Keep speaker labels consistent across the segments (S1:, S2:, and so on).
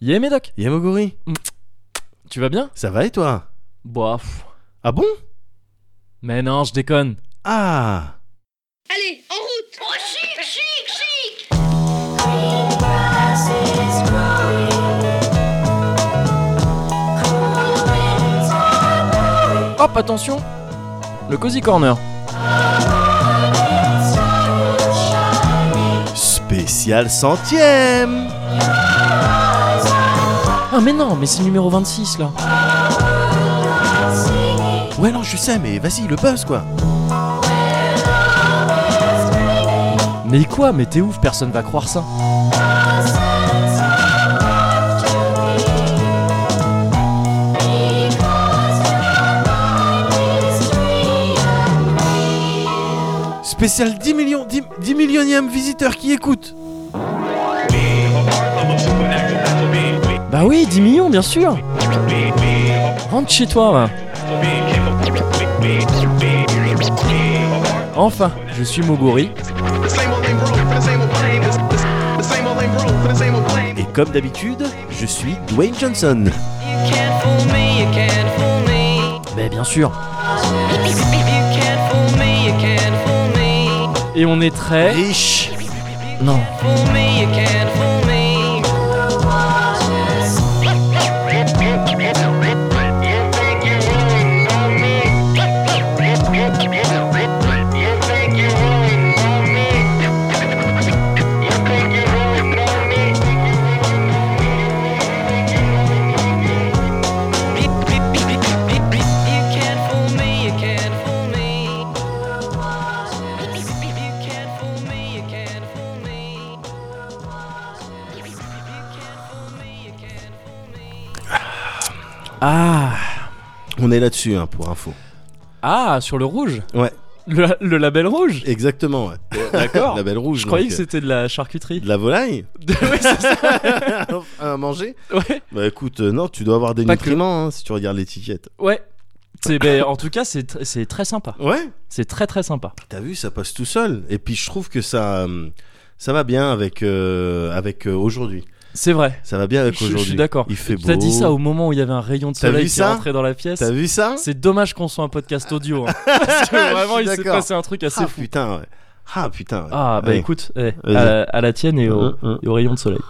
S1: Yé Médoc,
S2: Yamoguri,
S1: tu vas bien
S2: ça va et toi
S1: Boah, pff.
S2: Ah bon
S1: mais non, je déconne.
S2: Ah
S3: Allez, en route Oh, chic, chic, chic
S1: Hop, attention Le Cozy Corner.
S2: Spécial centième
S1: Ah, mais non, mais c'est le numéro 26 là.
S2: Ouais non je sais mais vas-y le buzz quoi
S1: Mais quoi Mais t'es ouf, personne va croire ça.
S2: Spécial 10 millions 10, 10 millionième visiteur qui écoute
S1: Bah oui, 10 millions, bien sûr Rentre chez toi là. Enfin, je suis Moguri.
S2: Et comme d'habitude, je suis Dwayne Johnson.
S1: Mais Bah, bien sûr. Et on est très...
S2: Riche
S1: Non. Ah
S2: On est là-dessus hein, pour info.
S1: Ah, sur le rouge
S2: Ouais,
S1: Le, le label rouge
S2: exactement. ouais.
S1: Euh, D'accord.
S2: La belle rouge.
S1: Je croyais
S2: donc,
S1: que c'était de la charcuterie.
S2: euh, de la volaille
S1: Ouais, c'est ça.
S2: à manger
S1: Ouais.
S2: Bah écoute, euh, non, tu dois avoir des
S1: Pas que.
S2: nutriments hein, si tu regardes l'étiquette.
S1: Ouais. C'est- ben, en tout cas, c'est tr- c'est très sympa.
S2: Ouais,
S1: C'est très très sympa.
S2: T'as vu, ça passe tout seul. Et puis je trouve que ça, hum, ça va bien avec euh, avec euh, aujourd'hui.
S1: C'est vrai.
S2: Ça va bien avec
S1: Je- je
S2: aujourd'hui.
S1: suis d'accord.
S2: Il fait beau.
S1: T'as dit ça au moment où il y avait un rayon de
S2: T'as
S1: soleil
S2: vu
S1: qui
S2: ça
S1: rentrait dans la pièce.
S2: T'as vu ça
S1: C'est dommage qu'on soit un podcast audio. hein. Parce que vraiment,
S2: Je suis
S1: il s'est
S2: d'accord.
S1: passé un truc assez
S2: Ah
S1: fou.
S2: putain. ouais. Ah putain. ouais.
S1: Ah bah
S2: Ouais.
S1: écoute, oh. eh,
S2: Vas-y.
S1: à, à la tienne et au,
S2: Hum, hum.
S1: et au rayon de soleil.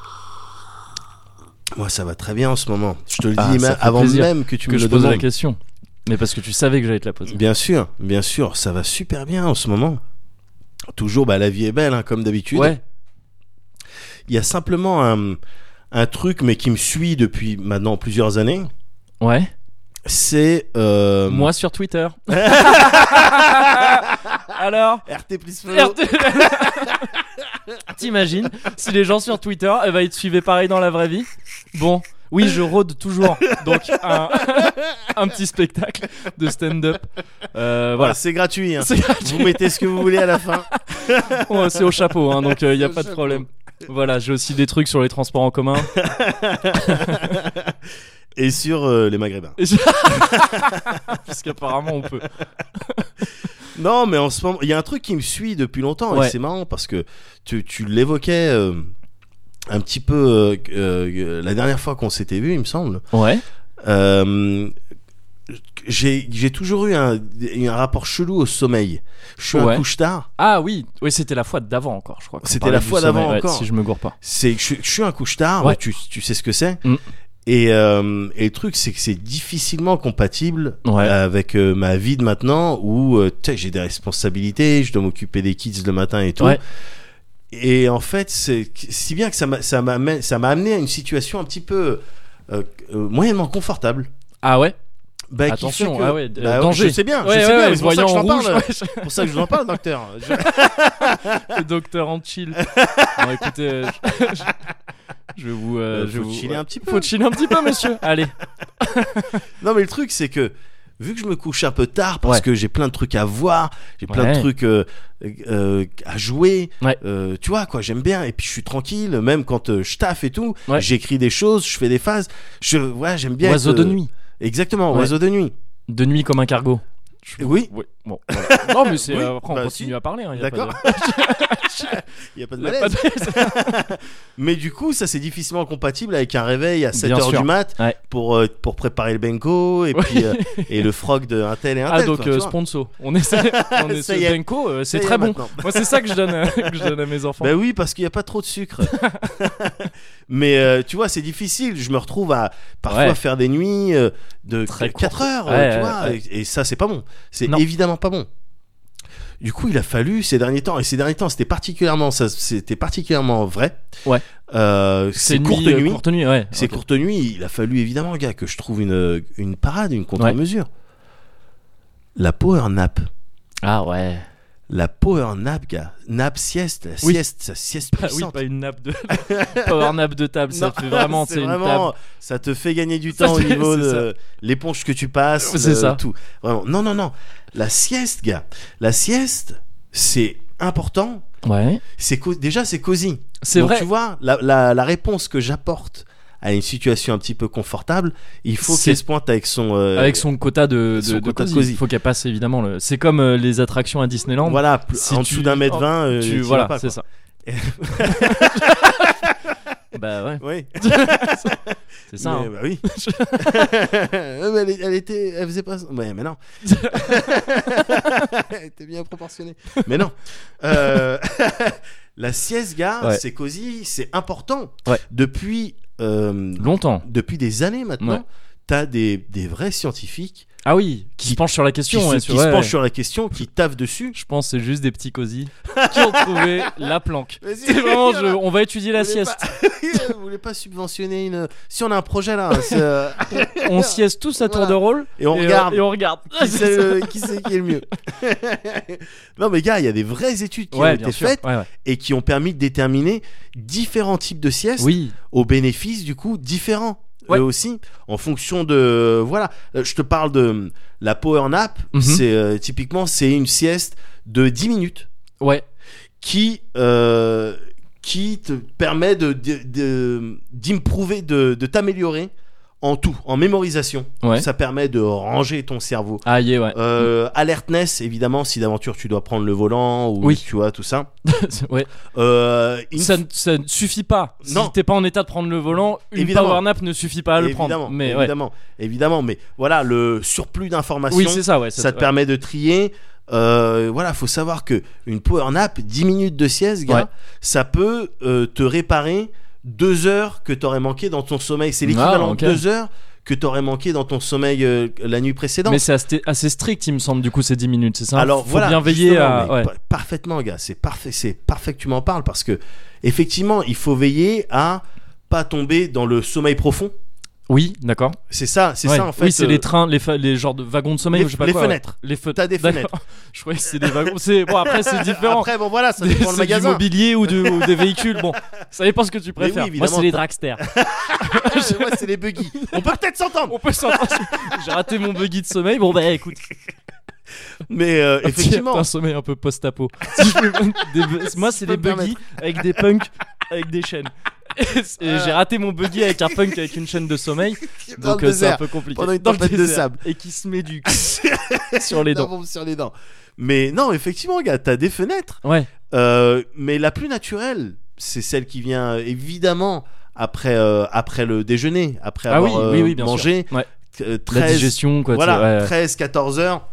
S2: Moi, ça va très bien en ce moment. Je te le dis
S1: Ah, ça
S2: même-
S1: fait
S2: avant
S1: plaisir
S2: même que tu
S1: que
S2: me
S1: je
S2: le
S1: pose la
S2: demandes.
S1: question. Mais parce que tu savais que j'allais te la poser.
S2: Bien sûr, bien sûr, ça va super bien en ce moment. Toujours, bah la vie est belle hein, comme d'habitude.
S1: Ouais.
S2: Il y a simplement un un truc, mais qui me suit depuis maintenant plusieurs années.
S1: Ouais.
S2: C'est euh,
S1: Moi sur Twitter. Alors
S2: RT plus follow.
S1: RT. Ah, T'imagines si les gens sur Twitter, eh ben, ils te suivaient pareil dans la vraie vie Bon, oui, je rôde toujours. Donc, un, un petit spectacle de stand-up. Euh, voilà.
S2: Voilà, c'est gratuit. hein.
S1: C'est gratuit.
S2: Vous mettez ce que vous voulez à la fin.
S1: Oh, c'est au chapeau, hein, donc il n'y a
S2: Au
S1: pas de
S2: chapeau.
S1: problème. Voilà, j'ai aussi des trucs sur les transports en commun.
S2: Et sur euh, les Maghrébins.
S1: Et je- Parce qu'apparemment, on peut.
S2: Non, mais en ce moment, il y a un truc qui me suit depuis longtemps
S1: Ouais.
S2: et c'est marrant parce que tu, tu l'évoquais euh, un petit peu euh, euh, la dernière fois qu'on s'était vu, il me semble.
S1: Ouais.
S2: Euh, j'ai j'ai toujours eu un, un rapport chelou au sommeil. Je suis
S1: Ouais.
S2: un couche-tard.
S1: Ah oui, oui c'était la fois d'avant encore, je crois. qu'on
S2: C'était
S1: parlait
S2: la
S1: du
S2: fois
S1: sommeil,
S2: d'avant
S1: ouais,
S2: encore.
S1: Si je me gourre pas.
S2: C'est je, je suis un couche-tard,
S1: Ouais.
S2: ouais, tu, tu sais ce que c'est.
S1: Mm.
S2: Et, euh, et le truc, c'est que c'est difficilement compatible
S1: Ouais.
S2: avec euh, ma vie de maintenant où euh, tu sais, j'ai des responsabilités, je dois m'occuper des kids le matin et tout.
S1: Ouais.
S2: Et en fait, c'est si bien que ça m'a ça m'amène- ça m'a amené à une situation un petit peu euh, euh, moyennement confortable.
S1: Ah ouais
S2: Bah, qui fait
S1: Attention,
S2: que-
S1: ah ouais, euh,
S2: bah,
S1: danger.
S2: Je sais bien,
S1: Ouais,
S2: je sais
S1: ouais,
S2: bien,
S1: ouais,
S2: mais c'est pour ça que
S1: voyant
S2: je t'en
S1: en rouge,
S2: parle.
S1: ouais.
S2: C'est pour ça que je vous en parle, docteur. Je-
S1: Le docteur en chill. Bon, écoutez, euh, je, je vais vous. euh, je
S2: Euh,
S1: vais
S2: faut
S1: vous-
S2: chiller un petit peu.
S1: Faut chiller un petit peu, monsieur. Allez.
S2: Non, mais le truc, c'est que vu que je me couche un peu tard parce
S1: Ouais.
S2: que j'ai plein de trucs à voir, j'ai plein
S1: Ouais.
S2: de trucs euh, euh, à jouer,
S1: Ouais.
S2: euh, tu vois, quoi, j'aime bien. Et puis je suis tranquille, même quand euh, je taffe et tout,
S1: Ouais.
S2: j'écris des choses, je fais des phases. Je, ouais, j'aime bien.
S1: Oiseau
S2: être,
S1: de
S2: euh,
S1: nuit.
S2: Exactement,
S1: Ouais.
S2: oiseau de nuit.
S1: De nuit comme un cargo.
S2: Oui.
S1: Ouais. Bon, voilà. Non, mais c'est
S2: Oui,
S1: euh, après on
S2: bah,
S1: continue
S2: si.
S1: à parler. hein, y a pas
S2: D'accord
S1: de-
S2: Il n'y a pas de
S1: y a
S2: malaise.
S1: pas de-
S2: Mais du coup, ça c'est difficilement compatible avec un réveil à
S1: Bien
S2: 7h
S1: sûr.
S2: du mat
S1: Ouais.
S2: pour, euh, pour préparer le benko et,
S1: Ouais.
S2: puis, euh, et le frog de un tel et un
S1: Ah
S2: tel.
S1: donc
S2: quoi, tu
S1: euh,
S2: vois.
S1: sponsor. On essaie. On
S2: Ça
S1: essaie
S2: y est.
S1: Benko, euh, c'est
S2: Ça y est,
S1: très bon.
S2: maintenant.
S1: Moi c'est ça que je donne, euh, que je donne à mes enfants.
S2: Ben oui, parce qu'il n'y a pas trop de sucre. Mais euh, tu vois, c'est difficile. Je me retrouve à parfois
S1: Ouais.
S2: faire des nuits euh, de
S1: Très
S2: 4
S1: courtes.
S2: heures, euh,
S1: Ouais,
S2: tu
S1: ouais,
S2: vois,
S1: ouais.
S2: et, et ça, c'est pas bon. C'est
S1: Non.
S2: évidemment pas bon. Du coup, il a fallu ces derniers temps, et ces derniers temps, c'était particulièrement, ça, c'était particulièrement vrai.
S1: Ouais.
S2: Euh, ces
S1: une
S2: courtes
S1: nuit, euh,
S2: nuits,
S1: Courte nuit, ouais.
S2: ces
S1: Ok.
S2: courtes nuits, il a fallu évidemment, gars, que je trouve une, une parade, une contre-mesure. La power nap.
S1: Ah ouais.
S2: La power nap, gars. Nap sieste, la
S1: Oui.
S2: sieste, sa sieste
S1: Ah oui,
S2: puissante.
S1: pas une nappe de. Power nap de table, ça
S2: Non,
S1: fait vraiment,
S2: c'est
S1: c'est une
S2: vraiment-
S1: table.
S2: Ça te fait gagner du
S1: Ça
S2: temps au
S1: fait-
S2: niveau
S1: c'est
S2: de l'éponge que tu passes,
S1: C'est
S2: le-
S1: ça.
S2: tout. Vraiment. Non, non, non. La sieste, gars. La sieste, c'est important.
S1: Ouais.
S2: C'est co- déjà c'est cosy.
S1: C'est
S2: Donc,
S1: vrai.
S2: Tu vois, la, la- la réponse que j'apporte à une situation un petit peu confortable, il faut
S1: C'est-
S2: qu'elle se pointe avec son. euh,
S1: Avec son quota de, de,
S2: son
S1: de
S2: quota de
S1: cosy.
S2: cosy.
S1: Il faut qu'elle passe évidemment. Le... C'est comme euh, les attractions à Disneyland.
S2: Voilà, pl-
S1: Si
S2: en
S1: tu-
S2: dessous d'un mètre
S1: oh,
S2: vingt. euh,
S1: tu,
S2: t'y vas
S1: voilà,
S2: pas,
S1: c'est
S2: quoi.
S1: ça.
S2: Et-
S1: bah ouais,
S2: Oui.
S1: c'est ça.
S2: Mais,
S1: hein.
S2: bah oui. Euh, elle, elle était, elle faisait pas. ça. Ouais, mais non. elle était bien proportionnée. Mais non. Euh, la sieste, gars,
S1: Ouais.
S2: c'est cosy, c'est important.
S1: Ouais.
S2: Depuis, euh,
S1: Longtemps.
S2: depuis des années maintenant,
S1: Ouais.
S2: t'as des, des vrais scientifiques
S1: Ah oui, qui, se penche sur la
S2: qui,
S1: question.
S2: se,
S1: ouais,
S2: qui
S1: sur-
S2: se
S1: ouais,
S2: penchent
S1: ouais.
S2: sur la question, qui taffent dessus.
S1: Je pense que c'est juste des petits cosy qui ont trouvé la planque.
S2: Vas-y.
S1: C'est vraiment, je- on va étudier la
S2: Vous voulez
S1: sieste.
S2: pas- Vous voulez pas subventionner une. Si on a un projet là, c'est, euh,
S1: On sieste tous à tour de
S2: Voilà.
S1: rôle
S2: et on
S1: euh,
S2: regarde.
S1: et on regarde.
S2: qui c'est le- qui c'est qui est le mieux Non mais gars, il y a des vraies études qui ont
S1: Ouais, bien
S2: été
S1: sûr.
S2: faites
S1: Ouais, ouais.
S2: et qui ont permis de déterminer différents types de siestes
S1: Oui,
S2: au bénéfice du coup différents
S1: Ouais.
S2: eux aussi en fonction de voilà, Euh, je te parle de la power nap,
S1: Mhm.
S2: c'est euh, typiquement c'est une sieste de 10 minutes
S1: ouais,
S2: qui euh, qui te permet de de- de- d'improver de, de t'améliorer en tout, en mémorisation.
S1: ouais.
S2: Ça permet de ranger ton cerveau.
S1: Ah, yeah, ouais.
S2: Euh, alertness, évidemment, si d'aventure tu dois prendre le volant ou
S1: Oui.
S2: tu vois tout ça.
S1: ouais.
S2: Euh, une-
S1: Ça, ne- ça ne suffit pas.
S2: Non.
S1: Si t'es pas en état de prendre le volant, une
S2: Évidemment.
S1: power nap ne suffit pas à le
S2: évidemment,
S1: prendre. Mais ouais.
S2: évidemment, évidemment, mais voilà, le surplus d'informations,
S1: Oui, c'est ça, ouais.
S2: ça, te
S1: ouais.
S2: permet de trier. Euh, voilà, faut savoir que une power nap, 10 minutes de sieste, gars,
S1: Ouais.
S2: ça peut euh, te réparer deux heures que t'aurais manqué dans ton sommeil. C'est l'équivalent
S1: Ah, ok.
S2: de deux heures que t'aurais manqué dans ton sommeil euh, la nuit précédente.
S1: Mais c'est assez, assez strict, il me semble, du coup, ces 10 minutes, c'est ça
S2: Alors
S1: Faut
S2: voilà,
S1: bien veiller
S2: justement,
S1: à.
S2: mais
S1: ouais.
S2: pa- Parfaitement, gars, c'est parfait, c'est parfait que tu m'en parles parce que effectivement, il faut veiller à pas tomber dans le sommeil profond.
S1: Oui, d'accord.
S2: C'est ça, c'est
S1: Ouais.
S2: ça en fait.
S1: Oui, c'est
S2: euh,
S1: les trains, les, fa- les genres de wagons de sommeil,
S2: les-
S1: ou je sais pas
S2: les
S1: quoi, ouais.
S2: fenêtres.
S1: Les fe-
S2: T'as des
S1: D'accord.
S2: fenêtres.
S1: Je croyais que c'est des wagons. C'est- Bon, après, c'est différent.
S2: Après, bon voilà, ça
S1: C'est
S2: dépend le
S1: du
S2: magasin.
S1: mobilier ou, de- ou des véhicules. Bon, ça dépend ce que tu
S2: Mais oui,
S1: préfères. Moi,
S2: évidemment,
S1: c'est les
S2: t'as-
S1: dragsters.
S2: Moi, c'est les buggy. On peut peut-être s'entendre.
S1: On peut s'entendre. J'ai raté mon buggy de sommeil. Bon, bah écoute,
S2: Mais euh, effectivement,
S1: un sommeil un peu post-apo. Si je peux me- des- Moi, c'est
S2: peux
S1: des
S2: me
S1: buggy avec des punks, avec des chaînes. Et, et j'ai raté mon buggy avec un punk avec une chaîne de sommeil.
S2: Euh. dans
S1: Donc
S2: le
S1: euh, c'est un
S2: désert,
S1: peu compliqué.
S2: pendant une
S1: Dans le
S2: tempête de
S1: désert.
S2: sable.
S1: Et qui se met du sur les
S2: la
S1: dents.
S2: bombe sur les dents. Mais non, effectivement, gars, t'as des fenêtres.
S1: Ouais,
S2: Euh, mais la plus naturelle, c'est celle qui vient euh, évidemment après, euh, après le déjeuner, après
S1: Ah
S2: avoir
S1: oui,
S2: euh,
S1: oui, oui, bien
S2: mangé.
S1: sûr. Ouais.
S2: euh,
S1: la
S2: 13,
S1: digestion, quoi. tu sais,
S2: voilà,
S1: ouais, ouais.
S2: 13, 14 heures.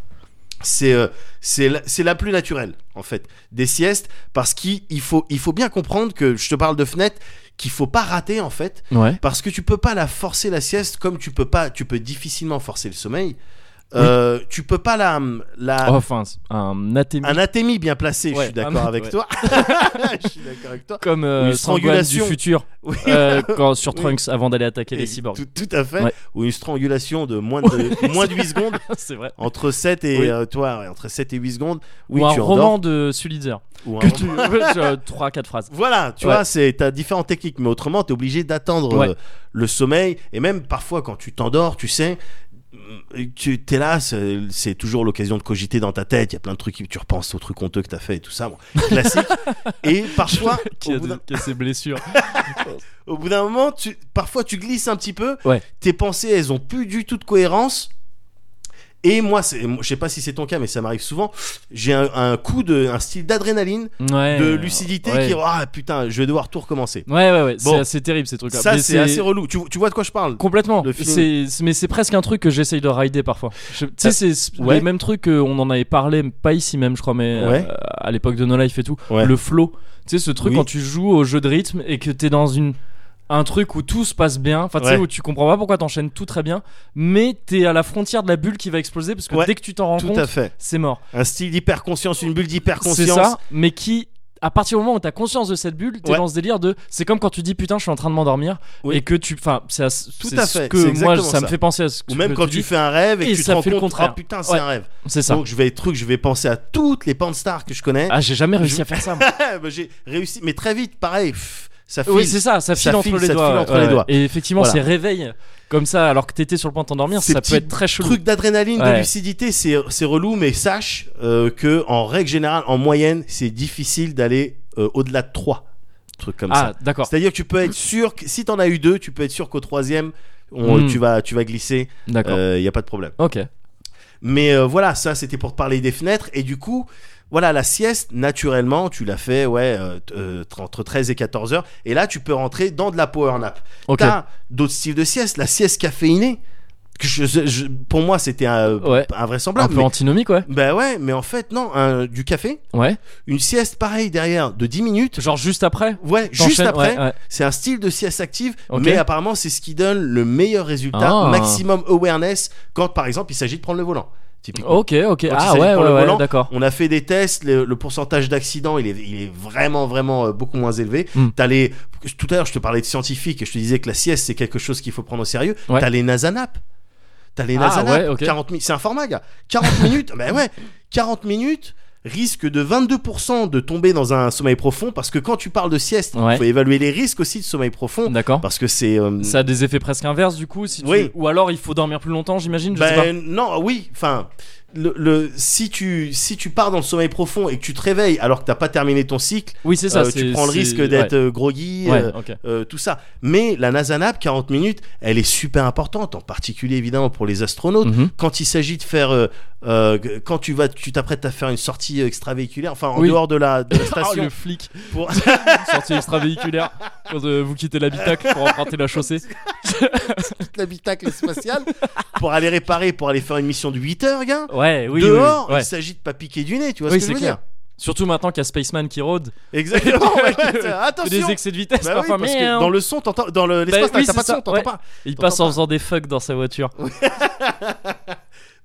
S2: C'est euh, c'est la, c'est la plus naturelle, en fait, des siestes, parce qu'il il faut, il faut bien comprendre que je te parle de fenêtre, qu'il faut pas rater, en fait,
S1: Ouais.
S2: parce que tu peux pas la forcer la sieste comme tu peux pas, tu peux difficilement forcer le sommeil. Euh, tu peux pas la, la,
S1: Oh, Enfin, c'est un athémie.
S2: Ah. un athémie bien placé, je
S1: Ouais,
S2: suis d'accord
S1: un-
S2: avec
S1: ouais.
S2: toi. je suis d'accord avec toi.
S1: Comme euh,
S2: Ou une
S1: Sangwan du
S2: strangulation.
S1: futur
S2: Oui.
S1: euh, quand, sur
S2: Oui.
S1: Trunks avant d'aller attaquer
S2: Et
S1: les cyborgs.
S2: Tout, tout à fait.
S1: Ouais.
S2: Ou une strangulation de moins de, moins de 8 secondes.
S1: c'est vrai.
S2: Entre 7 et,
S1: Oui.
S2: euh, toi, ouais, entre 7 et 8 secondes. Oui,
S1: Ou un
S2: tu endors.
S1: roman de Sulitzer.
S2: Ou un
S1: Que
S2: roman.
S1: tu. 3-4 euh, phrases.
S2: Voilà, tu
S1: Ouais.
S2: vois, c'est t'as différentes techniques, mais autrement, t'es obligé d'attendre
S1: Ouais.
S2: euh, le sommeil. Et même parfois, quand tu t'endors, tu sais, euh, tu t'es là, c'est c'est toujours l'occasion de cogiter dans ta tête. Il y a plein de trucs, qui- tu repenses aux trucs honteux que t'as fait et tout ça. bon, classique. et parfois,
S1: Qui
S2: au
S1: a,
S2: bout
S1: des-
S2: d'un-
S1: qui a ses blessures.
S2: au bout d'un moment, tu, parfois tu glisses un petit peu.
S1: Ouais.
S2: Tes pensées, elles ont plus du tout de cohérence. Et moi, c'est- moi, je sais pas si c'est ton cas, mais ça m'arrive souvent. J'ai un, un coup de, un style d'adrénaline,
S1: Ouais.
S2: de lucidité
S1: ouais.
S2: qui, ah putain, je vais devoir tout recommencer.
S1: Ouais, ouais, ouais.
S2: Bon.
S1: C'est assez terrible ces trucs-là.
S2: Ça,
S1: Mais
S2: c'est assez relou. Tu, tu vois de quoi je parle
S1: Complètement.
S2: Le
S1: C'est,
S2: feeling.
S1: c'est- mais c'est presque un truc que j'essaye de rider parfois. Je- Tu sais, c'est s-
S2: ouais.
S1: les mêmes trucs qu'on en avait parlé, pas ici même, je crois, mais euh,
S2: Ouais.
S1: à l'époque de No Life et tout.
S2: Ouais.
S1: Le flow. Tu sais, ce truc
S2: Oui.
S1: quand tu joues au jeu de rythme et que t'es dans une. Un truc où tout se passe bien, enfin tu sais,
S2: Ouais.
S1: où tu comprends pas pourquoi t'enchaînes tout très bien, mais t'es à la frontière de la bulle qui va exploser parce que
S2: Ouais.
S1: dès que tu t'en rends
S2: Tout
S1: compte,
S2: à fait.
S1: c'est mort.
S2: Un style d'hyperconscience, une bulle
S1: C'est
S2: d'hyperconscience.
S1: ça, mais qui, à partir du moment où t'as conscience de cette bulle, t'es
S2: Ouais.
S1: dans ce délire de. C'est comme quand tu dis putain, je suis en train de m'endormir,
S2: Oui.
S1: et que tu. Enfin, c'est à ce-
S2: Tout
S1: c'est
S2: à
S1: ce
S2: fait,
S1: que
S2: c'est
S1: moi,
S2: exactement
S1: ça, me
S2: ça.
S1: fait penser à ce que
S2: Ou même
S1: que
S2: quand
S1: tu
S2: tu
S1: dis.
S2: fais un rêve et,
S1: Et
S2: que tu te
S1: ça
S2: rends
S1: fait le
S2: compte,
S1: contraire.
S2: ah putain, c'est
S1: Ouais.
S2: un rêve.
S1: C'est ça.
S2: Donc je vais être truc, je vais penser à toutes les porn stars que je connais.
S1: ah, j'ai jamais réussi
S2: Je-
S1: à faire ça. moi.
S2: Bah, j'ai réussi, mais très vite, pareil. pff, ça file.
S1: oui, c'est ça, ça file
S2: Ça
S1: entre
S2: file,
S1: les
S2: ça
S1: doigts.
S2: file entre les doigts.
S1: Et effectivement,
S2: Voilà.
S1: ces réveils euh, comme ça, alors que t'étais sur le point de t'endormir,
S2: Ces
S1: ça
S2: petits
S1: peut être très chelou.
S2: Truc d'adrénaline,
S1: Ouais.
S2: de lucidité, c'est c'est relou, mais sache euh, que en règle générale, en moyenne, c'est difficile d'aller euh, au-delà de 3 trucs comme
S1: ah,
S2: ça.
S1: d'accord.
S2: C'est-à-dire que tu peux être sûr que si t'en as eu deux, tu peux être sûr qu'au troisième, on-
S1: Mm.
S2: tu vas tu vas glisser. Il
S1: D'accord.
S2: y a pas de problème.
S1: Ok.
S2: Mais euh, voilà, ça c'était pour te parler des fenêtres et du coup. Voilà, la sieste, naturellement, tu l'as fait, ouais, euh, t- euh, entre 13 et 14 heures. Et là, tu peux rentrer dans de la power nap.
S1: Ok.
S2: T'as d'autres styles de sieste, la sieste caféinée. Que je- je- je- pour moi, c'était un,
S1: Ouais. Un
S2: invraisemblable.
S1: peu antinomique, ouais.
S2: mais- bah ouais, mais en fait, non, un- du café,
S1: Ouais.
S2: une sieste pareille derrière de 10 minutes.
S1: Genre juste après.
S2: Ouais, juste
S1: t'enchaînes,
S2: après,
S1: ouais, ouais.
S2: c'est un style de sieste active,
S1: Ok.
S2: mais apparemment, c'est ce qui donne le meilleur résultat,
S1: Ah.
S2: maximum awareness, quand par exemple, il s'agit de prendre le volant. Typiquement.
S1: Ok, ok.
S2: Quand il
S1: Ah
S2: s'agit
S1: ouais,
S2: de prendre
S1: ouais,
S2: le
S1: ouais,
S2: volant,
S1: d'accord.
S2: On a fait des tests, le, le pourcentage d'accidents, il est, il est vraiment, vraiment euh, beaucoup moins élevé.
S1: Mm.
S2: T'as les, tout à l'heure, je te parlais de scientifiques et je te disais que la sieste, c'est quelque chose qu'il faut prendre au sérieux.
S1: Ouais.
S2: T'as les nasanap. T'as les
S1: Ah,
S2: nasanap.
S1: ouais, ok.
S2: 40 mi- c'est un format, gars. 40 minutes, ben ouais, 40 minutes risque de 22% de tomber dans un sommeil profond parce que quand tu parles de sieste, il
S1: Ouais.
S2: faut évaluer les risques aussi de sommeil profond
S1: D'accord.
S2: parce que c'est. euh,
S1: Ça a des effets presque inverses du coup, si tu-
S2: Oui.
S1: ou alors il faut dormir plus longtemps, j'imagine. Je sais pas.
S2: Ben, non, oui, enfin, le, le- si, tu, si tu pars dans le sommeil profond et que tu te réveilles alors que t'as pas terminé ton cycle,
S1: Oui, c'est ça.
S2: euh,
S1: c'est-
S2: tu prends le
S1: c'est-
S2: risque d'être euh, groggy,
S1: Ouais, Ouais,
S2: euh,
S1: ok.
S2: euh, tout ça. Mais la Nasanap, 40 minutes, elle est super importante, en particulier évidemment pour les astronautes.
S1: Mhm.
S2: Quand il s'agit de faire, euh, euh, quand tu vas, tu t'apprêtes à faire une sortie euh, extravéhiculaire, enfin en
S1: Oui.
S2: dehors de la, de la station,
S1: le flic.
S2: pour-
S1: Sortie extravéhiculaire. Quand euh, vous quittez l'habitacle pour emprunter la chaussée.
S2: l'habitacle spatial, pour aller réparer, pour aller faire une mission de 8 heures, gars.
S1: Ouais, oui. oui,
S2: dehors,
S1: oui, ouais.
S2: il s'agit de pas piquer du nez, tu vois
S1: Oui,
S2: ce que je
S1: c'est
S2: veux
S1: clair.
S2: dire
S1: Surtout maintenant qu'il y a Spaceman qui rôde.
S2: Exactement. ouais,
S1: Fais
S2: ouais, Oh attention.
S1: Des excès de vitesse
S2: Bah oui,
S1: parfois.
S2: parce
S1: miaou.
S2: que dans le son, t'entends, dans le- l'espace,
S1: Bah oui,
S2: t'as pas
S1: c'est ça,
S2: de son, t'entends
S1: ouais.
S2: pas.
S1: Il passe en
S2: t'entends
S1: faisant des fucks dans sa voiture.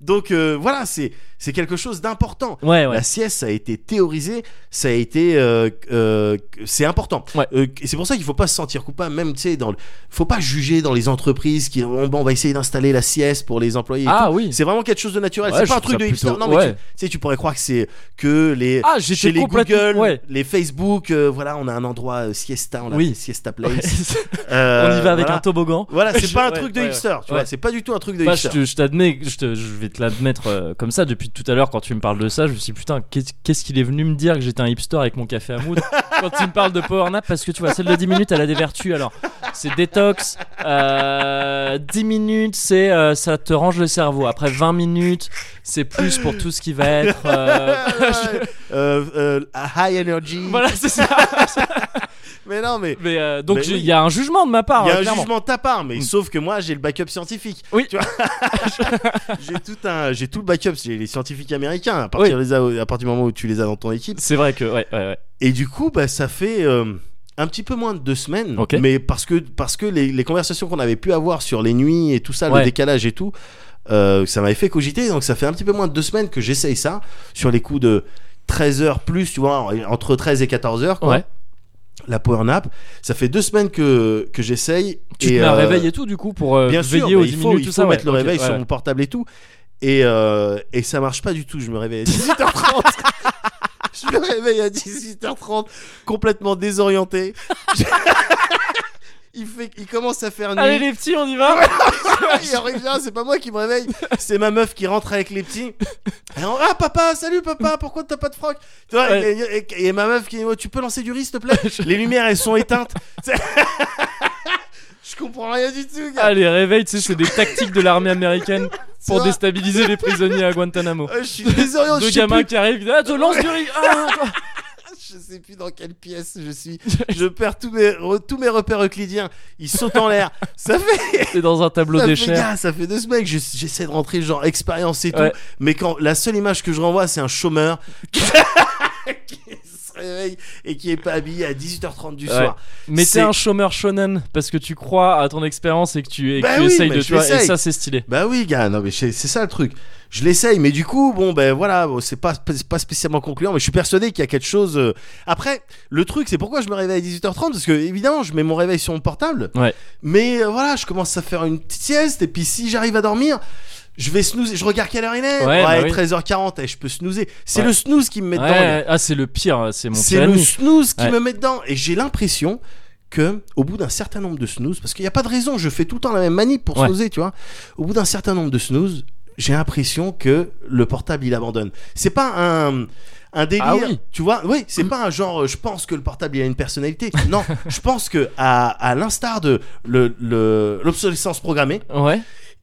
S2: Donc euh, voilà, c'est c'est quelque chose d'important.
S1: Ouais, ouais.
S2: La sieste, ça a été théorisé, ça a été, euh, euh, c'est important.
S1: Ouais.
S2: Euh, et c'est pour ça qu'il faut pas se sentir coupable, même tu sais, dans, le, faut pas juger dans les entreprises qui, on, on va essayer d'installer la sieste pour les employés. et tout.
S1: Ah oui.
S2: C'est vraiment quelque chose de naturel.
S1: Ouais,
S2: c'est
S1: je
S2: pas un
S1: trouve
S2: truc de
S1: ça
S2: hipster.
S1: plutôt-
S2: Non mais
S1: ouais.
S2: tu, tu sais, tu pourrais croire que c'est que les
S1: Ah,
S2: chez
S1: j'étais
S2: les
S1: complètement.
S2: Google,
S1: Ouais.
S2: les Facebook, euh, voilà, on a un endroit euh, siesta, on
S1: Oui.
S2: l'appelle siesta place.
S1: Ouais, c'est-
S2: Euh,
S1: On y va avec
S2: voilà.
S1: un toboggan.
S2: Voilà, c'est
S1: Je-
S2: pas un
S1: ouais,
S2: truc de
S1: ouais,
S2: hipster, tu
S1: ouais.
S2: vois, c'est pas du tout un truc de
S1: Bah, je,
S2: hipster.
S1: te- je t'admets, je, te- je vais te l'admettre euh, comme ça. Depuis tout à l'heure, quand tu me parles de ça, je me suis dit, putain, qu'est- qu'est-ce qu'il est venu me dire que j'étais un hipster avec mon café à moudre Quand tu me parles de power nap, parce que tu vois, celle de 10 minutes, elle a des vertus. Alors, c'est détox. euh, 10 minutes, c'est euh, ça te range le cerveau. Après 20 minutes, c'est plus pour tout ce qui va être. euh,
S2: Ouais, ouais. Euh, euh, high energy.
S1: voilà, c'est ça.
S2: Mais non, mais
S1: Mais euh, donc,
S2: Mais
S1: j'ai- il
S2: oui.
S1: y a un jugement de ma part.
S2: il y
S1: euh,
S2: a un
S1: clairement.
S2: jugement de ta part, mais
S1: Mm.
S2: sauf que moi j'ai le backup scientifique.
S1: Oui.
S2: Tu vois j'ai tout un, j'ai tout le backup, j'ai les scientifiques américains. À partir, des- à partir du moment où tu les as dans ton équipe.
S1: C'est vrai que, ouais, ouais, ouais.
S2: Et du coup, bah, ça fait euh, un petit peu moins de deux semaines.
S1: Ok.
S2: Mais parce que, parce que les, les conversations qu'on avait pu avoir sur les nuits et tout ça,
S1: Ouais.
S2: le décalage et tout, euh, ça m'avait fait cogiter. Donc ça fait un petit peu moins de deux semaines que j'essaye ça sur les coups de 13 heures plus, tu vois, entre 13 et 14 heures. Quoi.
S1: Ouais.
S2: La power nap. Ça fait deux semaines que, que j'essaye.
S1: Tu te
S2: et,
S1: mets un
S2: euh,
S1: réveil et tout, du coup, pour euh,
S2: Bien
S1: veiller
S2: sûr,
S1: aux
S2: mais
S1: 10
S2: il faut,
S1: minutes,
S2: il
S1: tout
S2: faut
S1: ça. ouais.
S2: mettre le
S1: Ok,
S2: réveil
S1: ouais,
S2: sur
S1: ouais.
S2: mon portable et tout. Et, euh, et ça marche pas du tout. Je me réveille à 18h30. je me réveille à 18h30, complètement désorienté. il, fait, il commence à faire nuit.
S1: Allez, les petits, on y va.
S2: Et en règle générale, c'est pas moi qui me réveille, c'est ma meuf qui rentre avec les petits. Et on- ah papa, salut papa, pourquoi t'as pas de froc Tu vois,
S1: Ouais.
S2: et, et- et ma meuf qui dit, Oh, tu peux lancer du riz s'il te plaît Les lumières elles sont éteintes. C'est- je comprends rien du tout, gars.
S1: Ah, les réveils, tu sais, c'est des tactiques de l'armée américaine. pour
S2: vrai.
S1: déstabiliser les prisonniers à Guantanamo.
S2: Euh, je suis désolé, je
S1: Deux
S2: sais
S1: gamins
S2: plus,
S1: qui arrivent, ah, te lance du riz. Ah, attends.
S2: je sais plus dans quelle pièce je suis. Je perds tous mes, re- tous mes repères euclidiens. Ils sautent en l'air. Ça fait.
S1: T'es dans un tableau
S2: ça, fait
S1: d'échelle.
S2: gars, ça fait deux semaines que je- j'essaie de rentrer genre expérience et tout.
S1: Ouais.
S2: Mais quand la seule image que je renvoie, c'est un chômeur qui, qui se réveille et qui est pas habillé à 18h30 du
S1: Ouais.
S2: soir.
S1: Mais t'es
S2: C'est-
S1: un chômeur shonen parce que tu crois à ton expérience et que tu, et que
S2: Bah
S1: tu
S2: oui,
S1: essayes
S2: mais
S1: de
S2: je
S1: toi. Et
S2: l'essaye.
S1: ça, c'est stylé.
S2: Bah oui, gars, non, mais c'est c'est ça le truc. Je l'essaye, mais du coup, bon, ben voilà, bon, c'est pas, c'est pas spécialement concluant, mais je suis persuadé qu'il y a quelque chose. euh. Après, le truc, c'est pourquoi je me réveille à 18h30, parce que évidemment, je mets mon réveil sur mon portable,
S1: Ouais.
S2: mais euh, voilà, je commence à faire une petite sieste, et puis si j'arrive à dormir. Je vais snoozer, je regarde quelle heure il est.
S1: Ouais, bah oui.
S2: 13h40, et eh, je peux snoozer. C'est
S1: Ouais.
S2: le snooze qui me met
S1: Ouais,
S2: dedans. gars.
S1: ouais. ah, c'est le pire, c'est mon
S2: C'est
S1: pire
S2: le
S1: ennemi.
S2: snooze qui
S1: Ouais.
S2: me met dedans. Et j'ai l'impression que, au bout d'un certain nombre de snooze, parce qu'il n'y a pas de raison, je fais tout le temps la même manip pour
S1: Ouais.
S2: snoozer, tu vois. Au bout d'un certain nombre de snooze, j'ai l'impression que le portable il abandonne. C'est pas un. Un délire,
S1: Ah oui.
S2: tu vois, oui, c'est pas un genre. euh, Je pense que le portable il a une personnalité. Non, je pense que à, à l'instar de le- le- l'obsolescence programmée,
S1: Ouais.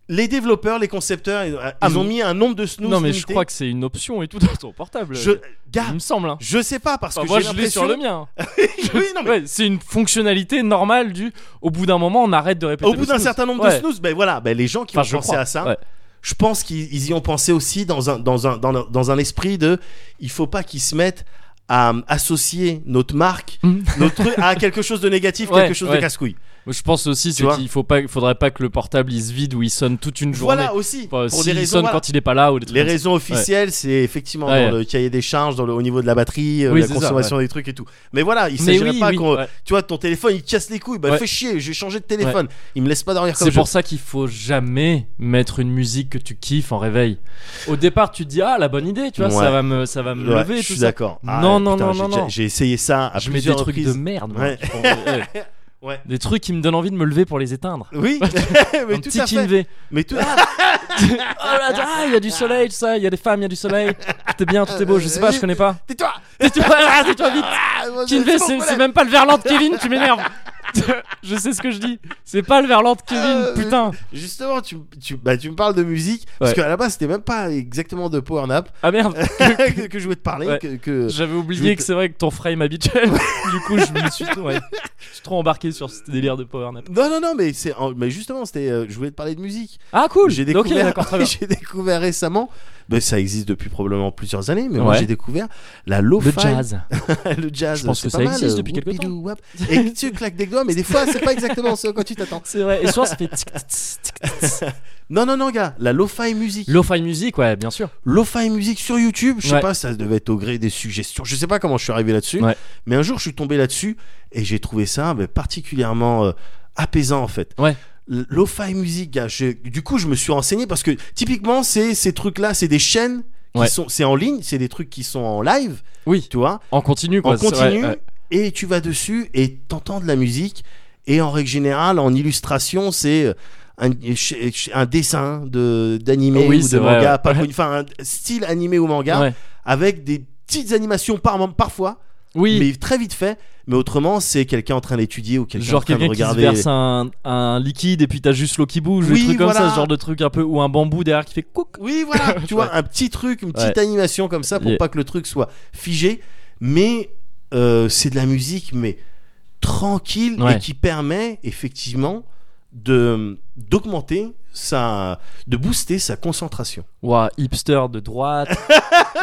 S2: les développeurs, les concepteurs, ils, euh,
S1: Ah,
S2: ils ont
S1: mais-
S2: mis un nombre de snooze.
S1: Non, mais je
S2: limité.
S1: crois que c'est une option et tout dans ton portable.
S2: je,
S1: Il
S2: gars,
S1: me semble. hein.
S2: je sais pas parce
S1: Enfin,
S2: que
S1: moi,
S2: j'ai
S1: je l'ai sur le
S2: l'impression-
S1: mien.
S2: oui, non, mais
S1: Ouais, c'est une fonctionnalité normale du. Au bout d'un moment, on arrête de répéter.
S2: Au
S1: le
S2: bout d'un
S1: snooze.
S2: certain nombre de
S1: Ouais.
S2: snooze, ben voilà, ben les gens qui
S1: Enfin, je
S2: ont pensé
S1: crois.
S2: à ça,
S1: Ouais.
S2: je pense qu'ils ils y ont pensé aussi dans un, dans un, dans un, dans un esprit de il faut pas qu'ils se mettent à euh, associer notre marque,
S1: Mhm.
S2: notre truc, à quelque chose de négatif,
S1: Ouais,
S2: quelque chose
S1: ouais.
S2: de casse-couille.
S1: Moi, Je pense aussi, c'est
S2: vois
S1: qu'il faut pas, faudrait pas que le portable il se vide ou il sonne toute une journée.
S2: Voilà aussi,
S1: Enfin,
S2: pour
S1: s'il
S2: des raisons.
S1: sonne
S2: voilà.
S1: quand il est pas là ou des trucs
S2: Les
S1: comme ça.
S2: raisons officielles, c'est effectivement
S1: Ouais.
S2: dans le cahier des charges, dans le, au niveau de la batterie, euh,
S1: Oui,
S2: la
S1: c'est ça,
S2: consommation des trucs et tout. Mais voilà, il
S1: Mais
S2: s'agirait
S1: oui,
S2: pas
S1: oui,
S2: qu'on.
S1: ouais.
S2: Tu vois, ton téléphone, il casse les couilles. Bah,
S1: Ouais.
S2: fais chier, j'ai changé de téléphone. Il me laisse pas dormir comme
S1: C'est
S2: je
S1: pour ça qu'il faut jamais mettre une musique que tu kiffes en réveil. Au départ, tu te dis ah la bonne idée, tu vois,
S2: Ouais.
S1: ça va me ça va me
S2: Ouais,
S1: lever. et
S2: je
S1: tout
S2: suis
S1: ça.
S2: d'accord.
S1: Non,
S2: ouais,
S1: non,
S2: putain,
S1: non,
S2: j'ai
S1: non,
S2: déjà-
S1: non.
S2: J'ai essayé ça à
S1: Je mets des
S2: plusieurs
S1: trucs
S2: reprises.
S1: de merde. moi.
S2: Ouais.
S1: Je- ouais.
S2: Ouais.
S1: Des trucs qui me donnent envie de me lever pour les éteindre.
S2: Oui, mais
S1: Un
S2: tout
S1: petit
S2: à fait.
S1: Kinvé.
S2: Mais tout. ah,
S1: Oh là là, ah, il y a du soleil, tout ça, il y a des femmes, il y a du soleil. Tout est bien, tout est beau, je sais pas, je connais pas.
S2: Tais-toi.
S1: Tais-toi, ah, tais-toi vite.
S2: Ah, moi, je-
S1: Kinvé,
S2: je
S1: c'est
S2: m'en
S1: c'est
S2: relève.
S1: même pas le verlan de Kevin, tu m'énerves. je sais ce que je dis. C'est pas le verlan de Kevin,
S2: Euh,
S1: putain.
S2: Justement, tu, tu, bah, tu me parles de musique parce
S1: Ouais.
S2: qu'à la base c'était même pas exactement de power nap
S1: Ah merde.
S2: que, que je voulais te parler.
S1: Ouais.
S2: Que,
S1: J'avais
S2: que- Euh, je vais
S1: oublié
S2: te-
S1: que c'est vrai que ton frame habituel. du coup, je me suis, ouais, je suis trop embarqué sur ce délire de power nap.
S2: Non, non, non, mais c'est, en- mais justement, c'était, euh, je voulais te parler de musique.
S1: Ah cool.
S2: J'ai
S1: Ok,
S2: découvert,
S1: d'accord, très bien.
S2: j'ai découvert récemment. bah, ça existe depuis probablement plusieurs années, mais moi
S1: Ouais.
S2: j'ai découvert la lo-fi,
S1: Le jazz.
S2: le jazz.
S1: Je pense
S2: c'est
S1: que
S2: pas
S1: ça
S2: mal,
S1: existe
S2: euh,
S1: depuis quelque
S2: whoopidou, whap. Et tu claques des doigts, mais des fois c'est pas exactement ce à quoi tu t'attends.
S1: C'est vrai. Et souvent, ça fait tic, tic, tic, tic.
S2: Non, non, non, gars, la lo-fi musique.
S1: lo-fi music, ouais, bien sûr.
S2: Lo-fi musique sur YouTube, je sais
S1: Ouais.
S2: pas, ça devait être au gré des suggestions. Je sais pas comment je suis arrivé là-dessus,
S1: Ouais.
S2: mais un jour je suis tombé là-dessus et j'ai trouvé ça mais, particulièrement euh, apaisant en fait.
S1: Ouais.
S2: L- Lo-fi musique, gars, je- du coup je me suis renseigné parce que typiquement c'est ces trucs-là, c'est des chaînes qui
S1: Ouais.
S2: sont, c'est en ligne, c'est des trucs qui sont en live,
S1: Oui.
S2: tu vois,
S1: En continu, quoi.
S2: en
S1: c'est- ouais,
S2: continu
S1: ouais.
S2: et tu vas dessus et t'entends de la musique et en règle générale en illustration c'est euh, un, un dessin de d'animé
S1: Oui,
S2: ou de
S1: c'est vrai,
S2: manga
S1: ouais.
S2: pas connu, enfin un style animé ou manga
S1: Ouais.
S2: avec des petites animations par parfois
S1: Oui.
S2: mais très vite fait mais autrement c'est quelqu'un en train d'étudier ou quelqu'un en
S1: Genre
S2: train de
S1: quelqu'un qui se
S2: regarder
S1: verse un, un liquide et puis t'as juste l'eau qui bouge,
S2: Oui,
S1: des trucs comme
S2: voilà.
S1: ça, ce genre de truc un peu, ou un bambou derrière qui fait couc.
S2: Oui, voilà, tu vois, un petit truc, une petite
S1: Ouais.
S2: animation comme ça pour
S1: Yeah.
S2: pas que le truc soit figé, mais euh, c'est de la musique, mais tranquille et
S1: Ouais.
S2: qui permet effectivement de d'augmenter sa de booster sa concentration.
S1: Ouah, hipster de droite,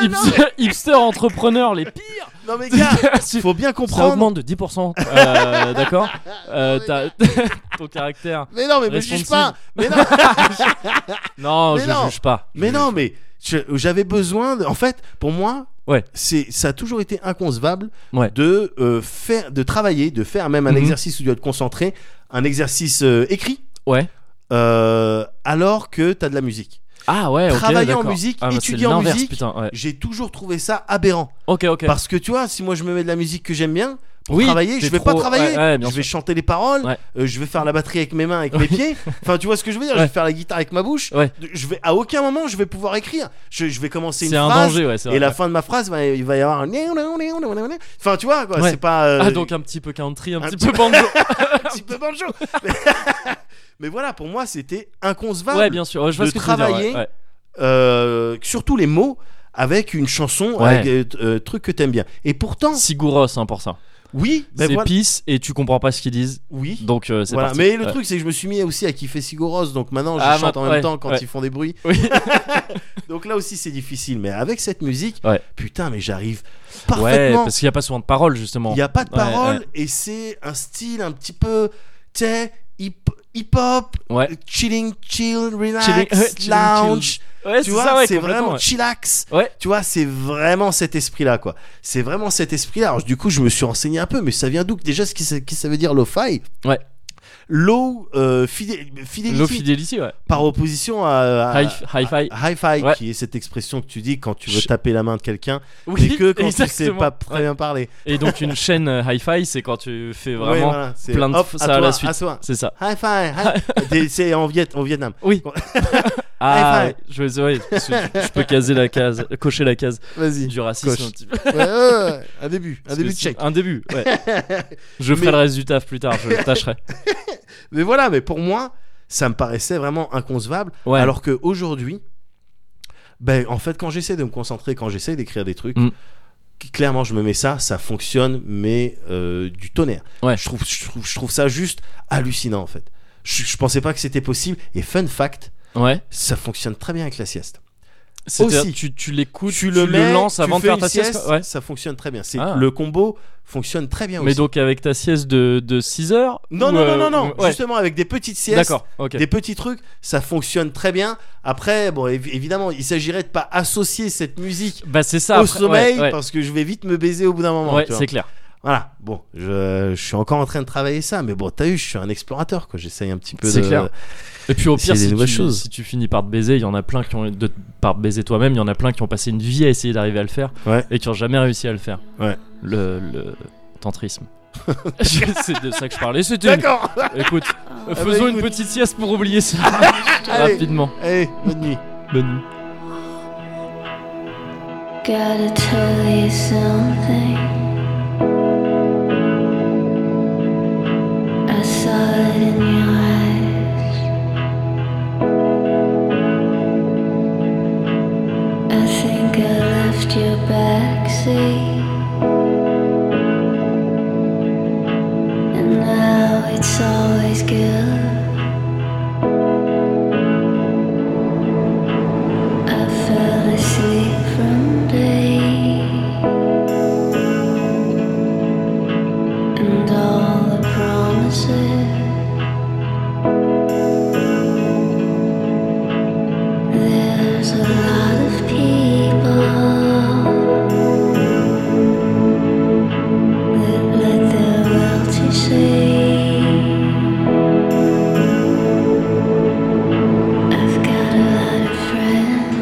S1: hipster, hipster entrepreneur, les pires.
S2: Non mais gars,
S1: Tu-
S2: faut bien
S1: ça
S2: comprendre.
S1: augmente de 10%. euh, D'accord Euh, t'as- Ton caractère.
S2: Mais non, mais me juge
S1: Responsive.
S2: pas. Mais non,
S1: Non,
S2: Mais
S1: je
S2: non.
S1: juge pas.
S2: mais
S1: Je-
S2: non, mais je- j'avais besoin de- en fait, pour moi,
S1: Ouais.
S2: c'est ça a toujours été inconcevable
S1: Ouais.
S2: de euh, faire de travailler, de faire même un
S1: Mhm.
S2: exercice où tu dois te concentrer, un exercice euh, écrit
S1: Ouais.
S2: Euh, alors que t'as de la musique.
S1: Ah ouais, ok.
S2: Travailler en
S1: d'accord.
S2: musique,
S1: Ah, bah,
S2: étudier
S1: c'est
S2: en
S1: l'inverse,
S2: musique.
S1: Putain, ouais.
S2: J'ai toujours trouvé ça aberrant.
S1: Ok, Euh. ok.
S2: Parce que tu vois, si moi je me mets de la musique que j'aime bien, pour
S1: Oui,
S2: travailler,
S1: t'es
S2: je vais pas
S1: trop-
S2: travailler.
S1: ouais, ouais,
S2: je
S1: bien
S2: vais chanter les paroles,
S1: Ouais.
S2: euh, je vais faire la batterie avec mes mains, avec mes pieds. Enfin, tu vois ce que je veux dire Je
S1: Ouais.
S2: vais faire la guitare avec ma bouche.
S1: Ouais.
S2: Je vais, à aucun moment, je vais pouvoir écrire. Je, je vais commencer une
S1: C'est un
S2: phrase.
S1: danger, ouais, c'est
S2: Et
S1: vrai. Ah,
S2: la fin de ma phrase, va- il va y avoir un. Enfin, tu vois, quoi,
S1: Ouais.
S2: c'est pas. euh,
S1: Ah, donc un petit peu country, un,
S2: un
S1: petit
S2: petit-
S1: peu banjo.
S2: un petit peu banjo. Mais- Mais voilà, pour moi, c'était inconcevable.
S1: Ouais, bien sûr. Ouais, je vois
S2: de
S1: ce que tu veux dire, ouais,
S2: travailler,
S1: ouais.
S2: Euh, surtout les mots avec une chanson,
S1: Ouais.
S2: avec euh, euh, truc que t'aimes bien. Et pourtant,
S1: Sigouros, hein, pour ça.
S2: oui, ben
S1: c'est
S2: voilà,
S1: pisse et tu comprends pas ce qu'ils disent.
S2: oui.
S1: Donc euh, c'est
S2: Voilà.
S1: parti.
S2: Mais le
S1: Ouais.
S2: truc, c'est que je me suis mis aussi à kiffer Sigoros, donc maintenant je
S1: Ah,
S2: chante en
S1: maintenant,
S2: même
S1: ouais,
S2: temps quand
S1: ouais.
S2: ils font des bruits.
S1: Oui.
S2: Donc là aussi, c'est difficile. Mais avec cette musique,
S1: Ouais.
S2: putain, mais j'arrive
S1: Ouais,
S2: parfaitement.
S1: parce qu'il n'y a pas souvent de paroles justement.
S2: Il n'y a pas de
S1: Ouais,
S2: parole et c'est un style un petit peu, tu sais, hip- hip-hop,
S1: Ouais.
S2: chilling, chill, relax,
S1: Chilling- ouais, chilling,
S2: lounge.
S1: Ouais,
S2: Tu
S1: c'est
S2: vois,
S1: ça, ouais,
S2: c'est
S1: complètement,
S2: vraiment
S1: ouais.
S2: chillax.
S1: Ouais.
S2: Tu vois, c'est vraiment cet esprit-là, quoi. C'est vraiment cet esprit-là. Alors, du coup, je me suis renseigné un peu, mais ça vient d'où Déjà, ce qui, ça- qui ça veut dire lo-fi
S1: Ouais.
S2: Low euh, fidé- fidelity,
S1: Low fidelity, ouais.
S2: par opposition à, à-
S1: Hi- Hi-fi.
S2: à- hi-fi,
S1: Ouais.
S2: qui est cette expression que tu dis quand tu veux
S1: Je-
S2: taper la main de quelqu'un,
S1: Oui,
S2: mais que quand tu sais
S1: exactement.
S2: pas très bien parler.
S1: Et donc une chaîne euh, hi-fi, c'est quand tu fais
S2: Ouais,
S1: vraiment.
S2: voilà, c'est
S1: plein de
S2: hop,
S1: f-
S2: à
S1: ça à
S2: toi,
S1: la suite.
S2: à toi.
S1: C'est ça.
S2: Hi-fi, hi- Des- c'est en, Viet, en Vietnam.
S1: Oui.
S2: Bon.
S1: ah,
S2: Hi-fi.
S1: je, vais- ouais, parce que je, je peux caser la case, euh, cocher la case
S2: Vas-y.
S1: du racisme
S2: Coche.
S1: un petit peu.
S2: Ouais, ouais, ouais, un début, un
S1: Parce que
S2: début de
S1: c'est-
S2: check.
S1: Un début, ouais. Je ferai
S2: Mais-
S1: le reste du taf plus tard, je tâcherai.
S2: Mais voilà, mais pour moi, ça me paraissait vraiment inconcevable.
S1: Ouais.
S2: Alors que aujourd'hui, ben, en fait, quand j'essaie de me concentrer, quand j'essaie d'écrire des trucs,
S1: Mm.
S2: qui- clairement, je me mets ça, ça fonctionne, mais euh, du tonnerre.
S1: Ouais.
S2: Je, trouve, je, trouve, je trouve ça juste hallucinant, en fait. Je, je pensais pas que c'était possible. Et fun fact,
S1: Ouais.
S2: ça fonctionne très bien avec la sieste.
S1: C'est-à-dire,
S2: Aussi.
S1: tu, tu l'écoutes,
S2: tu le, mets,
S1: lances
S2: tu
S1: avant de
S2: fais
S1: faire
S2: une
S1: ta sieste. quoi. Ouais.
S2: ça fonctionne très bien. C'est
S1: Ah.
S2: Le combo fonctionne très bien
S1: Mais
S2: aussi.
S1: donc avec ta sieste de, de 6 heures
S2: non,
S1: ou,
S2: non, non,
S1: euh,
S2: non, non,
S1: ouais.
S2: justement avec des petites siestes,
S1: D'accord, ok.
S2: des petits trucs, ça fonctionne très bien. Après, bon, évi- évidemment, il s'agirait de pas associer cette musique
S1: Bah c'est ça.
S2: au
S1: après, ouais,
S2: sommeil
S1: ouais.
S2: parce que je vais vite me baiser au bout d'un moment.
S1: Ouais,
S2: tu vois.
S1: c'est clair.
S2: Voilà. Bon, je, je suis encore en train de travailler ça, mais bon, t'as vu, je suis un explorateur, quoi. J'essaye un petit peu.
S1: C'est
S2: de-
S1: clair. Et puis au
S2: Essayer
S1: pire,
S2: des
S1: si
S2: nouvelles
S1: tu,
S2: choses.
S1: si tu finis par te baiser, il y en a plein qui ont de par te baiser toi-même, il y en a plein qui ont passé une vie à essayer d'arriver à le faire
S2: Ouais.
S1: et qui ont jamais réussi à le faire.
S2: Ouais.
S1: Le, le tantrisme. Je- c'est de ça que je parlais. C'était. une-
S2: D'accord. Ah bah
S1: Écoute, faisons une petite sieste pour oublier ça
S2: Allez.
S1: rapidement.
S2: Allez, bonne nuit.
S1: Bonne nuit.
S4: Gotta tell you something. I saw it in your eyes. I think I left your backseat. And now it's always good. I fell asleep from day, and all the promises there's a lot of people that let their will to say. I've got a lot of friends.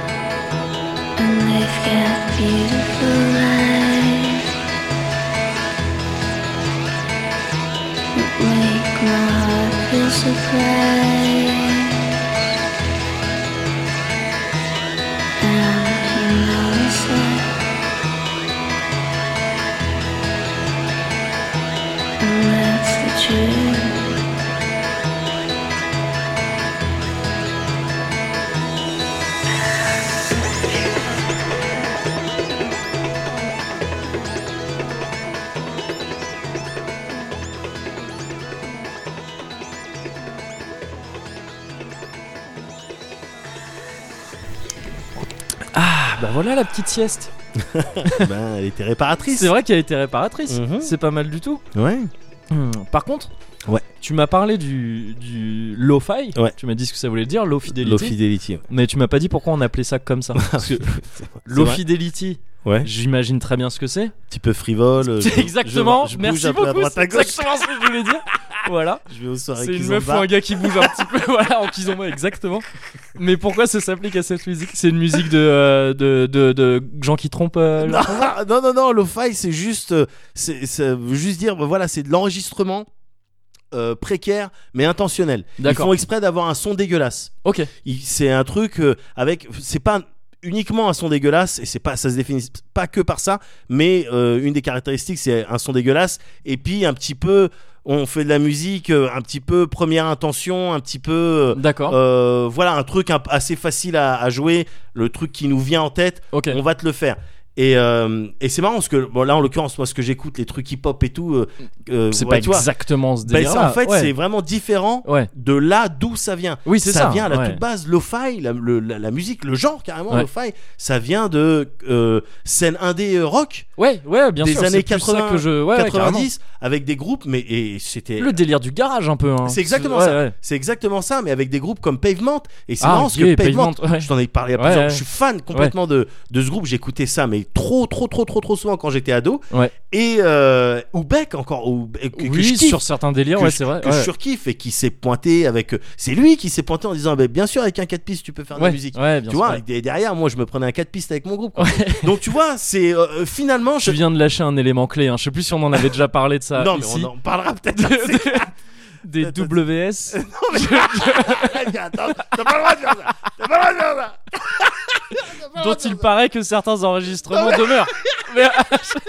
S4: And they've got beautiful eyes that make my heart feel surprised. And you know it's like And that's the truth.
S1: Bah voilà la petite sieste.
S2: ben, elle était réparatrice.
S1: C'est vrai qu'elle a été réparatrice.
S2: Mhm.
S1: C'est pas mal du tout.
S2: Ouais.
S1: Hmm. Par contre,
S2: Ouais.
S1: tu m'as parlé du, du lo-fi.
S2: Ouais.
S1: Tu m'as dit ce que ça voulait dire, low fidelity.
S2: Low fidelity. ouais.
S1: mais tu m'as pas dit pourquoi on appelait ça comme ça. Parce que low
S2: vrai.
S1: fidelity,
S2: Ouais.
S1: j'imagine très bien ce que c'est.
S2: Un petit peu frivole. euh, je
S1: C'est
S2: bouge-
S1: exactement.
S2: Je, je bouge
S1: merci
S2: un peu à
S1: beaucoup.
S2: droite
S1: C'est
S2: à gauche.
S1: exactement ce que je voulais dire. Voilà.
S2: Je vais aux soirées
S1: C'est une
S2: Kizomba.
S1: meuf ou un gars qui bouge un petit peu. Voilà, en kizomba, exactement. Mais pourquoi ça s'applique à cette musique C'est une musique de, euh, de, de, de gens qui trompent. euh, le-
S2: Non, non, non, non, lo-fi, c'est juste, euh, c'est, ça veut juste dire, ben voilà, c'est de l'enregistrement euh, précaire, mais intentionnel. Ils
S1: D'accord.
S2: font exprès d'avoir un son dégueulasse.
S1: Ok.
S2: Ils- c'est un truc euh, avec, c'est pas uniquement un son dégueulasse et c'est pas ça se définit pas que par ça mais euh, une des caractéristiques c'est un son dégueulasse et puis un petit peu on fait de la musique euh, un petit peu première intention un petit peu
S1: D'accord.
S2: euh, voilà un truc un- assez facile à, à jouer le truc qui nous vient en tête
S1: ok.
S2: on va te le faire et, euh, et c'est marrant parce que bon là en l'occurrence moi ce que j'écoute les trucs hip hop et tout euh, euh,
S1: C'est
S2: ouais,
S1: pas
S2: tu vois,
S1: exactement ce
S2: ben,
S1: délire.
S2: c'est- en fait c'est vraiment différent
S1: Ouais.
S2: de là d'où ça vient
S1: Oui, c'est ça.
S2: vient à la
S1: ouais.
S2: toute base, lo-fi, la, le- la- la musique, le genre carrément,
S1: Ouais.
S2: lo-fi, ça vient de euh, scène indé euh, rock,
S1: Ouais, ouais, bien
S2: Des
S1: sûr. c'est
S2: années
S1: plus ça
S2: 80,
S1: que je. ouais, ouais, carrément.
S2: 90, avec des groupes, mais et c'était.
S1: Le délire du garage un peu. hein.
S2: C'est exactement
S1: Ouais,
S2: ça.
S1: ouais.
S2: C'est exactement ça, mais avec des groupes comme Pavement. Et c'est
S1: Ah,
S2: marrant parce que
S1: yeah,
S2: Pavement,
S1: Pavement, ouais.
S2: je t'en ai parlé à
S1: Ouais,
S2: plusieurs.
S1: ouais.
S2: Je suis fan complètement de, de ce groupe. J'écoutais ça, mais trop, trop, trop, trop, trop souvent quand j'étais ado.
S1: Ouais.
S2: Et euh, ou Beck encore, ou que, que je
S1: Oui,
S2: kiffe
S1: sur certains délires,
S2: que,
S1: ouais,
S2: je-
S1: c'est vrai.
S2: que je
S1: ouais.
S2: surkiffe et qui s'est pointé avec. C'est lui qui s'est pointé en disant bah, Bien sûr, avec un 4 pistes, tu peux faire de
S1: Ouais,
S2: la musique.
S1: ouais, bien
S2: tu
S1: sûr,
S2: vois,
S1: ouais.
S2: et derrière, moi, je me prenais un 4 pistes avec mon groupe. quoi.
S1: Ouais.
S2: Donc, tu vois, c'est euh, finalement.
S1: Je
S2: Je...
S1: viens de lâcher un élément clé. hein. Je sais plus si on en avait déjà parlé de ça.
S2: non, mais
S1: ici.
S2: on en parlera peut-être.
S1: De-
S2: C'est-
S1: Des
S2: Attends,
S1: WS.
S2: Attends, t'as pas le droit de dire ça. T'as pas le droit de dire ça. T'as pas le droit
S1: dont
S2: de
S1: il
S2: dire
S1: paraît que certains enregistrements demeurent. Mais,
S2: ça.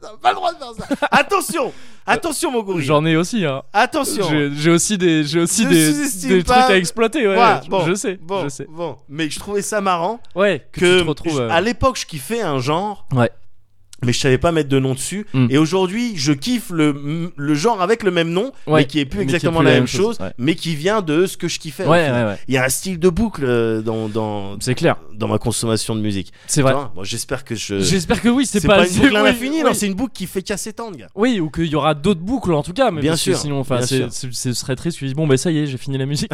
S2: T'as pas le droit de faire ça. Attention, attention, mon gorille.
S1: J'en ai aussi. Hein.
S2: Attention.
S1: J'ai j'ai aussi des, j'ai aussi
S2: Ne
S1: des,
S2: sous-estime
S1: des
S2: pas-
S1: trucs à exploiter. Ouais,
S2: Voilà,
S1: je-
S2: bon,
S1: je sais,
S2: Bon,
S1: je sais.
S2: bon, mais je trouvais ça marrant.
S1: Ouais, que,
S2: que
S1: tu te retrouves.
S2: je-
S1: euh,
S2: à l'époque je kiffais un genre
S1: Ouais.
S2: mais je savais pas mettre de nom dessus
S1: Mm.
S2: et aujourd'hui je kiffe le, le genre avec le même nom
S1: Ouais.
S2: mais qui est plus
S1: Mais qui est
S2: exactement
S1: plus
S2: la même chose,
S1: ouais.
S2: mais qui vient de ce que je kiffais au
S1: Ouais,
S2: final.
S1: ouais, ouais.
S2: il y a un style de boucle euh, dans, dans,
S1: C'est clair,
S2: dans ma consommation de musique
S1: c'est vrai.
S2: Tu vois, bon, j'espère que je
S1: J'espère que oui, c'est
S2: euh, c'est pas, une
S1: c'est-
S2: boucle à
S1: oui,
S2: l'infini non,
S1: oui.
S2: c'est une boucle qui fait casser tant de gars
S1: Oui, ou qu'il y aura d'autres boucles en tout cas, mais
S2: Bien
S1: parce que
S2: sûr,
S1: sinon, enfin,
S2: bien
S1: c'est-
S2: sûr.
S1: c'est- ce serait triste. Tu dis bon, bah ça y est, j'ai fini la musique.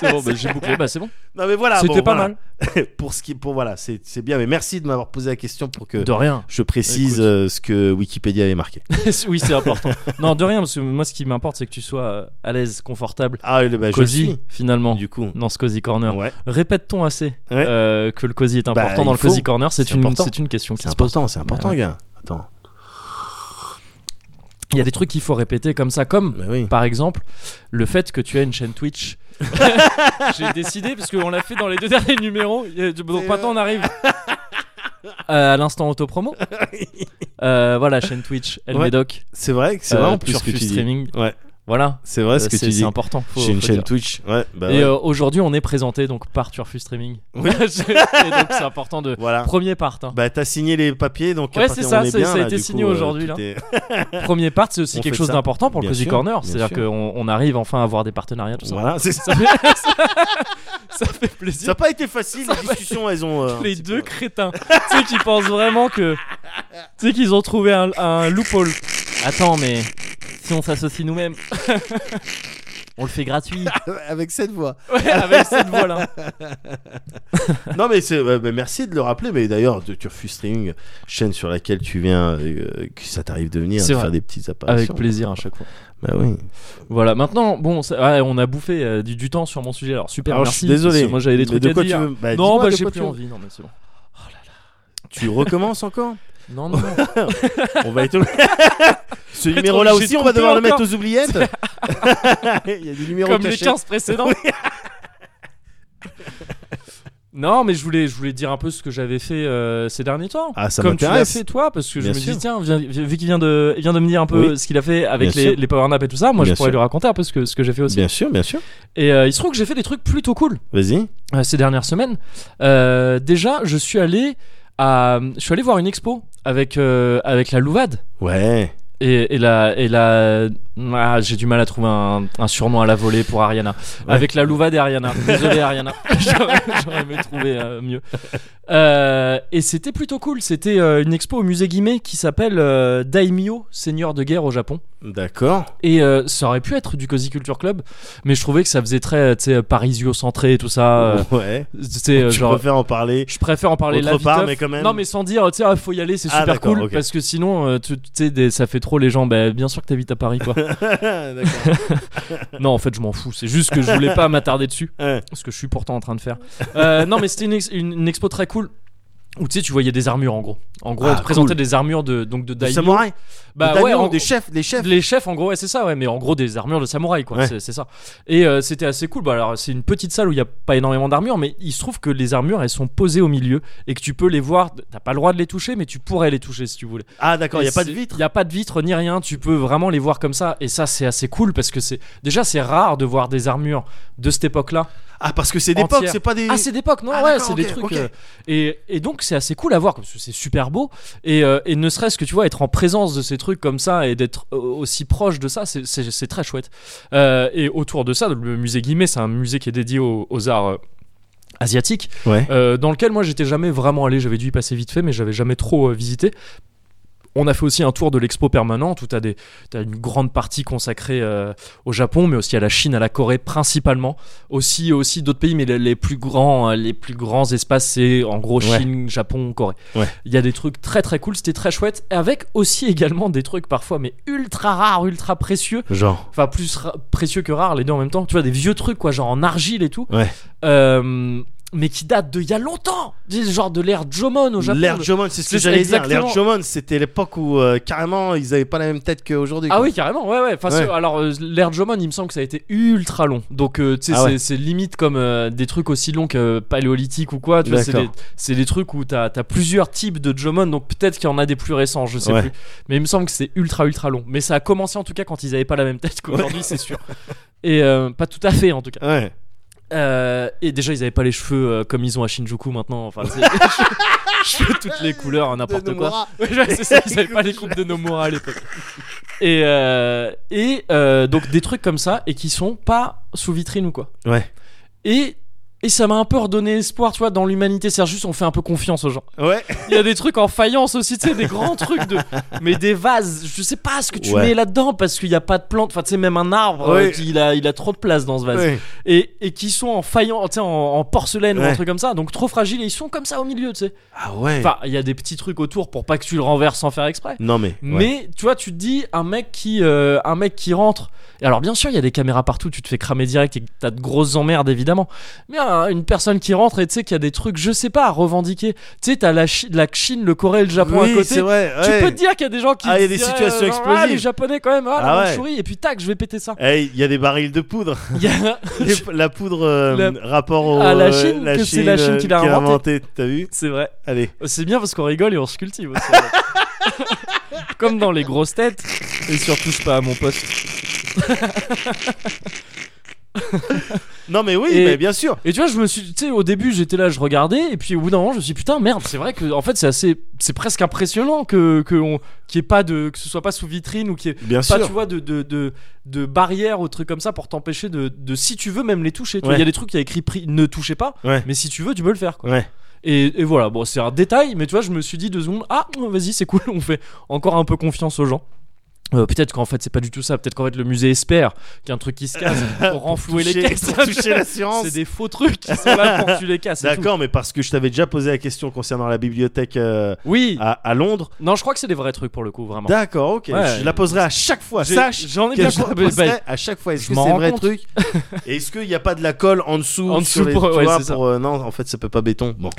S1: c'est bon, bah, j'ai bouclé, bah c'est bon.
S2: non mais voilà
S1: C'était
S2: Ah, bon,
S1: pas
S2: voilà.
S1: mal.
S2: pour ce qui pour voilà c'est c'est bien mais merci de m'avoir posé la question pour que
S1: De rien.
S2: je précise
S1: Écoute.
S2: euh, ce que Wikipédia avait marqué
S1: oui, c'est important. non, de rien, parce que moi, ce qui m'importe, c'est que tu sois euh, à l'aise, confortable,
S2: ah et bah, je le
S1: cosy
S2: suis
S1: finalement.
S2: du coup
S1: Dans ce Cozy Corner.
S2: ouais
S1: Répète-t-on assez
S2: Ouais.
S1: euh, que le cosy est
S2: Bah,
S1: important
S2: il
S1: dans le
S2: faut.
S1: cosy corner C'est
S2: C'est
S1: une,
S2: important.
S1: c'est une question qui
S2: C'est
S1: se pose.
S2: important, c'est important,
S1: Bah
S2: gars. Attends.
S1: Il y a des trucs qu'il faut répéter comme ça, comme
S2: Mais oui.
S1: par exemple le fait que tu as une chaîne Twitch. J'ai décidé, parce qu'on l'a fait dans les deux derniers numéros, il y a- donc
S2: C'est
S1: maintenant on arrive euh, à l'instant autopromo. Euh, voilà, chaîne Twitch, El
S2: Ouais,
S1: Médoc,
S2: C'est vrai que c'est
S1: euh,
S2: vrai en plus ce
S1: sur
S2: que
S1: Fuse
S2: tu dis.
S1: Streaming.
S2: Ouais.
S1: Voilà,
S2: C'est vrai Ah, ce
S1: Euh,
S2: que
S1: c'est-
S2: tu dis.
S1: c'est important. faut-
S2: J'ai une
S1: faut
S2: chaîne
S1: dire.
S2: Twitch. Ouais, bah
S1: Et
S2: ouais.
S1: euh, aujourd'hui, on est présenté donc par Turfu Streaming.
S2: Oui.
S1: Et donc c'est important de
S2: Voilà.
S1: premier part. hein.
S2: Bah t'as signé les papiers donc à
S1: Ouais,
S2: partir-
S1: c'est ça,
S2: on est
S1: ça-
S2: bien,
S1: ça a
S2: là,
S1: été
S2: du
S1: signé
S2: coup, euh,
S1: aujourd'hui,
S2: tout
S1: là.
S2: est-
S1: Premier part, c'est aussi
S2: Bah, On
S1: quelque
S2: fait
S1: chose
S2: ça.
S1: d'important pour le
S2: Bien
S1: Cozy
S2: sûr,
S1: Corner.
S2: bien
S1: C'est-à-dire
S2: sûr.
S1: qu'on on arrive enfin à avoir des partenariats, tout ça.
S2: Voilà, c'est
S1: Ça
S2: ça.
S1: fait, ça fait
S2: Ça n'a
S1: plaisir.
S2: pas été facile. Les discussions, elles ont. euh, un
S1: les
S2: petit
S1: deux
S2: peu-
S1: crétins, tu sais, qui pensent vraiment que. Tu sais, qu'ils ont trouvé un, un loophole. Attends, mais si on s'associe nous-mêmes, on le fait gratuit.
S2: Avec cette voix.
S1: Ouais, avec cette voix-là.
S2: non mais c'est. ouais, mais merci de le rappeler. Mais d'ailleurs, de Turfus Streaming, chaîne sur laquelle tu viens, euh, que ça t'arrive de venir
S1: C'est
S2: faire
S1: vrai.
S2: des petites apparitions.
S1: Avec plaisir à chaque fois.
S2: Bah oui.
S1: Voilà, maintenant, bon, ça- ouais, on a bouffé euh, du, du temps sur mon sujet, alors super,
S2: Alors, je
S1: merci.
S2: suis désolé.
S1: parce que Moi j'avais des
S2: Mais
S1: trucs
S2: de
S1: à
S2: quoi
S1: dire.
S2: tu veux- bah,
S1: non,
S2: dis-moi
S1: bah
S2: de
S1: j'ai
S2: quoi
S1: plus
S2: tu veux.
S1: envie, non, mais c'est bon.
S2: Tu recommences encore
S1: Non, non, non.
S2: On va être. Ce numéro-là
S1: obligé
S2: aussi,
S1: de
S2: on va devoir le
S1: couper
S2: mettre aux oubliettes. Il y a des numéros
S1: Comme les
S2: cachés.
S1: 15 précédents. non, mais je voulais, je voulais dire un peu ce que j'avais fait euh, ces derniers temps.
S2: Ah, ça
S1: Comme tu l'as
S2: m'intéresse.
S1: fait toi, parce que
S2: Bien
S1: je me
S2: sûr.
S1: dis, tiens, viens- vi- vu qu'il vient de, il vient de me dire un peu
S2: Oui.
S1: ce qu'il a fait avec
S2: Bien
S1: les,
S2: sûr.
S1: les power nap et tout ça, moi
S2: Bien
S1: je pourrais
S2: sûr.
S1: lui raconter un peu ce que, ce que j'ai fait aussi.
S2: Bien sûr, bien sûr.
S1: Et euh, il se trouve que j'ai fait des trucs plutôt cool
S2: Vas-y.
S1: euh, ces dernières semaines. Euh, déjà, je suis allé à, je suis allé voir une expo avec, euh, avec la Louvade.
S2: Ouais.
S1: Et, et la, et la, ah, j'ai du mal à trouver un, un surnom à la volée pour Ariana.
S2: Ouais.
S1: Avec la Louvade et Ariana. Désolé Ariana, j'aurais j'aurais aimé trouver euh, mieux. Euh, et c'était plutôt cool. C'était euh, une expo au musée Guimet qui s'appelle euh, Daimyo, seigneur de guerre au Japon.
S2: D'accord.
S1: Et euh, ça aurait pu être du Cozy Culture Club, mais je trouvais que ça faisait très, tu sais, parisio-centré et tout ça. euh,
S2: ouais.
S1: tu sais, euh,
S2: Tu
S1: genre,
S2: préfères en parler.
S1: je préfère en parler
S2: Autre
S1: là
S2: part,
S1: viteuf.
S2: mais quand même.
S1: Non, mais sans dire, tu sais, ah, faut y aller, c'est
S2: Ah,
S1: super
S2: d'accord,
S1: cool.
S2: ok.
S1: Parce que sinon, euh, tu tu sais, des- ça fait trop les gens. Bah, bien sûr que t'habites à Paris, quoi.
S2: D'accord.
S1: non, en fait, je m'en fous. C'est juste que je voulais pas m'attarder dessus.
S2: Ouais.
S1: Ce que je suis pourtant en train de faire. Euh, non, mais c'était une, ex- une- une expo très cool. Où tu sais, tu voyais des armures en gros. En gros,
S2: Ah,
S1: on te présentait
S2: cool.
S1: des armures de donc de
S2: Des
S1: daimyo.
S2: samouraïs
S1: Bah
S2: Des
S1: ouais,
S2: daimyo,
S1: en
S2: des
S1: gros-
S2: chefs, les chefs.
S1: Les chefs, en gros, ouais, c'est ça, ouais, mais en gros des armures de samouraï, quoi,
S2: Ouais.
S1: c'est c'est ça. Et euh, c'était assez cool. Bah, alors, c'est une petite salle où il n'y a pas énormément d'armures, mais il se trouve que les armures, elles sont posées au milieu et que tu peux les voir. T'as pas le droit de les toucher, mais tu pourrais les toucher si tu voulais.
S2: Ah d'accord, il y a
S1: Et
S2: pas de
S1: c'est-
S2: vitre.
S1: Y a pas de vitre ni rien. Tu peux vraiment les voir comme ça. Et ça, c'est assez cool parce que c'est déjà c'est rare de voir des armures de cette époque-là.
S2: Ah parce que c'est d'époque,
S1: Entière.
S2: c'est pas des.
S1: Ah, c'est d'époque, non
S2: Ah,
S1: Ouais,
S2: d'accord,
S1: c'est
S2: ok,
S1: des trucs.
S2: ok.
S1: euh, et, et donc c'est assez cool à voir parce que c'est super beau. Et, euh, et ne serait-ce que tu vois être en présence de ces trucs comme ça et d'être euh, aussi proche de ça, c'est- c'est c'est très chouette. Euh, et autour de ça, le musée Guimet, c'est un musée qui est dédié aux, aux arts. euh, asiatiques
S2: Ouais.
S1: euh, dans lequel moi j'étais jamais vraiment allé, j'avais dû y passer vite fait, mais j'avais jamais trop euh, visité. On a fait aussi un tour de l'expo permanente où tu as, une grande partie consacrée euh, au Japon, mais aussi à la Chine, à la Corée principalement. Aussi, aussi d'autres pays, mais les, les plus grands, euh, les plus grands espaces, c'est en gros
S2: Ouais.
S1: Chine, Japon, Corée. Il
S2: Ouais.
S1: y a des trucs très très cool, c'était très chouette, avec aussi également des trucs parfois, mais ultra rares, ultra précieux
S2: Genre.
S1: enfin plus ra- précieux que rare les deux en même temps tu vois des vieux trucs quoi genre en argile et tout
S2: Ouais.
S1: Euh, mais qui datent de il y a longtemps des genre de l'ère Jomon au Japon
S2: L'ère Jomon, c'est ce que
S1: C'est-
S2: j'allais dire. L'ère
S1: exactement.
S2: Jomon, c'était l'époque où euh, carrément ils avaient pas la même tête qu'aujourd'hui.
S1: ah
S2: quoi.
S1: oui carrément ouais ouais, enfin, c'est-
S2: Ouais.
S1: alors euh, l'ère Jomon il me semble que ça a été ultra long donc euh, tu sais
S2: Ah
S1: c'est-
S2: ouais.
S1: c'est limite comme euh, des trucs aussi longs que euh, paléolithique ou quoi tu vois c'est des,
S2: D'accord.
S1: c'est des trucs où t'as as plusieurs types de Jomon donc peut-être qu'il y en a des plus récents je sais
S2: Ouais.
S1: plus mais il me semble que c'est ultra ultra long mais ça a commencé en tout cas quand ils avaient pas la même tête qu'aujourd'hui c'est sûr et euh, pas tout à fait en tout cas
S2: Ouais.
S1: Euh, et déjà, ils avaient pas les cheveux euh, comme ils ont à Shinjuku maintenant. Enfin, c'est- cheveux- cheveux toutes les couleurs, euh, n'importe quoi.
S2: Nomura.
S1: Ouais, ouais, c'est ça, ils avaient pas les coupes de Nomura à l'époque. Et, euh, et euh, donc des trucs comme ça et qui sont pas sous vitrine ou quoi.
S2: Ouais.
S1: Et, et ça m'a un peu redonné espoir, tu vois, dans l'humanité. C'est juste, on fait un peu confiance aux gens.
S2: Ouais.
S1: Il y a des trucs en faïence aussi, tu sais, des grands trucs de. Mais des vases, je sais pas ce que tu
S2: Ouais.
S1: mets là-dedans parce qu'il y a pas de plante. Enfin, tu sais, même un arbre,
S2: Ouais.
S1: euh, qui- il, a, il a trop de place dans ce vase
S2: Ouais.
S1: et, et qui sont en faïen, tu sais, en, en porcelaine ou
S2: Ouais.
S1: un truc comme ça, donc trop fragiles et ils sont comme ça au milieu, tu sais.
S2: Ah ouais.
S1: Enfin, il y a des petits trucs autour pour pas que tu le renverses sans faire exprès.
S2: Non mais. ouais.
S1: Mais tu vois, tu te dis un mec qui, euh, un mec qui rentre. Et alors bien sûr, il y a des caméras partout, tu te fais cramer direct et t'as de grosses emmerdes évidemment. Mais hein, une personne qui rentre et tu sais qu'il y a des trucs, je sais pas, à revendiquer. Tu sais, t'as la, Chi- la Chine, le Corée, le Japon
S2: Oui,
S1: à
S2: c'est
S1: côté.
S2: vrai.
S1: Tu
S2: ouais.
S1: peux te dire qu'il y a des gens qui
S2: Ah, il y a
S1: se
S2: des
S1: diraient,
S2: situations
S1: euh, genre, Ah, les
S2: explosives.
S1: japonais quand même. Ah,
S2: Ah
S1: la
S2: ouais.
S1: Mandchourie, Et puis tac, je vais péter ça.
S2: Eh, il y a des barils de poudre.
S1: Il y a-
S2: Les- la poudre euh, rapport au,
S1: à la
S2: euh,
S1: Chine, que c'est la Chine
S2: euh,
S1: qui l'a
S2: inventé. T'as vu
S1: C'est vrai.
S2: Allez.
S1: C'est bien parce qu'on rigole et on se cultive aussi. Comme dans les grosses têtes. Et surtout, je pas à mon poste.
S2: Non mais oui,
S1: Et-
S2: mais bien sûr.
S1: Et tu vois, je me suis. Tu sais, au début, j'étais là, je regardais. Et puis au bout d'un moment, je me suis dit, putain, merde, c'est vrai que. En fait, c'est assez. C'est presque impressionnant que. Que, on, qu'il y ait pas de, que ce soit pas sous vitrine ou qu'il y ait
S2: Bien
S1: pas,
S2: sûr.
S1: tu vois, de, de, de, de barrières ou trucs comme ça pour t'empêcher de, de. Si tu veux, même les toucher. Tu vois, Il
S2: Ouais.
S1: y a des trucs qui a écrit pri- ne touchez pas.
S2: Ouais.
S1: Mais si tu veux, tu peux le faire, quoi.
S2: Ouais.
S1: Et, et voilà, bon, c'est un détail, mais tu vois, je me suis dit deux secondes, ah, vas-y, c'est cool, on fait encore un peu confiance aux gens. Euh, peut-être qu'en fait c'est pas du tout ça, peut-être qu'en fait le musée espère qu'il y a un truc qui se casse pour renflouer les
S2: Toucher-
S1: caisses.
S2: pour toucher l'assurance.
S1: c'est des faux trucs qui sont là pour que tu les casses. et
S2: D'accord, mais parce que je t'avais déjà posé la question concernant la bibliothèque euh,
S1: tout. Oui.
S2: à, à Londres.
S1: Non, je crois que c'est des vrais trucs pour le coup, vraiment.
S2: D'accord, ok.
S1: Ouais.
S2: Je la poserai à chaque fois.
S1: J'ai-
S2: Sache
S1: j'en ai
S2: que
S1: bien
S2: je la
S1: compris.
S2: poserai
S1: Bah,
S2: à chaque fois. Est-ce
S1: je
S2: que
S1: m'en
S2: c'est
S1: rends
S2: vrai
S1: compte.
S2: truc Et Est-ce qu'il n'y a pas de la colle en dessous
S1: En
S2: sur
S1: dessous
S2: les-
S1: pour-
S2: tu
S1: ouais,
S2: vois,
S1: c'est ça.
S2: pour, euh, Non, en fait, ça peut pas béton. Bon.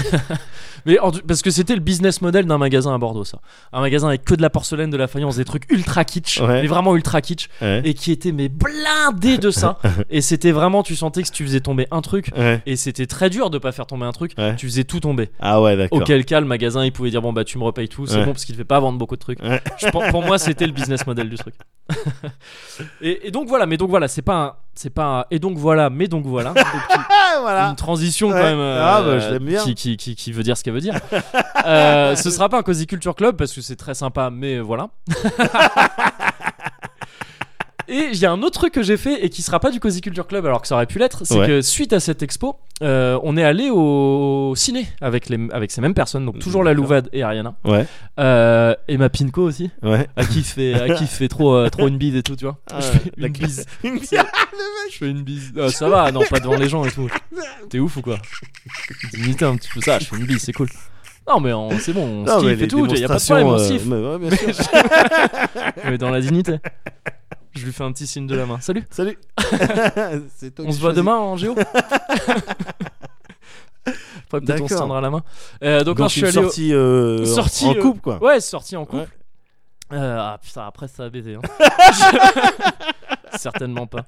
S1: Mais en- parce que c'était le business model d'un magasin à Bordeaux, ça. Un magasin avec que de la porcelaine, de la faïence, des trucs ultra kitsch,
S2: Ouais.
S1: mais vraiment ultra kitsch,
S2: Ouais.
S1: et qui était mais blindé de ça. et c'était vraiment, tu sentais que si tu faisais tomber un truc,
S2: Ouais.
S1: et c'était très dur de pas faire tomber un truc,
S2: Ouais.
S1: tu faisais tout tomber.
S2: Ah ouais, d'accord.
S1: Auquel cas, le magasin, il pouvait dire bon bah tu me repayes tout, c'est
S2: Ouais.
S1: bon parce qu'il ne fait pas vendre beaucoup de trucs.
S2: Ouais.
S1: Je pense- pour moi, c'était le business model du truc. et, et donc voilà, mais donc voilà, c'est pas un- c'est pas un- et donc voilà, mais donc voilà, Donc, tu-
S2: Ah, voilà.
S1: une transition
S2: Ouais.
S1: quand même euh,
S2: Ah, bah, je l'aime bien.
S1: Qui, qui, qui, qui veut dire ce qu'elle veut dire. Euh, ce sera pas un cozy culture club parce que c'est très sympa, mais voilà. Et il y a un autre truc que j'ai fait et qui sera pas du Cozy Culture Club alors que ça aurait pu l'être, c'est
S2: Ouais.
S1: que suite à cette expo, euh, on est allé au ciné avec, les, avec ces mêmes personnes, donc toujours la
S2: D'accord.
S1: Louvade et Ariana,
S2: Ouais,
S1: Euh, et ma Pinko aussi,
S2: ouais.
S1: à qui fait, à qui fait trop, euh, trop une bise et tout, tu vois.
S2: Ah,
S1: je fais
S2: la
S1: une
S2: classe.
S1: bise, je fais une bise. Ah, ça va, non, pas devant les gens et tout. T'es ouf ou quoi Dignité un petit peu ça, je fais une bise, c'est cool. Non, mais on- c'est bon, on
S2: Non, mais
S1: skiffe
S2: les
S1: et tout, y a pas de
S2: démonstrations,
S1: problème, on
S2: euh,
S1: skiffe.
S2: mais ouais, bien sûr.
S1: Mais dans la dignité. Je lui fais un petit signe de la main. Salut
S2: Salut. C'est toi
S1: On
S2: qui
S1: se voit
S2: choisis.
S1: demain en géo Faudrait peut-être on se
S2: D'accord.
S1: tiendra la main. Euh, donc,
S2: Donc,
S1: quand je
S2: une
S1: suis allé au-
S2: sortie, euh, en-
S1: Sortie,
S2: en
S1: euh,
S2: couple, quoi.
S1: Ouais, sorti en couple.
S2: Ouais.
S1: Euh, ah putain, après ça a baisé. hein. Je- Certainement pas.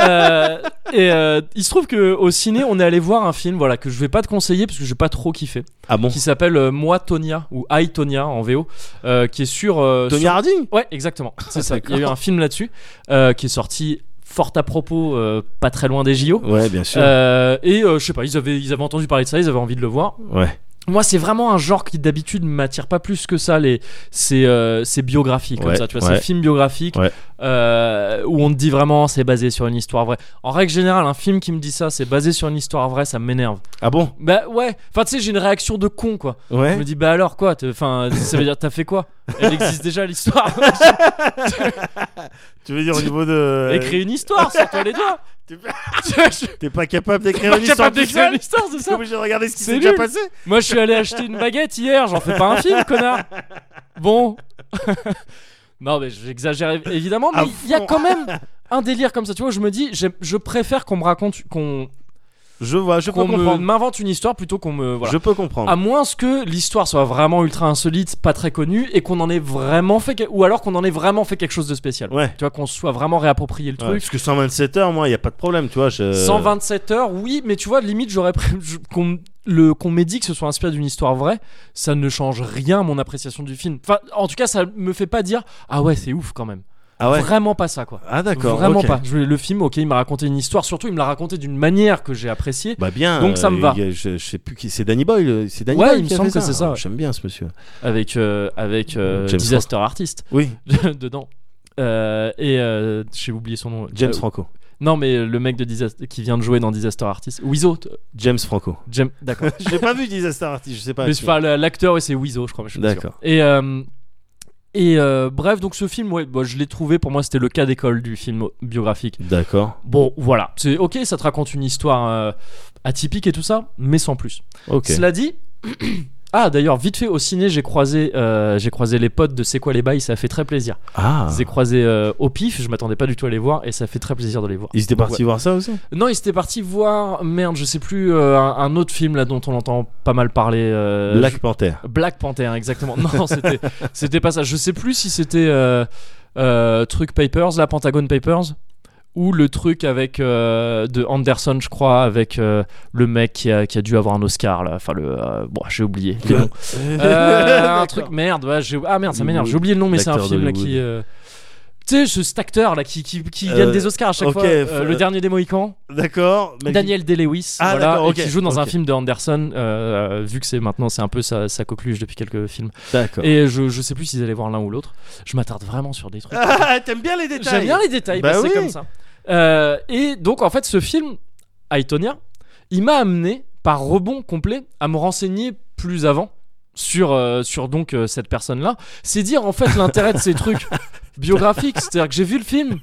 S1: Euh, et euh, il se trouve que au ciné, on est allé voir un film, voilà, que je vais pas te conseiller parce que j'ai pas trop kiffé,
S2: Ah bon
S1: qui s'appelle euh, Moi Tonya ou I Tonya en VO, euh, qui est sur. euh,
S2: Tony
S1: sur-
S2: Harding
S1: Ouais, exactement. C'est ça. Il y a eu
S2: Ah, D'accord.
S1: un film là-dessus euh, qui est sorti fort à propos, euh, pas très loin des JO.
S2: Ouais, bien sûr.
S1: Euh, et euh, je sais pas, ils avaient, ils avaient entendu parler de ça, ils avaient envie de le voir.
S2: Ouais.
S1: Moi, c'est vraiment un genre qui d'habitude m'attire pas plus que ça, les ces, euh, ces biographies comme
S2: Ouais,
S1: ça, tu vois,
S2: ouais.
S1: ces films biographiques
S2: Ouais.
S1: euh, où on te dit vraiment c'est basé sur une histoire vraie. En règle générale, un film qui me dit ça, c'est basé sur une histoire vraie, ça m'énerve.
S2: Ah bon
S1: Bah ouais, enfin tu sais, j'ai une réaction de con quoi. Je
S2: Ouais.
S1: me dis bah alors quoi, t'es- enfin ça veut dire t'as fait quoi Elle existe déjà l'histoire.
S2: Tu veux dire au niveau de.
S1: Écris une histoire, sur toi les doigts.
S2: Tu-
S1: euh, Je suis
S2: T'es pas capable d'écrire
S1: pas
S2: une histoire
S1: capable
S2: toute
S1: d'écrire une
S2: seule
S1: histoire, c'est
S2: T'es
S1: ça
S2: obligé de regarder ce qui
S1: C'est
S2: s'est déjà
S1: nul.
S2: passé
S1: Moi, je suis allé acheter une baguette hier, j'en fais pas un film, connard. Bon. non, mais j'exagère évidemment, mais
S2: À
S1: il y a
S2: fond.
S1: quand même un délire comme ça. Tu vois, je me dis, j'aime- je préfère qu'on me raconte, qu'on
S2: Je vois, je peux
S1: qu'on me-
S2: comprendre. Ah,
S1: m'invente une histoire plutôt qu'on me. Voilà.
S2: Je peux comprendre.
S1: À moins que l'histoire soit vraiment ultra insolite, pas très connue, et qu'on en ait vraiment fait, que- ou alors qu'on en ait vraiment fait quelque chose de spécial.
S2: Ouais.
S1: Tu vois, qu'on se soit vraiment réapproprié le
S2: Ouais,
S1: truc.
S2: Parce que 127 heures, moi, il y a pas de problème, tu vois. je-
S1: 127 heures, oui, mais tu vois, limite, j'aurais pré- je- qu'on le qu'on m'ait dit que ce soit inspiré d'une histoire vraie, ça ne change rien à mon appréciation du film. Enfin, en tout cas, ça me fait pas dire ah ouais, c'est ouf quand même.
S2: Ah ouais.
S1: Vraiment pas ça quoi.
S2: Ah d'accord.
S1: Vraiment
S2: ok.
S1: pas. Je- le film, ok, il m'a raconté une histoire. Surtout, il me l'a raconté d'une manière que j'ai appréciée.
S2: Bah bien.
S1: Donc, ça me
S2: euh,
S1: va.
S2: il y a- je, je sais plus qui. C'est Danny Boyle. euh, C'est Danny
S1: Ouais,
S2: Boyle
S1: il me
S2: qui a
S1: semble
S2: fait
S1: que c'est ça, ouais.
S2: J'aime bien ce monsieur.
S1: avec euh, avec euh,
S2: James
S1: Disaster Artist
S2: Oui.
S1: dedans. Euh, et euh, j'ai oublié son nom.
S2: James
S1: Euh,
S2: Franco.
S1: Non, mais le mec de Disaster, qui vient de jouer dans Disaster Artist. Wizo. t-
S2: James Franco.
S1: James. D'accord.
S2: J'ai pas vu Disaster Artist. Je sais pas.
S1: Mais
S2: tu vois.
S1: enfin, la- l'acteur, ouais, c'est Wizo, je crois. mais je suis pas
S2: D'accord.
S1: sûr. Et, euh, et euh, bref, donc ce film, ouais, bah, je l'ai trouvé, pour moi, c'était le cas d'école du film biographique.
S2: D'accord.
S1: Bon, voilà. C'est ok, ça te raconte une histoire euh, atypique et tout ça, mais sans plus.
S2: Ok.
S1: Cela dit. Ah d'ailleurs vite fait au ciné j'ai croisé euh, j'ai croisé les potes de c'est quoi les bails ça a fait très plaisir.
S2: Ah.
S1: J'ai croisé euh, au pif je m'attendais pas du tout à les voir et ça fait très plaisir de les voir.
S2: Ils étaient partis voir ça aussi.
S1: Non, ils étaient partis voir merde je sais plus euh, un, un autre film là dont on entend pas mal parler. euh,
S2: Black Panther.
S1: Black Panther, exactement. Non, c'était, c'était pas ça. Je sais plus si c'était euh, euh, truc Papers, la Pentagon Papers, ou le truc avec euh, de Anderson, je crois, avec euh, le mec qui a, qui a dû avoir un Oscar. Là. Enfin, le, euh, bon, j'ai oublié. les noms. Euh, un truc merde. ouais, j'ai- ah merde, ça m'énerve. J'ai oublié le nom, mais c'est un
S2: L'acteur
S1: film là, qui.
S2: d'Hollywood.
S1: euh, Tu sais, ce, cet acteur là qui, qui, qui
S2: Euh,
S1: gagne des Oscars à chaque
S2: ok,
S1: fois, euh,
S2: faut-
S1: le dernier des Mohicans,
S2: D'accord. mais-
S1: Daniel Day-Lewis,
S2: Ah,
S1: voilà,
S2: d'accord,
S1: et
S2: ok,
S1: qui joue dans un
S2: ok.
S1: film de Anderson, euh, vu que c'est maintenant c'est un peu sa, sa coqueluche depuis quelques films.
S2: D'accord.
S1: Et je, je sais plus s'ils allaient voir l'un ou l'autre. Je m'attarde vraiment sur des trucs.
S2: Ah, T'aimes bien les détails.
S1: J'aime bien les détails,
S2: Bah
S1: bah c'est
S2: oui.
S1: comme ça. Euh, et donc, en fait, ce film, Aitonia, il m'a amené, par rebond complet, à me renseigner plus avant sur, euh, sur donc euh, cette personne-là. C'est dire, en fait, l'intérêt de ces trucs biographiques. C'est-à-dire que j'ai vu le film,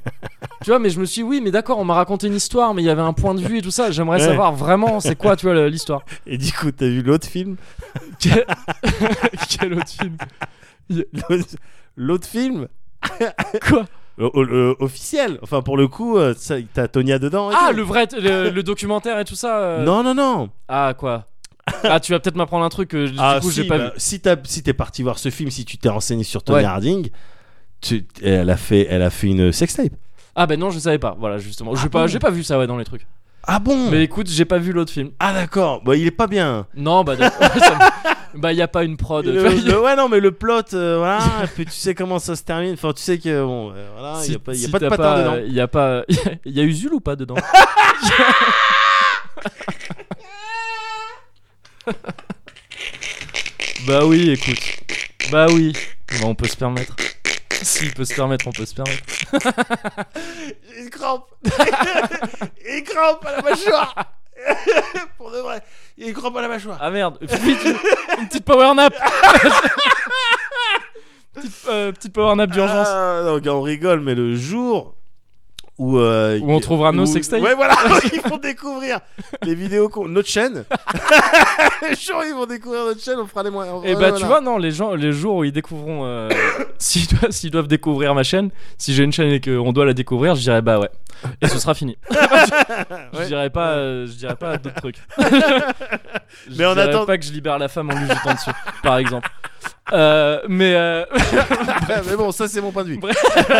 S1: tu vois, mais je me suis dit, oui, mais d'accord, on m'a raconté une histoire, mais il y avait un point de vue et tout ça. J'aimerais
S2: Ouais.
S1: savoir vraiment c'est quoi, tu vois, le- l'histoire.
S2: Et du coup, t'as vu l'autre film
S1: Quel... Quel autre film
S2: L'autre- L'autre film
S1: Quoi
S2: O- o- le- Officiel. Enfin, pour le coup, euh, ça, t'as Tonya dedans. et
S1: Ah,
S2: tout.
S1: le vrai, le, le documentaire et tout ça. euh,
S2: Non, non, non.
S1: Ah quoi Ah tu vas peut-être m'apprendre un truc que du
S2: Ah,
S1: coup
S2: si,
S1: j'ai pas
S2: bah,
S1: vu.
S2: si t'as- si t'es parti voir ce film, si tu t'es renseigné sur Tonya
S1: Ouais.
S2: Harding, tu- elle a fait, elle a fait une sextape.
S1: Ah ben non je savais pas. Voilà justement. J'ai
S2: Ah
S1: pas,
S2: bon
S1: j'ai pas vu ça ouais dans les trucs.
S2: Ah bon
S1: Mais écoute j'ai pas vu l'autre film.
S2: Ah d'accord. Bah, il est pas bien.
S1: Non bah d'accord. Ça me- bah y a pas une prod.
S2: Le-
S1: tu vois, y a-
S2: le- ouais, non, mais le plot, euh, voilà. et puis tu sais comment ça se termine. Enfin, tu sais que bon, euh, voilà, il
S1: si-
S2: y a pas, y a
S1: si
S2: pas de
S1: t'as
S2: patin dedans.
S1: euh, Y a pas. y a Usul ou pas dedans Bah oui écoute. Bah oui. Bah on peut se permettre. S'il peut se permettre on peut se permettre.
S2: Il crampe Il crampe à la mâchoire Pour de vrai Il crampe à la mâchoire
S1: Ah merde, vite, une, une petite power nap. petite, euh, petite power nap d'urgence.
S2: Ah, non, gars, on rigole, mais le jour où, euh,
S1: Où on trouvera nos sextapes.
S2: Ouais, voilà, ils vont découvrir les vidéos qu'on. Notre chaîne. les gens, ils vont découvrir notre chaîne, on fera les moyens.
S1: Et bah tu vois non les gens les jours où ils découvriront euh, s'ils doivent, s'ils doivent découvrir ma chaîne si j'ai une chaîne et qu'on doit la découvrir je dirais bah ouais et ce sera fini je dirais pas euh, je dirais pas d'autres trucs je
S2: Mais en
S1: dirais
S2: attendant-
S1: pas que je libère la femme en lui jetant dessus par exemple Euh, mais euh,
S2: Mais bon, ça, c'est mon point de vue.
S1: Bref,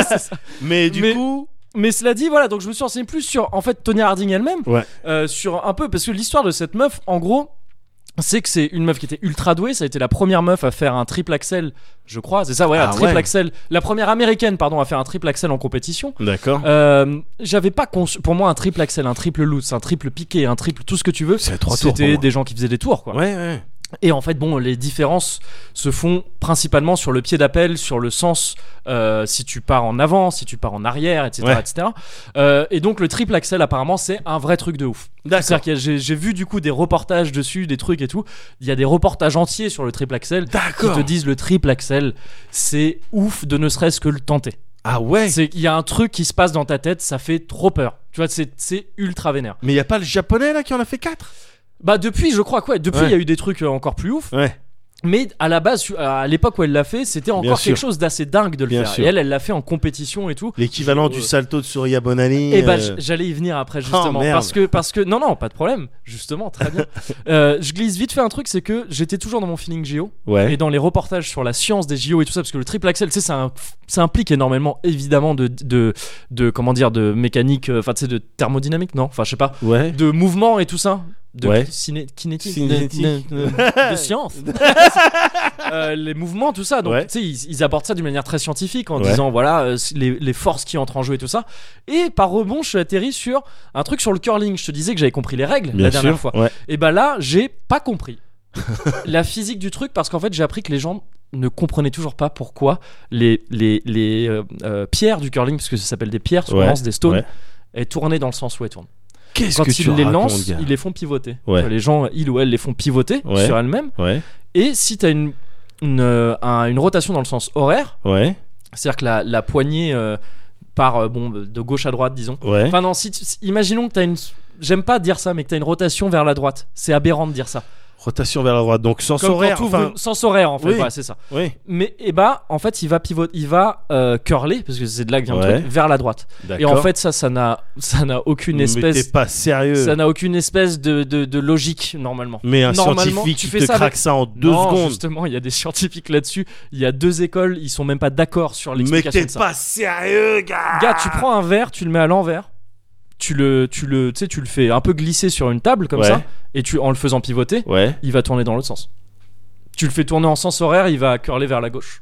S1: c'est ça.
S2: Mais du
S1: Mais-
S2: coup.
S1: mais cela dit voilà donc je me suis renseigné plus sur en fait Tony Harding elle-même
S2: Ouais.
S1: euh, sur un peu parce que l'histoire de cette meuf en gros c'est que c'est une meuf qui était ultra douée, ça a été la première meuf à faire un triple axel, je crois, c'est ça, ouais, un
S2: Ah
S1: triple
S2: ouais.
S1: axel, la première américaine, pardon, à faire un triple axel en compétition.
S2: D'accord.
S1: Euh, J'avais pas conçu, pour moi, un triple axel, un triple loose, un triple piqué, un triple tout ce que tu veux.
S2: C'est trois tours. pour
S1: C'était
S2: moi.
S1: des gens qui faisaient des tours, quoi.
S2: Ouais, ouais.
S1: Et en fait, bon, les différences se font principalement sur le pied d'appel, sur le sens, euh, si tu pars en avant, si tu pars en arrière, etc.
S2: Ouais.
S1: etc. Euh, et donc, le triple axel, apparemment, c'est un vrai truc de ouf.
S2: D'accord.
S1: C'est-à-dire que j'ai- j'ai vu du coup des reportages dessus, des trucs et tout. Il y a des reportages entiers sur le triple axel qui
S2: D'accord.
S1: te disent le triple axel, c'est ouf de ne serait-ce que le tenter.
S2: Ah ouais.
S1: C'est Il y a un truc qui se passe dans ta tête, ça fait trop peur. Tu vois, c'est c'est ultra vénère.
S2: Mais y a pas le japonais là qui en a fait 4
S1: Bah, depuis, je crois quoi, depuis, il
S2: Ouais.
S1: y a eu des trucs euh, encore plus ouf.
S2: Ouais.
S1: Mais à la base, à l'époque où elle l'a fait, c'était encore
S2: sûr.
S1: quelque chose d'assez dingue de le
S2: Bien
S1: faire.
S2: sûr.
S1: Et elle, elle l'a fait en compétition et tout.
S2: L'équivalent du
S1: Ouais.
S2: salto de Surya Bonani.
S1: Et bah,
S2: euh, Oh,
S1: j- j'allais y venir après justement
S2: merde.
S1: parce que parce que non non pas de problème justement très bien. Euh, je glisse vite fait un truc c'est que j'étais toujours dans mon feeling JO
S2: Ouais.
S1: et dans les reportages sur la science des JO et tout ça parce que le triple axel tu sais ça, im- ça implique énormément évidemment de de, de comment dire de mécanique euh, enfin tu sais de thermodynamique non enfin je sais pas
S2: Ouais.
S1: de mouvement et tout ça de
S2: Ouais.
S1: ciné- kinétique,
S2: Cinétique.
S1: de, de- de science Euh, les mouvements tout ça donc
S2: Ouais.
S1: tu sais ils, ils abordent ça d'une manière très scientifique en
S2: Ouais.
S1: disant voilà euh, les, les forces qui entrent en jeu et tout ça et par rebond je suis atterri sur un truc sur le curling je te disais que j'avais compris les règles
S2: Bien
S1: la
S2: sûr.
S1: dernière fois
S2: Ouais.
S1: et bah là j'ai pas compris la physique du truc parce qu'en fait j'ai appris que les gens ne comprenaient toujours pas pourquoi les, les, les euh, euh, pierres du curling parce que ça s'appelle des pierres souvent
S2: Ouais.
S1: des stones
S2: Ouais.
S1: elles tournaient dans le sens où elles tournent
S2: Qu'est-ce
S1: quand
S2: que
S1: ils
S2: tu
S1: les
S2: racontes,
S1: lancent,
S2: gars
S1: ils les font pivoter.
S2: Ouais.
S1: Enfin, Les gens, ils ou elles, les font pivoter
S2: Ouais.
S1: sur elles-mêmes.
S2: Ouais.
S1: Et si t'as une, une, euh, un- une rotation dans le sens horaire,
S2: Ouais.
S1: c'est-à-dire que la, la poignée euh, part euh, bon, de gauche à droite, disons.
S2: Ouais.
S1: Enfin, non, si tu- si- imaginons que t'as une. J'aime pas dire ça, mais que t'as une rotation vers la droite. C'est aberrant de dire ça.
S2: Rotation vers la droite. Donc sans
S1: Comme
S2: horaire.
S1: quand t'ouvres
S2: Enfin,
S1: une- Sens horaire, en fait.
S2: Oui.
S1: Voilà, c'est ça.
S2: oui.
S1: Mais, et bah, en fait, il va pivoter, il va euh, curler, parce que c'est de là que vient le
S2: Ouais.
S1: truc, vers la droite. Et en fait, ça, ça n'a ça n'a aucune
S2: Mais
S1: espèce
S2: t'es pas sérieux.
S1: Ça n'a aucune espèce de, de- de logique normalement.
S2: Mais un
S1: Normalement,
S2: scientifique
S1: tu
S2: qui
S1: fais
S2: te
S1: ça avec-
S2: craque ça en deux
S1: Non,
S2: secondes.
S1: Justement, il y a des scientifiques là-dessus. Il y a deux écoles, ils sont même pas d'accord sur
S2: Mais
S1: l'explication
S2: t'es
S1: de ça.
S2: pas sérieux, gars.
S1: Gars, tu prends un verre, tu le mets à l'envers. Tu le, tu le, tu sais, tu le fais un peu glisser sur une table comme
S2: Ouais.
S1: ça, et tu en le faisant pivoter,
S2: Ouais.
S1: il va tourner dans l'autre sens. Tu le fais tourner en sens horaire, il va curler vers la gauche.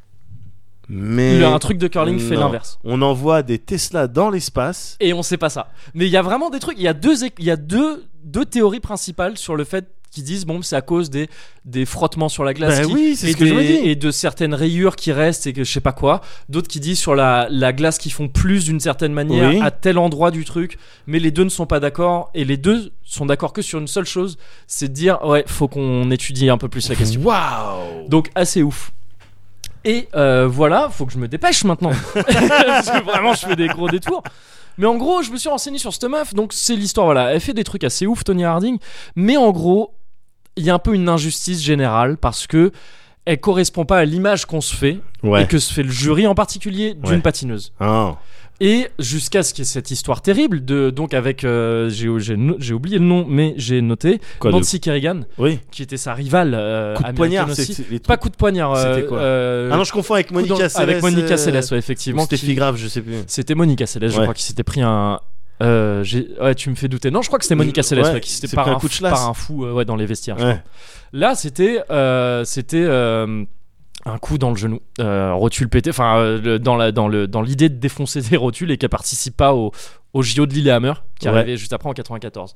S2: Mais
S1: Il a un truc de curling fait
S2: Non.
S1: l'inverse.
S2: on envoie des Tesla dans l'espace.
S1: Et on sait pas ça. Mais il y a vraiment des trucs. Il y a deux, éc- il y a deux, deux théories principales sur le fait qu'ils disent bon, c'est à cause des, des frottements sur la glace
S2: Bah
S1: qui,
S2: oui, c'est
S1: et
S2: ce que je me
S1: des-
S2: dis.
S1: Et de certaines rayures qui restent et que je sais pas quoi. D'autres qui disent sur la, la glace qui font plus d'une certaine manière
S2: Oui.
S1: à tel endroit du truc. Mais les deux ne sont pas d'accord. Et les deux sont d'accord que sur une seule chose c'est de dire ouais, faut qu'on étudie un peu plus la question.
S2: Waouh.
S1: Donc assez ouf. Et euh, voilà, faut que je me dépêche maintenant. Parce que vraiment, je fais des gros détours. Mais en gros, je me suis renseigné sur cette meuf, donc c'est l'histoire. Voilà, elle fait des trucs assez ouf, Tony Harding. Mais en gros, il y a un peu une injustice générale parce que elle correspond pas à l'image qu'on se fait
S2: Ouais.
S1: et que se fait le jury en particulier d'une
S2: Ouais.
S1: patineuse.
S2: Ah.
S1: Et jusqu'à ce qu'il y ait cette histoire terrible de donc avec euh, j'ai j'ai no- j'ai oublié le nom, mais j'ai noté
S2: Quoi,
S1: Nancy Kerrigan
S2: le- Oui.
S1: qui était sa rivale euh,
S2: Coup de
S1: américaine
S2: poignard,
S1: aussi.
S2: c'est- c'est les
S1: Pas
S2: trucs-
S1: coup de poignard. euh,
S2: C'était quoi
S1: euh,
S2: Ah non, je confonds avec
S1: coup
S2: Monica
S1: dans-
S2: Seles. euh,
S1: Avec Monica Seles, ouais,
S2: Ou
S1: effectivement.
S2: Stéphie
S1: qui-
S2: Grave, je sais plus.
S1: C'était Monica Seles, je
S2: Ouais.
S1: crois, qui s'était pris un. euh, j'ai- ouais, tu me fais douter. Non, je crois que c'était Monica
S2: Je-
S1: Seles
S2: Euh, ouais,
S1: ouais, qui s'était
S2: c'est
S1: par,
S2: pris un
S1: un
S2: coup de
S1: fou-
S2: chlasse.
S1: par un fou euh, ouais, dans les vestiaires.
S2: Ouais.
S1: Là, c'était euh, c'était euh, un coup dans le genou, euh, rotule pété, enfin euh, le- dans la dans le dans l'idée de défoncer des rotules et qu'elle participe pas au au JO de Lillehammer qui
S2: Ouais.
S1: arrivait juste après en 94.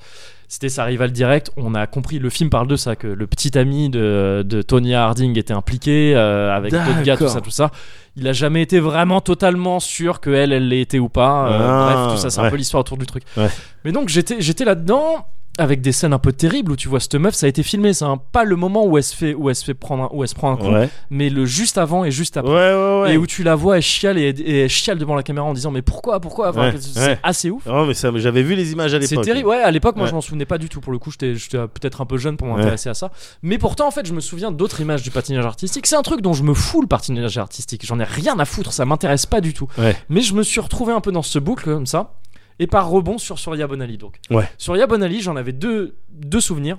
S1: C'était sa rivale directe. On a compris. Le film parle de ça que le petit ami de de Tonya Harding était impliqué euh, avec d'autres gars, tout
S2: D'accord.
S1: ça, tout ça. Il a jamais été vraiment totalement sûr que elle, elle l'ait été ou pas. Euh,
S2: Ah,
S1: bref, tout ça, c'est un
S2: ouais.
S1: peu l'histoire autour du truc.
S2: Ouais.
S1: Mais donc j'étais j'étais là dedans. avec des scènes un peu terribles où tu vois cette meuf, ça a été filmé, c'est un- pas le moment où elle se fait, où elle se fait prendre, un- où elle se prend un coup,
S2: Ouais.
S1: mais le juste avant et juste
S2: Ouais,
S1: après.
S2: ouais, ouais.
S1: Et où tu la vois, elle chiale et, et elle chiale devant la caméra en disant mais pourquoi, pourquoi Enfin,
S2: Ouais,
S1: C'est
S2: ouais.
S1: assez ouf.
S2: Oh, mais ça, j'avais vu les images à l'époque.
S1: C'est terrible. Ouais, à l'époque, moi,
S2: Ouais.
S1: je m'en souvenais pas du tout. Pour le coup, j'étais j'étais peut-être un peu jeune pour
S2: Ouais.
S1: m'intéresser à ça. Mais pourtant, en fait, je me souviens d'autres images du patinage artistique. C'est un truc dont je me fous le patinage artistique. J'en ai rien à foutre. Ça m'intéresse pas du tout.
S2: Ouais.
S1: Mais je me suis retrouvé un peu dans ce boucle comme ça. Et par rebond sur Surya Bon Ali, donc.
S2: Ouais.
S1: Surya Bon Ali, j'en avais deux, deux souvenirs.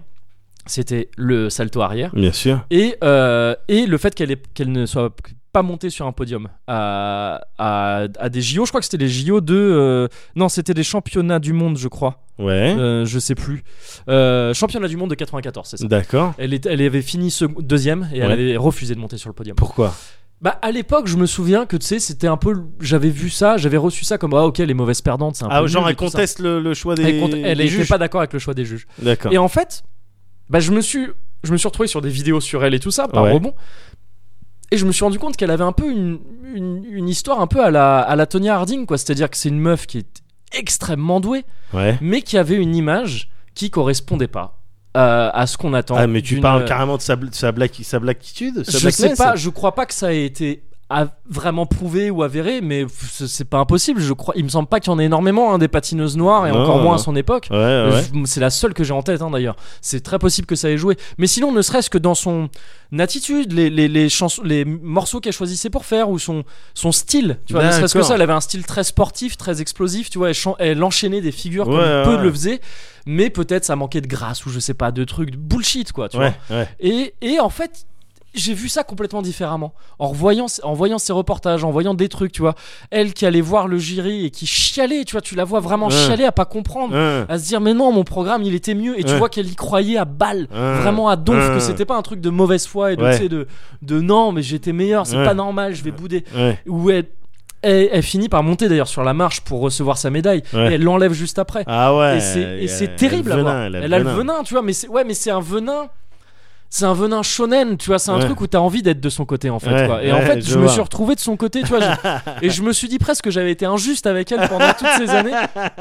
S1: C'était le salto arrière
S2: Bien sûr.
S1: et, euh, et le fait qu'elle ait- qu'elle ne soit pas montée sur un podium à, à, à des JO. Je crois que c'était les JO de. euh, non, c'était des championnats du monde, je crois.
S2: Ouais.
S1: Euh, je sais plus. Euh, championnat du monde de 94, c'est ça.
S2: D'accord.
S1: Elle, est- elle avait fini sec- deuxième et elle
S2: Ouais.
S1: avait refusé de monter sur le podium.
S2: Pourquoi
S1: Bah à l'époque, je me souviens que tu sais, c'était un peu, l- j'avais vu ça, j'avais reçu ça comme ah ok les mauvaises perdantes, c'est un
S2: Ah,
S1: peu
S2: genre,
S1: nul et
S2: elle
S1: tout ça.
S2: conteste le, le choix des,
S1: Elle compte- elle
S2: des
S1: était
S2: juges.
S1: pas d'accord avec le choix des juges.
S2: D'accord.
S1: Et en fait, bah je me suis, je me suis retrouvé sur des vidéos sur elle et tout ça par
S2: Ouais.
S1: rebond. Et je me suis rendu compte qu'elle avait un peu une, une, une histoire un peu à la, à la Tonya Harding quoi, c'est-à-dire que c'est une meuf qui est extrêmement douée
S2: Ouais.
S1: mais qui avait une image qui correspondait pas euh, à ce qu'on attend.
S2: Ah, mais tu
S1: d'une- euh,
S2: parles carrément de sa, bl- sa, black, sa blackitude sa
S1: Je sais
S2: blackness
S1: pas, je crois pas que ça ait été a- vraiment prouvé ou avéré, mais f- c'est c'est pas impossible. Je crois, il me semble pas qu'il y en ait énormément hein, des patineuses noires et
S2: Non,
S1: encore
S2: non,
S1: moins à
S2: non.
S1: son époque.
S2: Ouais, Ah ouais. ouais.
S1: Je- C'est la seule que j'ai en tête hein, d'ailleurs. C'est très possible que ça ait joué. Mais sinon, ne serait-ce que dans son attitude, les, les, les, chansons- les morceaux qu'elle choisissait pour faire ou son, son style. Tu vois, ne serait-ce que
S2: D'accord.
S1: ça, elle avait un style très sportif, très explosif. Tu vois, elle, chan- elle enchaînait des figures
S2: Ouais,
S1: comme
S2: ouais,
S1: peu
S2: ouais.
S1: le faisaient. Mais peut-être ça manquait de grâce ou je sais pas, de trucs de bullshit quoi. Tu vois.
S2: Ouais, ouais.
S1: Et, et en fait, j'ai vu ça complètement différemment. En voyant, en voyant ces reportages, en voyant des trucs, tu vois. Elle qui allait voir le jury et qui chialait, tu vois, tu la vois vraiment
S2: Ouais.
S1: chialer à pas comprendre,
S2: Hein,
S1: à se dire, mais non, mon programme, il était mieux. Et tu
S2: Ouais.
S1: vois qu'elle y croyait à balle.
S2: hein.
S1: Vraiment à donf,
S2: Ouais.
S1: que c'était pas un truc de mauvaise foi et de,
S2: Ouais.
S1: tu sais, de, de non, mais j'étais meilleur, c'est
S2: Ouais.
S1: pas normal, je vais bouder.
S2: Ouais.
S1: Où elle, elle, elle finit par monter d'ailleurs sur la marche pour recevoir sa médaille
S2: Ouais.
S1: et elle l'enlève juste après.
S2: Ah ouais.
S1: Et c'est- et
S2: elle
S1: c'est
S2: a
S1: terrible
S2: le
S1: à
S2: venin,
S1: voir. Elle a le venin, tu vois, mais c'est ouais, mais c'est un venin. C'est un venin shonen, tu vois, c'est un
S2: Ouais.
S1: truc où t'as envie d'être de son côté en fait.
S2: Ouais,
S1: quoi. Et en
S2: ouais,
S1: fait, je,
S2: je
S1: me
S2: vois.
S1: suis retrouvé de son côté, tu vois, j'ai- et je me suis dit presque que j'avais été injuste avec elle pendant toutes ces années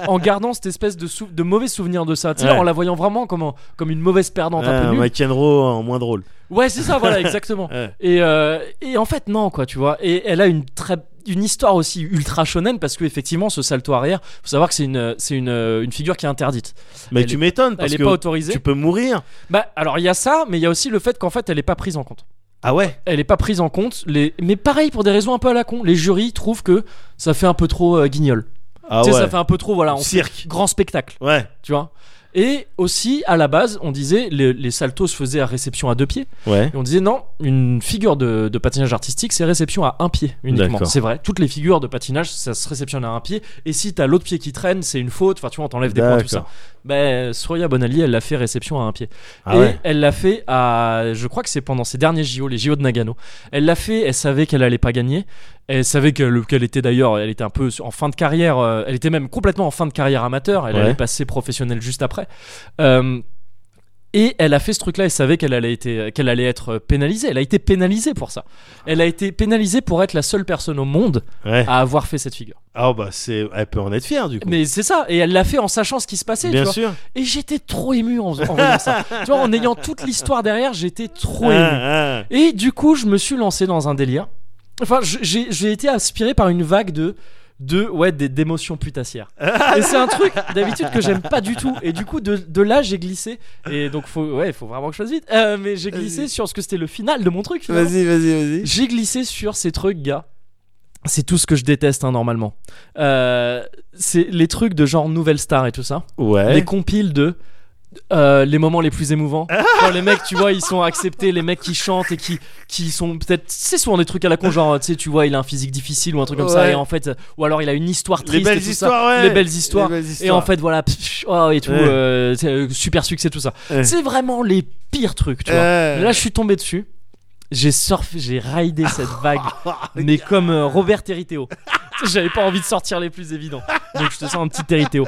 S1: en gardant cette espèce de, sou- de mauvais souvenir de ça, tu sais,
S2: Ouais.
S1: en la voyant vraiment comme, un- comme une mauvaise perdante, un peu
S2: Ah,
S1: nulle.
S2: McEnroe en moins drôle.
S1: Ouais, c'est ça, voilà, exactement.
S2: Ouais.
S1: Et, euh, et en fait, non, quoi, tu vois. Et elle a une très une histoire aussi ultra shonen parce que effectivement ce salto arrière faut savoir que c'est une c'est une, une figure qui est interdite
S2: Mais
S1: Elle
S2: tu
S1: est-
S2: m'étonnes parce
S1: elle est
S2: que
S1: pas autorisée
S2: tu peux mourir.
S1: bah alors il y a ça, mais il y a aussi le fait qu'en fait elle est pas prise en compte.
S2: Ah ouais.
S1: Elle est pas prise en compte. Les... Mais pareil pour des raisons un peu à la con, les jurys trouvent que ça fait un peu trop euh, guignol.
S2: Ah
S1: tu sais,
S2: ouais.
S1: ça fait un peu trop voilà, on fait
S2: Cirque.
S1: grand spectacle,
S2: Ouais.
S1: tu vois. Et aussi à la base, on disait les, les saltos se faisaient à réception à deux pieds.
S2: Ouais.
S1: Et on disait non, une figure de, de patinage artistique, c'est réception à un pied uniquement.
S2: D'accord.
S1: C'est vrai, toutes les figures de patinage, ça se réceptionne à un pied. Et si t'as l'autre pied qui traîne, c'est une faute. Enfin, tu vois, on t'enlève des points, tout ça.
S2: D'accord.
S1: Ben, Surya Bonali, elle l'a fait réception à un pied.
S2: Ah
S1: et
S2: ouais.
S1: elle l'a fait à, je crois que c'est pendant ses derniers JO, les JO de Nagano. Elle l'a fait, elle savait qu'elle allait pas gagner. Elle savait qu'elle qu'elle était d'ailleurs, elle était un peu en fin de carrière, euh, elle était même complètement en fin de carrière amateur. Elle
S2: Ouais.
S1: allait passer professionnelle juste après. Euh, et elle a fait ce truc-là, elle savait qu'elle allait, été- qu'elle allait être pénalisée. Elle a été pénalisée pour ça. Elle a été pénalisée pour être la seule personne au monde
S2: Ouais.
S1: à avoir fait cette figure.
S2: Ah bah c'est. Elle peut en être fière du coup.
S1: Mais c'est ça, et elle l'a fait en sachant ce qui se passait. tu
S2: Bien
S1: vois.
S2: sûr.
S1: Et j'étais trop ému en, en voyant ça. Tu vois, en ayant toute l'histoire derrière, j'étais trop ému.
S2: Ah, ah.
S1: Et du coup, je me suis lancé dans un délire. Enfin, je- j'ai j'ai été aspiré par une vague de de ouais des- d'émotions putassières et c'est un truc d'habitude que j'aime pas du tout et du coup de, de là j'ai glissé et donc faut ouais faut vraiment que je fasse vite Euh, mais j'ai glissé
S2: Vas-y.
S1: sur ce que c'était le final de mon truc finalement.
S2: Vas-y, vas-y, vas-y.
S1: j'ai glissé sur ces trucs gars c'est tout ce que je déteste hein, normalement Euh, c'est les trucs de genre nouvelle star et tout ça les
S2: Ouais.
S1: compiles de euh, les moments les plus émouvants.
S2: Ah.
S1: Quand les mecs, tu vois, ils sont acceptés, les mecs qui chantent et qui, qui sont peut-être. C'est souvent des trucs à la con, genre, tu sais, tu vois, il a un physique difficile ou un truc comme ça,
S2: Ouais.
S1: et en fait. euh, Ou alors il a une histoire
S2: Les
S1: triste. et
S2: belles
S1: tout ça.
S2: histoires. Ouais.
S1: Les belles histoires.
S2: Les belles
S1: Et en
S2: histoires.
S1: fait, voilà, pff, pff, oh, et tout,
S2: Ouais.
S1: euh, c'est, euh, super succès, tout ça.
S2: Ouais.
S1: C'est vraiment les pires trucs, tu vois.
S2: Euh,
S1: Là, je suis tombé dessus. J'ai surfé, j'ai raidé cette vague, mais comme euh, Robert Territeo. J'avais pas envie de sortir les plus évidents. Donc je te sens un petit Territeo.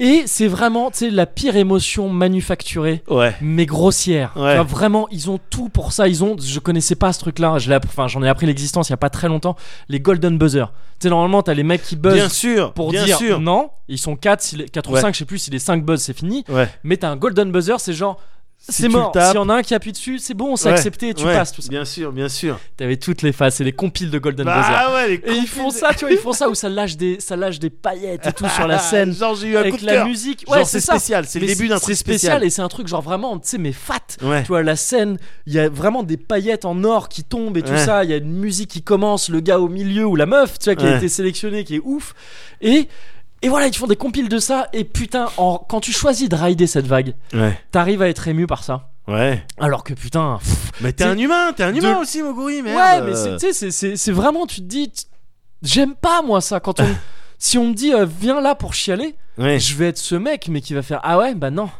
S1: Et c'est vraiment, tu sais, la pire émotion manufacturée.
S2: Ouais.
S1: Mais grossière.
S2: Ouais.
S1: Tu vois, vraiment, ils ont tout pour ça. Ils ont, je connaissais pas ce truc-là. Je l'ai, app- enfin, j'en ai appris l'existence il y a pas très longtemps. Les golden buzzer. Tu sais, normalement, t'as les mecs qui buzzent
S2: Bien sûr.
S1: pour
S2: bien
S1: dire
S2: sûr.
S1: non. Ils sont 4 ou
S2: Ouais.
S1: 5 je sais plus. Si les 5 buzz, c'est fini.
S2: Ouais.
S1: Mais t'as un golden buzzer, c'est genre,
S2: Si
S1: c'est
S2: tu
S1: mort.
S2: le tapes-
S1: S'il y en a un qui appuie dessus, c'est bon, c'est
S2: Ouais.
S1: accepté, tu
S2: Ouais.
S1: passes tout ça.
S2: Bien sûr, bien sûr.
S1: T'avais toutes les faces et les compiles de golden buzzer.
S2: Bah ouais, les
S1: Et ils font ça, tu vois, ils font ça où ça lâche des, ça lâche des paillettes et tout sur
S2: Ah,
S1: la scène.
S2: Genre, j'ai eu un
S1: avec
S2: coup de
S1: la
S2: cœur.
S1: musique. Ouais,
S2: Genre,
S1: c'est
S2: c'est
S1: ça.
S2: spécial. C'est le
S1: Mais
S2: début d'un truc
S1: C'est spécial et c'est un truc genre vraiment, tu sais, mais fat.
S2: Ouais.
S1: Tu vois, la scène, il y a vraiment des paillettes en or qui tombent et tout
S2: Ouais.
S1: ça. Il y a une musique qui commence, le gars au milieu ou la meuf, tu vois, qui a
S2: Ouais.
S1: été sélectionnée, qui est ouf. Et. Et voilà, ils te font des compiles de ça. Et putain, en- quand tu choisis de rider cette vague,
S2: Ouais.
S1: t'arrives à être ému par ça.
S2: Ouais.
S1: Alors que putain, pff,
S2: Mais t'es
S1: C'est-
S2: un humain, t'es un
S1: de-
S2: humain aussi, Moguri, merde.
S1: Ouais, mais c'est- tu sais, c'est- c'est c'est vraiment, tu te dis, t- j'aime pas moi ça. Quand on, si on me dit, euh, viens là pour chialer,
S2: Ouais.
S1: je vais être ce mec, mais qui va faire, ah ouais, bah non.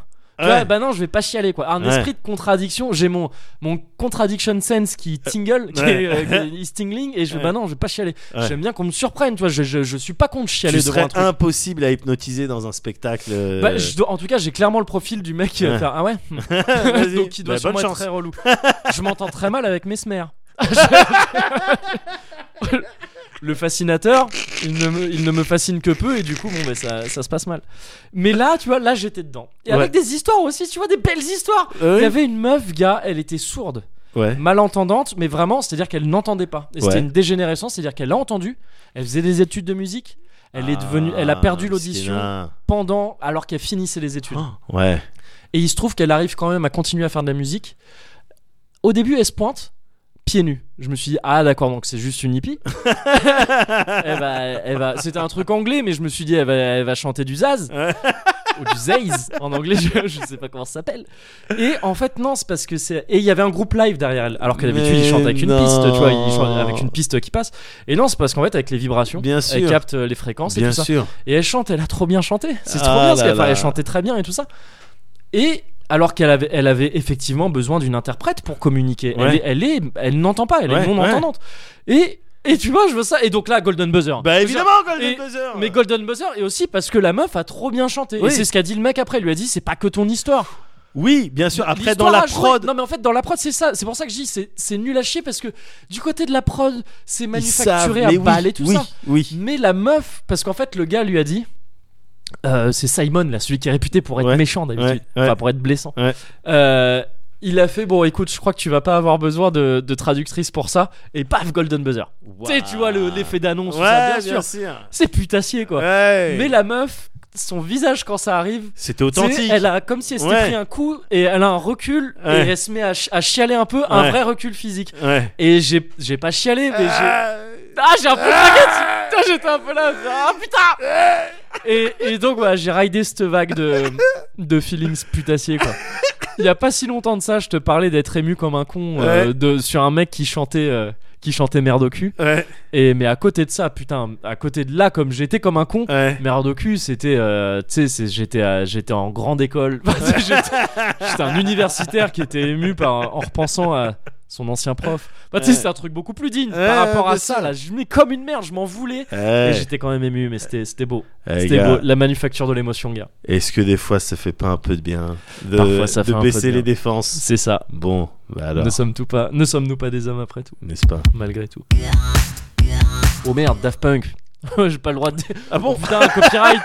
S1: Tu vois,
S2: Ouais.
S1: bah non, je vais pas chialer quoi. Un
S2: Ouais.
S1: esprit de contradiction. J'ai mon, mon contradiction sense qui tingle, qui
S2: Ouais.
S1: est, euh, qui est- is tingling, et je
S2: Ouais.
S1: bah non, je vais pas chialer.
S2: Ouais.
S1: J'aime bien qu'on me surprenne, tu vois. Je, je, je suis pas contre
S2: Tu
S1: chialer devant
S2: serais
S1: un truc.
S2: impossible à hypnotiser dans un spectacle. euh,
S1: Bah, je dois- en tout cas, j'ai clairement le profil du mec qui va
S2: Ouais.
S1: faire ah ouais.
S2: Vas-y.
S1: Donc il doit
S2: Bah, bonne
S1: sûrement être
S2: chance.
S1: très relou. je m'entends très mal avec Mesmer. le fascinateur, il ne, me, il ne me fascine que peu et du coup bon mais ça, ça se passe mal. Mais là, tu vois, là j'étais dedans. Et avec des histoires aussi, tu vois, des belles histoires.
S2: Euh,
S1: Il y avait une meuf, gars, elle était sourde,
S2: Ouais.
S1: malentendante, mais vraiment, c'est-à-dire qu'elle n'entendait pas. Et c'était
S2: Ouais.
S1: une dégénérescence, c'est-à-dire qu'elle a entendu, elle faisait des études de musique, elle est devenue, elle a perdu
S2: Ah,
S1: l'audition
S2: Stina.
S1: pendant, alors qu'elle finissait les études.
S2: Oh, Ouais.
S1: Et il se trouve qu'elle arrive quand même à continuer à faire de la musique. Au début, elle se pointe pieds nus. Je me suis dit, ah d'accord, donc c'est juste une hippie. elle va, elle va... C'était un truc anglais, mais je me suis dit, elle va, elle va chanter du zaz.
S2: Ouais.
S1: ou du zaze en anglais, je, je sais pas comment ça s'appelle. Et en fait, non, c'est parce que c'est. Et il y avait un groupe live derrière elle. Alors qu'à d'habitude, ils
S2: Mais
S1: chantent avec une
S2: non.
S1: piste, tu vois, ils chantent avec une piste qui passe. Et non, c'est parce qu'en fait, avec les vibrations,
S2: Bien
S1: elle
S2: sûr.
S1: capte euh, les fréquences et
S2: Bien
S1: tout ça.
S2: sûr.
S1: Et elle chante, elle a trop bien chanté. C'est trop
S2: Ah
S1: bien ce
S2: là
S1: qu'elle fait.
S2: là.
S1: Elle chantait très bien et tout ça. Et alors qu'elle avait, elle avait effectivement besoin d'une interprète pour communiquer. Elle
S2: Ouais.
S1: est- Elle, est, elle, n'entend pas, elle est
S2: Ouais,
S1: non entendante. Et, et tu vois, je veux ça. Et donc là, Golden Buzzer.
S2: Bah évidemment,
S1: Et-
S2: Golden Buzzer.
S1: Mais Golden Buzzer, et aussi parce que la meuf a trop bien chanté. Et
S2: Oui.
S1: c'est ce qu'a dit le mec après. Il lui a dit c'est pas que ton histoire.
S2: Oui, bien sûr. Après,
S1: L'histoire
S2: dans la
S1: a joué.
S2: prod,
S1: Non, mais en fait, dans la prod, c'est ça. C'est pour ça que je dis c'est c'est nul à chier parce que du côté de la prod, c'est
S2: ils savent.
S1: manufacturé
S2: Mais
S1: à
S2: oui,
S1: balle et tout
S2: oui,
S1: ça.
S2: Oui.
S1: Mais la meuf, parce qu'en fait, le gars lui a dit. euh, c'est Simon là, celui qui est réputé pour être
S2: Ouais,
S1: méchant d'habitude,
S2: ouais, ouais.
S1: enfin pour être blessant.
S2: Ouais.
S1: Euh, il a fait bon, écoute, je crois que tu vas pas avoir besoin de, de traductrice pour ça, et paf, golden buzzer. Tu sais, tu vois le- l'effet d'annonce, tout ça,
S2: Ouais,
S1: bien
S2: bien
S1: sûr.
S2: sûr.
S1: C'est putassier quoi.
S2: Ouais.
S1: Mais la meuf, son visage quand ça arrive,
S2: C'était
S1: tu sais,
S2: authentique.
S1: elle a comme si elle s'était
S2: Ouais.
S1: pris un coup et elle a un recul
S2: Ouais.
S1: et elle se met à, ch- à chialer un peu, un
S2: Ouais.
S1: vrai recul physique.
S2: Ouais.
S1: Et j'ai j'ai pas chialé, mais j'ai Ah, j'ai un peu craqué dessus. Putain, j'étais un peu là. Ah, putain et, et donc, voilà, j'ai ridé cette vague de, de feelings putassiers, quoi. Il y a pas si longtemps de ça, je te parlais d'être ému comme un con euh,
S2: Ouais.
S1: de, sur un mec qui chantait. euh, qui chantait merde au cul
S2: Ouais.
S1: et mais à côté de ça putain à côté de là comme j'étais comme un con
S2: Ouais.
S1: merde au cul c'était euh, tu sais c'est- j'étais à- j'étais en grande école Enfin, j'étais j'étais un universitaire qui était ému par en repensant à son ancien prof bah tu sais
S2: Ouais.
S1: c'est un truc beaucoup plus digne
S2: Ouais,
S1: par rapport à
S2: bien
S1: ça
S2: sûr.
S1: là je mets comme une merde je m'en voulais mais
S2: Ouais.
S1: j'étais quand même ému, mais c'était c'était beau.
S2: Eh,
S1: C'était
S2: gars,
S1: beau. La manufacture de l'émotion, gars.
S2: Est-ce que des fois ça fait pas un peu de bien de,
S1: Parfois, ça
S2: de
S1: fait un peu de
S2: baisser
S1: bien.
S2: les défenses
S1: C'est ça.
S2: Bon, bah alors,
S1: Ne sommes-nous pas, ne sommes-nous pas des hommes après tout,
S2: n'est-ce pas
S1: malgré tout. Oh merde, Daft Punk. J'ai pas le droit de. dire-
S2: Ah
S1: Oh putain, copyright.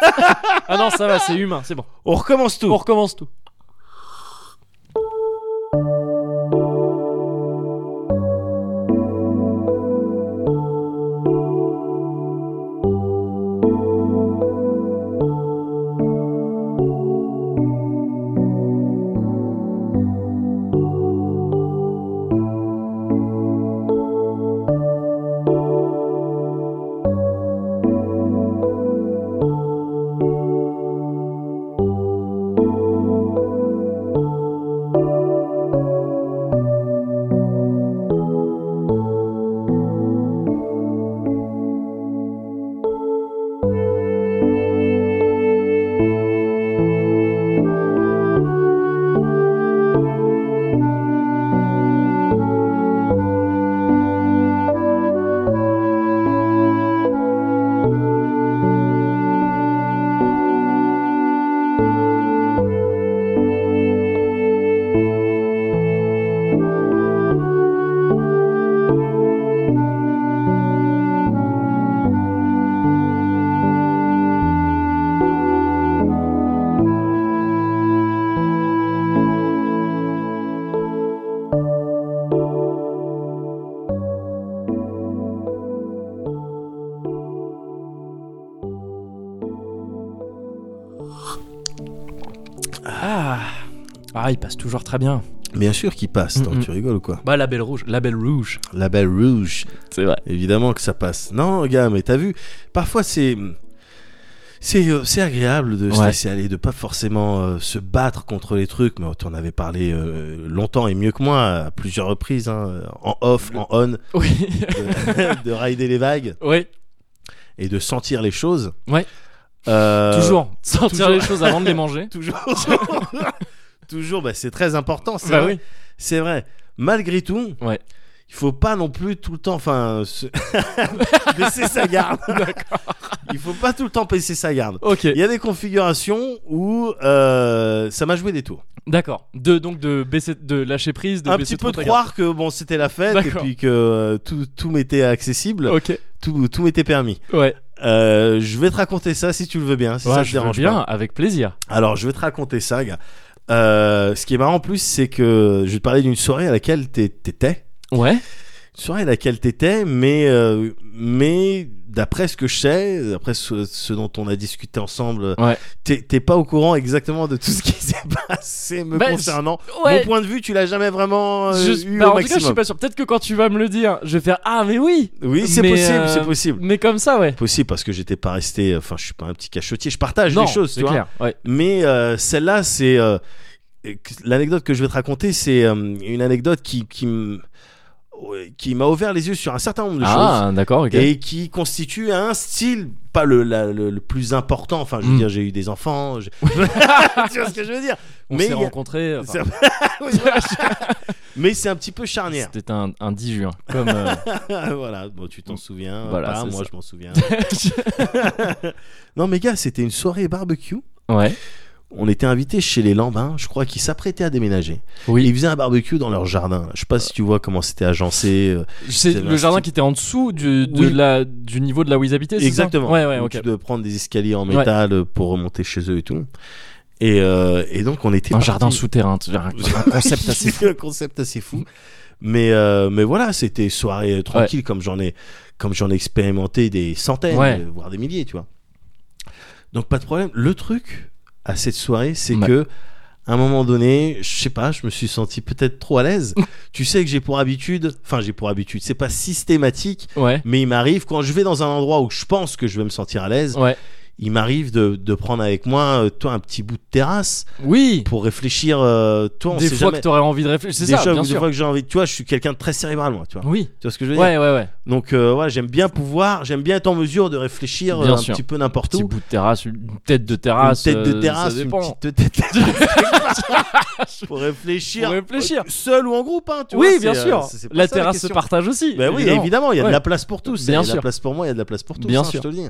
S1: ah non, ça va, c'est humain, c'est bon.
S2: On recommence tout.
S1: On recommence tout. Ah, il passe toujours très bien.
S2: Bien sûr qu'il passe. Attends,
S1: Mm, mm.
S2: Tu rigoles ou quoi
S1: Bah, la belle rouge. La belle rouge.
S2: La Belle Rouge.
S1: C'est vrai.
S2: Évidemment que ça passe. Non, gars, mais t'as vu Parfois, c'est. C'est, euh, c'est agréable de se
S1: Ouais.
S2: laisser aller, de pas forcément euh, se battre contre les trucs. Mais t'en avais parlé euh, longtemps et mieux que moi à plusieurs reprises, hein, en off, en on,
S1: Oui.
S2: de, de rider les vagues
S1: oui.
S2: et de sentir les choses.
S1: Ouais.
S2: Euh,
S1: toujours. Sortir
S2: toujours.
S1: les choses avant de les manger.
S2: Toujours. toujours, bah, c'est très important. C'est
S1: Bah
S2: vrai.
S1: oui.
S2: C'est vrai. Malgré tout,
S1: Ouais.
S2: il faut pas non plus tout le temps, enfin, se- baisser sa garde. Il faut pas tout le temps baisser sa garde.
S1: Ok.
S2: Il y a des configurations où euh, ça m'a joué des tours.
S1: D'accord. De donc de baisser, de lâcher prise, de
S2: Un
S1: baisser
S2: petit
S1: trop
S2: peu de
S1: ta garde.
S2: croire que bon, c'était la fête et
S1: D'accord.
S2: puis que euh, tout, tout m'était accessible,
S1: Ok.
S2: tout, tout m'était permis.
S1: Ouais.
S2: Euh, je vais te raconter ça si tu le veux bien, si
S1: Ouais,
S2: ça te
S1: je veux
S2: dérange
S1: bien,
S2: pas.
S1: avec plaisir.
S2: Alors, je vais te raconter ça, gars. Euh, ce qui est marrant en plus, c'est que je vais te parler d'une soirée à laquelle t'é- t'étais.
S1: Ouais.
S2: Une soirée à laquelle t'étais, mais, euh, mais d'après ce que je sais, d'après ce, ce dont on a discuté ensemble,
S1: Ouais.
S2: t'es t'es pas au courant exactement de tout ce qui s'est passé me
S1: Bah,
S2: concernant. Mon point de vue, tu l'as jamais vraiment euh,
S1: Je-
S2: eu
S1: bah,
S2: au
S1: en tout cas, je suis
S2: maximum.
S1: pas sûr. Peut-être que quand tu vas me le dire, je vais faire ah mais oui,
S2: Oui, c'est
S1: Mais,
S2: possible,
S1: euh,
S2: c'est possible.
S1: mais comme ça ouais.
S2: Possible parce que j'étais pas resté, enfin, je suis pas un petit cachotier, je partage
S1: non,
S2: les choses, tu
S1: c'est
S2: vois.
S1: clair. Ouais.
S2: Mais euh, celle-là, c'est euh, l'anecdote que je vais te raconter, c'est euh, une anecdote qui qui m- ouais, qui m'a ouvert les yeux sur un certain nombre de
S1: Ah d'accord. ok.
S2: choses et qui constitue un style pas le la- le, le plus important. Enfin, je veux
S1: Mm.
S2: dire, j'ai eu des enfants, je- tu vois ce que je veux dire.
S1: On
S2: mais
S1: s'est
S2: il y a-
S1: rencontrés. enfin,
S2: C'est- Oui, voilà. mais c'est un petit peu charnière.
S1: C'était un, un 10 juin. Comme euh,
S2: voilà, bon, tu t'en souviens
S1: Voilà,
S2: pas,
S1: c'est
S2: moi
S1: ça.
S2: je m'en souviens. non mais gars, c'était une soirée barbecue.
S1: ouais.
S2: On était invités chez les Lambins, je crois qu'ils s'apprêtaient à déménager.
S1: Oui.
S2: Ils faisaient un barbecue dans leur jardin. là. Je sais pas si tu vois comment c'était agencé. euh,
S1: C'est
S2: c'est
S1: le
S2: un
S1: jardin
S2: style.
S1: qui était en dessous du, de
S2: Oui.
S1: la, du niveau de là où ils habitaient. c'est ça
S2: Exactement.
S1: Ouais ouais.
S2: Où
S1: Ok.
S2: Tu dois prendre des escaliers en
S1: Ouais.
S2: métal euh, pour remonter chez eux et tout. Et, euh, et donc on était
S1: Un
S2: partis-
S1: jardin souterrain. tu vois, Un un concept assez fou.
S2: C'est un concept assez fou. Mais euh, mais voilà, c'était soirée euh, tranquille comme j'en ai comme j'en ai expérimenté des centaines,
S1: Ouais.
S2: euh, voire des milliers, tu vois. Donc pas de problème. Le truc à cette soirée, c'est
S1: Ouais.
S2: que à un moment donné, je sais pas, je me suis senti peut-être trop à l'aise. tu sais que j'ai pour habitude, enfin j'ai pour habitude, c'est pas systématique,
S1: Ouais.
S2: mais il m'arrive quand je vais dans un endroit où je pense que je vais me sentir à l'aise,
S1: Ouais.
S2: il m'arrive de, de prendre avec moi, euh, toi, un petit bout de terrasse
S1: Oui.
S2: pour réfléchir. euh, toi, on
S1: des
S2: sait
S1: fois
S2: jamais.
S1: que t'aurais envie de réfléchir.
S2: Des
S1: C'est ça.
S2: choses-
S1: Bien
S2: des
S1: sûr.
S2: fois que j'ai envie, tu vois, je suis quelqu'un de très cérébral, moi, tu vois.
S1: Oui.
S2: Tu vois ce que je veux dire
S1: Ouais ouais ouais.
S2: Donc, euh, ouais, j'aime bien pouvoir, j'aime bien être en mesure de réfléchir euh,
S1: Bien
S2: un
S1: sûr.
S2: petit peu n'importe
S1: petit
S2: où.
S1: bout de terrasse, une tête de
S2: Une
S1: terrasse.
S2: tête de
S1: euh,
S2: terrasse,
S1: ça
S2: une
S1: dépend.
S2: petite tête de terrasse. pour réfléchir.
S1: Pour réfléchir.
S2: euh, Seul ou en groupe, hein, tu
S1: oui,
S2: vois,
S1: bien
S2: c'est, euh,
S1: sûr.
S2: c'est- c'est pas
S1: la
S2: ça,
S1: terrasse se
S2: question.
S1: partage aussi.
S2: Bah oui, évidemment, il y a
S1: Ouais.
S2: de la place pour
S1: Bien
S2: tous. il y a de
S1: sûr.
S2: la place pour moi, il y a de la place pour tous.
S1: Bien
S2: hein,
S1: sûr.
S2: Je te le dis.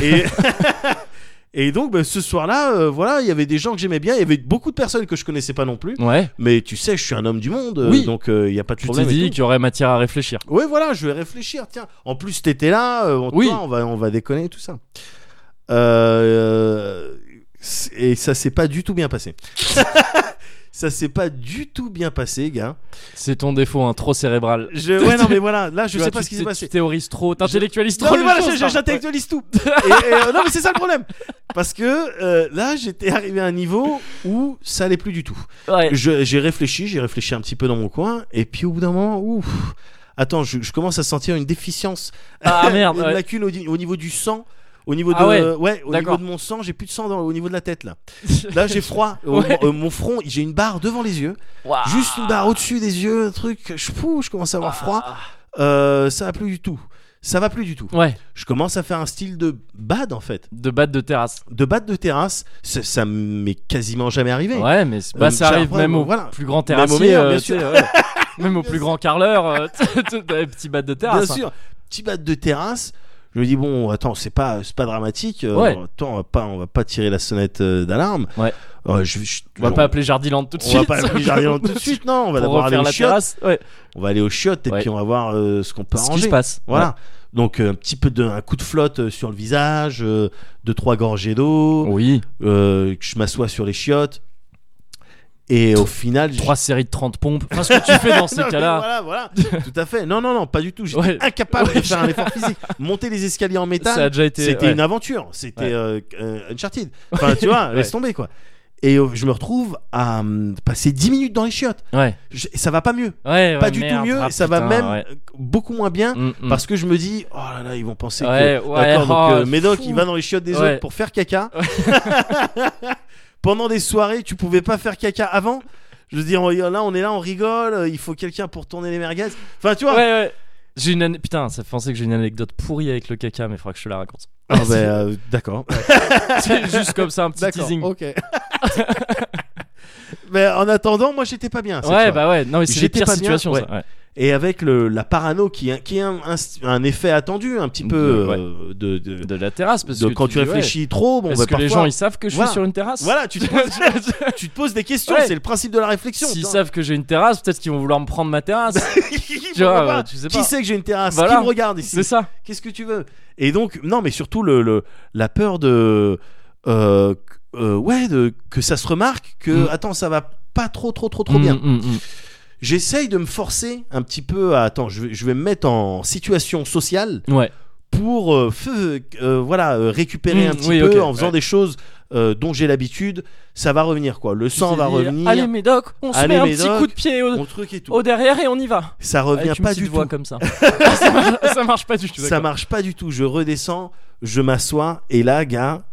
S2: Et, et donc, bah, ce soir-là, euh, voilà, il y avait des gens que j'aimais bien. Il y avait beaucoup de personnes que je connaissais pas non plus.
S1: Ouais.
S2: Mais tu sais, je suis un homme du monde, euh,
S1: Oui.
S2: donc euh, il n'y a pas de
S1: Tu t'es
S2: problème. et
S1: dit
S2: tout.
S1: qu'il y aurait matière à réfléchir.
S2: Ouais, voilà, je vais réfléchir. Tiens, en plus, t'étais là. euh, on,
S1: Oui.
S2: toi, on va, on va déconner et tout ça. Euh, c'est- et ça s'est pas du tout bien passé. ça s'est pas du tout bien passé, gars.
S1: C'est ton défaut, hein, trop cérébral.
S2: Je... Ouais, non, mais voilà, là, je
S1: Tu vois,
S2: sais pas
S1: tu
S2: ce qui
S1: t'é-
S2: s'est passé.
S1: Tu théorises trop, t'intellectualises
S2: Non,
S1: trop.
S2: mais
S1: les
S2: voilà,
S1: choses,
S2: j'ai-
S1: pardon.
S2: j'intellectualise tout. Et, et, euh, non, mais c'est ça le problème. Parce que euh, là, j'étais arrivé à un niveau où ça allait plus du tout.
S1: Ouais.
S2: Je- J'ai réfléchi, j'ai réfléchi un petit peu dans mon coin, et puis au bout d'un moment, ouf. Attends, je, je commence à sentir une déficience,
S1: Ah, merde,
S2: une
S1: ouais.
S2: lacune au, di- au niveau du sang, au niveau de,
S1: Ah ouais,
S2: au niveau
S1: d'accord.
S2: de mon sang, j'ai plus de sang dans- au niveau de la tête là. Là, j'ai froid, Au-
S1: Ouais. Ah.
S2: euh, mon front, j'ai une barre devant les yeux,
S1: Ouah.
S2: juste une barre au-dessus des yeux, un truc, je, pouf, je commence à
S1: Ah.
S2: avoir froid. Euh, ça va plus du tout. Ça va plus du tout.
S1: Ouais,
S2: Je commence à faire un style de bad en fait,
S1: de battre de terrasse.
S2: de bad de terrasse. Ça, ça m'est quasiment jamais arrivé.
S1: Ouais, mais c'est- bah,
S2: Euh,
S1: ça
S2: j'ai un
S1: arrive
S2: problème,
S1: même au
S2: voilà.
S1: plus grand
S2: Même au
S1: terrassier. euh,
S2: meilleur, bien
S1: tu sais,
S2: sûr.
S1: ouais. Même au plus grand carleur, euh, t'as- t'as des petits battes de terrasse.
S2: Bien
S1: hein.
S2: sûr, petit bat de terrasse. Je me dis bon, attends, c'est pas c'est pas dramatique. euh,
S1: Ouais.
S2: Attends, on va pas on va pas tirer la sonnette euh, d'alarme.
S1: Ouais.
S2: Euh, je- je-
S1: On va
S2: on-
S1: pas appeler Jardiland tout de
S2: on va
S1: suite.
S2: pas appeler Jardiland tout de suite, non. On va
S1: Pour
S2: d'abord aller
S1: refaire
S2: aux
S1: la
S2: chiottes.
S1: terrasse. Ouais.
S2: On va aller aux chiottes et
S1: Ouais.
S2: puis on va voir euh, ce qu'on peut
S1: Ce qui
S2: arranger.
S1: se passe.
S2: Voilà. Donc euh, un petit peu de un coup de flotte euh, sur le visage, euh, deux trois gorgées d'eau.
S1: Oui.
S2: euh, que je m'assois sur les chiottes. Et au final, je-
S1: trois séries de 30 pompes. Enfin, ce que tu fais dans ces
S2: Non, mais
S1: cas-là.
S2: Voilà, voilà. Tout à fait. Non, non, non, pas du tout. J'étais
S1: Ouais.
S2: incapable
S1: Ouais,
S2: de faire un effort physique. Monter les escaliers en métal.
S1: Ça a déjà été.
S2: C'était
S1: ouais.
S2: une aventure, c'était
S1: Ouais.
S2: euh, euh, Uncharted. Enfin, tu vois, laisse
S1: Ouais.
S2: tomber quoi. et euh, je me retrouve à hum, passer 10 minutes dans les chiottes.
S1: Ouais.
S2: Je- et ça va pas mieux.
S1: Ouais,
S2: pas
S1: ouais,
S2: du
S1: merde.
S2: tout mieux.
S1: Ah,
S2: et ça va
S1: putain,
S2: même
S1: ouais.
S2: euh, beaucoup moins bien.
S1: Mm, mm.
S2: Parce que je me dis, oh là là, ils vont penser
S1: Ouais,
S2: que.
S1: ouais,
S2: D'accord, donc
S1: oh,
S2: euh, Médoc,
S1: fou.
S2: il va dans les chiottes des
S1: Ouais.
S2: autres pour faire caca. Pendant des soirées, tu pouvais pas faire caca avant Je veux dire, on- là, on est là, on rigole, euh, il faut quelqu'un pour tourner les merguez. Enfin, tu vois.
S1: Ouais, ouais. J'ai une an- Putain, ça fait penser que j'ai une anecdote pourrie avec le caca, mais il faudra que je te la raconte.
S2: Ah, bah, euh, d'accord.
S1: C'est juste comme ça, un petit
S2: D'accord,
S1: teasing.
S2: ok. Mais en attendant, moi, j'étais pas bien. cette
S1: Ouais,
S2: soirée.
S1: bah ouais, non, mais c'est les
S2: J'étais
S1: pires
S2: pas bien,
S1: situations,
S2: ouais.
S1: ça. Ouais.
S2: Et avec le, la parano qui, est- qui est un, un- un effet attendu, un petit peu
S1: De-
S2: euh, de, de-
S1: De la terrasse, parce
S2: de
S1: que.
S2: quand tu
S1: dis, ouais,
S2: réfléchis trop, bon,
S1: Est-ce
S2: bah,
S1: que les
S2: parfois-
S1: gens ils savent que je suis
S2: Voilà.
S1: sur une terrasse
S2: Voilà, tu te poses, tu te poses des questions,
S1: Ouais.
S2: c'est le principe de la réflexion.
S1: S'ils
S2: tu vois.
S1: savent que j'ai une terrasse, peut-être qu'ils vont vouloir me prendre ma terrasse. tu
S2: Pourquoi
S1: vois,
S2: pas
S1: euh, tu sais
S2: Qui
S1: pas.
S2: sait que j'ai une terrasse Qui
S1: Voilà.
S2: me regarde ici
S1: C'est ça.
S2: Qu'est-ce que tu veux Et donc, non, mais surtout le, le- la peur de. euh, euh, ouais, de, que ça se remarque, que
S1: Mm.
S2: attends, ça va pas trop, trop, trop, trop
S1: Mm,
S2: bien.
S1: mm, mm.
S2: J'essaye de me forcer un petit peu à. Attends, je vais, je vais me mettre en situation sociale
S1: mm. Ouais.
S2: pour euh, feu- euh, voilà euh, récupérer
S1: Mm,
S2: un petit
S1: oui, ok,
S2: peu en faisant
S1: ouais.
S2: des choses euh, dont j'ai l'habitude ça va revenir quoi le sang
S1: Tu
S2: va
S1: t'es dit,
S2: revenir
S1: Allez, Médoc, on se
S2: Allez,
S1: met un
S2: Médoc,
S1: petit coup de pied au,
S2: mon truc et tout
S1: au derrière et on y va.
S2: ça revient
S1: Avec une
S2: pas
S1: petite
S2: du
S1: voix
S2: tout
S1: comme ça. Ah, ça, marche, ça marche pas du tout.
S2: ça marche pas du tout je redescends je m'assois et là gars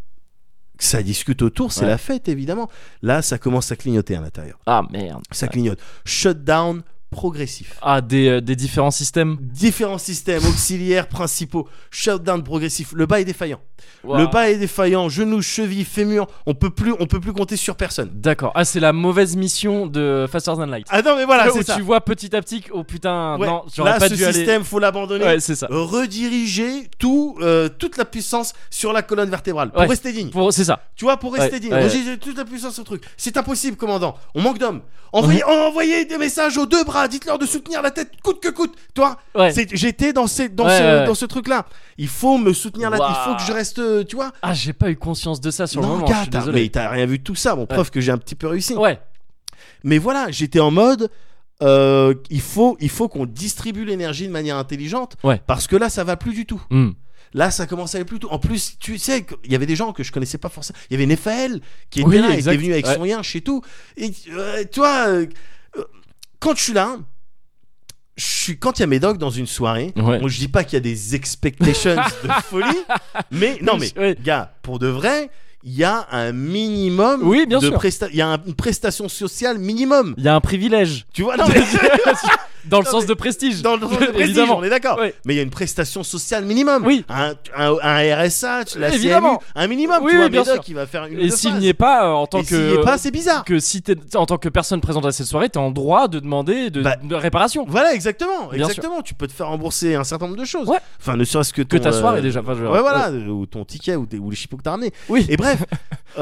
S2: ça discute autour c'est
S1: Ouais.
S2: la fête évidemment là ça commence à clignoter à l'intérieur
S1: Ah merde.
S2: ça clignote shutdown progressif
S1: Ah, des, euh, des différents systèmes.
S2: différents systèmes auxiliaires principaux shutdown progressif le bas est défaillant le
S1: Waouh.
S2: bas est défaillant genoux chevilles fémur on peut plus on peut plus compter sur personne
S1: D'accord. Ah, c'est la mauvaise mission de Faster Than Light.
S2: Ah non, mais voilà,
S1: Là où
S2: c'est ça.
S1: tu vois petit à petit, oh putain,
S2: Ouais.
S1: non, j'aurais
S2: Là,
S1: pas
S2: ce
S1: dû aller.
S2: système, faut l'abandonner.
S1: Ouais, c'est ça.
S2: Rediriger tout, euh, toute la puissance sur la colonne vertébrale pour
S1: Ouais.
S2: rester digne.
S1: Pour- C'est ça.
S2: Tu vois, pour rester
S1: Ouais,
S2: digne,
S1: ouais,
S2: rediriger toute la puissance sur le truc. C'est impossible, commandant. On manque d'hommes. Envoyez, envoyez des messages aux deux bras. Dites-leur de soutenir la tête coûte que coûte. Toi,
S1: Ouais.
S2: j'étais dans, ces- dans
S1: Ouais,
S2: ce,
S1: ouais, ouais.
S2: dans ce truc-là. Il faut me soutenir la tête. Il faut
S1: Waouh.
S2: que je reste, euh, tu vois.
S1: Ah, j'ai pas eu conscience de ça sur le
S2: Non,
S1: moment.
S2: gars,
S1: je suis
S2: t'as- mais
S1: désolé.
S2: t'as rien vu de tout ça. Bon, preuve que j'ai un petit peu réussi.
S1: Ouais.
S2: Mais voilà, j'étais en mode. euh, il faut, il faut qu'on distribue l'énergie de manière intelligente
S1: Ouais.
S2: parce que là ça va plus du tout.
S1: Hmm.
S2: Là ça commence à aller plus du tout. En plus, tu sais, il y avait des gens que je connaissais pas forcément. Il y avait Néphaël qui était
S1: Oui,
S2: là, il
S1: exact.
S2: était venu avec
S1: Ouais.
S2: son lien chez tout. Et euh, toi, euh, euh, quand je suis là, je suis quand il y a Médoc dans une soirée.
S1: Ouais.
S2: Bon, je dis pas qu'il y a des expectations de folie, mais non mais
S1: Ouais.
S2: gars, pour de vrai, il y a un minimum
S1: Oui, bien
S2: de
S1: sûr.
S2: presta- il y a un- une prestation sociale minimum.
S1: Il y a un privilège.
S2: Tu vois, non, mais-
S1: Dans le
S2: Non,
S1: sens
S2: mais-
S1: de prestige.
S2: dans le dans le prestige,
S1: Évidemment.
S2: on est d'accord.
S1: Ouais.
S2: Mais il y a une prestation sociale minimum.
S1: Oui.
S2: Un, un, un RSA, la
S1: Évidemment.
S2: CMU, un minimum.
S1: Oui,
S2: tu vois,
S1: oui, bien
S2: Médoc,
S1: sûr.
S2: il va faire une. ou
S1: Et
S2: deux
S1: s'il
S2: phases.
S1: n'y est pas, euh, en tant
S2: Et s'il y
S1: que.
S2: est pas, c'est bizarre.
S1: que si t'es- en tant que personne présente à cette soirée, t'es en droit de demander de,
S2: Bah,
S1: de réparation.
S2: Voilà, exactement.
S1: Bien sûr.
S2: exactement. Tu peux te faire rembourser un certain nombre de choses.
S1: Ouais.
S2: Enfin, ne serait-ce que
S1: Que
S2: ton,
S1: ta soirée
S2: euh,
S1: déjà. Enfin, je veux
S2: Ouais,
S1: dire,
S2: voilà, euh, ou ton ticket, ou, tes- ou les chipots que t'as ramenés.
S1: Oui.
S2: Et bref,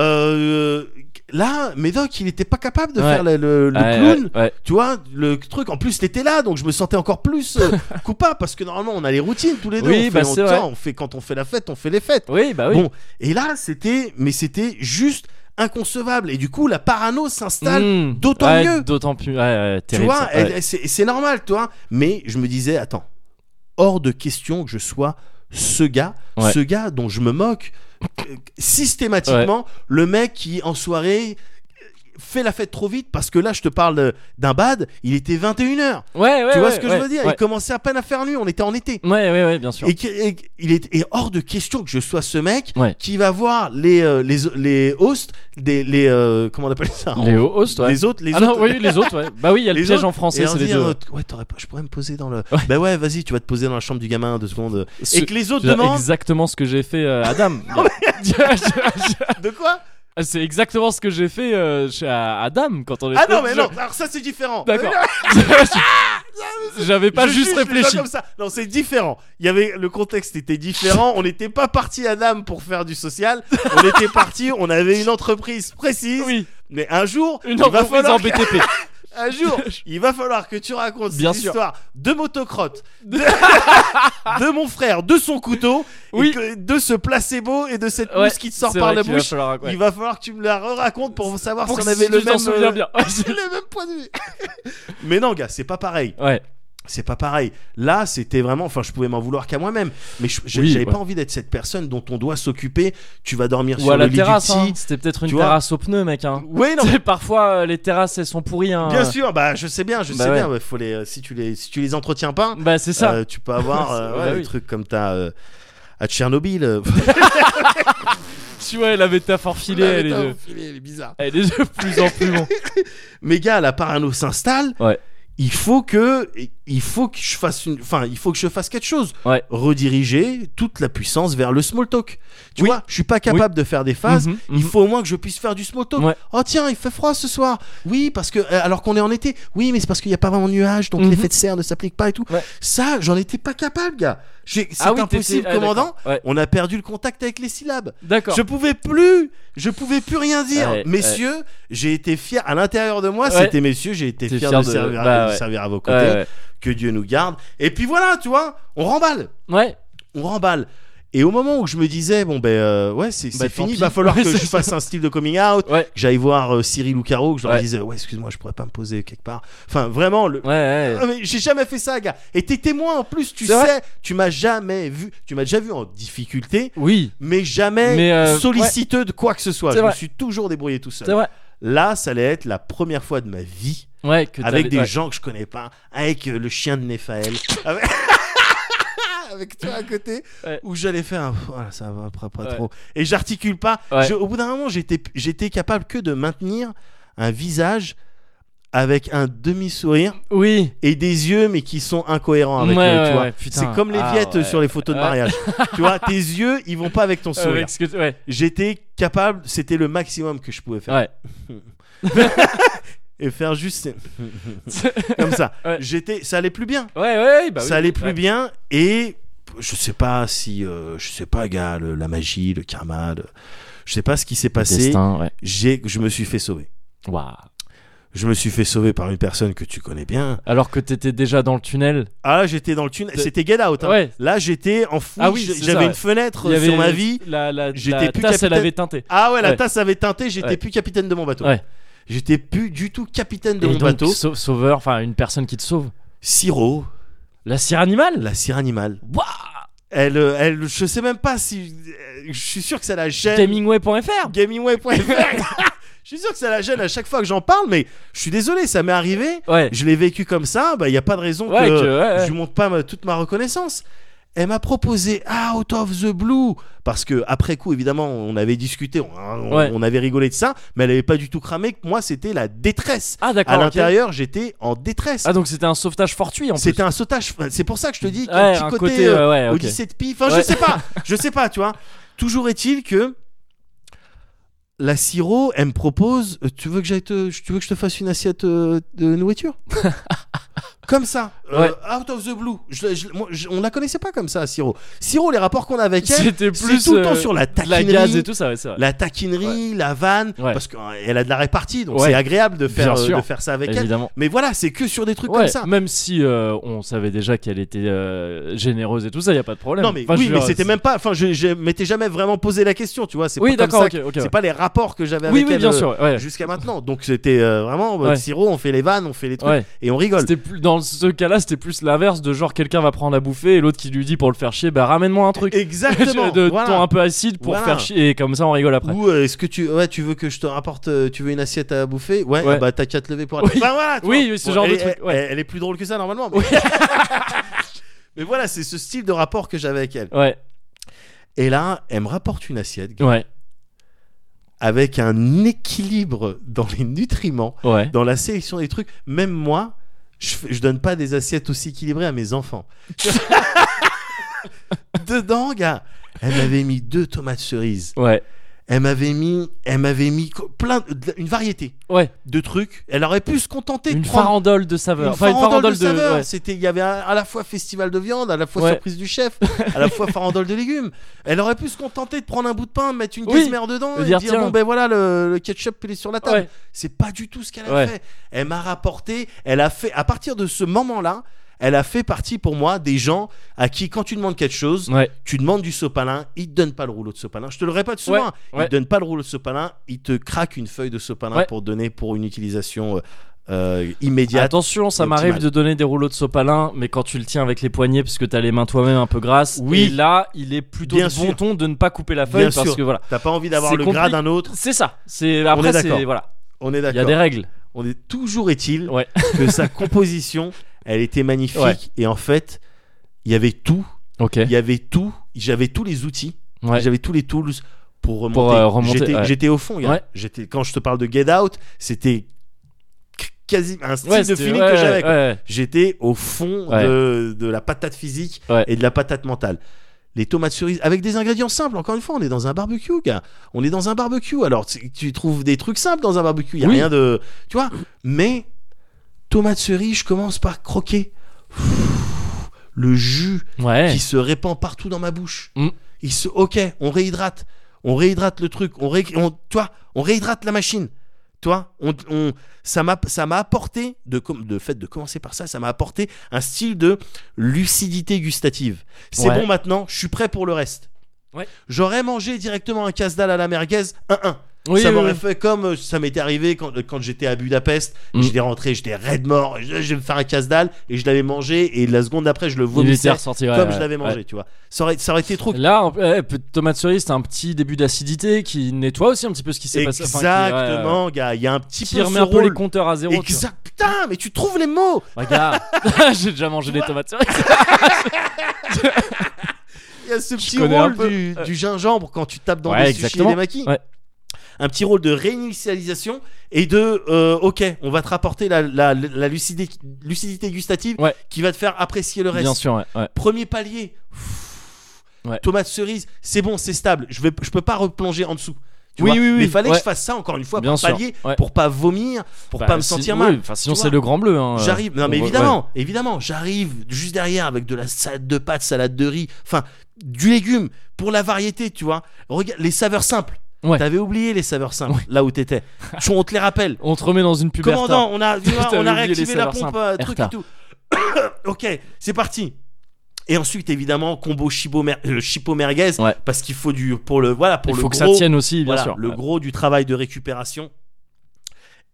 S2: euh, là, Médoc, il n'était pas capable de
S1: Ouais.
S2: faire le, le- le
S1: Ouais,
S2: clown.
S1: ouais, ouais.
S2: Tu vois, le truc, en plus, t'étais là, donc je me sentais encore plus euh, coupable parce que normalement, on a les routines tous les deux.
S1: Oui,
S2: on
S1: bah,
S2: fait, on-
S1: c'est
S2: tu vois,
S1: vrai.
S2: on fait, quand on fait la fête, on fait les fêtes.
S1: Oui, bah oui.
S2: Bon, et là, c'était, mais c'était juste inconcevable. Et du coup, la parano s'installe.
S1: Mmh.
S2: d'autant
S1: Ouais,
S2: mieux.
S1: D'autant plus. Ouais, ouais,
S2: tu
S1: terrible,
S2: vois,
S1: ça.
S2: elle-
S1: Ouais.
S2: elle- c'est c'est normal, toi. Mais je me disais, attends, hors de question que je sois ce gars,
S1: Ouais.
S2: ce gars dont je me moque euh, systématiquement, le mec qui en soirée euh, fait la fête trop vite parce que là je te parle euh, d'un bad, il était 21h.
S1: Ouais, ouais,
S2: tu vois
S1: ouais,
S2: ce que
S1: ouais,
S2: je veux dire
S1: Ouais.
S2: Il commençait à peine à faire nuit, on était en été.
S1: ouais, ouais, ouais, bien sûr.
S2: Et, qui- et il est et hors de question que je sois ce mec
S1: Ouais.
S2: qui va voir les euh, les les hosts des les euh, comment on appelle ça
S1: Les hosts, ouais.
S2: Oh, Les autres les
S1: ah
S2: autres
S1: non, oui, les autres, ouais. Bah oui, il y a le
S2: Les
S1: piège
S2: autres,
S1: en
S2: et
S1: français,
S2: leur
S1: c'est les
S2: dire,
S1: deux.
S2: euh, ouais, t'aurais pas- je pourrais me poser dans le
S1: Ouais.
S2: bah ouais vas-y tu vas te poser dans la chambre du gamin deux secondes
S1: Ce-
S2: et que les autres
S1: C'est
S2: demandent
S1: exactement ce que j'ai fait euh, à Dame.
S2: de quoi
S1: c'est exactement ce que j'ai fait euh, chez, à, à Dame quand on était.
S2: ah non mais
S1: je-
S2: non alors ça c'est différent
S1: D'accord. J'avais pas
S2: Je
S1: juste
S2: juge les gens
S1: réfléchi.
S2: comme ça. Non, c'est différent. Il y avait le contexte était différent. On n'était pas parti à Dame pour faire du social. On était parti. On avait une entreprise précise.
S1: Oui,
S2: Mais un jour,
S1: une
S2: il va
S1: entreprise
S2: falloir
S1: en BTP.
S2: que- un jour, il va falloir que tu racontes
S1: Bien
S2: cette
S1: sûr.
S2: histoire de motocrotte, de... de mon frère, de son couteau, et
S1: Oui.
S2: que- de ce placebo et de cette mousse qui te sort
S1: c'est
S2: par
S1: vrai
S2: la
S1: qu'il va
S2: bouche.
S1: falloir- ouais.
S2: Il va falloir que tu me la racontes pour savoir
S1: Pour
S2: si on
S1: que
S2: avait
S1: tu
S2: le
S1: t'en
S2: même euh,
S1: souviens bien.
S2: le même point de vue. Mais non, gars, c'est pas pareil.
S1: Ouais.
S2: c'est pas pareil. Là, c'était vraiment. Enfin, je pouvais m'en vouloir qu'à moi-même. Mais je- j'ai-
S1: Oui,
S2: j'avais
S1: ouais.
S2: pas envie d'être cette personne dont on doit s'occuper. Tu vas dormir
S1: Ou
S2: sur
S1: à
S2: le
S1: la
S2: lit du
S1: terrasse, hein.
S2: psy.
S1: c'était peut-être
S2: tu
S1: une
S2: vois.
S1: terrasse au pneu, mec. Hein.
S2: Oui, non,
S1: Tu sais, Parfois, euh, les terrasses, elles sont pourries. Hein.
S2: bien sûr. Bah, je sais bien, je
S1: Bah
S2: sais
S1: ouais.
S2: bien. ouais, faut les, euh, si tu les, si tu les entretiens pas,
S1: Bah, c'est ça.
S2: euh, tu peux avoir euh,
S1: Bah
S2: ouais, des
S1: oui.
S2: trucs comme t'as euh, à Tchernobyl. euh,
S1: Tu vois, la métaphore filée, elle est,
S2: putain,
S1: de...
S2: mon filet, elle est bizarre.
S1: elle est de plus en plus bon.
S2: Mes gars, la parano s'installe.
S1: Ouais.
S2: Il faut que, il faut que je fasse une, enfin, il faut que je fasse quelque chose.
S1: Ouais.
S2: Rediriger toute la puissance vers le small talk. Tu
S1: Oui.
S2: vois, je suis pas capable de faire des phases.
S1: Mhm,
S2: Il
S1: mhm.
S2: faut au moins que je puisse faire du small talk.
S1: Ouais.
S2: Oh tiens, il fait froid ce soir. Oui, parce que euh, alors qu'on est en été. Oui, mais c'est parce qu'il n'y a pas vraiment de nuages, donc
S1: Mhm.
S2: l'effet de serre ne s'applique pas et tout.
S1: Ouais.
S2: Ça, j'en étais pas capable, gars. J'ai- C'est
S1: Ah oui, t'étais-
S2: impossible,
S1: ah,
S2: commandant.
S1: d'accord. Ouais,
S2: On a perdu le contact avec les syllabes.
S1: D'accord.
S2: Je pouvais plus, je pouvais plus rien dire.
S1: Ouais,
S2: messieurs, j'ai été fier à l'intérieur de moi.
S1: Ouais.
S2: C'était messieurs, j'ai été
S1: T'es
S2: fier,
S1: fier
S2: de,
S1: de-
S2: servir,
S1: bah
S2: de
S1: ouais.
S2: servir à vos
S1: Ouais,
S2: côtés. Que Dieu nous garde. Et puis voilà, tu vois, on remballe
S1: ouais. Ouais.
S2: on remballe. Et au moment où je me disais, bon ben euh, ouais, c'est c'est
S1: Bah, tant
S2: fini,
S1: pis.
S2: va falloir
S1: Ouais,
S2: que je
S1: c'est ça.
S2: fasse un style de coming out,
S1: Ouais.
S2: que j'aille voir euh, Cyril ou Caro, que je leur
S1: Ouais.
S2: disais, ouais, excuse-moi, je pourrais pas me poser quelque part. Enfin, vraiment, le.
S1: Ouais, ouais.
S2: Ah, mais j'ai jamais fait ça, gars. Et t'es témoin en plus, tu
S1: C'est
S2: sais,
S1: vrai
S2: tu m'as jamais vu, tu m'as déjà vu en difficulté,
S1: Oui,
S2: mais jamais
S1: Mais, euh,
S2: solliciteux de quoi que ce soit.
S1: C'est
S2: Je me
S1: vrai.
S2: suis toujours débrouillé tout
S1: c'est
S2: seul.
S1: vrai.
S2: Là, ça allait être la première fois de ma vie
S1: Ouais, que
S2: avec
S1: t'avais-
S2: des
S1: ouais.
S2: gens que je connais pas, avec euh, le chien de Néphaël, avec, avec toi à côté,
S1: Ouais.
S2: où j'allais faire un... Voilà, ça va pas, pas
S1: Ouais.
S2: trop. Et j'articule pas.
S1: Ouais.
S2: Je- au bout d'un moment, j'étais, j'étais capable que de maintenir un visage avec un demi-sourire
S1: Oui.
S2: et des yeux, mais qui sont incohérents avec
S1: Ouais,
S2: eux, tu
S1: ouais,
S2: vois.
S1: ouais, putain.
S2: C'est comme les
S1: Ah,
S2: viettes
S1: ouais.
S2: sur les photos de
S1: Ouais.
S2: mariage. tu vois, tes yeux, ils vont pas avec ton sourire.
S1: Avec ce que tu- Euh, Ouais.
S2: J'étais capable, c'était le maximum que je pouvais faire.
S1: Ouais.
S2: Et faire juste comme ça.
S1: Ouais.
S2: J'étais, ça allait plus bien.
S1: Ouais, ouais, bah oui.
S2: ça allait plus
S1: Ouais.
S2: bien et je sais pas si euh, je sais pas gars le- la magie le karma le- je sais pas ce qui s'est passé
S1: Destin, ouais.
S2: j'ai je me suis fait sauver
S1: Waouh.
S2: je me suis fait sauver par une personne que tu connais bien
S1: Alors que t'étais déjà dans le tunnel.
S2: ah là, j'étais dans le tunnel
S1: De-
S2: c'était get out hein.
S1: Ouais.
S2: là j'étais en fou
S1: Ah oui, c'est ça,
S2: j'avais une
S1: ouais.
S2: fenêtre
S1: Il y
S2: euh, sur
S1: avait-
S2: ma vie
S1: La, la,
S2: J'étais
S1: la
S2: plus
S1: tasse,
S2: capitaine.
S1: elle avait teinté.
S2: ah ouais la
S1: Ouais.
S2: tasse avait teinté j'étais
S1: Ouais.
S2: plus capitaine de mon bateau
S1: Ouais.
S2: j'étais plus du tout capitaine de
S1: Et
S2: mon
S1: donc,
S2: bateau
S1: sau- sauveur, enfin une personne qui te sauve.
S2: Siro
S1: La cire animale
S2: la cire animale
S1: Waouh
S2: elle euh, elle je sais même pas si euh, je suis sûr que ça la gêne
S1: Gamingway.fr
S2: Gamingway.fr. je suis sûr que ça la gêne à chaque fois que j'en parle, mais je suis désolé, ça m'est arrivé.
S1: Ouais.
S2: Je l'ai vécu comme ça, bah il y a pas de raison
S1: Ouais,
S2: que,
S1: que- ouais, ouais.
S2: je lui montre pas ma- toute ma reconnaissance. Elle m'a proposé ah, Out of the Blue parce que après coup évidemment on avait discuté, on, on-
S1: Ouais.
S2: on avait rigolé de ça, mais elle avait pas du tout cramé que moi c'était la détresse.
S1: Ah
S2: à
S1: d'accord. ok.
S2: l'intérieur j'étais en détresse.
S1: Ah donc c'était un sauvetage fortuit en plus.
S2: c'était un sautage. C'est pour ça que je te dis qu'il y a
S1: Ouais,
S2: un
S1: un
S2: petit
S1: côté,
S2: euh,
S1: ouais, ouais, ok.
S2: Odyssée de Pi. Enfin, je
S1: Ouais.
S2: sais pas, je sais pas, tu vois. Toujours est-il que la sirop, elle me propose, euh, tu veux que j'aille te, tu veux que je te fasse une assiette euh, de nourriture Comme ça, euh, out of the blue. Je- je- moi, je- on la connaissait pas comme ça, sirop. Sirop, les rapports qu'on a avec elle,
S1: C'était
S2: c'est
S1: plus
S2: tout le temps
S1: euh,
S2: sur la
S1: de la
S2: taquinerie,
S1: gaz et tout ça, ouais, c'est vrai.
S2: la taquinerie, la vanne,
S1: Ouais.
S2: parce qu'elle a de la répartie, donc
S1: Ouais.
S2: c'est agréable de faire,
S1: Bien
S2: euh,
S1: sûr.
S2: de faire ça avec elle.
S1: Évidemment.
S2: Mais voilà, c'est que sur des trucs
S1: Ouais,
S2: comme ça.
S1: même si euh, on savait déjà qu'elle était euh, généreuse et tout ça, y a pas de problème.
S2: Non mais
S1: Enfin, je
S2: oui,
S1: veux
S2: mais
S1: dire,
S2: c'était
S1: c'est-
S2: même pas. Enfin, je, je m'étais jamais vraiment posé la question, tu vois. C'est
S1: Oui,
S2: pas comme
S1: d'accord,
S2: ça
S1: ok,
S2: que-
S1: ok,
S2: C'est
S1: ouais.
S2: pas les rapports que j'avais
S1: Oui,
S2: avec
S1: oui,
S2: elle,
S1: bien
S2: euh,
S1: sûr. Ouais.
S2: Jusqu'à maintenant, donc c'était euh, vraiment
S1: Ouais.
S2: euh, sirop, on fait les vannes, on fait les trucs
S1: Ouais.
S2: et on rigole.
S1: C'était plus dans ce cas-là, c'était plus l'inverse de genre quelqu'un va prendre à bouffer et l'autre qui lui dit pour le faire chier, bah ramène-moi un truc.
S2: Exactement.
S1: de
S2: voilà.
S1: ton un peu acide pour
S2: Voilà.
S1: faire chier et comme ça on rigole après.
S2: Ou euh, est-ce que tu ouais tu veux que je te rapporte euh, tu veux une assiette à bouffer ouais,
S1: Ouais.
S2: ah bah t'as qu'à te lever pour
S1: Oui.
S2: Enfin, voilà, tu
S1: Oui,
S2: vois.
S1: oui, ce genre
S2: elle
S1: de
S2: est-
S1: truc,
S2: elle-
S1: ouais.
S2: elle est plus drôle que ça normalement mais, mais voilà c'est ce style de rapport que j'avais avec elle
S1: Ouais,
S2: et là elle me rapporte une assiette
S1: ouais,
S2: avec un équilibre dans les nutriments
S1: ouais.
S2: dans la sélection des trucs, même moi, je, fais- je donne pas des assiettes aussi équilibrées à mes enfants. Dedans, gars, elle m'avait mis deux tomates cerises.
S1: Ouais,
S2: Elle m'avait mis, elle m'avait mis co- plein, de- une variété
S1: ouais.
S2: de trucs. Elle aurait pu se contenter
S1: Une
S2: de prendre
S1: farandole de saveur.
S2: une
S1: enfin, une farandole de.
S2: saveurs.
S1: ouais.
S2: C'était, il y avait à, à la fois festival de viande, à la fois
S1: Ouais.
S2: surprise du chef, à la fois farandole de légumes. Elle aurait pu se contenter de prendre un bout de pain, mettre une
S1: Oui.
S2: caisse-mère dedans
S1: De
S2: et dire,
S1: dire, tiens.
S2: bon ben voilà le, le ketchup il est sur la table.
S1: Ouais.
S2: C'est pas du tout ce qu'elle a
S1: Ouais.
S2: fait. Elle m'a rapporté, elle a fait, à partir de ce moment-là, elle a fait partie pour moi des gens à qui, quand tu demandes quelque chose,
S1: Ouais.
S2: tu demandes du sopalin, ils te donnent pas le rouleau de sopalin. Je te le répète souvent,
S1: Ouais,
S2: hein. ils
S1: ouais.
S2: te donnent pas le rouleau de sopalin, ils te craquent une feuille de sopalin
S1: Ouais.
S2: pour donner pour une utilisation euh, euh, immédiate.
S1: Attention, ça
S2: optimale.
S1: m'arrive de donner des rouleaux de sopalin, mais quand tu le tiens avec les poignets, parce que t'as les mains toi-même un peu grasses,
S2: Oui.
S1: et là, il est plutôt
S2: Bien
S1: de bon
S2: sûr.
S1: ton de ne pas couper la feuille,
S2: Bien
S1: parce
S2: sûr.
S1: que voilà.
S2: T'as pas envie d'avoir
S1: C'est
S2: le gras
S1: compliqué.
S2: d'un autre.
S1: C'est ça. C'est après,
S2: d'accord.
S1: c'est voilà.
S2: On est
S1: Il y a
S2: d'accord.
S1: des règles.
S2: On est toujours est-il
S1: Ouais.
S2: que sa composition, elle était magnifique
S1: Ouais.
S2: et en fait, il y avait tout,
S1: Ok.
S2: il y avait tout, j'avais tous les outils,
S1: Ouais.
S2: j'avais tous les tools pour remonter.
S1: Pour, euh, remonter,
S2: J'étais-
S1: ouais.
S2: J'étais au fond. gars.
S1: Ouais.
S2: J'étais quand je te parle de Get Out, c'était qu- quasi un style
S1: Ouais,
S2: de
S1: c'était-
S2: feeling
S1: ouais,
S2: que j'avais. quoi.
S1: ouais,
S2: J'étais au fond
S1: Ouais.
S2: de, de la patate physique
S1: Ouais.
S2: et de la patate mentale. Les tomates cerises avec des ingrédients simples. Encore une fois, on est dans un barbecue, gars. On est dans un barbecue. Alors, tu tu trouves des trucs simples dans un barbecue. Il y a
S1: Oui.
S2: rien de, tu vois. Mais tomates cerises, je commence par croquer. Le jus
S1: ouais. Ouais.
S2: qui se répand partout dans ma bouche.
S1: Eh. Mm.
S2: Il se, ok, on réhydrate, on réhydrate le truc, on, ré, on, toi, on réhydrate la machine. Toi, on, on- ça m'a, ça m'a apporté de, com- de fait de commencer par ça, ça m'a apporté un style de lucidité gustative. C'est
S1: Ouais.
S2: bon maintenant, je suis prêt pour le reste.
S1: Ouais.
S2: J'aurais mangé directement un casse-dalle à la merguez, 1-1
S1: Oui,
S2: ça
S1: oui,
S2: m'aurait
S1: oui.
S2: fait comme euh, ça m'était arrivé quand, quand j'étais à Budapest.
S1: Mm.
S2: J'étais rentré, j'étais raide mort. Je, je vais me faire un casse-dalle et je l'avais mangé. Et la seconde d'après, je le
S1: Il était
S2: vomissais
S1: ressorti, ouais,
S2: comme
S1: ouais,
S2: je l'avais
S1: ouais.
S2: mangé, tu vois. Ça aurait, ça aurait été trop.
S1: Là, en- ouais, peu de tomate cerise, c'est un petit début d'acidité qui nettoie aussi un petit peu ce qui s'est passé. enfin, qui- ouais, ouais, ouais.
S2: Exactement, gars. Il y a un petit
S1: Qui
S2: peu
S1: remet
S2: ce
S1: un peu les
S2: rôle.
S1: compteurs à zéro. tu vois.
S2: Exact. Putain, mais tu trouves les mots.
S1: Regarde, j'ai déjà mangé des tomates cerises.
S2: Il y a ce petit
S1: connais un
S2: rôle
S1: peu.
S2: du,
S1: Ouais.
S2: du gingembre quand tu tapes dans
S1: Ouais,
S2: des sushis et
S1: exactement.
S2: des maquis.
S1: Ouais.
S2: Un petit rôle de réinitialisation et de euh, ok, on va te rapporter la, la- la lucidité, lucidité gustative
S1: Ouais.
S2: qui va te faire apprécier le reste.
S1: Bien sûr, ouais. ouais.
S2: Premier palier.
S1: Ouais.
S2: Tomate cerise, c'est bon, c'est stable. Je vais, je peux pas replonger en dessous. Tu
S1: Oui,
S2: vois
S1: oui, oui,
S2: Mais fallait que
S1: ouais.
S2: je fasse ça encore une fois
S1: Bien
S2: par
S1: sûr,
S2: palier,
S1: ouais.
S2: pour pas vomir, pour
S1: Bah,
S2: pas me
S1: si-
S2: sentir
S1: oui,
S2: mal.
S1: enfin, sinon,
S2: Tu
S1: c'est
S2: vois.
S1: le grand bleu. hein.
S2: J'arrive, non
S1: On
S2: mais
S1: voit- ouais.
S2: évidemment, évidemment, j'arrive juste derrière avec de la salade de pâtes, salade de riz, enfin du légume pour la variété, tu vois. Regarde les saveurs simples.
S1: Ouais.
S2: T'avais oublié les saveurs simples là où t'étais. Tu- on te les rappelle.
S1: On te remet dans une pub.
S2: Commandant, on a, tu vois,
S1: T'avais
S2: on a
S1: oublié les
S2: réactivé la
S1: saveurs
S2: pompe,
S1: simples.
S2: euh, truc
S1: Erta.
S2: et tout. ok, c'est parti. Et ensuite, évidemment, combo chibo mer- euh, chipo merguez,
S1: Ouais.
S2: parce qu'il faut du pour le voilà pour
S1: Il
S2: le
S1: faut que ça
S2: gros,
S1: tienne aussi, bien
S2: voilà,
S1: sûr.
S2: le gros du travail de récupération.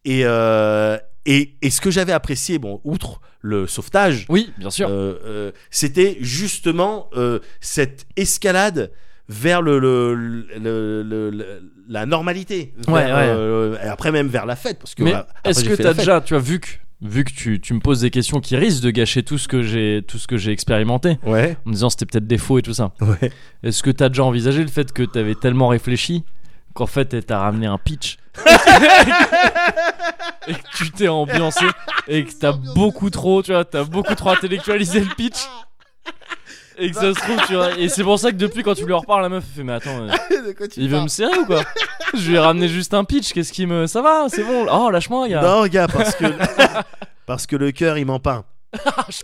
S2: Et euh, et, et ce que j'avais apprécié, bon, outre le sauvetage,
S1: Oui, bien sûr.
S2: euh, euh, c'était justement euh, cette escalade vers le, le- le- le- le- la normalité, vers,
S1: Ouais, ouais.
S2: euh, et après même vers la fête, parce que
S1: Mais
S2: euh, après,
S1: est-ce
S2: j'ai
S1: que
S2: fait
S1: t'as
S2: la fête.
S1: déjà, tu vois, vu que vu que tu, tu me poses des questions qui risquent de gâcher tout ce que j'ai tout ce que j'ai expérimenté
S2: ouais
S1: en me disant c'était peut-être des faux et tout ça.
S2: Ouais.
S1: Est-ce que t'as déjà envisagé le fait que t'avais tellement réfléchi qu'en fait elle t'a ramené un pitch et que tu t'es ambiancé et que t'as beaucoup trop, tu vois, t'as beaucoup trop intellectualisé le pitch. Et que ça se trouve, tu vois. Et c'est pour ça que depuis quand tu lui en reparles, la meuf elle fait mais attends, euh, il veut me serrer ou quoi Je lui ai ramené juste un pitch, qu'est-ce qui me ça va, c'est bon. Oh, lâche-moi, il y a
S2: Non, gars, parce que parce que le cœur il ment pas.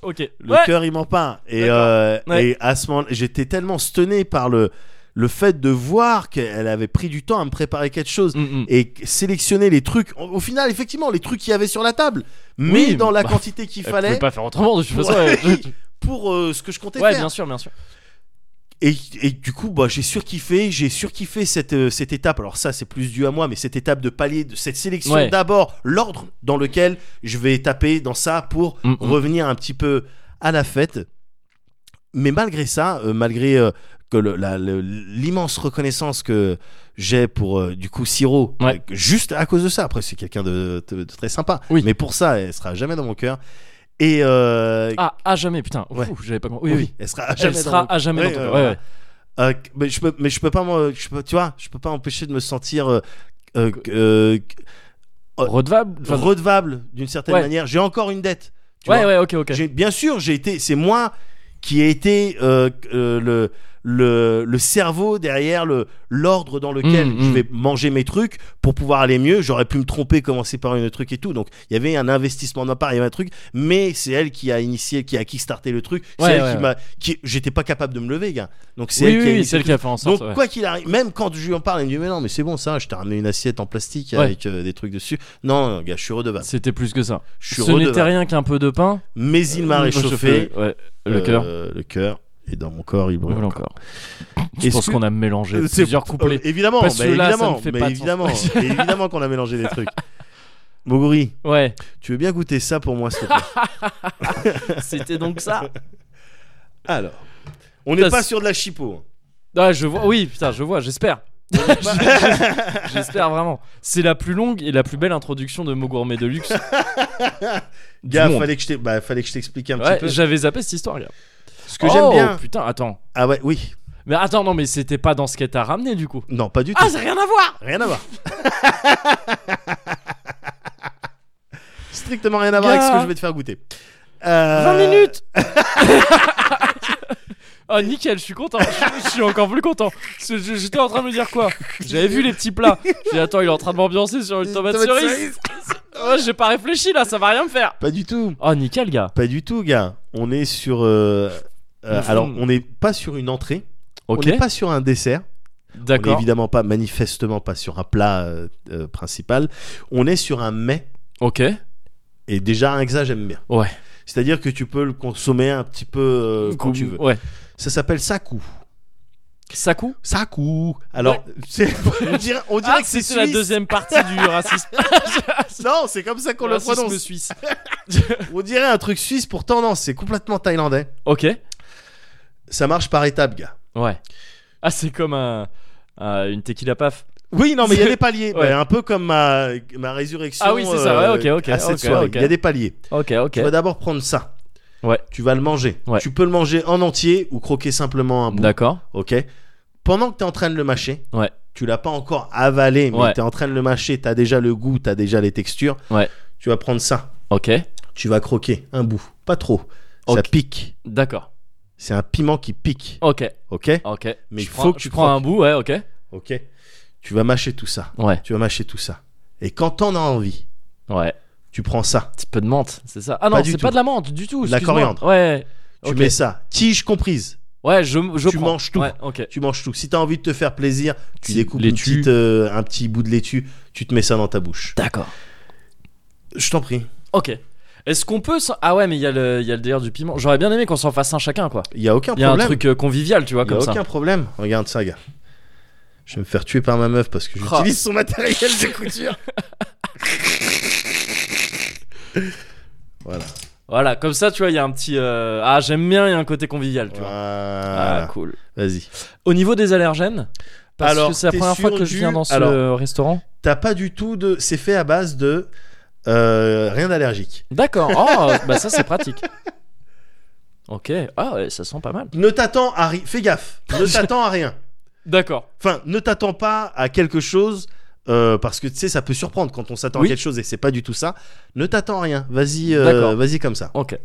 S1: OK.
S2: Le
S1: Ouais.
S2: cœur il ment pas. Et,
S1: D'accord.
S2: euh,
S1: Ouais.
S2: et à ce moment, j'étais tellement stonné par le le fait de voir qu'elle avait pris du temps à me préparer quelque chose
S1: Mm, mm.
S2: et sélectionner les trucs. Au, au final, effectivement, les trucs qu'il y avait sur la table, mais
S1: Oui,
S2: dans la
S1: bah,
S2: quantité qu'il
S1: Elle
S2: fallait
S1: pouvait pas faire autrement de toute façon.
S2: Ouais.
S1: elle-
S2: pour euh, ce que je comptais
S1: Ouais,
S2: faire.
S1: bien sûr, bien sûr.
S2: Et, et du coup, bah, j'ai surkiffé, j'ai surkiffé cette, euh, cette étape. Alors ça, c'est plus dû à moi, mais cette étape de palier, de cette sélection
S1: Ouais.
S2: d'abord, l'ordre dans lequel je vais taper dans ça pour
S1: Mm, mm.
S2: revenir un petit peu à la fête. Mais malgré ça, euh, malgré euh, que le- la- le- l'immense reconnaissance que j'ai pour euh, du coup Siro,
S1: Ouais.
S2: euh, que- juste à cause de ça. Après, c'est quelqu'un de, de- de très sympa.
S1: Oui.
S2: Mais pour ça, elle sera jamais dans mon cœur. Et euh,
S1: Ah, à jamais, putain.
S2: Ouais.
S1: Ouh, j'avais pas compris. Oui, oui.
S2: elle sera jamais
S1: Elle
S2: dans
S1: sera
S2: mon
S1: à jamais
S2: Ouais,
S1: dans ton
S2: ouais,
S1: cœur. Ah, Ouais,
S2: ouais.
S1: ouais.
S2: Euh, mais je peux mais je peux pas moi, je peux- tu vois je peux pas empêcher de me sentir euh, euh, euh, Ouais.
S1: Redevable Enfin,
S2: redevable d'une certaine
S1: Ouais.
S2: manière j'ai encore une dette tu
S1: Ouais,
S2: vois.
S1: ouais, ok, ok.
S2: J'ai- bien sûr j'ai été c'est moi qui ai été euh, euh, le le, le cerveau derrière le l'ordre dans lequel
S1: Mm,
S2: je
S1: mm.
S2: vais manger mes trucs pour pouvoir aller mieux j'aurais pu me tromper commencer par une truc et tout donc il y avait un investissement de ma part il y avait un truc mais c'est elle qui a initié qui a kickstarté le truc c'est
S1: Ouais,
S2: elle
S1: ouais,
S2: qui
S1: ouais.
S2: m'a qui j'étais pas capable de me lever gars donc c'est
S1: Oui,
S2: elle qui
S1: oui,
S2: a
S1: oui,
S2: initié
S1: c'est elle
S2: tout
S1: qui a fait en sorte.
S2: donc
S1: ouais.
S2: quoi qu'il arrive, même quand je lui en parle, il me dit mais non mais c'est bon ça, je t'ai ramené une assiette en plastique
S1: Ouais.
S2: avec euh, des trucs dessus. Non, non, gars, je suis redevable.
S1: C'était plus que ça.
S2: Je suis
S1: Ce n'était
S2: redevable.
S1: rien qu'un peu de pain.
S2: Mais il m'a
S1: Euh,
S2: réchauffé
S1: ouais, le
S2: euh,
S1: cœur.
S2: le cœur et dans mon corps il brûle
S1: Voilà
S2: encore.
S1: encore. Je
S2: Est-ce
S1: pense
S2: que-
S1: qu'on a mélangé
S2: C'est-
S1: plusieurs couplets.
S2: Euh, évidemment,
S1: Parce que
S2: mais
S1: là, ça
S2: évidemment,
S1: ne fait
S2: mais
S1: pas de sens.
S2: évidemment, évidemment qu'on a mélangé des trucs. Moguri,
S1: Ouais,
S2: tu veux bien goûter ça pour moi, s'il te plaît
S1: c'était donc ça.
S2: Alors, on
S1: Putain,
S2: n'est pas
S1: c'est-
S2: sur de la hein. chipot.
S1: Ah, je vois, oui, putain, je vois, j'espère. j'espère vraiment. C'est la plus longue et la plus belle introduction de mots gourmets de luxe. du
S2: Gars,
S1: monde.
S2: fallait que je t'ai- bah, fallait que je t'explique un
S1: Ouais,
S2: petit peu.
S1: j'avais zappé cette histoire, gars.
S2: Ce que j'aime
S1: Oh,
S2: bien.
S1: Putain, attends.
S2: Ah ouais, oui.
S1: Mais attends, non, mais c'était pas dans ce qu'elle t'a ramené du coup.
S2: Non, pas du tout.
S1: Ah, ça n'a rien à voir
S2: Rien à voir. Strictement rien à voir
S1: Gars.
S2: avec ce que je vais te faire goûter. Euh,
S1: 20 minutes Oh nickel, je suis content, je, je suis encore plus content. Parce que je- J'étais en train de me dire quoi J'avais vu les petits plats. J'ai dit attends, il est en train de m'ambiancer sur une tomate
S2: tomate
S1: cerise. Oh, J'ai pas réfléchi là, ça va rien me faire.
S2: Pas du tout.
S1: Oh nickel gars.
S2: Pas du tout, gars. On est sur. euh, euh,
S1: Mmh.
S2: alors, on n'est pas sur une entrée.
S1: Ok,
S2: On n'est pas sur un dessert. On n'est
S1: d'accord.
S2: évidemment pas, manifestement pas sur un plat euh, euh, principal. On est sur un mets.
S1: Ok.
S2: Euh, Et déjà, un que ça, j'aime bien.
S1: Ouais.
S2: C'est-à-dire que tu peux le consommer un petit peu euh, quand tu veux.
S1: Ouais.
S2: Ça s'appelle sakou.
S1: Sakou
S2: Sakou. Alors, c'est- on dirait, on dirait
S1: Ah,
S2: que c'est
S1: c'était la
S2: suisse.
S1: deuxième partie du racisme.
S2: Non, c'est comme ça qu'on le
S1: Racisme
S2: prononce.
S1: suisse.
S2: On dirait un truc suisse, pourtant non, c'est complètement thaïlandais.
S1: Ok.
S2: Ça marche par étapes, gars.
S1: Ouais. Ah, c'est comme un, un- une tequila paf.
S2: Oui, non, mais il y a des paliers.
S1: Ouais.
S2: Bah, un peu comme ma, ma résurrection. euh,
S1: Ah oui, c'est ça, ouais, ok, ok,
S2: à cette
S1: ok,
S2: soirée.
S1: ok.
S2: Il y a des paliers.
S1: Ok, ok.
S2: Tu vas d'abord prendre ça.
S1: Ouais.
S2: Tu vas le manger.
S1: Ouais.
S2: Tu peux le manger en entier ou croquer simplement un bout.
S1: D'accord.
S2: Ok. Pendant que tu es en train de le mâcher.
S1: Ouais.
S2: Tu l'as pas encore avalé, mais
S1: Ouais.
S2: tu es en train de le mâcher. Tu as déjà le goût, tu as déjà les textures.
S1: Ouais.
S2: Tu vas prendre ça.
S1: Ok.
S2: Tu vas croquer un bout. Pas trop. Ça
S1: Ok.
S2: pique.
S1: D'accord.
S2: C'est un piment qui pique.
S1: Ok.
S2: Ok.
S1: Ok.
S2: Mais
S1: Je
S2: il
S1: prends-
S2: faut que tu
S1: je prends un bout, ouais, ok.
S2: Ok. Tu vas mâcher tout ça.
S1: Ouais.
S2: Tu vas mâcher tout ça. Et quand t'en as envie,
S1: Ouais.
S2: tu prends ça.
S1: Petit peu de menthe, c'est ça. Ah
S2: Pas
S1: non,
S2: du
S1: c'est
S2: tout.
S1: pas de la menthe du tout.
S2: De la
S1: excuse-moi.
S2: coriandre.
S1: Ouais.
S2: Tu
S1: Ok.
S2: mets ça. Tige comprise.
S1: Ouais, je, je
S2: Tu
S1: prends.
S2: manges tout.
S1: Ouais, ok.
S2: Tu manges tout. Si t'as envie de te faire plaisir, tu
S1: Petite
S2: découpes une
S1: laitue.
S2: petite, euh, un petit bout de laitue, tu te mets ça dans ta bouche.
S1: D'accord.
S2: Je t'en prie.
S1: Ok. Est-ce qu'on peut. s'en- Ah ouais, mais il y, a le- il y a le délire du piment. J'aurais bien aimé qu'on s'en fasse un chacun, quoi.
S2: Il y a aucun
S1: Il y a un
S2: problème.
S1: truc euh, convivial, tu vois,
S2: Il y a
S1: comme
S2: aucun
S1: ça.
S2: problème. Regarde ça, gars. Je vais me faire tuer par ma meuf parce que
S1: Oh.
S2: j'utilise son matériel de couture. voilà.
S1: Voilà, comme ça, tu vois, il y a un petit. euh, Ah, j'aime bien, il y a un côté convivial, tu vois.
S2: Voilà.
S1: Ah, cool.
S2: Vas-y.
S1: Au niveau des allergènes, parce
S2: Alors,
S1: que c'est la
S2: t'es
S1: première
S2: sûr
S1: fois que je
S2: du-
S1: viens dans ce
S2: Alors-
S1: euh, restaurant.
S2: T'as pas du tout de. C'est fait à base de. euh, rien d'allergique.
S1: D'accord. Oh, bah ça, c'est pratique. Ok. Ah ouais, ça sent pas mal.
S2: Ne t'attends à rien. Fais gaffe. Ne t'attends à rien.
S1: D'accord.
S2: Enfin, ne t'attends pas à quelque chose. euh, parce que tu sais, ça peut surprendre quand on s'attend
S1: Oui.
S2: à quelque chose et c'est pas du tout ça. Ne t'attends à rien. Vas-y, euh,
S1: D'accord.
S2: vas-y comme ça.
S1: Ok.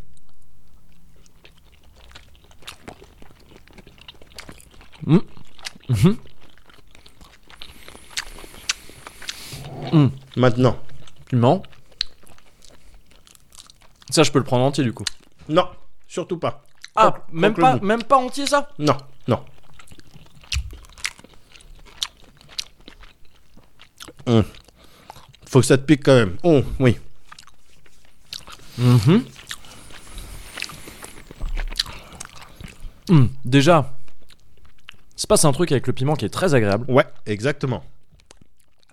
S1: Mm. Mhm.
S2: Maintenant.
S1: Piment. Ça, je peux le prendre entier du coup.
S2: Non, surtout pas.
S1: Ah,
S2: Croque-
S1: même
S2: croque le
S1: pas,
S2: bout.
S1: même pas entier ça.
S2: Non, non. Hum. Faut que ça te pique quand même. Oh, oui.
S1: Hmm, déjà, il se passe un truc avec le piment qui est très agréable.
S2: Ouais, exactement.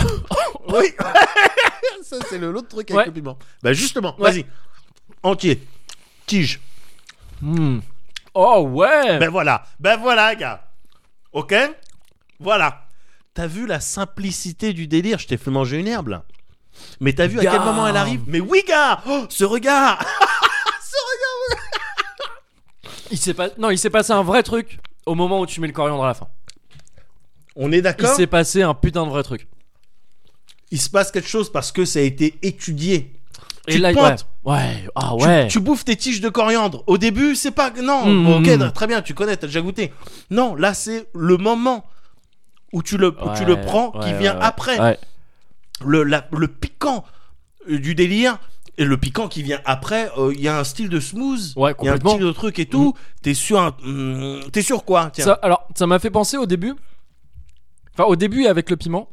S2: oui Ça, c'est le l'autre truc avec
S1: Ouais.
S2: le piment. Bah, justement,
S1: Ouais.
S2: vas-y. Entier. Tige.
S1: Hmm. Oh ouais.
S2: Ben voilà. Ben voilà, gars. Ok Voilà. T'as vu la simplicité du délire Je t'ai fait manger une herbe, là. Mais t'as vu à quel
S1: Gars.
S2: moment elle arrive Mais oui, gars Oh, Ce regard
S1: Il s'est pas, non, il s'est passé un vrai truc au moment où tu mets le coriandre à la fin.
S2: On est
S1: Il
S2: d'accord
S1: s'est passé un putain de vrai truc.
S2: Il se passe quelque chose parce que ça a été étudié.
S1: Et
S2: Tu
S1: là,
S2: te
S1: ouais.
S2: pointes.
S1: Ouais. Ah
S2: Tu-
S1: ouais.
S2: Tu, bouffes tes tiges de coriandre. Au début, c'est pas. Non,
S1: Mm,
S2: bon, ok,
S1: mm, mm.
S2: très bien, tu connais, t'as déjà goûté. Non, là, c'est le moment où tu le, où tu le
S1: Ouais,
S2: prends qui
S1: ouais,
S2: vient
S1: ouais, Ah, ouais.
S2: après.
S1: Ouais.
S2: Le, la- le piquant euh, du délire et le piquant qui vient après, euh, il y a un style de smooth.
S1: Ouais,
S2: Il y a un
S1: complètement.
S2: style de truc et tout. T'es sur un. mm, T'es sur quoi Tiens.
S1: Ça, alors, ça m'a fait penser au début. Enfin, au début, et avec le piment,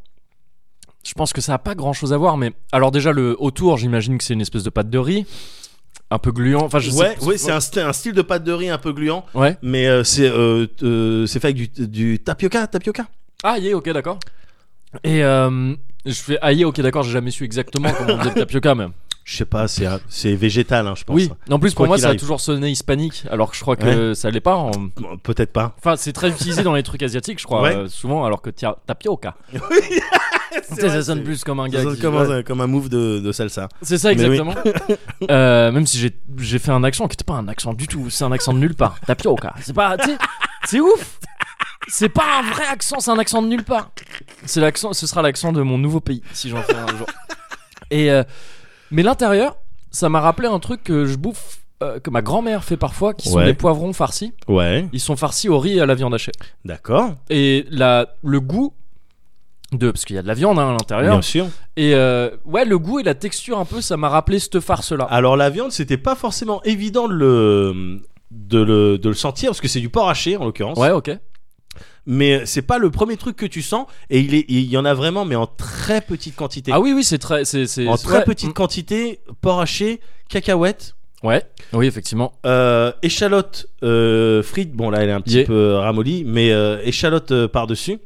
S1: je pense que ça a pas grand chose à voir, mais. Alors, déjà, le autour, j'imagine que c'est une espèce de pâte de riz. Un peu gluant. Enfin, je
S2: ouais,
S1: sais
S2: ouais, c'est un, st- un style de pâte de riz un peu gluant,
S1: Ouais.
S2: mais euh, c'est euh, t- euh, c'est fait avec du, du tapioca, tapioca.
S1: Ah, yeah, ok, d'accord. Et euh, Je fais aïe, ok, d'accord, j'ai jamais su exactement comment on faisait le tapioca, mais.
S2: Je sais pas, c'est c'est végétal, hein, je pense.
S1: Oui, en plus pour
S2: Quoi
S1: moi,
S2: qu'il
S1: ça a
S2: arrive.
S1: toujours sonné hispanique, alors que je crois que ça l'est pas. en-
S2: Bon, Peut-être pas.
S1: Enfin, c'est très utilisé dans les trucs asiatiques, je crois,
S2: Ouais.
S1: euh, souvent, alors que tia- tapioca. Tu sais,
S2: vrai,
S1: ça sonne
S2: c'est-
S1: plus comme un
S2: Ça
S1: gars.
S2: sonne
S1: qui-
S2: comme,
S1: Ouais.
S2: un, comme un move de, de salsa.
S1: C'est ça,
S2: Mais oui.
S1: exactement. Euh, même si j'ai- j'ai fait un accent qui était pas un accent du tout, c'est un accent de nulle part. Tapioca. C'est pas. tu sais, C'est ouf! C'est pas un vrai accent, c'est un accent de nulle part. C'est l'accent, ce sera l'accent de mon nouveau pays si j'en fais un jour. Et euh, mais l'intérieur, ça m'a rappelé un truc que je bouffe, euh, que ma grand-mère fait parfois, qui sont
S2: Ouais.
S1: des poivrons farcis.
S2: Ouais,
S1: Ils sont farcis au riz et à la viande hachée.
S2: d'accord.
S1: Et la, le goût de, parce qu'il y a de la viande hein, à l'intérieur.
S2: Bien sûr.
S1: Et euh, ouais, le goût et la texture un peu, ça m'a rappelé cette farce-là.
S2: Alors la viande, c'était pas forcément évident de le, de le, de le sentir parce que c'est du porc haché en l'occurrence.
S1: ouais, ok.
S2: Mais c'est pas le premier truc que tu sens et il, est, il y en a vraiment, mais en très petite quantité.
S1: Ah oui, oui, c'est très, c'est, c'est-
S2: en
S1: c'est- Mm.
S2: très
S1: ouais.
S2: petite quantité, porc haché, cacahuètes.
S1: Mm. Ouais. Oui, effectivement.
S2: euh, échalote euh, frite, bon là elle est un petit
S1: Yeah.
S2: peu ramollie, mais euh, échalote euh, par-dessus.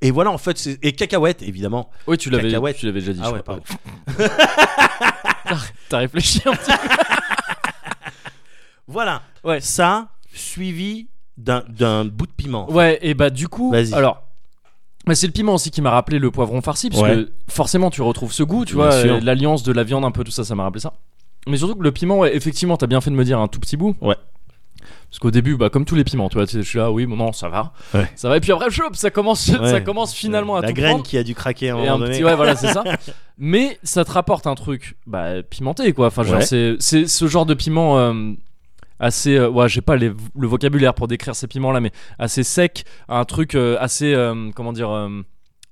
S2: Et voilà en fait, c'est- et cacahuètes évidemment.
S1: Oui, tu l'avais,
S2: Cacahuète.
S1: tu l'avais déjà dit.
S2: Ah
S1: je
S2: ouais,
S1: crois.
S2: pardon.
S1: T'as réfléchi un petit
S2: Voilà,
S1: peu. Ouais.
S2: ça suivi d'un d'un bout de piment.
S1: Ouais, et bah du coup,
S2: Vas-y.
S1: alors. bah, c'est le piment aussi qui m'a rappelé le poivron farci, parce
S2: Ouais.
S1: que forcément tu retrouves ce goût, tu
S2: Bien
S1: vois,
S2: sûr.
S1: euh, l'alliance de la viande un peu, tout ça, ça m'a rappelé ça. Mais surtout que le piment, ouais, effectivement, t'as bien fait de me dire un tout petit bout.
S2: Ouais.
S1: Parce qu'au début, bah, comme tous les piments, tu vois, tu sais, je suis là, oui, bon, non, ça va,
S2: Ouais.
S1: ça va. Et puis après, chop, ça commence, ça
S2: Ouais.
S1: commence finalement à
S2: la
S1: tout
S2: graine
S1: prendre.
S2: qui a dû craquer à un
S1: Et
S2: moment
S1: un
S2: donné.
S1: petit, ouais, voilà, c'est ça. Mais ça te rapporte un truc bah, pimenté, quoi. Enfin, genre,
S2: Ouais.
S1: c'est, c'est ce genre de piment euh, assez. euh, ouais, j'ai pas les- le vocabulaire pour décrire ces piments-là, mais assez sec, un truc euh, assez. euh, comment dire euh,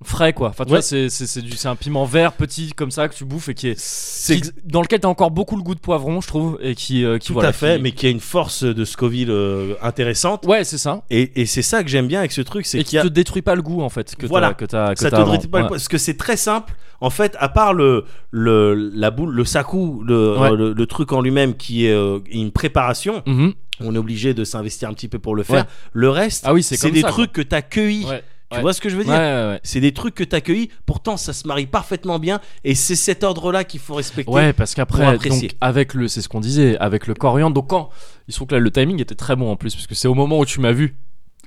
S1: Frais, quoi. Enfin, tu
S2: Ouais.
S1: vois, c'est, c'est, c'est, du, c'est un piment vert, petit, comme ça, que tu bouffes et qui est.
S2: C'est
S1: qui- dans lequel t'as encore beaucoup le goût de poivron, je trouve, et qui. euh, qui
S2: tout
S1: voilà,
S2: à fait,
S1: qui-
S2: mais qui a une force de Scoville euh, intéressante.
S1: Ouais, c'est ça.
S2: Et, et c'est ça que j'aime bien avec ce truc, c'est
S1: Et
S2: qu'il
S1: qui
S2: y a
S1: te détruit pas le goût, en fait. Que
S2: Voilà.
S1: T'as, que t'as, que
S2: ça te
S1: t'as avant.
S2: drette pas le
S1: Ouais.
S2: poil, parce que c'est très simple en fait à part le, le la boule le saku le, euh,
S1: Ouais.
S2: le, le truc en lui-même qui est euh, une préparation
S1: Mhm.
S2: on est obligé de s'investir un petit peu pour le faire
S1: Ouais.
S2: le reste
S1: Ah oui, c'est,
S2: c'est
S1: comme
S2: des
S1: ça, quoi.
S2: trucs que t'as cueillis
S1: Ouais.
S2: tu vois ce que je veux
S1: Ouais,
S2: dire
S1: ouais, ouais.
S2: c'est des trucs que t'as cueillis pourtant ça se marie parfaitement bien et c'est cet ordre là qu'il faut respecter
S1: Ouais, parce
S2: pour
S1: qu'après,
S2: apprécier.
S1: donc avec le, c'est ce qu'on disait, avec le coriandre. Donc quand ils sont que là, le timing était très bon en plus, parce que c'est au moment où tu m'as vu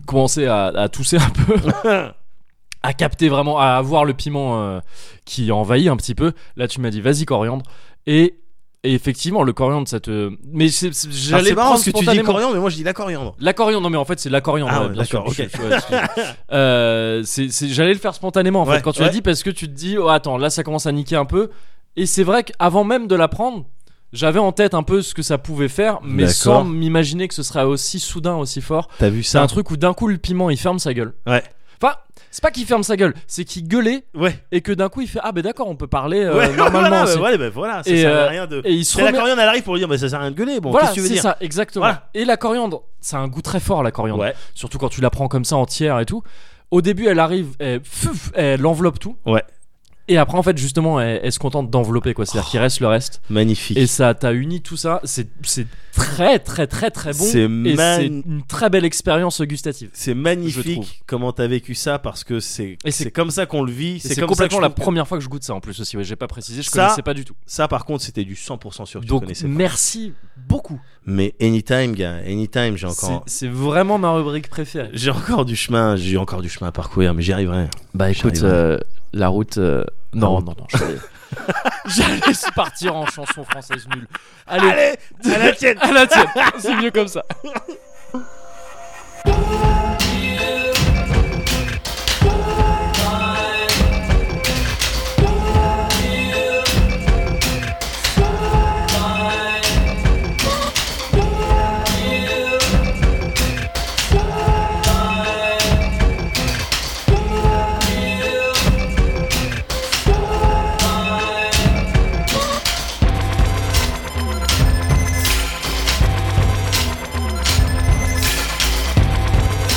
S1: commencer à, à tousser un peu, à capter vraiment, à avoir le piment euh, qui envahit un petit peu. Là, tu m'as dit, vas-y coriandre. Et, et effectivement, le coriandre, ça te. Mais c'est- c'est-
S2: Alors,
S1: j'allais
S2: Ah, c'est marrant
S1: prendre
S2: parce que tu dis
S1: spontanément.
S2: coriandre mais moi je dis la coriandre
S1: La coriandre, non mais en fait c'est la coriandre.
S2: Ah
S1: ouais,
S2: ouais,
S1: bien sûr.
S2: d'accord,
S1: Je-
S2: ok.
S1: je- ouais, excuse. Euh, c'est- c'est- J'allais le faire spontanément en fait
S2: Ouais,
S1: quand tu
S2: ouais.
S1: l'as dit parce que tu te dis oh, attends là ça commence à niquer un peu et c'est vrai qu'avant même de l'apprendre j'avais en tête un peu ce que ça pouvait faire mais
S2: D'accord.
S1: sans m'imaginer que ce serait aussi soudain aussi fort.
S2: t'as vu
S1: C'est un truc où d'un coup le piment il ferme sa gueule.
S2: Ouais.
S1: Enfin c'est pas qu'il ferme sa gueule c'est qu'il gueulait
S2: ouais
S1: et que d'un coup il fait ah ben d'accord on peut parler euh,
S2: ouais
S1: normalement
S2: voilà,
S1: aussi.
S2: bah, ouais, bah, voilà ça
S1: Et,
S2: sert
S1: euh,
S2: à rien de
S1: Et il se
S2: c'est la
S1: remet
S2: coriandre elle arrive pour lui dire bah ça sert à rien de gueuler bon
S1: voilà,
S2: qu'est-ce que tu veux
S1: c'est
S2: dire
S1: ça, exactement.
S2: Voilà.
S1: Et la coriandre, ça a un goût très fort, la coriandre.
S2: ouais
S1: Surtout quand tu la prends comme ça entière et tout. Au début, elle arrive, elle, fouf, elle enveloppe tout.
S2: Ouais.
S1: Et après, en fait, justement, elle, elle se contente d'envelopper, quoi. C'est-à-dire qu'il reste le reste.
S2: magnifique
S1: Et ça t'a uni tout ça. C'est c'est très, très, très, très bon.
S2: C'est
S1: Et
S2: man-
S1: c'est une très belle expérience gustative.
S2: C'est
S1: Je trouve.
S2: magnifique comment t'as vécu ça parce que c'est
S1: Et c'est-
S2: c'est comme ça qu'on le vit.
S1: Et
S2: C'est
S1: C'est
S2: comme ça que
S1: complètement
S2: je
S1: la
S2: trouve que-
S1: première fois que je goûte ça en plus aussi. Ouais, j'ai pas précisé, je
S2: Ça-
S1: connaissais pas du tout.
S2: Ça par contre c'était du 100% sûr que tu
S1: Donc
S2: connaissais.
S1: merci beaucoup.
S2: Mais anytime gars, anytime j'ai
S1: C'est
S2: encore
S1: c'est vraiment ma rubrique préférée.
S2: j'ai encore du chemin, j'ai encore du chemin à parcourir mais j'y arriverai.
S1: Bah écoute,
S2: J'arrive.
S1: euh, la route. euh, Non,
S2: route.
S1: non, non, j'allais. j'allais partir en chanson française nulle. Allez,
S2: à la tienne.
S1: à la tienne, c'est mieux comme ça.
S4: Fly,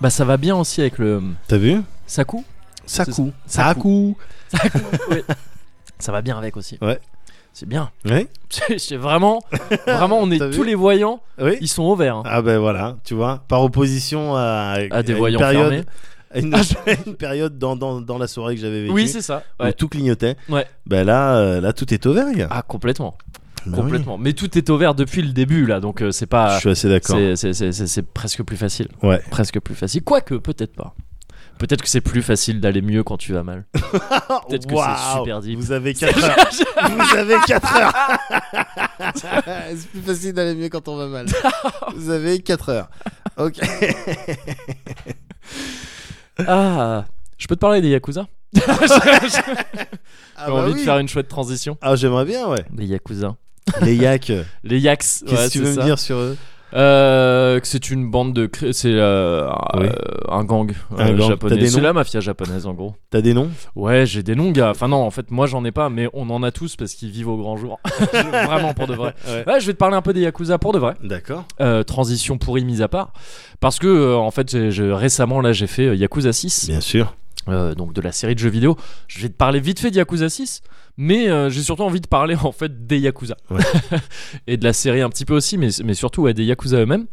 S1: Bah ça va bien aussi avec le euh,
S2: T'as vu
S1: Saku.
S2: Saku.
S1: Saku. Saku. oui. Ça va bien avec aussi.
S2: Ouais.
S1: C'est bien.
S2: Oui.
S1: C'est c'est vraiment, vraiment, on est
S2: T'as vu
S1: tous les voyants,
S2: Oui.
S1: ils sont au vert. hein.
S2: Ah ben voilà, tu vois, par opposition à,
S1: À des
S2: une
S1: voyants fermés.
S2: période, à une,
S1: Ah,
S2: une période dans, dans, dans la soirée que j'avais vécue,
S1: Oui, c'est ça.
S2: où
S1: Ouais.
S2: tout clignotait.
S1: Ouais.
S2: Ben là, euh, là tout est au vert, gars.
S1: Ah complètement,
S2: Ben oui.
S1: complètement. Mais tout est au vert depuis le début là, donc euh, c'est
S2: Je
S1: pas,
S2: suis assez d'accord.
S1: c'est- c'est c'est- c'est- c'est presque plus facile.
S2: Ouais.
S1: Presque plus facile. Quoique peut-être pas. Peut-être que c'est plus facile d'aller mieux quand tu vas mal. Peut-être que c'est
S2: Waouh,
S1: super deep.
S2: Vous avez 4 heures. vous avez 4 heures. c'est plus facile d'aller mieux quand on va mal. vous avez 4 heures. OK.
S1: Ah, je peux te parler des yakuza
S2: Ah
S1: J'ai
S2: bah
S1: envie
S2: oui.
S1: de faire une chouette transition.
S2: Ah, j'aimerais bien, ouais.
S1: Les yakuza.
S2: Les yaks. euh, Qu'est-ce
S1: Les yaks.
S2: que tu veux me dire sur eux
S1: Euh, que c'est une bande de cr- c'est euh, un-
S2: Oui.
S1: euh, un gang,
S2: Un
S1: euh,
S2: gang. T'as
S1: japonais.
S2: des
S1: C'est
S2: noms
S1: la mafia japonaise en gros.
S2: T'as des noms
S1: Ouais, j'ai des noms gars. Enfin non, en fait moi j'en ai pas, mais on en a tous parce qu'ils vivent au grand jour. Je- Vraiment pour de vrai.
S2: Ouais.
S1: Ouais, je vais te parler un peu des yakuza pour de vrai.
S2: D'accord.
S1: Euh, transition pourrie mise à part, parce que euh, en fait j'ai- j'ai- récemment là j'ai fait euh, Yakuza 6,
S2: Bien sûr.
S1: euh, donc de la série de jeux vidéo. Je vais te parler vite fait de Yakuza 6, mais euh, j'ai surtout envie de parler en fait des Yakuza.
S2: Ouais.
S1: Et de la série un petit peu aussi, mais, mais surtout ouais, des Yakuza eux-mêmes.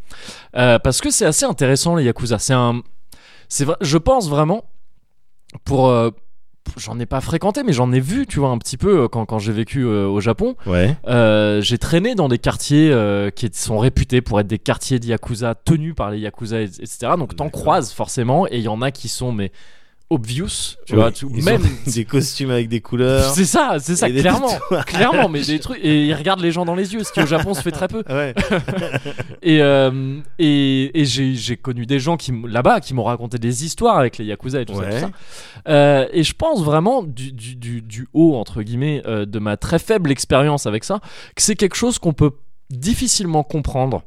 S1: Euh, parce que c'est assez intéressant les Yakuza. C'est un. c'est vrai- je pense vraiment, pour. euh, J'en ai pas fréquenté, mais j'en ai vu, tu vois, un petit peu euh, quand, quand j'ai vécu euh, au Japon.
S2: Ouais.
S1: Euh, j'ai traîné dans des quartiers euh, qui sont réputés pour être des quartiers de Yakuza tenus par les Yakuza, et- etc. Donc t'en
S2: D'accord.
S1: croises forcément, et il y en a qui sont, mais obvious, tu
S2: Oui,
S1: vois, tout-
S2: ils
S1: même.
S2: ont des costumes avec des couleurs.
S1: C'est ça, c'est ça,
S2: Et des
S1: clairement.
S2: tatouages.
S1: Clairement, mais des trucs. Et ils regardent les gens dans les yeux, ce qui au Japon se fait très peu.
S2: Ouais.
S1: Et, euh, et, et j'ai, j'ai connu des gens qui, m- là-bas qui m'ont raconté des histoires avec les Yakuza et tout ça.
S2: Ouais.
S1: tout ça. Euh, et je pense vraiment, du, du, du, du haut, entre guillemets, euh, de ma très faible expérience avec ça, que c'est quelque chose qu'on peut difficilement comprendre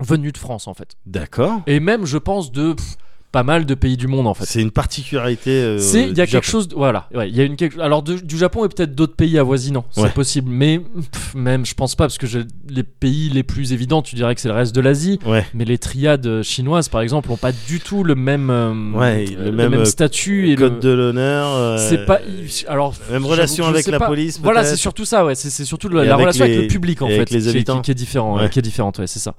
S1: venu de France en fait.
S2: D'accord.
S1: Et même, je pense, de pff, pas mal de pays du monde en fait.
S2: C'est une particularité. euh,
S1: C'est il y a
S2: du
S1: quelque
S2: Japon.
S1: chose de- voilà ouais, il y a une quelque alors de- du Japon et peut-être d'autres pays avoisinants c'est
S2: Ouais.
S1: possible mais pff, même je pense pas parce que j'ai- les pays les plus évidents tu dirais que c'est le reste de l'Asie
S2: Ouais.
S1: mais les triades chinoises par exemple ont pas du tout le même euh,
S2: Ouais, le même, euh,
S1: statut et
S2: Code
S1: le
S2: de l'honneur. euh,
S1: c'est pas alors
S2: Même
S1: j'avoue
S2: relation
S1: que je
S2: avec
S1: sais
S2: la
S1: pas.
S2: police,
S1: voilà
S2: peut-être.
S1: c'est surtout ça ouais c'est c'est surtout la,
S2: Et
S1: la
S2: avec
S1: relation avec
S2: les-
S1: le public en
S2: et
S1: fait
S2: avec les
S1: qui est-
S2: habitants.
S1: qui, qui est différent euh,
S2: Ouais.
S1: qui est différente ouais c'est ça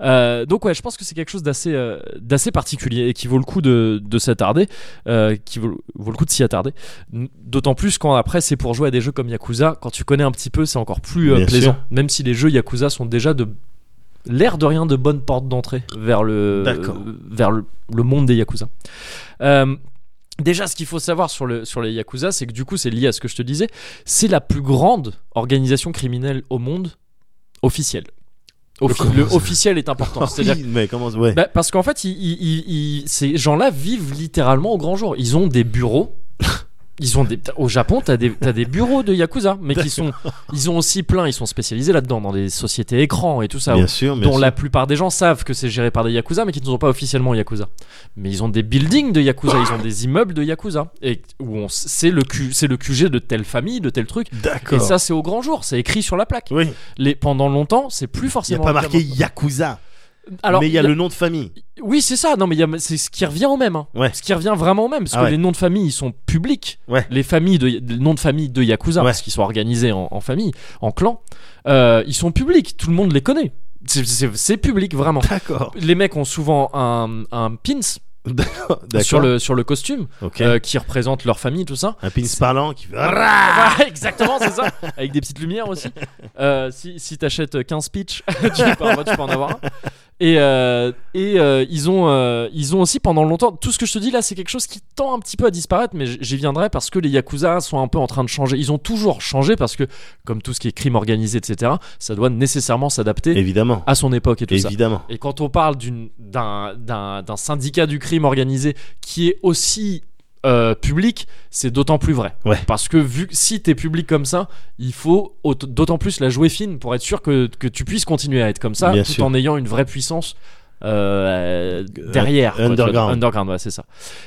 S1: Euh, donc ouais je pense que c'est quelque chose d'assez euh, d'assez particulier et qui vaut le coup de, de s'attarder euh, qui vaut, vaut le coup de s'y attarder N- d'autant plus quand après c'est pour jouer à des jeux comme Yakuza quand tu connais un petit peu c'est encore plus euh,
S2: Bien
S1: plaisant
S2: sûr.
S1: même si les jeux Yakuza sont déjà de l'air de rien de bonne porte d'entrée vers le
S2: D'accord.
S1: euh, vers le, le monde des Yakuza Euh, Déjà, ce qu'il faut savoir sur, le, sur les Yakuza, c'est que du coup, c'est lié à ce que je te disais, c'est la plus grande organisation criminelle au monde officielle. Offi-
S2: Comment
S1: le
S2: ça
S1: officiel est
S2: Ah
S1: important.
S2: oui,
S1: C'est-à-dire
S2: mais comment ouais.
S1: bah, parce qu'en fait, ils- ils- ils- ils- ces gens-là vivent littéralement au grand jour. Ils ont des bureaux. Ils ont des, t'as- au Japon, t'as des, t'as des bureaux de yakuza, mais qui sont, ils ont aussi plein, ils sont spécialisés là-dedans dans des sociétés écrans et tout ça,
S2: bien sûr, bien
S1: dont
S2: sûr.
S1: la plupart des gens savent que c'est géré par des yakuza, mais qui ne sont pas officiellement yakuza. Mais ils ont des buildings de yakuza, ils ont des immeubles de yakuza, et où on, s- c'est le Q- c'est le QG de telle famille, de tel truc. Et
S2: D'accord.
S1: ça, c'est au grand jour, c'est écrit sur la plaque.
S2: Oui,
S1: Les, pendant longtemps, c'est plus
S2: il n'y a
S1: forcément.
S2: pas
S1: le cas
S2: marqué
S1: maintenant.
S2: Yakuza,
S1: Alors,
S2: mais il y a
S1: y a-
S2: le nom de famille.
S1: oui, c'est ça. Non, mais il y a- c'est ce qui revient au même. hein.
S2: Ouais.
S1: Ce qui revient vraiment au même, parce
S2: Ah
S1: que
S2: ouais.
S1: les noms de famille, ils sont publics.
S2: Ouais.
S1: Les familles de, les noms de famille de yakuza,
S2: Ouais.
S1: parce qu'ils sont organisés en, en famille, en clan, euh, ils sont publics. Tout le monde les connaît. C'est- C'est c'est public vraiment.
S2: D'accord.
S1: Les mecs ont souvent un, un pins
S2: D'accord.
S1: sur le, sur le costume
S2: Ok.
S1: euh, qui représente leur famille, tout ça.
S2: Un pins parlant qui fait. Ah.
S1: Voilà, exactement, c'est ça. Avec des petites lumières aussi. Euh, si si t'achètes 15 pitch, tu, peux, en- tu peux en avoir un. Et, euh, et euh, ils, ont, euh, ils ont aussi pendant longtemps. Tout ce que je te dis là, c'est quelque chose qui tend un petit peu à disparaître, mais j- j'y viendrai parce que les Yakuza sont un peu en train de changer. Ils ont toujours changé parce que, comme tout ce qui est crime organisé, etc., ça doit nécessairement s'adapter
S2: Évidemment.
S1: à son époque et tout ça.
S2: Évidemment.
S1: Et quand on parle d'une- d'un d'un- d'un syndicat du crime organisé qui est aussi euh, public, c'est d'autant plus vrai.
S2: Ouais.
S1: Parce que vu que si t'es public comme ça, il faut aut- d'autant plus la jouer fine pour être sûr que, que tu puisses continuer à être comme ça,
S2: Bien
S1: tout
S2: sûr.
S1: en ayant une vraie puissance euh, derrière. quoi, tu vois,
S2: underground.
S1: underground, ouais, c'est ça.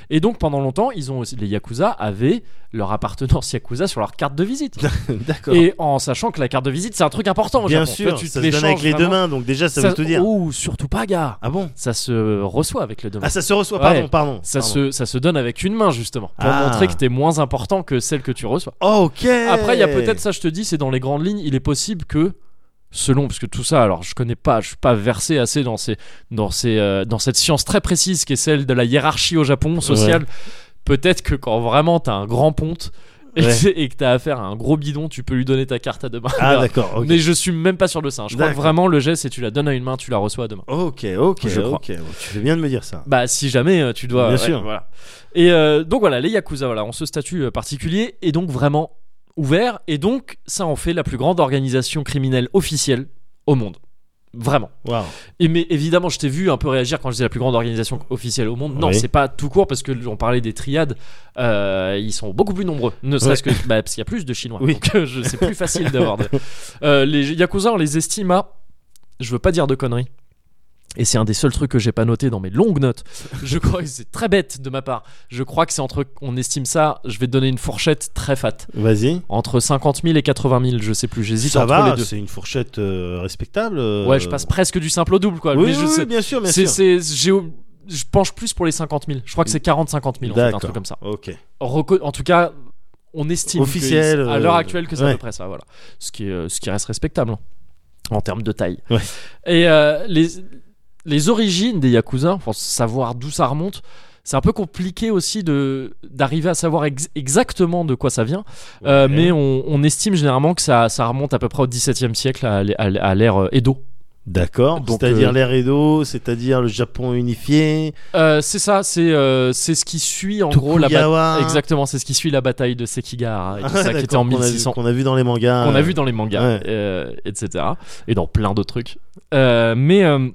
S1: Et donc pendant longtemps, ils ont aussi, les Yakuza avaient leur appartenance Yakuza sur leur carte de visite.
S2: D'accord.
S1: Et en sachant que la carte de visite, c'est un truc important. au
S2: Bien
S1: Japon.
S2: sûr,
S1: Toi, tu te
S2: ça se donne avec
S1: l'échanges
S2: les deux
S1: vraiment.
S2: mains, donc déjà ça, veut tout dire.
S1: Oh, surtout pas, gars.
S2: Ah bon
S1: Ça se reçoit avec le deux mains.
S2: Ah ça se reçoit,
S1: Ouais.
S2: pardon, pardon.
S1: ça,
S2: pardon.
S1: se, ça se donne avec une main, justement. Pour
S2: Ah. Eh.
S1: montrer que t'es moins important que celle que tu reçois.
S2: Oh, Ok.
S1: Après, il y a peut-être ça, je te dis, c'est dans les grandes lignes. Il est possible que, selon, parce que tout ça, alors je connais pas, je suis pas versé assez dans ces, dans ces, euh, dans cette science très précise qui est celle de la hiérarchie au Japon sociale. Peut-être que quand vraiment t'as un grand ponte et,
S2: Ouais.
S1: que- et que t'as affaire à un gros bidon, tu peux lui donner ta carte à deux mains.
S2: Ah d'accord. Ok.
S1: Mais je suis même pas sur le sein. hein. Je crois que
S2: D'accord.
S1: vraiment le geste, c'est tu la donnes à une main, tu la reçois à deux mains.
S2: Ok, ok,
S1: Je crois.
S2: ok. Bon, Tu fais bien de me dire ça.
S1: Bah si jamais euh, tu dois.
S2: Bien
S1: ouais,
S2: sûr.
S1: Voilà. Et euh, donc voilà, les Yakuza voilà, ont ce statut euh, particulier et donc vraiment ouvert. Et donc ça en fait la plus grande organisation criminelle officielle au monde. Vraiment.
S2: Waouh.
S1: Et mais évidemment, je t'ai vu un peu réagir quand je disais la plus grande organisation officielle au monde. Non,
S2: Oui.
S1: c'est pas tout court parce que on parlait des triades. euh, ils sont beaucoup plus nombreux. Ne serait-ce que bah, parce qu'il y a plus de Chinois.
S2: Oui.
S1: Donc euh, je- c'est plus facile d'avoir. de- Euh, les yakuza, on les estime à. Je veux pas dire de conneries. Et c'est un des seuls trucs que j'ai pas noté dans mes longues notes. Je crois que c'est très bête de ma part. Je crois que c'est entre. On estime ça. Je vais te donner une fourchette très fat.
S2: Vas-y.
S1: Entre 50 000 et 80 000. Je sais plus. J'hésite
S2: Ça
S1: entre
S2: va,
S1: les deux.
S2: c'est une fourchette euh, respectable. euh,
S1: Ouais, je passe presque du simple au double quoi.
S2: Oui,
S1: mais
S2: oui,
S1: je
S2: oui,
S1: sais-
S2: bien sûr, bien
S1: c'est,
S2: sûr.
S1: c'est- j'ai- je penche plus pour les 50 000. Je crois que c'est 40-50 000, en fait, un
S2: D'accord.
S1: truc comme ça.
S2: Ok.
S1: Reco- en tout cas, on estime que-
S2: Officiel,
S1: à l'heure
S2: euh,
S1: actuelle que c'est à
S2: ouais.
S1: peu près ça. Voilà. Ce, qui est, euh, ce qui reste respectable hein, en termes de taille.
S2: Ouais.
S1: Et euh, les, les origines des Yakuza, enfin, savoir d'où ça remonte, c'est un peu compliqué aussi de, d'arriver à savoir ex- exactement de quoi ça vient. Euh,
S2: Ouais.
S1: mais on, on estime généralement que ça, ça remonte à peu près au XVIIe siècle, à, l'é- à l'é- à l'ère euh, Edo.
S2: D'accord.
S1: Donc,
S2: C'est-à-dire
S1: euh,
S2: l'ère Edo, c'est-à-dire le Japon unifié,
S1: Euh, c'est ça, c'est, euh, c'est ce qui suit en gros la, bataille
S2: Tokugawa.
S1: Exactement, c'est ce qui suit la bataille de Sekigahara et tout
S2: Ah,
S1: ça, qui était
S2: d'accord,
S1: en
S2: qu'on a vu-
S1: 1600.
S2: Qu'on a vu dans les mangas.
S1: Qu'on a vu dans les mangas,
S2: Ouais.
S1: euh, etc. Et dans plein d'autres trucs. Euh, mais, euh,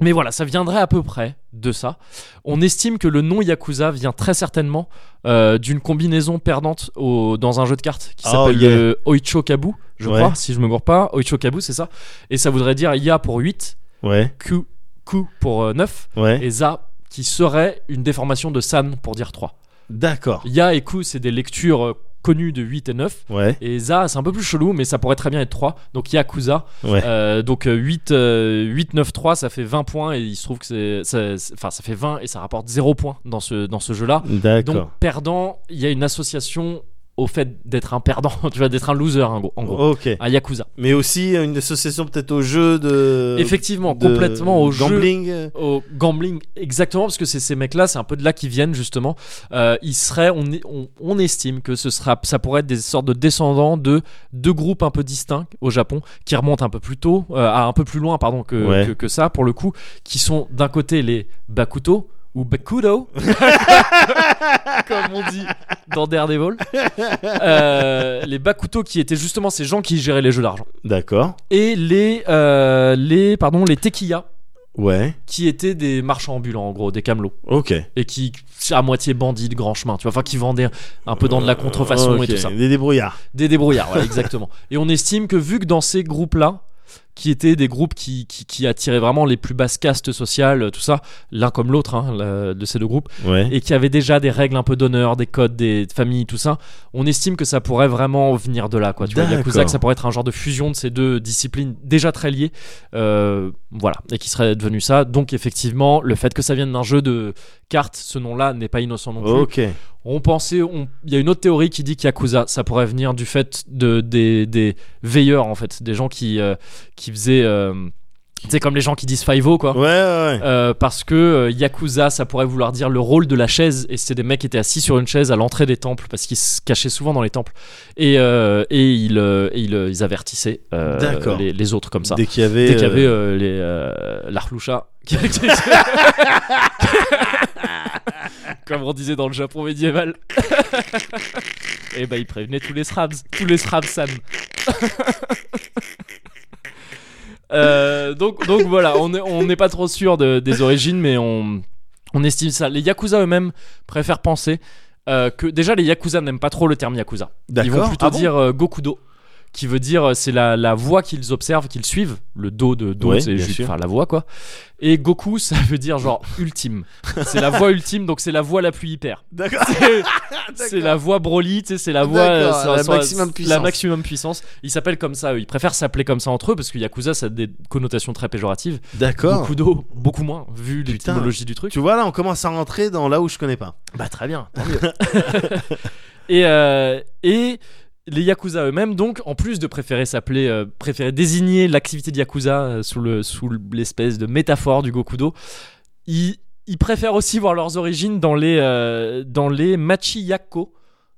S1: mais voilà, ça viendrait à peu près de ça. On estime que le nom Yakuza vient très certainement euh, d'une combinaison perdante au- dans un jeu de cartes qui
S2: Oh,
S1: s'appelle
S2: yeah.
S1: le Oichokabu, je
S2: Ouais.
S1: crois, si je me gourre pas. Oichokabu, c'est ça. Et ça voudrait dire Ya pour 8,
S2: Ouais,
S1: Ku, Ku pour euh, 9
S2: ouais.
S1: et Za qui serait une déformation de San pour dire 3.
S2: D'accord.
S1: Ya et Ku, c'est des lectures euh, connues de 8 et 9.
S2: Ouais,
S1: Et Za, c'est un peu plus chelou, mais ça pourrait très bien être 3. Donc Yakuza.
S2: ouais.
S1: Euh, donc euh, 8, euh, 8, 9, 3, ça fait 20 points. Et il se trouve que c'est. ça- c'est- Enfin, ça fait 20 et ça rapporte 0 points dans ce, dans ce jeu-là. Donc,
S2: D'accord.
S1: perdant, il y a une association au fait d'être un perdant, tu vois, d'être un loser, en gros. en gros.
S2: Ok.
S1: Un Yakuza.
S2: Mais aussi euh, une association peut-être au jeu de.
S1: Effectivement,
S2: Euh, de-
S1: complètement au jeu.
S2: Gambling. euh,
S1: au gambling exactement parce que c'est ces mecs là c'est un peu de là qu'ils viennent justement Euh, ils seraient on, est- on, on estime que ce sera ça pourrait être des sortes de descendants de deux groupes un peu distincts au Japon qui remontent un peu plus tôt euh, à un peu plus loin pardon que,
S2: Ouais.
S1: que, que ça pour le coup qui sont d'un côté les Bakuto ou Bakudo comme on dit dans Daredevil Euh, les Bakuto qui étaient justement ces gens qui géraient les jeux d'argent
S2: D'accord.
S1: et les euh, les pardon les Tekiya
S2: Ouais.
S1: qui étaient des marchands ambulants en gros, des camelots
S2: Ok.
S1: et qui à moitié bandits de grand chemin, tu vois, enfin qui vendaient un peu dans de la contrefaçon
S2: Euh, Ok,
S1: et tout ça,
S2: Des débrouillards.
S1: des débrouillards, voilà, exactement. Et on estime que vu que dans ces groupes-là, qui étaient des groupes qui, qui, qui attiraient vraiment les plus basses castes sociales, euh, tout ça, l'un comme l'autre hein, le- de ces deux groupes,
S2: Ouais.
S1: et qui avaient déjà des règles un peu d'honneur, des codes, des familles, tout ça, on estime que ça pourrait vraiment venir de là, quoi. Tu vois,
S2: D'accord.
S1: Yakuza, que ça pourrait être un genre de fusion de ces deux disciplines déjà très liées, euh, voilà, et qui serait devenu ça. Donc effectivement, le fait que ça vienne d'un jeu de cartes, ce nom-là n'est pas innocent non plus.
S2: Ok.
S1: On pensait, on- il y a une autre théorie qui dit qu'Yakuza, ça pourrait venir du fait de des, des veilleurs en fait, des gens qui euh, qui faisaient, euh, tu sais, comme les gens qui disent Five-O quoi.
S2: Ouais, ouais, ouais.
S1: Euh, parce que euh, Yakuza, ça pourrait vouloir dire le rôle de la chaise, et c'est des mecs qui étaient assis sur une chaise à l'entrée des temples, parce qu'ils se cachaient souvent dans les temples, et, euh, et, ils, euh, et ils, euh, ils avertissaient euh,
S2: D'accord.
S1: les, les autres comme ça. Dès,
S2: Dès qu'il y avait.
S1: qu'il y
S2: euh,
S1: avait euh, les, euh, l'Arloucha, qui- qui- comme on disait dans le Japon médiéval, et ben ils prévenaient tous les srabs, tous les srabs Sam. Euh, donc, donc voilà, on est- on n'est pas trop sûr de- des origines, mais on, on estime ça. Les Yakuza eux-mêmes préfèrent penser euh, que déjà les Yakuza n'aiment pas trop le terme Yakuza. Ils
S2: D'accord.
S1: vont plutôt
S2: Ah bon
S1: dire euh, Gokudo, qui veut dire euh, c'est la, la voie qu'ils observent, qu'ils suivent, le dos de dos,
S2: Ouais,
S1: c'est
S2: bien
S1: juste-
S2: sûr.
S1: enfin la voie quoi. Et Goku, ça veut dire genre ultime. C'est la voie ultime, donc c'est la voie la plus hyper.
S2: D'accord.
S1: C'est- c'est la voie Broly, tu sais, c'est la voie
S5: Ah, D'accord,
S1: euh,
S5: la maximum
S1: la
S5: puissance.
S1: maximum puissance. Ils s'appellent comme ça, eux. ils préfèrent s'appeler comme ça entre eux parce que Yakuza ça a des connotations très péjoratives.
S2: D'accord.
S1: Beaucoup d'eau, beaucoup moins vu
S2: Putain.
S1: l'étymologie du truc.
S2: Tu vois, là, on commence à rentrer dans là où je connais pas.
S1: Bah très bien, tant mieux. et, euh, et les Yakuza eux-mêmes, donc, en plus de préférer s'appeler, euh, préférer désigner l'activité de Yakuza euh, sous, le, sous l'espèce de métaphore du Gokudo, ils, ils préfèrent aussi voir leurs origines dans les, euh, dans les Machiyako,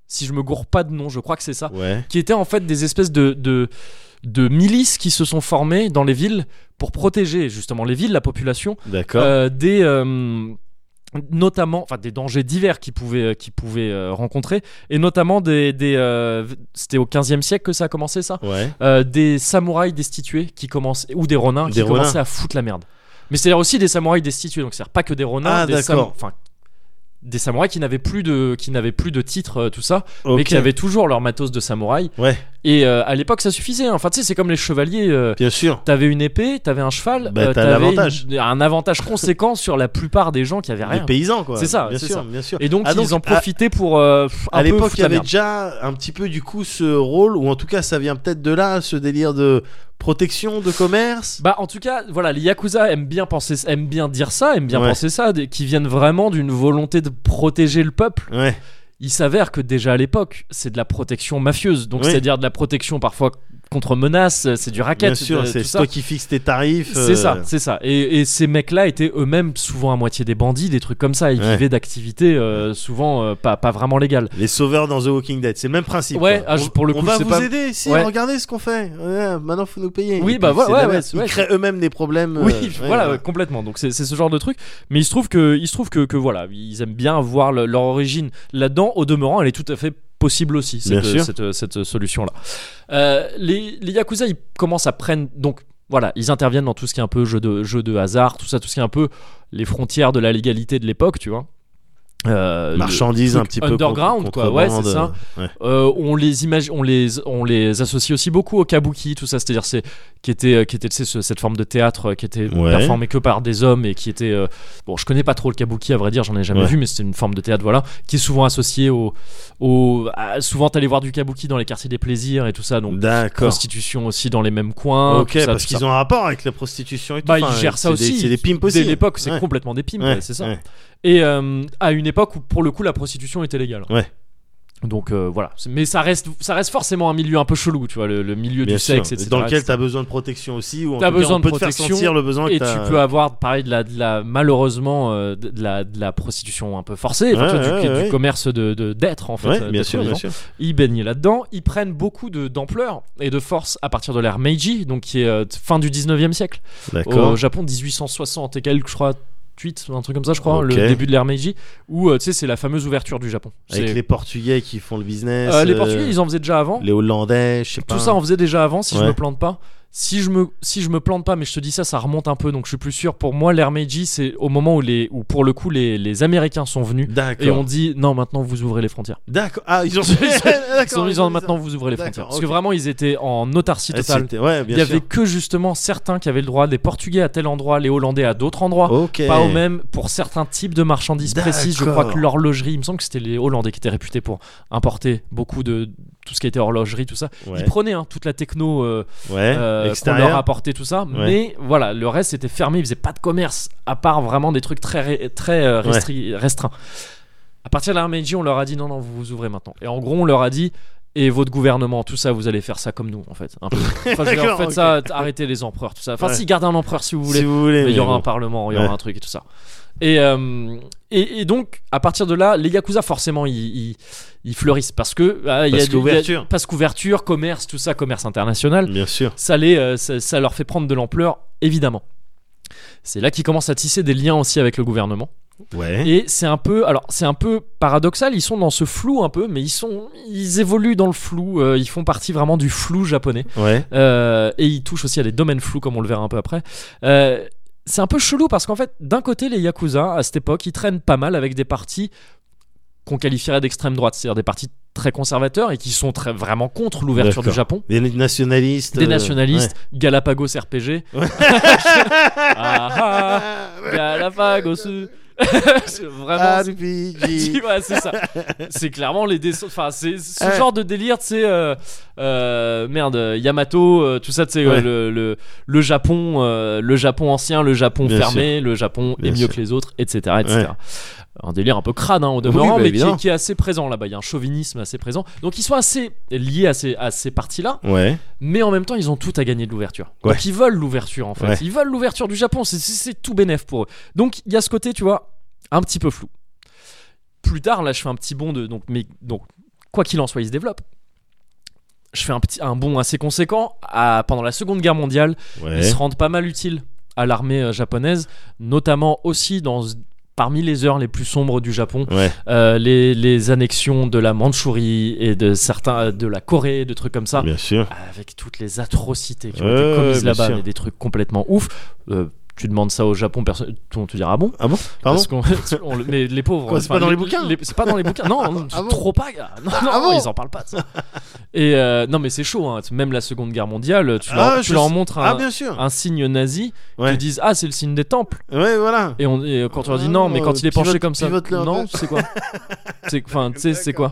S1: si je me gourre pas de nom, je crois que c'est ça,
S2: Ouais.
S1: qui étaient en fait des espèces de... de de milices qui se sont formées dans les villes pour protéger justement les villes, la population
S2: D'accord.
S1: euh, des euh, notamment enfin des dangers divers qu'ils pouvaient qu'ils pouvaient euh, rencontrer et notamment des, des euh, c'était au 15e siècle que ça a commencé ça
S2: ouais.
S1: Euh, des samouraïs destitués qui commencent ou des ronins qui
S2: Des ronins.
S1: commençaient à foutre la merde mais c'est aussi des samouraïs destitués donc c'est pas que des ronins
S2: Ah,
S1: des sam-
S2: d'accord.
S1: enfin des samouraïs qui n'avaient plus de qui n'avaient plus de titre euh, tout ça mais
S2: Ok.
S1: qui avaient toujours leur matos de samouraï
S2: Ouais.
S1: et euh, à l'époque ça suffisait hein. enfin tu sais c'est comme les chevaliers euh,
S2: Bien sûr.
S1: T'avais une épée, t'avais un cheval, euh,
S2: Bah, t'as
S1: t'avais
S2: l'avantage.
S1: une- un avantage conséquent sur la plupart des gens qui avaient Ah, rien.
S2: Les paysans, quoi.
S1: C'est ça,
S2: Bien
S1: c'est
S2: sûr,
S1: ça.
S2: bien sûr.
S1: Et donc,
S2: Ah, donc,
S1: ils en
S2: à-
S1: profitaient pour euh, pff, un
S2: à
S1: peu
S2: l'époque,
S1: foutre
S2: il y
S1: la
S2: avait
S1: merde.
S2: déjà un petit peu du coup ce rôle, ou en tout cas, ça vient peut-être de là, ce délire de protection, de commerce.
S1: Bah en tout cas, voilà, les yakuza aiment bien penser, aiment bien dire ça, aiment bien
S2: Ouais.
S1: penser ça, des- qui viennent vraiment d'une volonté de protéger le peuple.
S2: Ouais.
S1: Il s'avère que déjà à l'époque, c'est de la protection mafieuse, donc
S2: Oui.
S1: c'est-à-dire de la protection parfois contre menaces, c'est du racket,
S2: Bien sûr,
S1: de-
S2: c'est
S1: tout ça.
S2: toi qui fixes tes tarifs.
S1: C'est
S2: euh,
S1: ça, c'est ça. Et, et ces mecs-là étaient eux-mêmes souvent à moitié des bandits, des trucs comme ça. Ils
S2: Ouais.
S1: vivaient d'activités euh, souvent euh, pas, pas vraiment légales.
S2: Les sauveurs dans The Walking Dead, c'est le même principe.
S1: Ouais,
S2: quoi.
S1: ah, je-
S2: On-
S1: pour le
S2: on
S1: coup,
S2: va
S1: c'est
S2: vous
S1: pas-
S2: aider. Si,
S1: Ouais.
S2: regardez ce qu'on fait. Ouais, maintenant, faut nous payer.
S1: Oui,
S2: Et
S1: bah,
S2: puis,
S1: ouais,
S2: c'est de la
S1: ouais,
S2: merde.
S1: ouais, c'est-
S2: Ils
S1: ouais,
S2: créent eux-mêmes des problèmes.
S1: Oui,
S2: euh, ouais,
S1: voilà, ouais, complètement. Donc c'est c'est ce genre de truc. Mais il se trouve que, il se trouve que, que voilà, ils aiment bien voir le- leur origine là-dedans. Au demeurant, elle est tout à fait possible aussi
S2: Bien
S1: cette,
S2: sûr.
S1: cette- cette solution-là. Euh, les, les yakuza, ils commencent à prendre donc. Voilà, ils interviennent dans tout ce qui est un peu jeu de, jeu de hasard, tout ça, tout ce qui est un peu les frontières de la légalité de l'époque, tu vois. Euh, le-
S2: Marchandises un
S1: truc
S2: petit peu.
S1: underground,
S2: contre-
S1: quoi, ouais, c'est
S2: contrebande, euh, ouais.
S1: Euh, on les imagine, on les, on les associe aussi beaucoup au kabuki, tout ça. C'est-à-dire c'est qui était, euh, qui était tu sais, ce- cette forme de théâtre euh, qui était
S2: Ouais.
S1: performée que par des hommes et qui était euh, bon, je connais pas trop le kabuki à vrai dire, j'en ai jamais
S2: Ouais.
S1: vu, mais c'est une forme de théâtre, voilà, qui est souvent associée au, au à- souvent t'allais voir du kabuki dans les quartiers des plaisirs et tout ça, donc
S2: D'accord.
S1: prostitution aussi dans les mêmes coins.
S2: ok,
S1: tout ça,
S2: parce
S1: tout
S2: qu'ils
S1: ça.
S2: ont un rapport avec la prostitution et tout.
S1: Bah, ils
S2: Enfin,
S1: gèrent ça
S2: c'est des-
S1: aussi.
S2: C'est des pimps aussi.
S1: dès l'époque, c'est
S2: Ouais.
S1: complètement des pimes,
S2: Ouais,
S1: c'est ça.
S2: ouais.
S1: Et euh, à une époque où, pour le coup, la prostitution était légale.
S2: Ouais.
S1: Donc euh, voilà, C'est- mais ça reste, ça reste forcément un milieu un peu chelou, tu vois, le, le milieu
S2: Bien
S1: du
S2: sûr.
S1: sexe, etc.
S2: Dans lequel
S1: etc.
S2: t'as besoin de protection aussi, ou en
S1: T'as
S2: tout cas,
S1: besoin
S2: on
S1: de
S2: peut te faire
S1: protection
S2: sentir le besoin que
S1: et
S2: t'as-
S1: tu peux avoir, pareil, de la, de la malheureusement euh, de, de la, de la prostitution un peu forcée, enfin, tu
S2: Ouais,
S1: vois, du,
S2: ouais,
S1: du
S2: ouais.
S1: commerce de de- d'être en fait.
S2: Ouais,
S1: euh,
S2: bien
S1: d'être
S2: sûr, bien
S1: vivant.
S2: sûr.
S1: Ils baignaient là-dedans, ils prennent beaucoup de- d'ampleur et de force à partir de l'ère Meiji, donc qui est euh, fin du 19e siècle au
S2: D'accord.
S1: Japon 1860 et quelques je crois 8 un truc comme ça je crois hein,
S2: Ok.
S1: le début de l'ère Meiji où euh, tu sais c'est la fameuse ouverture du Japon
S2: Avec
S1: C'est-
S2: les Portugais qui font le business.
S1: Euh, les
S2: euh,
S1: Portugais ils en faisaient déjà avant
S2: Les Hollandais, je sais pas.
S1: tout ça on faisait déjà avant si je
S2: Ouais.
S1: me plante pas si je me si je me plante pas mais je te dis ça ça remonte un peu donc je suis plus sûr pour moi l'ère Meiji c'est au moment où les où pour le coup les, les américains sont venus et on
S2: D'accord.
S1: dit non maintenant vous ouvrez les frontières
S2: D'accord. Ah, ils ont.
S1: Ils ont-
S2: D'accord,
S1: ils sont mis
S2: ont
S1: en
S2: dit ça.
S1: maintenant vous ouvrez les
S2: D'accord,
S1: frontières parce
S2: ok.
S1: que vraiment ils étaient en autarcie
S2: Ah,
S1: totale
S2: c'était- Ouais,
S1: il
S2: bien
S1: y
S2: sûr.
S1: avait que justement certains qui avaient le droit les portugais à tel endroit les hollandais à d'autres endroits
S2: Ok.
S1: pas au même pour certains types de marchandises
S2: D'accord.
S1: précises. Je crois que l'horlogerie, il me semble que c'était les Hollandais qui étaient réputés pour importer beaucoup de tout ce qui était horlogerie, tout ça.
S2: Ouais.
S1: Ils prenaient hein, toute la techno euh,
S2: Ouais.
S1: euh, qu'on
S2: Extérieur.
S1: leur apportait, tout ça. Mais voilà, le reste était fermé. Ils faisaient pas de commerce, à part vraiment des trucs très, ré- très euh, restri- restreints. À partir de la Meiji, on leur a dit non, non, vous vous ouvrez maintenant. Et en gros, on leur a dit. Et votre gouvernement, tout ça, vous allez faire ça comme nous, en fait. Un peu. Enfin, je veux dire,
S2: D'accord,
S1: faites
S2: ok.
S1: ça, arrêtez les empereurs, tout ça. Enfin,
S2: Ouais.
S1: si, gardez un empereur si vous voulez.
S2: Si vous voulez.
S1: Mais il y
S2: mais
S1: aura
S2: bon.
S1: un parlement, il y aura
S2: Ouais.
S1: un truc et tout ça. Et, euh, et, et donc, à partir de là, les Yakuza, forcément, ils, ils, ils fleurissent parce que. ah, il y a
S2: Parce
S1: du-
S2: qu'ouverture.
S1: il y a- Parce qu'ouverture, commerce, tout ça, commerce international,
S2: Bien sûr.
S1: ça, les, euh, ça, ça leur fait prendre de l'ampleur, évidemment. C'est là qu'ils commencent à tisser des liens aussi avec le gouvernement.
S2: Ouais.
S1: Et c'est un peu, alors c'est un peu paradoxal. Ils sont dans ce flou un peu, mais ils sont, ils évoluent dans le flou. euh, ils font partie vraiment du flou japonais.
S2: Ouais.
S1: Euh, et il touche aussi à des domaines flous comme on le verra un peu après. Euh, c'est un peu chelou parce qu'en fait, d'un côté, les Yakuza, à cette époque, ils traînent pas mal avec des partis qu'on qualifierait d'extrême droite, c'est-à-dire des partis très conservateurs et qui sont très, vraiment contre l'ouverture du
S2: D'accord.
S1: Japon.
S2: Des nationalistes.
S1: Des
S2: euh,
S1: nationalistes, Galapagos RPG. ah, ah, Galapagos. C'est
S2: Ah,
S1: Vraiment, Ah, c'est-
S2: RPG.
S1: Ouais, c'est ça. C'est clairement les dessins. Enfin, c'est ce
S2: Ouais.
S1: genre de délire, tu sais. euh, euh, merde, euh, Yamato, euh, tout ça, tu sais. euh,
S2: Ouais.
S1: Le, le, le Japon, euh, le Japon ancien, le Japon
S2: Bien
S1: fermé, le Japon est
S2: Bien
S1: mieux
S2: sûr.
S1: que les autres, etc. etc.
S2: Ouais.
S1: Un délire un peu crade, hein, au demeurant,
S2: bah,
S1: mais qui est,
S2: évidemment.
S1: qui est assez présent là-bas. Il y a un chauvinisme assez présent. Donc, ils sont assez liés à ces, à ces parties-là,
S2: Ouais.
S1: mais en même temps, ils ont tout à gagner de l'ouverture.
S2: Ouais.
S1: Donc, ils veulent l'ouverture, en fait.
S2: Ouais.
S1: Ils veulent l'ouverture du Japon. C'est- C'est c'est tout bénef pour eux. Donc, il y a ce côté, tu vois, un petit peu flou plus tard, là, je fais un petit bond de. Donc, mais, donc quoi qu'il en soit, il se développe. Je fais un, petit, un bond assez conséquent. À, pendant la Seconde Guerre mondiale, ils
S2: Ouais.
S1: se rendent pas mal utiles à l'armée euh, japonaise, notamment aussi dans, parmi les heures les plus sombres du Japon,
S2: Ouais.
S1: euh, les, les annexions de la Mandchourie et de certains de la Corée, de trucs comme ça
S2: Bien sûr.
S1: avec toutes les atrocités qui ont
S2: Ouais,
S1: été commises
S2: ouais, bien
S1: là-bas,
S2: sûr.
S1: mais des trucs complètement ouf. Euh, tu demandes ça au Japon, personne, on te dira ah bon
S2: Ah bon Pardon
S1: Parce qu'on- on le- mais les pauvres.
S2: Quoi, c'est
S1: enfin,
S2: pas dans les bouquins
S1: C'est pas dans les bouquins. Non, non,
S2: Ah bon
S1: trop pas. gars. Non, non,
S2: ah bon
S1: ils en parlent pas. de ça. Et euh, non, mais c'est chaud. hein. Même la Seconde Guerre mondiale, tu leur,
S2: Ah,
S1: tu
S2: je
S1: leur
S2: sais-
S1: montres un,
S2: Ah bien sûr.
S1: un signe nazi, ils
S2: Ouais.
S1: te disent ah c'est le signe des temples.
S2: Ouais, voilà.
S1: Et, on, et quand on leur dit
S2: Ah
S1: non,
S2: non,
S1: mais quand il est
S2: pivote-
S1: penché comme ça,
S2: pivote-le un
S1: non,
S2: peu.
S1: c'est quoi C'est- Enfin, tu sais, c'est quoi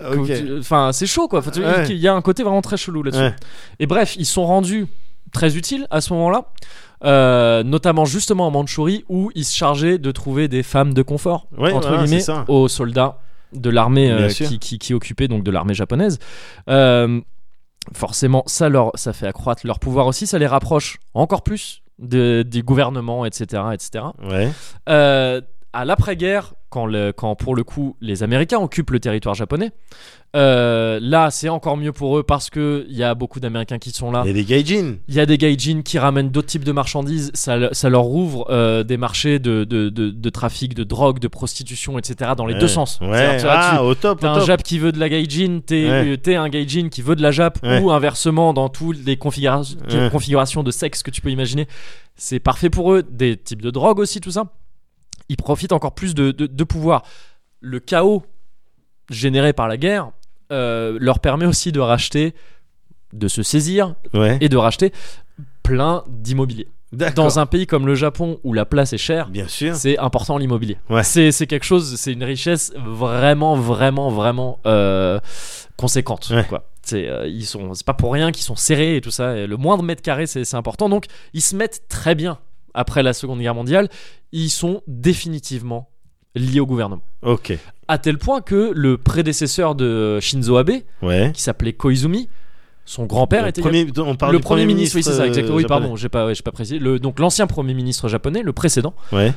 S2: D'accord, OK.
S1: que
S2: Ok.
S1: Euh, tu- Enfin, c'est chaud quoi. Enfin, tu-
S2: Ouais.
S1: Il y a un côté vraiment très chelou là-dessus.
S2: Ouais.
S1: Et bref, ils sont rendus très utiles à ce moment-là, euh, notamment justement en Mandchourie où ils se chargeaient de trouver des femmes de confort
S2: Ouais,
S1: entre
S2: voilà,
S1: guillemets
S2: c'est ça.
S1: aux soldats de l'armée euh,
S2: Bien sûr.
S1: qui, qui, qui occupait donc de l'armée japonaise. Euh, forcément, ça leur ça fait accroître leur pouvoir aussi, ça les rapproche encore plus de- des gouvernements, etc., etc.
S2: Ouais.
S1: Euh, à l'après-guerre, quand, le- quand pour le coup les Américains occupent le territoire japonais, euh, là c'est encore mieux pour eux parce que il y a beaucoup d'Américains qui sont là.
S2: Il y a des gaijins.
S1: Il y a des gaijins qui ramènent d'autres types de marchandises, ça, le- ça leur ouvre euh, des marchés de, de, de- de trafic, de drogue, de prostitution, etc. dans les
S2: Ouais.
S1: deux sens.
S2: Ouais.
S1: C'est-à-dire, tu vois, tu-
S2: Ah, au top, au
S1: T'as un
S2: top.
S1: Jap qui veut de la gaijin, t'es
S2: Ouais.
S1: euh, t'es un gaijin qui veut de la Jap,
S2: Ouais.
S1: ou inversement dans toutes les configura-
S2: Ouais.
S1: configurations de sexe que tu peux imaginer. C'est parfait pour eux, des types de drogue aussi, tout ça. Ils profitent encore plus de, de- de pouvoir. Le chaos généré par la guerre euh, leur permet aussi de racheter, de se saisir
S2: Ouais.
S1: et de racheter plein d'immobilier.
S2: D'accord.
S1: Dans un pays comme le Japon où la place est chère,
S2: Bien sûr.
S1: c'est important l'immobilier.
S2: Ouais.
S1: C'est c'est quelque chose, c'est une richesse vraiment, vraiment, vraiment euh, conséquente.
S2: Ouais.
S1: Quoi. C'est euh, ils sont, c'est pas pour rien qu'ils sont serrés et tout ça. et le moindre mètre carré, c'est c'est important. Donc ils se mettent très bien après la Seconde Guerre mondiale. Ils sont définitivement liés au gouvernement.
S2: Ok.
S1: À tel point que le prédécesseur de Shinzo Abe,
S2: Ouais.
S1: qui s'appelait Koizumi, son grand-père
S2: Le
S1: était
S2: premier, on parle
S1: le
S2: du
S1: premier ministre, oui, c'est ça,
S2: euh,
S1: exactement. Oui,
S2: japonais.
S1: pardon, j'ai pas, ouais, j'ai pas précisé. Le- donc l'ancien premier ministre japonais, le précédent,
S2: Ouais.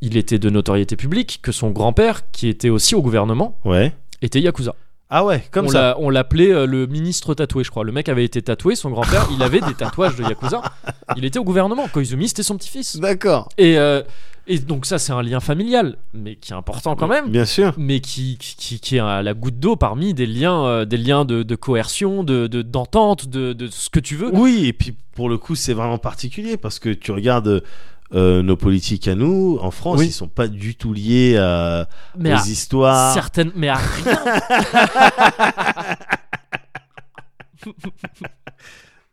S1: il était de notoriété publique que son grand-père, qui était aussi au gouvernement,
S2: Ouais.
S1: était Yakuza.
S2: Ah ouais, comme
S1: on
S2: ça.
S1: l'a- on l'appelait euh, le ministre tatoué, je crois. Le mec avait été tatoué, son grand-père, il avait des tatouages de Yakuza. Il était au gouvernement. Koizumi, c'était son petit-fils.
S2: D'accord.
S1: Et, euh, et donc ça, c'est un lien familial, mais qui est important quand même.
S2: Bien sûr.
S1: Mais qui, qui, qui- qui est à la goutte d'eau parmi des liens, euh, des liens de, de coercion, de de- d'entente, de, de ce que tu veux.
S2: Oui, et puis pour le coup, c'est vraiment particulier parce que tu regardes euh, nos politiques à nous, en France,
S1: Oui.
S2: ils sont pas du tout liés à,
S1: Mais
S2: aux
S1: à-
S2: histoires.
S1: Certaines, mais à rien.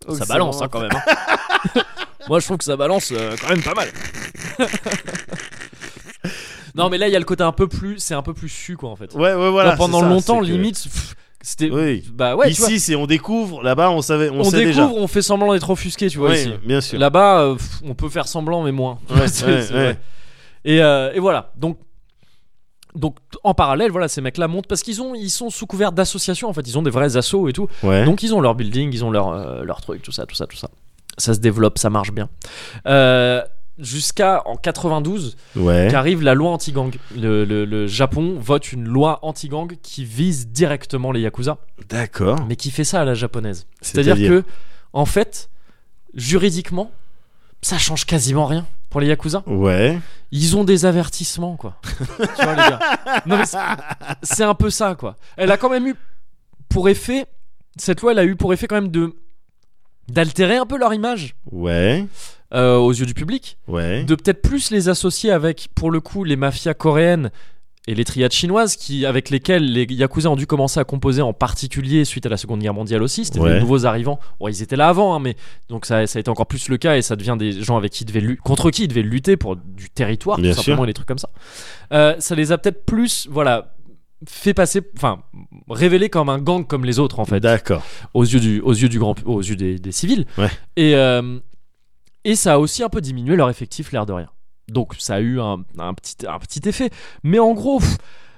S2: Oh,
S1: ça
S2: c'est
S1: balance
S2: vraiment-
S1: hein, quand même. hein. Moi, je trouve que ça balance euh, quand même pas mal. non, mais là, il y a le côté un peu plus, c'est un peu plus su quoi en fait.
S2: Ouais, ouais, voilà.
S1: Là, Bah, pendant
S2: c'est ça,
S1: longtemps,
S2: c'est que-
S1: limite, pff, c'était.
S2: Oui.
S1: Bah ouais. tu vois,
S2: ici, c'est on découvre, là-bas, on savait, on,
S1: on
S2: sait
S1: découvre,
S2: déjà.
S1: on fait semblant d'être offusqué, tu vois
S2: Oui,
S1: ici.
S2: bien sûr.
S1: Là-bas, euh, pff, on peut faire semblant, mais moins.
S2: Ouais,
S1: C'est-
S2: ouais,
S1: c'est
S2: ouais.
S1: vrai. Et, euh, et voilà. Donc, donc en parallèle, voilà, ces mecs-là montent parce qu'ils ont, ils sont sous couvert d'associations. En fait, ils ont des vrais assos et tout.
S2: Ouais.
S1: Donc ils ont leur building, ils ont leur, euh, leur truc, tout ça, tout ça, tout ça. Ça se développe, ça marche bien. Euh, Jusqu'à en 92,
S2: ouais.
S1: qu'arrive la loi anti-gang. Le, le- le Japon vote une loi anti-gang qui vise directement les yakuza,
S2: D'accord.
S1: mais qui fait ça à la japonaise. C'est-à-dire que, en fait, juridiquement, ça change quasiment rien pour les yakuza.
S2: Ouais.
S1: Ils ont des avertissements, quoi. tu vois, les gars. Non, mais c'est- c'est un peu ça, quoi. Elle a quand même eu pour effet. Cette loi, elle a eu pour effet quand même de. d'altérer un peu leur image
S2: Ouais.
S1: euh, aux yeux du public.
S2: Ouais.
S1: De peut-être plus les associer avec, pour le coup, les mafias coréennes et les triades chinoises qui, avec lesquelles les Yakuza ont dû commencer à composer en particulier suite à la Seconde Guerre mondiale aussi. C'était
S2: Ouais.
S1: des nouveaux arrivants. Bon, ils étaient là avant, hein, mais donc ça, ça a été encore plus le cas et ça devient des gens avec qui ils devaient lu- contre qui ils devaient lutter pour du territoire,
S2: Bien
S1: tout simplement,
S2: sûr.
S1: et des trucs comme ça. Euh, ça les a peut-être plus, voilà, fait passer, enfin, révélé comme un gang comme les autres en fait
S2: D'accord.
S1: aux yeux du aux yeux du grand aux yeux des, des civils
S2: Ouais.
S1: et euh, et ça a aussi un peu diminué leur effectif l'air de rien donc ça a eu un, un petit un petit effet mais en gros pff,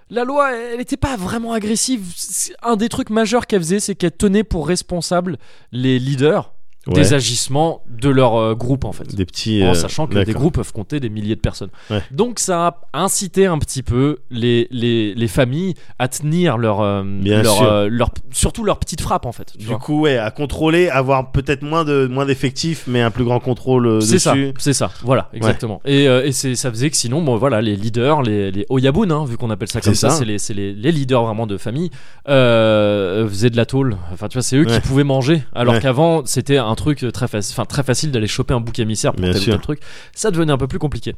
S1: la loi elle n'était pas vraiment agressive C'est- un des trucs majeurs qu'elle faisait c'est qu'elle tenait pour responsable les leaders
S2: Ouais.
S1: des agissements de leur euh, groupe en fait
S2: Des petits.
S1: en
S2: euh,
S1: sachant que
S2: d'accord.
S1: des groupes peuvent compter des milliers de personnes.
S2: Ouais.
S1: Donc ça a incité un petit peu les, les, les familles à tenir leur, euh,
S2: Bien
S1: leur,
S2: sûr.
S1: euh, leur- surtout leur petite frappe en fait. tu
S2: Du
S1: vois.
S2: coup, ouais, à contrôler, avoir peut-être moins de moins d'effectifs, mais un plus grand contrôle euh,
S1: C'est ça,
S2: dessus.
S1: c'est ça, voilà, exactement. Et, euh, et c'est- ça faisait que sinon, bon, voilà, les leaders, les, les Oyabun, hein, vu qu'on appelle ça comme
S2: C'est
S1: ça,
S2: ça.
S1: c'est les, c'est les, les leaders vraiment de famille, euh, faisaient de la tôle. Enfin, tu vois, c'est eux
S2: Ouais.
S1: qui pouvaient manger, alors
S2: Ouais.
S1: qu'avant, c'était un truc très, faci- enfin, très facile d'aller choper un bouc émissaire pour
S2: Bien
S1: tel ou
S2: sûr.
S1: tel truc. Ça devenait un peu plus compliqué.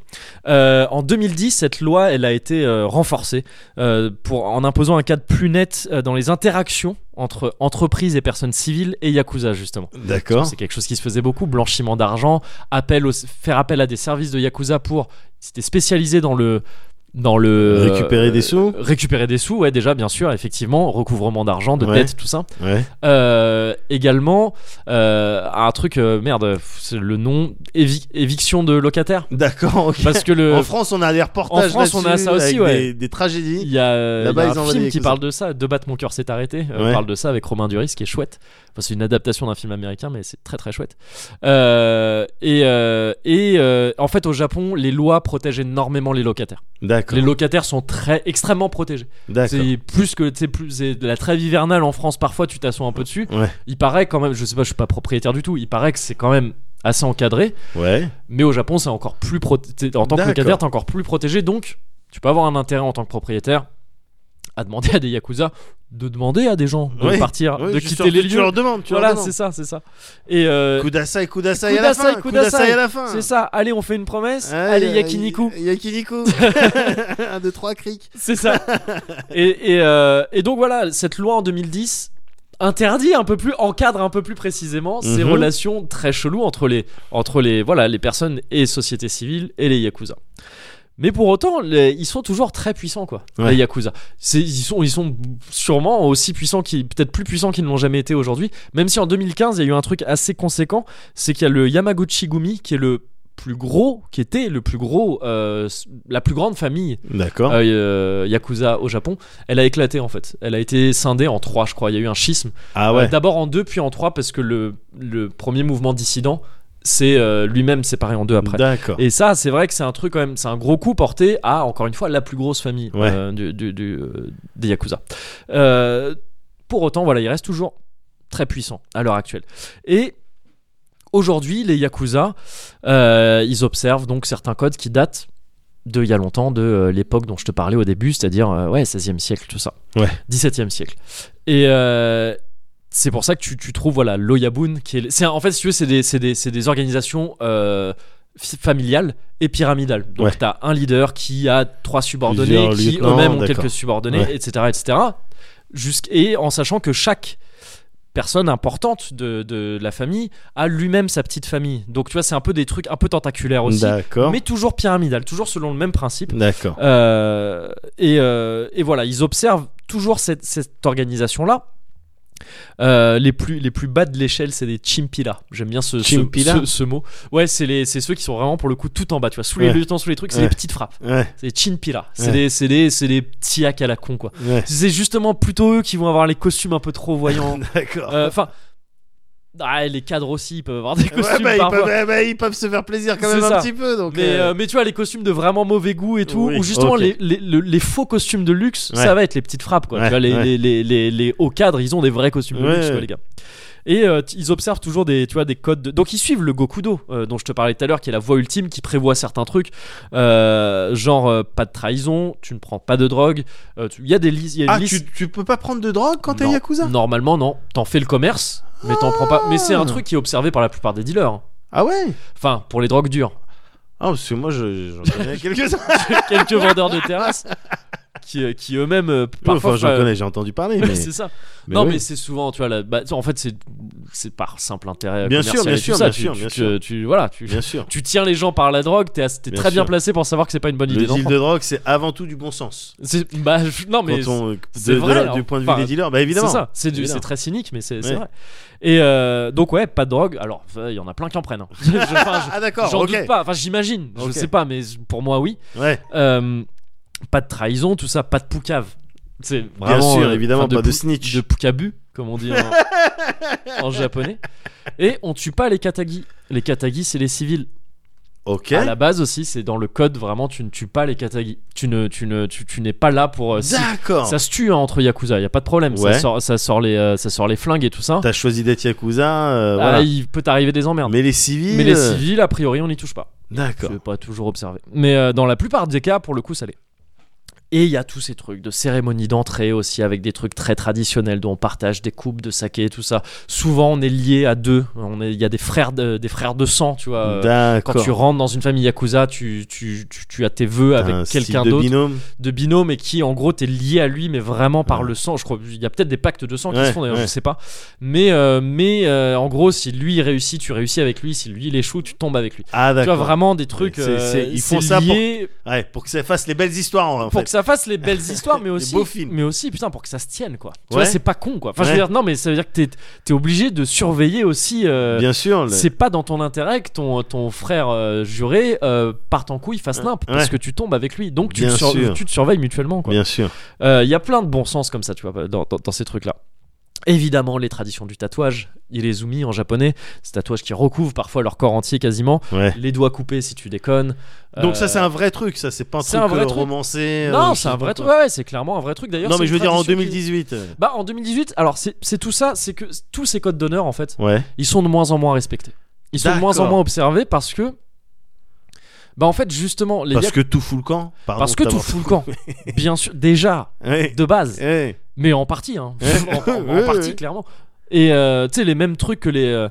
S1: Euh, en 2010, cette loi, elle a été euh, renforcée euh, pour, en imposant un cadre plus net euh, dans les interactions entre entreprises et personnes civiles et Yakuza, justement. Parce
S2: D'accord.
S1: que C'est quelque chose qui se faisait beaucoup, blanchiment d'argent, appel au- faire appel à des services de Yakuza pour. C'était spécialisé dans le. Dans le euh,
S2: Récupérer des sous
S1: Récupérer des sous, ouais, déjà, bien sûr, effectivement. Recouvrement d'argent, de
S2: Ouais.
S1: dettes, tout ça.
S2: Ouais.
S1: Euh, également, euh, un truc, euh, merde, pff, c'est le nom, évi- éviction de locataire.
S2: D'accord. ok.
S1: Parce que le.
S2: En France, on a des
S1: en
S2: reportages.
S1: France, on a
S2: là-dessus,
S1: ça aussi,
S2: avec
S1: ouais.
S2: Des, des tragédies.
S1: Il y a, euh,
S2: Là-bas,
S1: il y a
S2: ils
S1: un
S2: envoient
S1: film
S2: des
S1: qui
S2: Yakuza.
S1: parle de ça, De battre mon cœur s'est arrêté, euh,
S2: Ouais.
S1: parle de ça avec Romain Duris qui est chouette. Enfin, c'est une adaptation d'un film américain, mais c'est très très chouette. Euh, et euh, et euh, en fait, au Japon, les lois protègent énormément les locataires.
S2: D'accord.
S1: Les locataires sont très extrêmement protégés.
S2: D'accord.
S1: C'est plus que c'est plus c'est de la trêve hivernale en France. Parfois, tu t'assois un peu dessus.
S2: Ouais.
S1: Il paraît quand même, je sais pas, je suis pas propriétaire du tout. Il paraît que c'est quand même assez encadré.
S2: Ouais.
S1: Mais au Japon, c'est encore plus protégé. En tant que
S2: D'accord.
S1: locataire, t'es encore plus protégé. Donc, tu peux avoir un intérêt en tant que propriétaire à demander à des yakuza de demander à des gens de
S2: Oui,
S1: partir,
S2: Ouais,
S1: de
S2: juste
S1: quitter les
S2: tu
S1: lieux.
S2: leur demandes. Tu
S1: Voilà,
S2: leur
S1: c'est
S2: demandes.
S1: ça, c'est ça. Et euh,
S2: Kudasai, kudasai à la
S1: Kudasai,
S2: fin. Kudasai à la fin.
S1: c'est ça. Allez, on fait une promesse.
S2: Ouais,
S1: Allez,
S2: y-
S1: yakiniku.
S2: y- Yakiniku. Un, deux, trois, cric.
S1: C'est ça. et, et, euh, et donc voilà, cette loi en 2010 interdit un peu plus, encadre un peu plus précisément ces
S2: Mhm.
S1: relations très cheloues entre les, entre les, voilà, les personnes et sociétés civiles et les yakuza. Mais pour autant, les- ils sont toujours très puissants, quoi.
S2: Ouais.
S1: Les yakuza, C'est- ils sont, ils sont sûrement aussi puissants qu'ils, peut-être plus puissants qu'ils ne l'ont jamais été aujourd'hui. Même si en 2015, il y a eu un truc assez conséquent, c'est qu'il y a le Yamaguchi Gumi qui est le plus gros, qui était le plus gros, euh, la plus grande famille
S2: D'accord.
S1: euh, euh, Yakuza au Japon, elle a éclaté en fait. Elle a été scindée en trois, je crois. Il y a eu un schisme.
S2: ah
S1: Euh,
S2: ouais.
S1: D'abord en deux, puis en trois, parce que le, le premier mouvement dissident s'est euh, lui-même séparé en deux après.
S2: D'accord.
S1: Et ça, c'est vrai que c'est un truc quand même, c'est un gros coup porté à, encore une fois, la plus grosse famille
S2: Ouais.
S1: euh, du, du- du, euh, des Yakuza. Euh, pour autant, voilà, il reste toujours très puissant à l'heure actuelle. Et aujourd'hui, les Yakuza, euh, ils observent donc certains codes qui datent de il y a longtemps, de euh, l'époque dont je te parlais au début, c'est-à-dire, euh, ouais, 16e siècle, tout ça.
S2: Ouais.
S1: 17e siècle. Et. euh, c'est pour ça que tu, tu trouves voilà l'Oyabun qui est, c'est un- en fait si tu veux c'est des, c'est des, c'est des organisations euh, fi- familiales et pyramidales donc
S2: Ouais.
S1: tu as un leader qui a trois subordonnés
S2: Plusieurs
S1: qui
S2: lieutenants,
S1: eux-mêmes ont
S2: d'accord.
S1: quelques subordonnés
S2: Ouais.
S1: etc etc Jusqu'- et en sachant que chaque personne importante de, de la famille a lui-même sa petite famille donc tu vois c'est un peu des trucs un peu tentaculaires aussi
S2: D'accord.
S1: mais toujours pyramidal toujours selon le même principe
S2: D'accord.
S1: euh, et, euh, et voilà, ils observent toujours cette, cette organisation-là. Euh, les, plus, les plus bas de l'échelle, c'est des chimpila. J'aime bien ce, ce-
S2: Chimpila
S1: ce, ce mot. Ouais, c'est les- c'est ceux qui sont vraiment pour le coup tout en bas, tu vois, sous les
S2: Ouais.
S1: lieutenants, sous les trucs, c'est
S2: Ouais.
S1: les petites frappes.
S2: Ouais.
S1: C'est des chimpila. C'est
S2: Ouais.
S1: des, c'est des, c'est des petits hacks à la con, quoi.
S2: Ouais.
S1: C'est justement plutôt eux qui vont avoir les costumes un peu trop voyants.
S2: D'accord.
S1: Euh, Enfin, ah, les cadres aussi, ils peuvent avoir des
S2: Ouais,
S1: costumes
S2: bah, ils,
S1: parfois.
S2: peuvent, ouais, bah, ils peuvent se faire plaisir quand
S1: C'est
S2: même
S1: ça.
S2: un petit peu. Donc,
S1: Mais,
S2: euh,
S1: euh, mais tu vois, les costumes de vraiment mauvais goût et tout,
S2: Oui,
S1: ou justement
S2: ok.
S1: les, les, le- les faux costumes de luxe, ça
S2: Ouais.
S1: va être les petites frappes. Quoi.
S2: Ouais,
S1: tu vois, les,
S2: ouais.
S1: les, les, les, les hauts cadres, ils ont des vrais costumes de
S2: Ouais,
S1: luxe, tu vois,
S2: ouais.
S1: les gars. Et euh, t- ils observent toujours des, tu vois, des codes. de- Donc ils suivent le Gokudo, euh, dont je te parlais tout à l'heure, qui est la voie ultime qui prévoit certains trucs, euh, genre euh, pas de trahison, tu ne prends pas de drogue. euh, tu- Il y a des listes. il y a une
S2: Ah,
S1: liste-
S2: tu, tu peux pas prendre de drogue quand t'es
S1: Non,
S2: Yakuza
S1: Normalement, non. T'en fais le commerce, mais t'en prends pas. Mais c'est un truc qui est observé par la plupart des dealers. hein.
S2: Ah ouais
S1: Enfin, pour les drogues dures.
S2: Ah, parce que moi, je- j'en connais quelques-uns.
S1: quelques vendeurs de terrasse qui, qui eux-mêmes euh,
S2: Oui,
S1: parfois
S2: enfin, j'en
S1: fra-
S2: connais, j'ai entendu parler, mais,
S1: c'est ça.
S2: mais
S1: non,
S2: oui.
S1: mais c'est souvent, tu vois, la- bah, en fait, c'est c'est par simple intérêt
S2: Bien
S1: commercial
S2: sûr, bien
S1: et tout
S2: sûr,
S1: ça.
S2: bien
S1: tu,
S2: sûr,
S1: tu-
S2: bien
S1: tu-
S2: sûr.
S1: tu- voilà, tu,
S2: bien sûr.
S1: tu tires les gens par la drogue. T'es as- t'es
S2: Bien
S1: très bien
S2: sûr.
S1: placé pour savoir que c'est pas une bonne
S2: Le
S1: idée.
S2: deal
S1: d'enfant.
S2: de drogue, c'est avant tout du bon sens.
S1: C'est- bah, je- non, mais
S2: Quand on- de-
S1: c'est
S2: de-
S1: vrai,
S2: de-
S1: alors.
S2: du point de vue
S1: Enfin,
S2: des dealers, bah évidemment.
S1: C'est ça, c'est du-
S2: Évidemment.
S1: c'est très cynique, mais c'est c'est
S2: Ouais.
S1: vrai. Et euh, donc, ouais, pas de drogue. Alors, enfin, il y en a plein qui en prennent. hein. Je- enfin, je-
S2: Ah d'accord,
S1: J'en
S2: ok.
S1: doute pas, enfin j'imagine, je
S2: Ok.
S1: sais pas, mais pour moi oui.
S2: Ouais,
S1: Euh, pas de trahison, tout ça, pas de poucave. C'est
S2: bien
S1: vraiment,
S2: sûr,
S1: euh,
S2: évidemment,
S1: enfin,
S2: pas de
S1: pou-
S2: snitch.
S1: de pukabu, comme on dit en, en japonais. Et on tue pas les katagi. Les katagi, c'est les civils.
S2: Ok.
S1: À la base aussi, c'est dans le code vraiment, tu ne tues pas les katagi. Tu ne, tu ne, tu, tu n'es pas là pour. euh, si-
S2: D'accord.
S1: ça se tue hein, entre yakuza, y a pas de problème.
S2: Ouais.
S1: Ça sort, ça sort les, euh, ça sort les flingues et tout ça.
S2: T'as choisi d'être yakuza, euh,
S1: Ah,
S2: voilà.
S1: il peut t'arriver des emmerdes.
S2: Mais les civils.
S1: Mais les
S2: euh,
S1: civils, a priori, on n'y touche pas.
S2: D'accord.
S1: Je pas toujours observé. Mais euh, dans la plupart des cas, pour le coup, ça l'est. Et il y a tous ces trucs de cérémonie d'entrée aussi, avec des trucs très traditionnels dont on partage des coupes de saké et tout ça. Souvent, on est lié à deux. On est- Il y a des frères de, des frères de sang, tu vois. Euh, Quand
S2: D'accord.
S1: tu rentres dans une famille yakuza, tu, tu, tu, tu as tes vœux
S2: T'as un
S1: avec
S2: style
S1: quelqu'un
S2: de
S1: d'autre
S2: binôme.
S1: de binôme et qui, en gros, t'es lié à lui, mais vraiment par
S2: Ouais.
S1: le sang. Je crois il y a peut-être des pactes de sang qui
S2: Ouais,
S1: se font d'ailleurs, je
S2: ouais.
S1: sais pas. Mais, euh, mais euh, en gros, si lui il réussit, tu réussis avec lui. Si lui il échoue, tu tombes avec lui.
S2: Ah
S1: Tu vois
S2: d'accord.
S1: vraiment des trucs.
S2: C'est-
S1: euh,
S2: c'est- ils
S1: c'est
S2: font ça pour-
S1: lié
S2: Ouais, pour que ça fasse les belles histoires en,
S1: pour
S2: fait.
S1: que ça fasse les belles histoires, mais aussi,
S2: beaux films.
S1: mais aussi, putain, pour que ça se tienne, quoi. Tu
S2: Ouais.
S1: vois, c'est pas con, quoi. Enfin, je veux
S2: Ouais.
S1: dire, non, mais ça veut dire que t'es es obligé de surveiller aussi. euh,
S2: Bien sûr. le-
S1: c'est pas dans ton intérêt que ton, ton frère euh, juré euh, parte en couille, fasse nimp,
S2: Ouais.
S1: parce que tu tombes avec lui. Donc tu,
S2: Bien
S1: te, sur-
S2: sûr.
S1: tu te surveilles mutuellement, quoi.
S2: Bien sûr.
S1: Euh, Il y a plein de bon sens comme ça, tu vois, dans, dans- dans ces trucs-là. Évidemment, les traditions du tatouage, irezumi en japonais, ces tatouages qui recouvrent parfois leur corps entier quasiment,
S2: Ouais.
S1: les doigts coupés si tu déconnes.
S2: Donc ça
S1: Euh,
S2: c'est un vrai truc, ça c'est pas un
S1: c'est
S2: truc
S1: un vrai
S2: euh,
S1: truc.
S2: romancé. euh,
S1: Non,
S2: je
S1: c'est
S2: sais
S1: un
S2: pas
S1: vrai
S2: quoi.
S1: truc. Ouais, ouais, c'est clairement un vrai truc. D'ailleurs,
S2: Non
S1: c'est
S2: mais je
S1: une
S2: veux dire en
S1: tradition qui-
S2: 2018. euh,
S1: Bah, en 2018, alors c'est c'est tout ça, c'est que tous ces codes d'honneur, en fait,
S2: Ouais.
S1: ils sont de moins en moins respectés. Ils sont de moins en
S2: D'accord.
S1: moins observés parce que. Bah, en fait, justement, les
S2: Parce
S1: Yak-
S2: que tout fout le camp. Pardon
S1: parce que
S2: de
S1: tout
S2: t'avoir-
S1: fout le camp. Bien sûr, déjà,
S2: Ouais.
S1: de base,
S2: Ouais.
S1: mais en partie, hein. en, en- en
S2: Ouais,
S1: partie,
S2: ouais.
S1: clairement. Et euh, tu sais, les mêmes trucs que les. euh,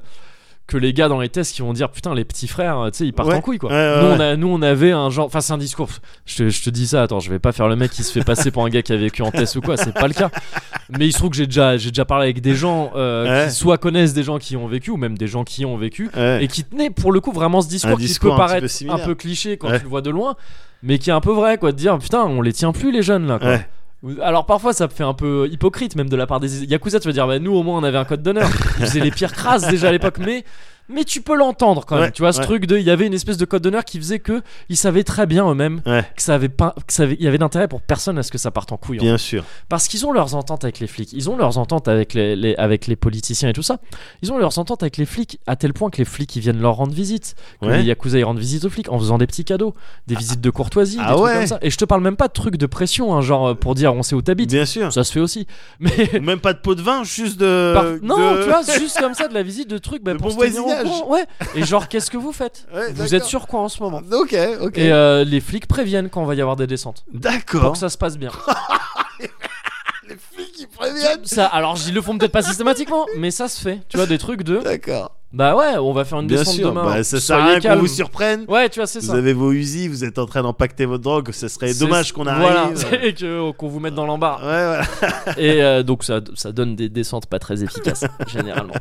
S1: que les gars dans les tests qui vont dire putain les petits frères euh, tu sais ils partent
S2: Ouais.
S1: en couille quoi
S2: Ouais, ouais,
S1: nous,
S2: ouais.
S1: On a, nous on avait un genre enfin c'est un discours je te, je te dis ça attends je vais pas faire le mec qui se fait passer pour un gars qui a vécu en test ou quoi c'est pas le cas mais il se trouve que j'ai déjà j'ai déjà parlé avec des gens euh,
S2: Ouais.
S1: qui soit connaissent des gens qui ont vécu ou même des gens qui ont vécu
S2: Ouais.
S1: et qui tenaient pour le coup vraiment ce discours,
S2: Un
S1: qui
S2: discours
S1: peut
S2: un petit
S1: paraître
S2: peu
S1: un
S2: similaire.
S1: peu cliché quand
S2: Ouais.
S1: tu le vois de loin mais qui est un peu vrai quoi de dire putain on les tient plus les jeunes là quoi.
S2: Ouais.
S1: Ou- Alors parfois ça fait un peu hypocrite même de la part des Yakuza, tu vas dire bah nous au moins on avait un code d'honneur, ils faisaient les pires crasses déjà à l'époque mais mais tu peux l'entendre quand même,
S2: Ouais,
S1: tu vois ce
S2: ouais.
S1: truc de il y avait une espèce de code d'honneur qui faisait que ils savaient très bien eux-mêmes
S2: Ouais.
S1: que ça avait pas que ça avait- il y avait d'intérêt pour personne à ce que ça parte en couille. en
S2: Bien sûr.
S1: parce qu'ils ont leurs ententes avec les flics, ils ont leurs ententes avec les, les- avec les politiciens et tout ça. Ils ont leurs ententes avec les flics à tel point que les flics ils viennent leur rendre visite, que
S2: Ouais.
S1: les yakuza ils rendent visite aux flics en faisant des petits cadeaux, des visites de courtoisie,
S2: Ah
S1: des trucs
S2: ouais.
S1: comme ça. Et je te parle même pas de trucs de pression, hein, genre euh, pour dire on sait où t'habites.
S2: Bien sûr.
S1: Ça se fait aussi. Mais
S2: Ou même pas de pot de vin, juste de.
S1: par- non,
S2: Euh, de-
S1: tu vois, c'est juste comme ça de la visite de trucs bah,
S2: Le
S1: pour
S2: bon
S1: se tenir au
S2: voisinage.
S1: courant, ouais. Et genre qu'est-ce que vous faites
S2: Ouais,
S1: Vous
S2: d'accord.
S1: êtes sur quoi en ce moment
S2: Ok, ok.
S1: Et euh, les flics préviennent quand on va y avoir des descentes pour
S2: D'accord.
S1: que ça se passe bien.
S2: Les filles qui préviennent.
S1: Ça, alors ils le font peut-être pas systématiquement, mais ça se fait. Tu vois des trucs de
S2: D'accord.
S1: Bah ouais, on va faire une
S2: Bien
S1: descente
S2: sûr.
S1: demain.
S2: Bah, ça sert à
S1: Soyez
S2: rien qu'on
S1: calme.
S2: vous surprenne.
S1: Ouais, tu vois, c'est
S2: Vous
S1: ça.
S2: avez vos usines, vous êtes en train d'empacter votre drogue, ce serait
S1: C'est-
S2: dommage qu'on
S1: Voilà,
S2: arrive.
S1: et que- euh, qu'on vous mette dans
S2: Ouais,
S1: l'embarras.
S2: voilà.
S1: Et euh, donc ça, ça donne des descentes pas très efficaces, généralement.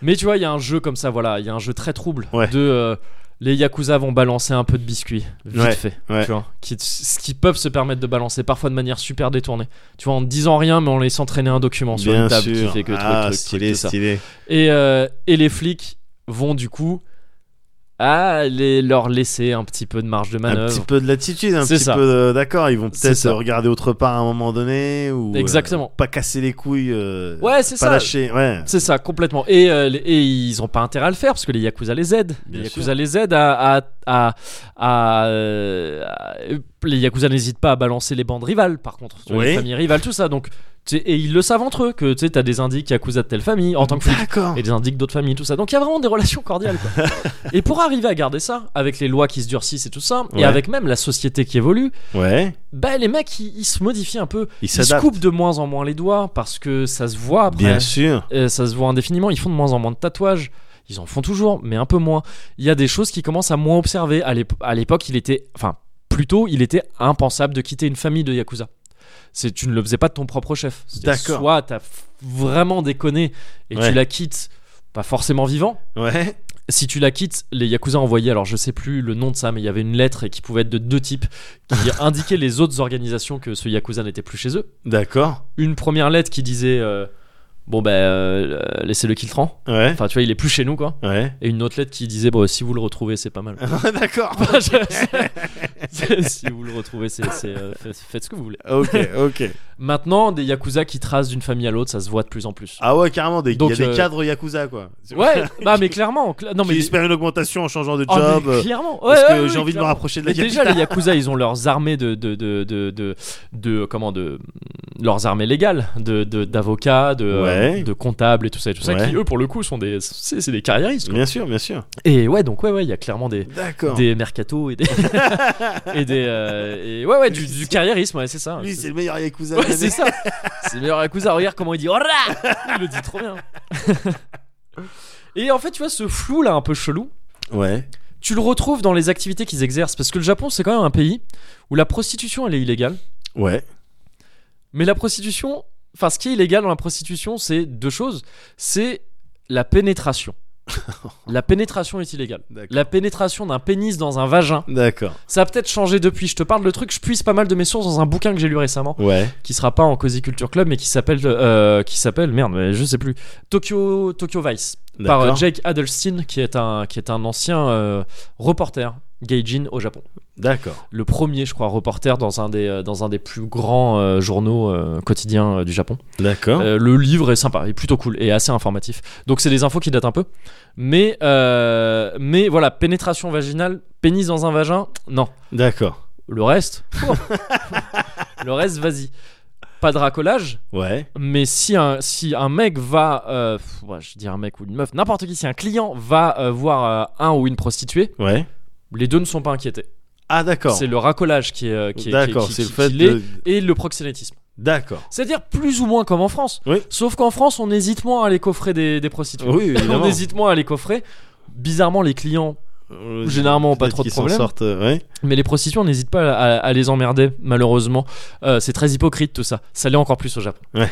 S1: Mais tu vois, il y a un jeu comme ça, voilà, il y a un jeu très trouble
S2: Ouais.
S1: de... euh, les Yakuza vont balancer un peu de biscuits, vite
S2: Ouais,
S1: fait,
S2: ouais.
S1: tu vois, qui, ce qu'ils peuvent se permettre de balancer, parfois de manière super détournée. Tu vois, en ne disant rien, mais en laissant traîner un document sur
S2: Bien
S1: une table
S2: sûr.
S1: qui fait que truc,
S2: ah,
S1: truc, truc,
S2: stylé,
S1: tout ça.
S2: stylé.
S1: Et, euh, et les flics vont du coup à les, leur laisser un petit peu de marge de
S2: Un petit
S1: manœuvre.
S2: peu de latitude, un
S1: C'est
S2: petit
S1: ça.
S2: peu de- d'accord. Ils vont
S1: C'est
S2: peut-être
S1: ça.
S2: regarder autre part à un moment donné ou euh,
S1: Exactement.
S2: pas casser les couilles, euh,
S1: Ouais, c'est
S2: pas
S1: ça.
S2: lâcher. Ouais.
S1: C'est ça, complètement. Et, euh, les- et ils ont pas intérêt à le faire parce que les Yakuza les aident.
S2: Bien
S1: les Yakuza les aident à. à, à- à- euh, à- les Yakuza n'hésitent pas à balancer les bandes rivales, par contre. Tu vois,
S2: Oui.
S1: Les familles rivales, tout ça. Donc, tu sais, et ils le savent entre eux que tu as des indices Yakuza de telle famille en tant que flic.
S2: D'accord.
S1: et des indices d'autres familles, tout ça. Donc il y a vraiment des relations cordiales. quoi. et pour arriver à garder ça, avec les lois qui se durcissent et tout ça,
S2: Ouais.
S1: et avec même la société qui évolue,
S2: Ouais.
S1: bah les mecs ils, ils se modifient un peu.
S2: Ils
S1: Ils se
S2: s'adaptent.
S1: coupent de moins en moins les doigts parce que ça se voit après.
S2: Bien sûr.
S1: Euh, ça se voit indéfiniment. Ils font de moins en moins de tatouages. Ils en font toujours, mais un peu moins. Il y a des choses qui commencent à moins observer. À l'ép- à l'époque, il était. Enfin, plutôt, il était impensable de quitter une famille de yakuza. c'est tu ne le faisais pas de ton propre chef. C'est-à-dire
S2: D'accord.
S1: Soit t'as f- vraiment déconné et
S2: Ouais.
S1: tu la quittes, pas forcément vivant.
S2: Ouais.
S1: Si tu la quittes, les Yakuza envoyaient, alors je sais plus le nom de ça, mais il y avait une lettre et qui pouvait être de deux types qui indiquait les autres organisations que ce Yakuza n'était plus chez eux.
S2: D'accord.
S1: Une première lettre qui disait euh, Bon, ben, euh, euh, laissez-le Kiltran.
S2: Ouais.
S1: Enfin, tu vois, il est plus chez nous, quoi.
S2: Ouais.
S1: Et une autre lettre qui disait Bon, si vous le retrouvez, c'est pas mal.
S2: D'accord.
S1: Enfin, je- c'est- si vous le retrouvez, c'est, c'est, euh, faites, faites ce que vous voulez.
S2: ok, ok.
S1: Maintenant, des yakuza qui tracent d'une famille à l'autre, ça se voit de plus en plus.
S2: Ah ouais, carrément, des- il y
S1: Donc,
S2: a des
S1: euh,
S2: cadres Yakuza, quoi.
S1: Ouais, bah mais clairement, cla- non
S2: Qui
S1: mais,
S2: espèrent une augmentation en changeant de
S1: Ah, mais
S2: job. euh,
S1: clairement, ouais,
S2: Parce que
S1: ouais, ouais,
S2: j'ai envie de me
S1: clairement.
S2: rapprocher de la
S1: Mais
S2: capitale.
S1: déjà les yakuza, ils ont leurs armées de de de de, de, de- comment de leurs armées légales, de de- d'avocats, de euh,
S2: Ouais.
S1: de comptables et tout ça et tout ça
S2: Ouais.
S1: qui eux pour le coup sont des c'est, c'est des carriéristes. quoi.
S2: Bien sûr, bien sûr.
S1: Et ouais, donc ouais ouais, il y a clairement des
S2: D'accord.
S1: des mercato et des et des euh, et ouais ouais du, du carriérisme, ouais, c'est ça.
S2: Lui,
S1: C'est-
S2: c'est le meilleur Yakuza. de
S1: Ouais,
S2: l'année.
S1: c'est ça. C'est le meilleur Yakuza. Regarde comment il dit. Ora Il le dit trop bien. Et en fait, tu vois, ce flou là, un peu chelou,
S2: Ouais.
S1: tu le retrouves dans les activités qu'ils exercent. Parce que le Japon, c'est quand même un pays où la prostitution, elle est illégale.
S2: Ouais.
S1: Mais la prostitution. Enfin, ce qui est illégal dans la prostitution, c'est deux choses. C'est la pénétration. La pénétration est illégale.
S2: D'accord.
S1: La pénétration d'un pénis dans un vagin,
S2: D'accord.
S1: ça a peut-être changé depuis. Je te parle de truc, je puise pas mal de mes sources dans un bouquin que j'ai lu récemment
S2: Ouais.
S1: qui sera pas en Cozy Culture Club mais qui s'appelle euh, qui s'appelle merde mais je sais plus Tokyo Tokyo Vice par euh,
S2: D'accord.
S1: Jake Adelstein qui est un qui est un ancien euh, reporter gaijin au Japon
S2: D'accord.
S1: le premier je crois reporter dans un des euh, dans un des plus grands euh, journaux euh, quotidiens euh, du Japon
S2: D'accord.
S1: euh, le livre est sympa, est plutôt cool et assez informatif. Donc c'est des infos qui datent un peu. Mais, euh, mais voilà, pénétration vaginale, pénis dans un vagin, non.
S2: D'accord.
S1: Le reste, oh. le reste, vas-y. Pas de racolage,
S2: Ouais.
S1: mais si un, si un mec va, euh, pff, ouais, je dis un mec ou une meuf, n'importe qui, si un client va euh, voir euh, un ou une prostituée,
S2: Ouais.
S1: les deux ne sont pas inquiétés.
S2: Ah, d'accord.
S1: C'est le racolage qui est, euh, qui est- qui est-
S2: D'accord,
S1: qui-
S2: c'est le
S1: qui-
S2: fait
S1: qui l'est,
S2: de.
S1: et le proxénétisme.
S2: D'accord.
S1: C'est-à-dire plus ou moins comme en France.
S2: Oui.
S1: Sauf qu'en France, on hésite moins à les coffrer des, des prostituées.
S2: Oui, évidemment.
S1: on hésite moins à les coffrer. Bizarrement, les clients,
S2: Euh,
S1: généralement, ont pas
S2: peut-être
S1: trop de
S2: qu'ils s'en
S1: problèmes.
S2: sortent, euh, ouais.
S1: Mais les prostituées, on n'hésite pas à, à les emmerder, malheureusement. Euh, c'est très hypocrite tout ça. Ça l'est encore plus au Japon.
S2: Ouais.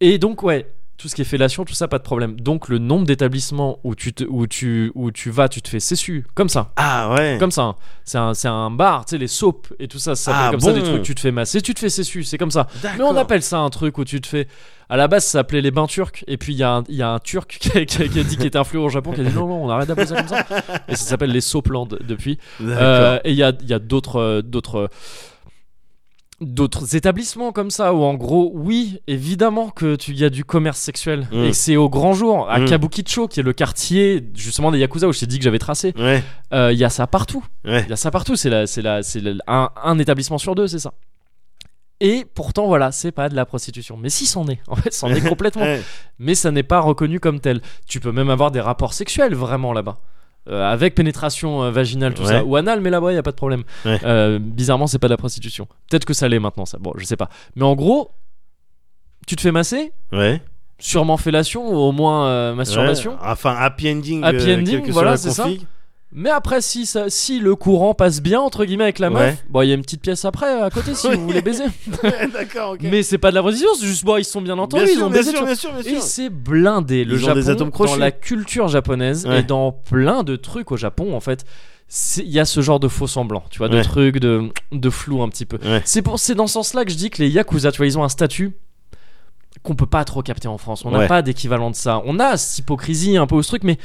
S1: Et donc, ouais, tout ce qui est fellation, tout ça, pas de problème. Donc, le nombre d'établissements où tu, te- où, tu, où tu vas, tu te fais sessu, comme ça.
S2: Ah, ouais.
S1: Comme ça. hein. C'est un, c'est un bar, tu sais, les soaps et tout ça. Ça s'appelle
S2: Ah,
S1: comme ça
S2: bon.
S1: des trucs. Tu te fais masser, tu te fais sessu, c'est comme ça. Mais
S2: D'accord.
S1: on appelle ça un truc où tu te fais. À la base, ça s'appelait les bains turcs. Et puis, il y, a un- il y a un turc qui a, qui a- qui a dit qu'il était influent au Japon, qui a dit non, non, on arrête d'appeler ça comme ça. Et ça s'appelle les soaplands depuis. Euh,
S2: D'accord.
S1: et il y a, il y a d'autres, euh, d'autres, d'autres établissements comme ça où en gros, oui, évidemment que tu il y a du commerce sexuel
S2: Mm.
S1: et que c'est au grand jour à
S2: Mm.
S1: Kabukicho qui est le quartier justement des yakuza où je t'ai dit que j'avais tracé.
S2: Ouais.
S1: Euh, Il y a ça partout.
S2: Ouais.
S1: Il y a ça partout. C'est la, c'est la, c'est la- un, un établissement sur deux, c'est ça. Et pourtant, voilà, c'est pas de la prostitution. Mais si, c'en est. En fait, c'en est complètement
S2: Ouais.
S1: mais ça n'est pas reconnu comme tel. Tu peux même avoir des rapports sexuels vraiment là-bas. Euh, avec pénétration euh, vaginale, tout
S2: Ouais.
S1: ça, ou anal, mais là-bas, il n'y a pas de problème.
S2: Ouais.
S1: Euh, bizarrement, c'est pas de la prostitution. Peut-être que ça l'est maintenant, ça. Bon, je sais pas. Mais en gros, tu te fais masser,
S2: Ouais.
S1: sûrement fellation, ou au moins euh, masturbation.
S2: Ouais. Enfin, happy ending.
S1: Happy
S2: euh,
S1: ending,
S2: quelle que soit
S1: voilà,
S2: la
S1: c'est ça.
S2: config.
S1: Mais après, si, ça, si le courant passe bien, entre guillemets, avec la meuf,
S2: Ouais.
S1: bon, il y a une petite pièce après, à côté, si
S2: Ouais.
S1: vous voulez baiser.
S2: D'accord, ok.
S1: Mais c'est pas de la prostitution, c'est juste, bon, ils se sont bien entendus,
S2: bien
S1: ils
S2: sûr,
S1: ont
S2: bien
S1: baisé, tu
S2: sûr,
S1: vois.
S2: bien sûr, bien
S1: Et
S2: sûr.
S1: c'est blindé. Le
S2: Ils ont
S1: Japon,
S2: des atomes crochus.
S1: dans la culture japonaise
S2: Ouais.
S1: et dans plein de trucs au Japon, en fait, c'est- il y a ce genre de faux semblant, tu vois, de
S2: Ouais.
S1: trucs, de, de flou un petit peu.
S2: Ouais.
S1: C'est pour, c'est dans ce sens-là que je dis que les Yakuza, tu vois, ils ont un statut qu'on peut pas trop capter en France. On n'a
S2: Ouais.
S1: pas d'équivalent de ça. On a cette hypocrisie un peu au truc, mais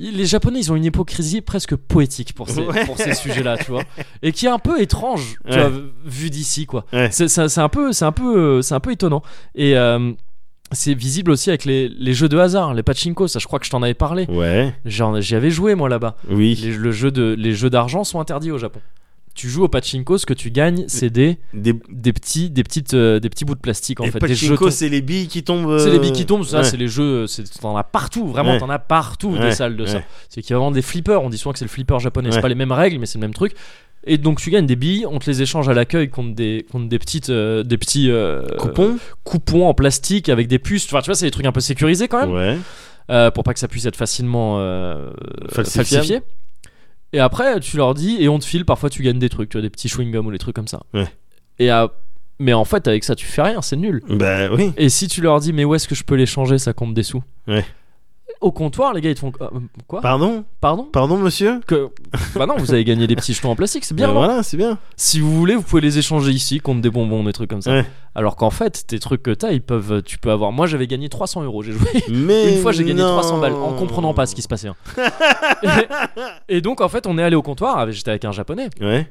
S1: les Japonais, ils ont une hypocrisie presque poétique pour ces,
S2: Ouais.
S1: pour ces sujets-là, tu vois, et qui est un peu étrange, tu
S2: Ouais.
S1: vois, vu d'ici, quoi.
S2: Ouais.
S1: C'est- C'est c'est un peu, c'est un peu, c'est un peu étonnant. Et euh, c'est visible aussi avec les, les jeux de hasard, les pachinko. Ça, je crois que je t'en avais parlé.
S2: Ouais,
S1: J'en- J'y avais joué moi là-bas.
S2: oui.
S1: Les, le jeu de, les jeux d'argent sont interdits au Japon. Tu joues au pachinko, ce que tu gagnes, c'est des,
S2: Des...
S1: des petits, des petites, euh, des petits bouts de plastique en
S2: les
S1: fait, des
S2: pachinko,
S1: jetons.
S2: c'est les billes qui tombent. euh,
S1: C'est les billes qui tombent, ça,
S2: ouais.
S1: c'est les jeux, euh, c'est- t'en as partout, vraiment,
S2: Ouais.
S1: t'en as partout des
S2: Ouais,
S1: salles de ça.
S2: ouais.
S1: C'est qu'il y a vraiment des flippers, on dit souvent que c'est le flipper japonais, c'est
S2: Ouais.
S1: pas les mêmes règles, mais c'est le même truc. Et donc tu gagnes des billes, on te les échange à l'accueil contre des, contre des petites, euh, des petits euh,
S2: Coupons
S1: coupons en plastique avec des puces. Enfin, tu vois, c'est des trucs un peu sécurisés quand même,
S2: Ouais.
S1: euh, pour pas que ça puisse être facilement euh,
S2: Falsifiable.
S1: falsifié. Et après, tu leur dis, et on te file, parfois tu gagnes des trucs, tu as des petits chewing-gums ou des trucs comme ça.
S2: Ouais.
S1: Et à- Mais en fait, avec ça, tu fais rien, c'est nul.
S2: Ben oui.
S1: Et si tu leur dis, mais où est-ce que je peux les changer, ça compte des sous
S2: Ouais.
S1: Au comptoir, les gars, ils te font Ah, euh, quoi
S2: Pardon
S1: Pardon
S2: Pardon, monsieur
S1: que... Bah non, vous avez gagné des petits jetons en plastique, c'est bien.
S2: Ben
S1: non
S2: Voilà, c'est bien.
S1: Si vous voulez, vous pouvez les échanger ici contre des bonbons, des trucs comme ça.
S2: Ouais.
S1: Alors qu'en fait, tes trucs que t'as, ils peuvent, tu peux avoir. Moi, j'avais gagné 300 euros. J'ai joué
S2: Mais.
S1: une fois, j'ai gagné
S2: non.
S1: 300 balles en comprenant pas ce qui se passait. hein. et, et donc, en fait, on est allé au comptoir. avec- J'étais avec un japonais
S2: Ouais.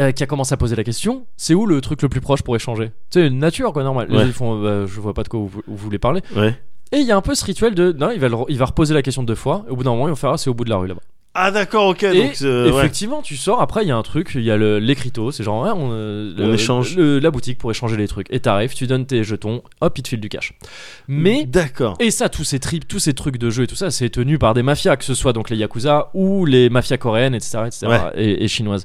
S1: euh, qui a commencé à poser la question. C'est où le truc le plus proche pour échanger Tu sais, une nature quoi, normal. Les
S2: Ouais.
S1: autres, ils font, bah, je vois pas de quoi vous, vous voulez parler.
S2: Ouais.
S1: Et il y a un peu ce rituel de, non, il va, le- il va reposer la question deux fois. Au bout d'un moment, ils vont faire, ah, c'est au bout de la rue là-bas.
S2: Ah, d'accord, ok.
S1: Et
S2: donc, euh, ouais.
S1: effectivement, tu sors, après il y a un truc, il y a le- l'écriteau, c'est genre, ouais, on, euh,
S2: On
S1: le-
S2: échange.
S1: le- la boutique pour échanger les trucs. Et t'arrives, tu donnes tes jetons, hop, ils te filent du cash. Mais,
S2: D'accord.
S1: et ça, tous ces trips, tous ces trucs de jeu et tout ça, c'est tenu par des mafias, que ce soit donc les yakuza ou les mafias coréennes, etc., etc., et, et chinoises.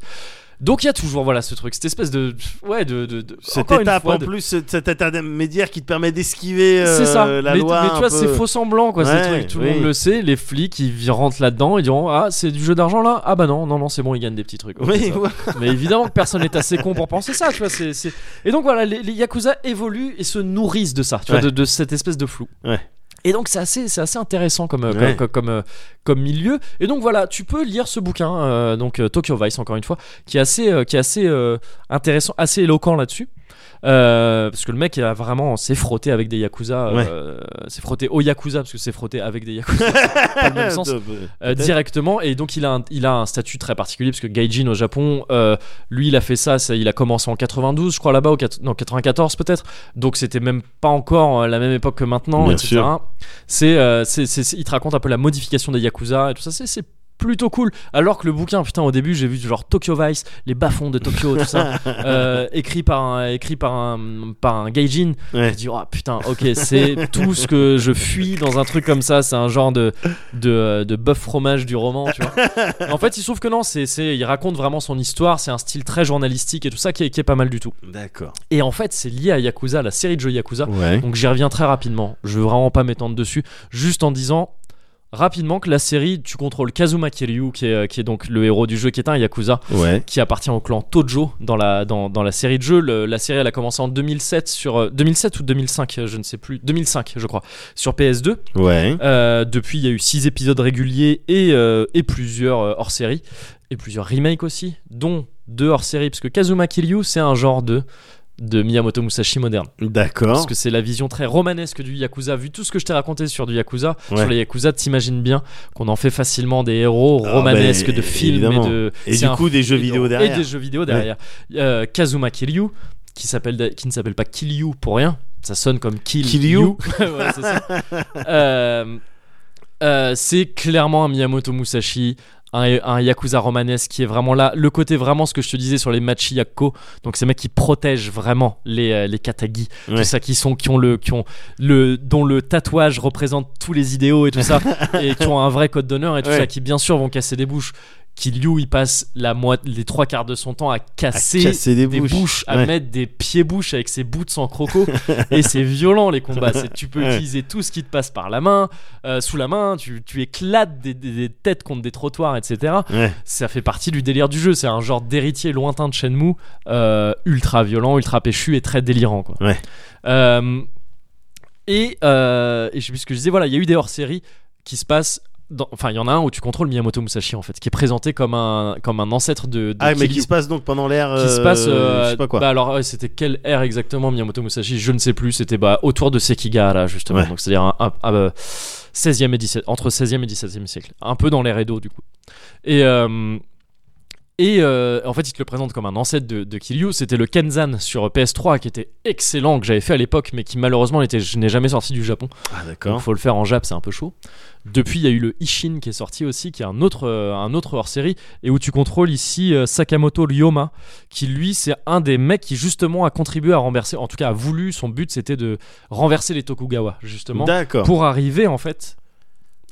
S1: Donc il y a toujours voilà ce truc, cette espèce de ouais de, de, de-
S2: Cette
S1: encore une
S2: étape
S1: fois,
S2: en
S1: de-
S2: plus, cette cette étape intermédiaire qui te permet d'esquiver euh,
S1: c'est ça.
S2: la
S1: mais,
S2: loi.
S1: mais
S2: un
S1: tu vois,
S2: peu.
S1: c'est faux semblant quoi.
S2: Ouais,
S1: ces trucs. Tout
S2: oui.
S1: le monde le sait. Les flics, ils vi- rentrent là-dedans. Ils diront Ah, c'est du jeu d'argent là Ah, bah non, non, non, c'est bon, ils gagnent des petits trucs. Ok,
S2: Oui,
S1: ça va.
S2: ouais.
S1: Mais évidemment que personne n'est assez con pour penser ça, tu vois. c'est- c'est- Et donc voilà, les, les Yakuza évoluent et se nourrissent de ça, tu vois,
S2: Ouais.
S1: de, de cette espèce de flou.
S2: Ouais.
S1: Et donc c'est assez, c'est assez intéressant comme, euh, comme-
S2: Ouais.
S1: comme, comme, euh, comme milieu. Et donc voilà, tu peux lire ce bouquin, euh, donc euh, Tokyo Vice encore une fois, qui est assez, euh, qui est assez euh, intéressant, assez éloquent là-dessus. Euh, parce que le mec il a vraiment s'est frotté avec des yakuza, euh, s'est frotté au yakuza parce que s'est frotté avec des yakuza, pas le même sens. Euh,
S2: Peut-être.
S1: directement et donc il a un, il a un statut très particulier parce que Gaijin au Japon euh, lui il a fait ça, ça- il a commencé en 92 je crois là-bas ou quat- non 94 peut-être donc c'était même pas encore euh, la même époque que maintenant
S2: Bien
S1: etc
S2: sûr.
S1: c'est euh, c'est- c'est- c'est- il te raconte un peu la modification des yakuza et tout ça c'est- c'est plutôt cool alors que le bouquin putain au début j'ai vu genre Tokyo Vice les bas-fonds de Tokyo tout ça euh, écrit par un, écrit par un par un Gaijin
S2: Ouais.
S1: je dis, oh putain, ok, c'est tout ce que je fuis dans un truc comme ça. C'est un genre de, de, de bœuf fromage du roman, tu vois. En fait, il se trouve que non, c'est, c'est, il raconte vraiment son histoire. C'est un style très journalistique et tout ça qui est, qui est pas mal du tout.
S2: D'accord.
S1: Et en fait, c'est lié à Yakuza, la série de jeux Yakuza.
S2: Ouais.
S1: Donc j'y reviens très rapidement. Je veux vraiment pas m'étendre dessus. Juste en disant rapidement que la série, tu contrôles Kazuma Kiryu, qui est, euh, qui est donc le héros du jeu, qui est un Yakuza
S2: Ouais.
S1: qui appartient au clan Tojo dans la, dans, dans la série de jeux. Le- la série, elle a commencé en 2007 sur euh, 2007 ou 2005, euh, je ne sais plus, 2005 je crois, sur PS2.
S2: Ouais.
S1: Euh, depuis, il y a eu 6 épisodes réguliers et, euh, et plusieurs euh, hors-série et plusieurs remakes aussi, dont deux hors-série parce que Kazuma Kiryu, c'est un genre de de Miyamoto Musashi moderne parce
S2: D'accord.
S1: que c'est la vision très romanesque du Yakuza vu tout ce que je t'ai raconté sur du Yakuza
S2: Ouais.
S1: sur les Yakuza t'imagines bien qu'on en fait facilement des héros
S2: Ah,
S1: romanesques
S2: ben,
S1: de films
S2: évidemment.
S1: et de
S2: Et
S1: c'est
S2: du
S1: un
S2: coup, des jeux
S1: et
S2: vidéo
S1: donc-
S2: derrière.
S1: Et des jeux vidéo derrière. Euh, Kazuma Kiryu, qui, s'appelle, d'a- qui ne s'appelle pas Kiryu pour rien. Ça sonne comme Kill,
S2: Kill
S1: You. Ouais, c'est ça. Euh, euh, c'est clairement un Miyamoto Musashi. Un, un Yakuza romanesque qui est vraiment là. Le côté vraiment, ce que je te disais sur les Machi Yakko, donc ces mecs qui protègent vraiment les, euh, les Katagi,
S2: Ouais.
S1: tout ça, qui, sont, qui, ont le, qui ont le, dont le tatouage représente tous les idéaux et tout ça, et qui ont un vrai code d'honneur et tout
S2: Ouais.
S1: ça, qui bien sûr vont casser des bouches qui Liu il passe la moi- les trois quarts de son temps à casser,
S2: casser des
S1: des
S2: bouches.
S1: bouches, à
S2: Ouais.
S1: mettre des pieds bouches avec ses boots en croco et c'est violent les combats C'est- tu peux
S2: Ouais.
S1: utiliser tout ce qui te passe par la main euh, sous la main tu, tu éclates des, des- des têtes contre des trottoirs etc
S2: Ouais.
S1: ça fait partie du délire du jeu c'est un genre d'héritier lointain de Shenmue euh, ultra violent ultra péchu et très délirant quoi
S2: Ouais.
S1: Euh, et, euh, et je sais plus ce que je disais voilà il y a eu des hors-séries qui se passent dans- enfin il y en a un où tu contrôles Miyamoto Musashi en fait qui est présenté comme un comme un ancêtre de, de
S2: Ah, mais
S1: Kiryu.
S2: qui se passe donc pendant l'ère.
S1: Qui se passe
S2: euh,
S1: euh,
S2: Je sais pas quoi.
S1: bah alors ouais, c'était quelle ère exactement Miyamoto Musashi je ne sais plus c'était bah autour de Sekigahara justement
S2: Ouais.
S1: donc c'est-à-dire un- un- un, euh, 16e et 17 entre 16e et 17e siècle un peu dans l'ère Edo du coup et euh, et euh, en fait, il te le présente comme un ancêtre de, de Kiryu. C'était le Kenzan sur PS3 qui était excellent, que j'avais fait à l'époque, mais qui malheureusement n'était- je n'ai jamais sorti du Japon.
S2: Ah,
S1: Il
S2: d'accord.
S1: faut le faire en Jap, c'est un peu chaud. Depuis, il y a eu le Ishin qui est sorti aussi, qui est un autre, euh, un autre hors-série, et où tu contrôles ici euh, Sakamoto Ryoma, qui lui, c'est un des mecs qui justement a contribué à renverser, en tout cas a voulu, son but c'était de renverser les Tokugawa, justement,
S2: D'accord.
S1: pour arriver en fait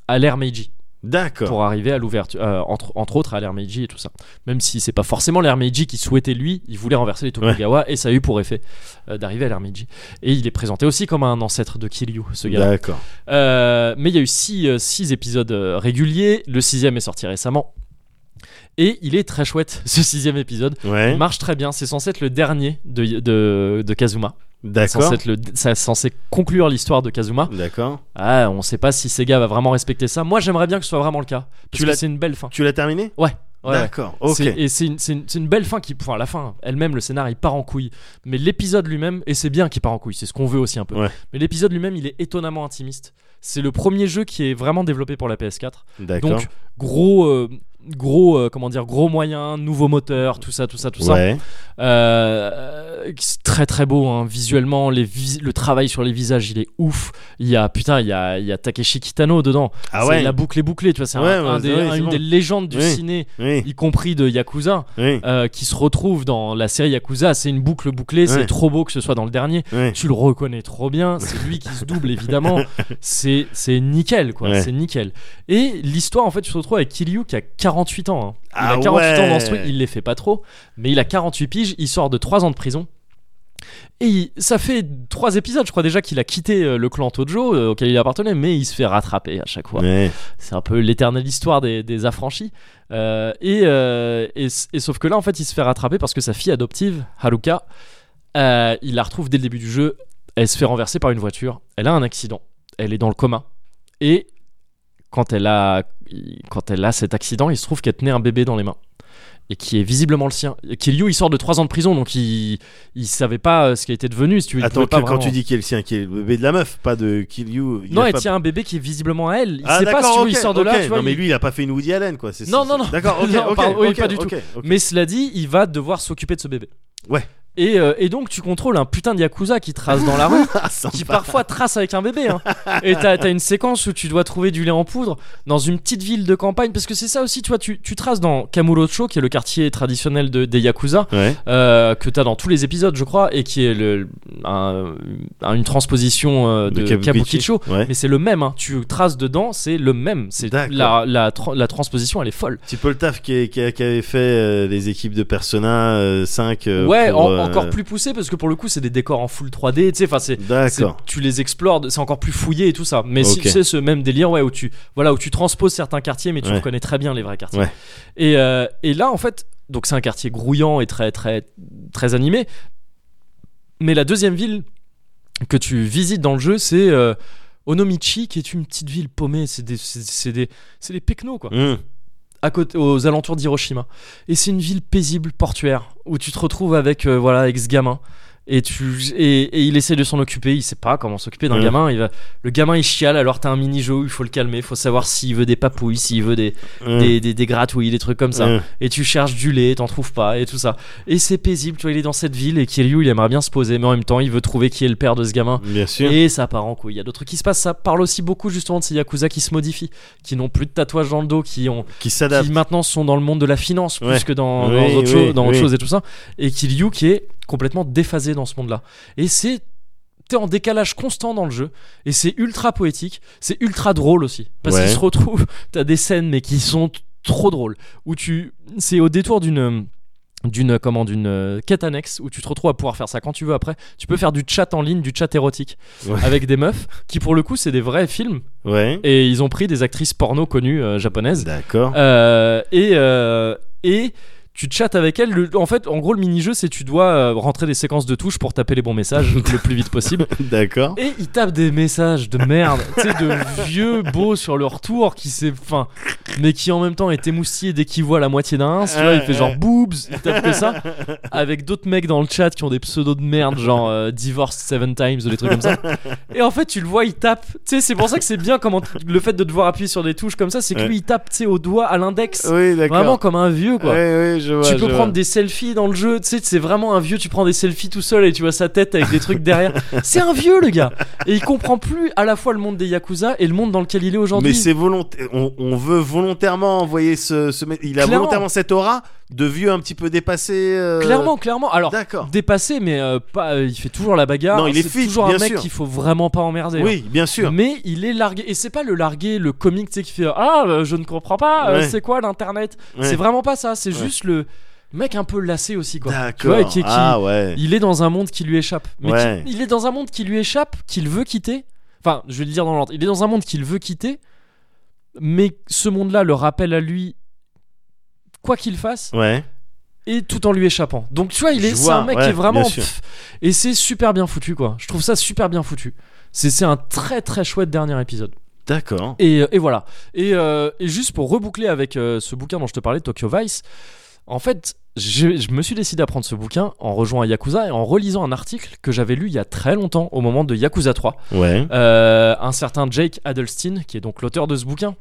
S1: à l'ère Meiji,
S2: D'accord.
S1: pour arriver à l'ouverture, euh, entre, entre autres à l'ère Meiji et tout ça. Même si c'est pas forcément l'ère Meiji qui souhaitait lui, il voulait renverser les Tokugawa, et ça a eu pour effet euh, d'arriver à l'ère Meiji. Et il est présenté aussi comme un ancêtre de Kiryu, ce gars
S2: D'accord.
S1: euh, mais il y a eu 6 six, euh, six épisodes euh, réguliers. Le sixième est sorti récemment. Et il est très chouette, ce sixième épisode.
S2: Ouais.
S1: Il marche très bien. C'est censé être le dernier de, de, de Kazuma. C'est
S2: D'accord.
S1: censé être le- C'est censé conclure l'histoire de Kazuma.
S2: D'accord.
S1: Ah, on sait pas si Sega va vraiment respecter ça. Moi, j'aimerais bien que ce soit vraiment le cas. Parce
S2: Tu
S1: que
S2: l'as-
S1: c'est une belle fin.
S2: Tu l'as terminé
S1: Ouais. ouais, ouais.
S2: D'accord. Ok.
S1: C'est- Et c'est une, c'est une- c'est une belle fin qui. Enfin, la fin elle-même, le scénar, il part en couille. Mais l'épisode lui-même, et c'est bien qu'il part en couille, c'est ce qu'on veut aussi un peu.
S2: Ouais.
S1: Mais l'épisode lui-même, il est étonnamment intimiste. C'est le premier jeu qui est vraiment développé pour la PS4.
S2: D'accord.
S1: Donc, gros. euh, Gros, euh, comment dire, gros moyen, nouveau moteur, tout ça, tout ça, tout ça.
S2: ouais.
S1: Euh, c'est très très beau hein. visuellement, les vis- le travail sur les visages il est ouf. Il y a putain, il y a, il y a Takeshi Kitano dedans.
S2: Ah
S1: C'est
S2: ouais.
S1: La boucle est bouclée, tu vois. C'est un-
S2: Ouais,
S1: un
S2: ouais,
S1: des-
S2: ouais, c'est
S1: une
S2: bon.
S1: des légendes du
S2: Oui.
S1: ciné,
S2: Oui.
S1: y compris de Yakuza,
S2: Oui.
S1: euh, qui se retrouve dans la série Yakuza. C'est une boucle bouclée. C'est
S2: Ouais.
S1: trop beau que ce soit dans le dernier.
S2: Oui.
S1: Tu le reconnais trop bien, c'est lui qui se double évidemment, c'est c'est nickel quoi,
S2: Ouais.
S1: c'est nickel. Et l'histoire en fait, tu te retrouves avec Kiryu qui a 48 ans. hein. Il
S2: Ah
S1: a 48 ans dans ce
S2: ouais.
S1: truc, il les fait pas trop, mais il a 48 piges, il sort de 3 ans de prison. Et il- ça fait 3 épisodes, je crois déjà qu'il a quitté euh, le clan Tojo euh, auquel il appartenait, mais il se fait rattraper à chaque fois
S2: Ouais.
S1: c'est un peu l'éternelle histoire des, des affranchis. Euh, et, euh, et, s- et sauf que là, en fait, il se fait rattraper parce que sa fille adoptive, Haruka, euh, il la retrouve dès le début du jeu. Elle se fait renverser par une voiture. Elle a un accident. Elle est dans le coma. Et quand elle a, quand elle a cet accident, il se trouve qu'elle tenait un bébé dans les mains. Et qui est visiblement le sien. Kiryu, il sort de 3 ans de prison, donc il, il savait pas euh, ce qui était devenu. Si tu veux, il
S2: Attends,
S1: pouvait pas
S2: que- quand
S1: vraiment-
S2: tu dis qu'il est le sien, qui est le bébé de la meuf, pas de Kill You. il
S1: Non,
S2: a
S1: elle
S2: pas-
S1: tient un bébé qui est visiblement à elle. Il
S2: Ah,
S1: sait pas si
S2: d'accord,
S1: tu veux, il
S2: ok,
S1: sort de
S2: ok.
S1: là. Tu vois,
S2: non, mais
S1: il-
S2: lui, il a pas fait une Woody Allen, quoi. c'est-
S1: Non,
S2: c'est-
S1: non, non.
S2: D'accord, ok,
S1: Non,
S2: ok,
S1: pardon, oui,
S2: ok,
S1: pas du
S2: ok, ok.
S1: Mais cela dit, il va devoir s'occuper de ce bébé.
S2: Ouais.
S1: Et, euh, et donc tu contrôles un putain de yakuza qui trace dans la rue,
S2: Ah, sympa.
S1: qui parfois trace avec un bébé. hein. Et t'as t'as une séquence où tu dois trouver du lait en poudre dans une petite ville de campagne, parce que c'est ça aussi, tu vois, tu, tu traces dans Kamurocho, qui est le quartier traditionnel de- des yakuza,
S2: Ouais.
S1: euh, que t'as dans tous les épisodes, je crois, et qui est le, un- un- une transposition euh, de,
S2: Kabukicho.
S1: Kabukicho.
S2: Ouais.
S1: Mais c'est le même, hein. tu traces dedans, c'est le même. C'est la,
S2: D'accord.
S1: la, tra- la transposition, elle est folle.
S2: Petit peu le taf qui, est- qui a- qui avait fait euh, les équipes de Persona euh, 5. euh,
S1: ouais,
S2: pour,
S1: en-
S2: euh,
S1: encore plus poussé parce que pour le coup, c'est des décors en full 3D. Tu sais, enfin, c'est. c'est-
S2: D'accord.
S1: Tu les explores, de- c'est encore plus fouillé et tout ça. Mais si-
S2: Ok.
S1: c'est ce même délire, ouais, où tu, voilà, où tu transposes certains quartiers, mais tu
S2: Ouais.
S1: reconnais très bien les vrais quartiers.
S2: Ouais.
S1: Et, euh, et là, en fait, donc c'est un quartier grouillant et très, très, très animé. Mais la deuxième ville que tu visites dans le jeu, c'est euh, Onomichi, qui est une petite ville paumée. C'est des, c'est c'est des, c'est des pecnos, quoi
S2: Mmh.
S1: à côté, aux alentours d'Hiroshima. Et c'est une ville paisible, portuaire, où tu te retrouves avec, euh, voilà, avec ce gamin. Et, tu, et, et il essaie de s'en occuper, il sait pas comment s'occuper d'un
S2: Ouais.
S1: gamin. Il va, le gamin il chiale, alors t'as un mini-jeu où il faut le calmer, faut savoir s'il veut des papouilles, s'il veut des,
S2: Mmh.
S1: des, des, des gratouilles, des trucs comme ça.
S2: Mmh.
S1: Et tu cherches du lait, t'en trouves pas, et tout ça. Et c'est paisible, tu vois, il est dans cette ville et Kiryu il aimerait bien se poser, mais en même temps il veut trouver qui est le père de ce gamin.
S2: Bien sûr.
S1: Et ça part en couille. Il y a d'autres trucs qui se passent. Ça parle aussi beaucoup justement de ces yakuza qui se modifient, qui n'ont plus de tatouages dans le dos, qui ont
S2: Qui s'adapte.
S1: qui maintenant sont dans le monde de la finance
S2: Ouais.
S1: plus que dans, dans
S2: Oui,
S1: autre
S2: oui,
S1: chose, dans autre
S2: oui.
S1: chose et tout ça, et Kiryu qui est complètement déphasé dans ce monde-là. Et c'est t'es en décalage constant dans le jeu et c'est ultra poétique, c'est ultra drôle aussi parce
S2: Ouais.
S1: qu'il se retrouve t'as des scènes mais qui sont t- trop drôles où tu c'est au détour d'une d'une comment d'une euh, quête annexe où tu te retrouves à pouvoir faire ça quand tu veux après tu peux faire du chat en ligne du chat érotique
S2: Ouais.
S1: avec des meufs qui pour le coup c'est des vrais films
S2: Ouais.
S1: et ils ont pris des actrices porno connues euh, japonaises
S2: D'accord.
S1: euh, et, euh, et tu chattes avec elle. Le- en fait, en gros, le mini-jeu, c'est tu dois euh, rentrer des séquences de touches pour taper les bons messages le plus vite possible.
S2: D'accord.
S1: Et ils tapent des messages de merde, tu sais, de vieux beaux sur leur tour qui s'est. Enfin, mais qui en même temps est émoustillé dès qu'il voit la moitié d'un ins. Tu vois, il fait genre boobs, il tape que ça. Avec d'autres mecs dans le chat qui ont des pseudos de merde, genre euh, divorced seven times ou des trucs comme ça. Et en fait, tu le vois, il tape. Tu sais, c'est pour ça que c'est bien comment t- le fait de devoir appuyer sur des touches comme ça, c'est que
S2: Ouais.
S1: lui, il tape, tu sais, au doigt, à l'index.
S2: Oui, d'accord.
S1: Vraiment comme un vieux quoi.
S2: Ouais, ouais, je vois,
S1: tu
S2: je
S1: peux
S2: vois.
S1: prendre des selfies dans le jeu, tu sais, c'est vraiment un vieux, tu prends des selfies tout seul et tu vois sa tête avec des trucs derrière. C'est un vieux le gars Et il comprend plus à la fois le monde des Yakuza et le monde dans lequel il est
S2: Mais
S1: aujourd'hui.
S2: c'est volontaire. On, on veut volontairement envoyer ce. ce mec- Il a
S1: Clairement.
S2: volontairement cette aura de vieux un petit peu dépassé. euh,
S1: Clairement, clairement. Alors,
S2: D'accord.
S1: dépassé, mais euh, pas, euh, il fait toujours la bagarre.
S2: Non, il est
S1: C'est
S2: fit,
S1: toujours un
S2: bien
S1: mec
S2: sûr.
S1: qu'il faut vraiment pas emmerder. hein.
S2: Oui, bien sûr.
S1: Mais il est largué. Et c'est pas le largué, le comique tu sais, qui fait Ah, euh, je ne comprends pas, euh,
S2: Ouais.
S1: c'est quoi l'internet
S2: Ouais.
S1: C'est vraiment pas ça, c'est
S2: Ouais.
S1: juste le mec un peu lassé aussi, quoi. Tu vois, et
S2: D'accord.
S1: qui- qui-
S2: Ah ouais.
S1: Il est dans un monde qui lui échappe. Mais
S2: Ouais.
S1: qui- il est dans un monde qui lui échappe, qu'il veut quitter. Enfin, je vais le dire dans l'ordre. Il est dans un monde qu'il veut quitter, mais ce monde-là le rappelle à lui quoi qu'il fasse
S2: Ouais.
S1: et tout en lui échappant. Donc tu vois, il est,
S2: Je
S1: c'est
S2: vois,
S1: un mec
S2: ouais,
S1: qui est vraiment
S2: bien sûr.
S1: pff, et c'est super bien foutu quoi. Je trouve ça super bien foutu. C'est c'est un très très chouette dernier épisode.
S2: D'accord.
S1: Et, euh, et voilà. Et, euh, et juste pour reboucler avec euh, ce bouquin dont je te parlais, Tokyo Vice, en fait, je, je me suis décidé à prendre ce bouquin en rejoignant Yakuza et en relisant un article que j'avais lu il y a très longtemps au moment de Yakuza 3.
S2: Ouais.
S1: Euh, un certain Jake Adelstein, qui est donc l'auteur de ce bouquin,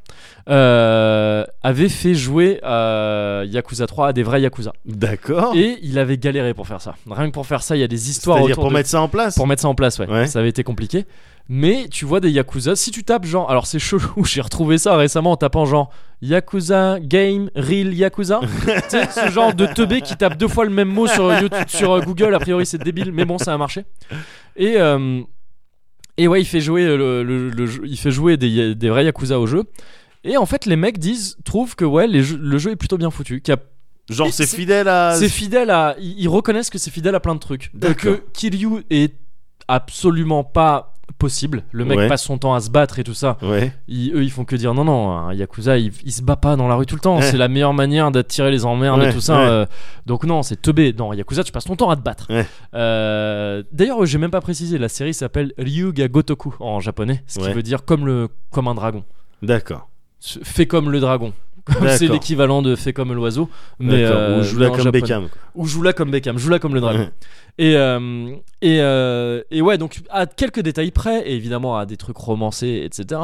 S1: euh, avait fait jouer euh, Yakuza 3 à des vrais Yakuza.
S2: D'accord.
S1: Et il avait galéré pour faire ça. Rien que pour faire ça, il y a des histoires
S2: Oh. C'est-à-dire
S1: autour
S2: pour
S1: de-
S2: mettre ça en place.
S1: pour mettre ça en place, ouais.
S2: Ouais.
S1: Ça avait été compliqué. Mais tu vois des Yakuza, si tu tapes genre, alors c'est chelou, j'ai retrouvé ça récemment en tapant genre Yakuza Game Real Yakuza. tu sais, ce genre de teubé qui tape deux fois le même mot sur, YouTube- sur euh, Google, a priori c'est débile, mais bon, ça a marché. Et, euh, et ouais, il fait jouer, le, le- le jeu- il fait jouer des, des vrais Yakuza au jeu. Et en fait, les mecs disent, trouvent que ouais, les jeux- le jeu est plutôt bien foutu, qu'il y a
S2: Genre c'est
S1: C'est-
S2: fidèle à.
S1: c'est fidèle à. Ils ils reconnaissent que c'est fidèle à plein de trucs. Euh,
S2: D'accord.
S1: Que Kiryu est absolument pas possible. Le mec
S2: Ouais.
S1: passe son temps à se battre et tout ça.
S2: Ouais.
S1: Ils- eux, ils font que dire non, non, un Yakuza, il, il se bat pas dans la rue tout le temps.
S2: Ouais.
S1: C'est la meilleure manière d'attirer les emmerdes
S2: Ouais,
S1: et tout ça.
S2: ouais.
S1: euh, donc, non, c'est teubé. Dans Yakuza, tu passes ton temps à te battre.
S2: Ouais.
S1: Euh, D'ailleurs, j'ai même pas précisé, la série s'appelle Ryuga Gotoku en japonais, ce qui
S2: Ouais.
S1: veut dire comme, le, comme un dragon.
S2: D'accord.
S1: Ce- Fait comme le dragon. C'est
S2: D'accord.
S1: l'équivalent de fait comme l'oiseau. Mais
S2: D'accord.
S1: euh,
S2: Ou joue
S1: mais
S2: là
S1: en
S2: comme
S1: japonais
S2: Beckham. quoi.
S1: ou joue là comme Beckham, joue là comme le dragon.
S2: Ouais.
S1: Et, euh, et, euh, et ouais, donc à quelques détails près, et évidemment à des trucs romancés, etc.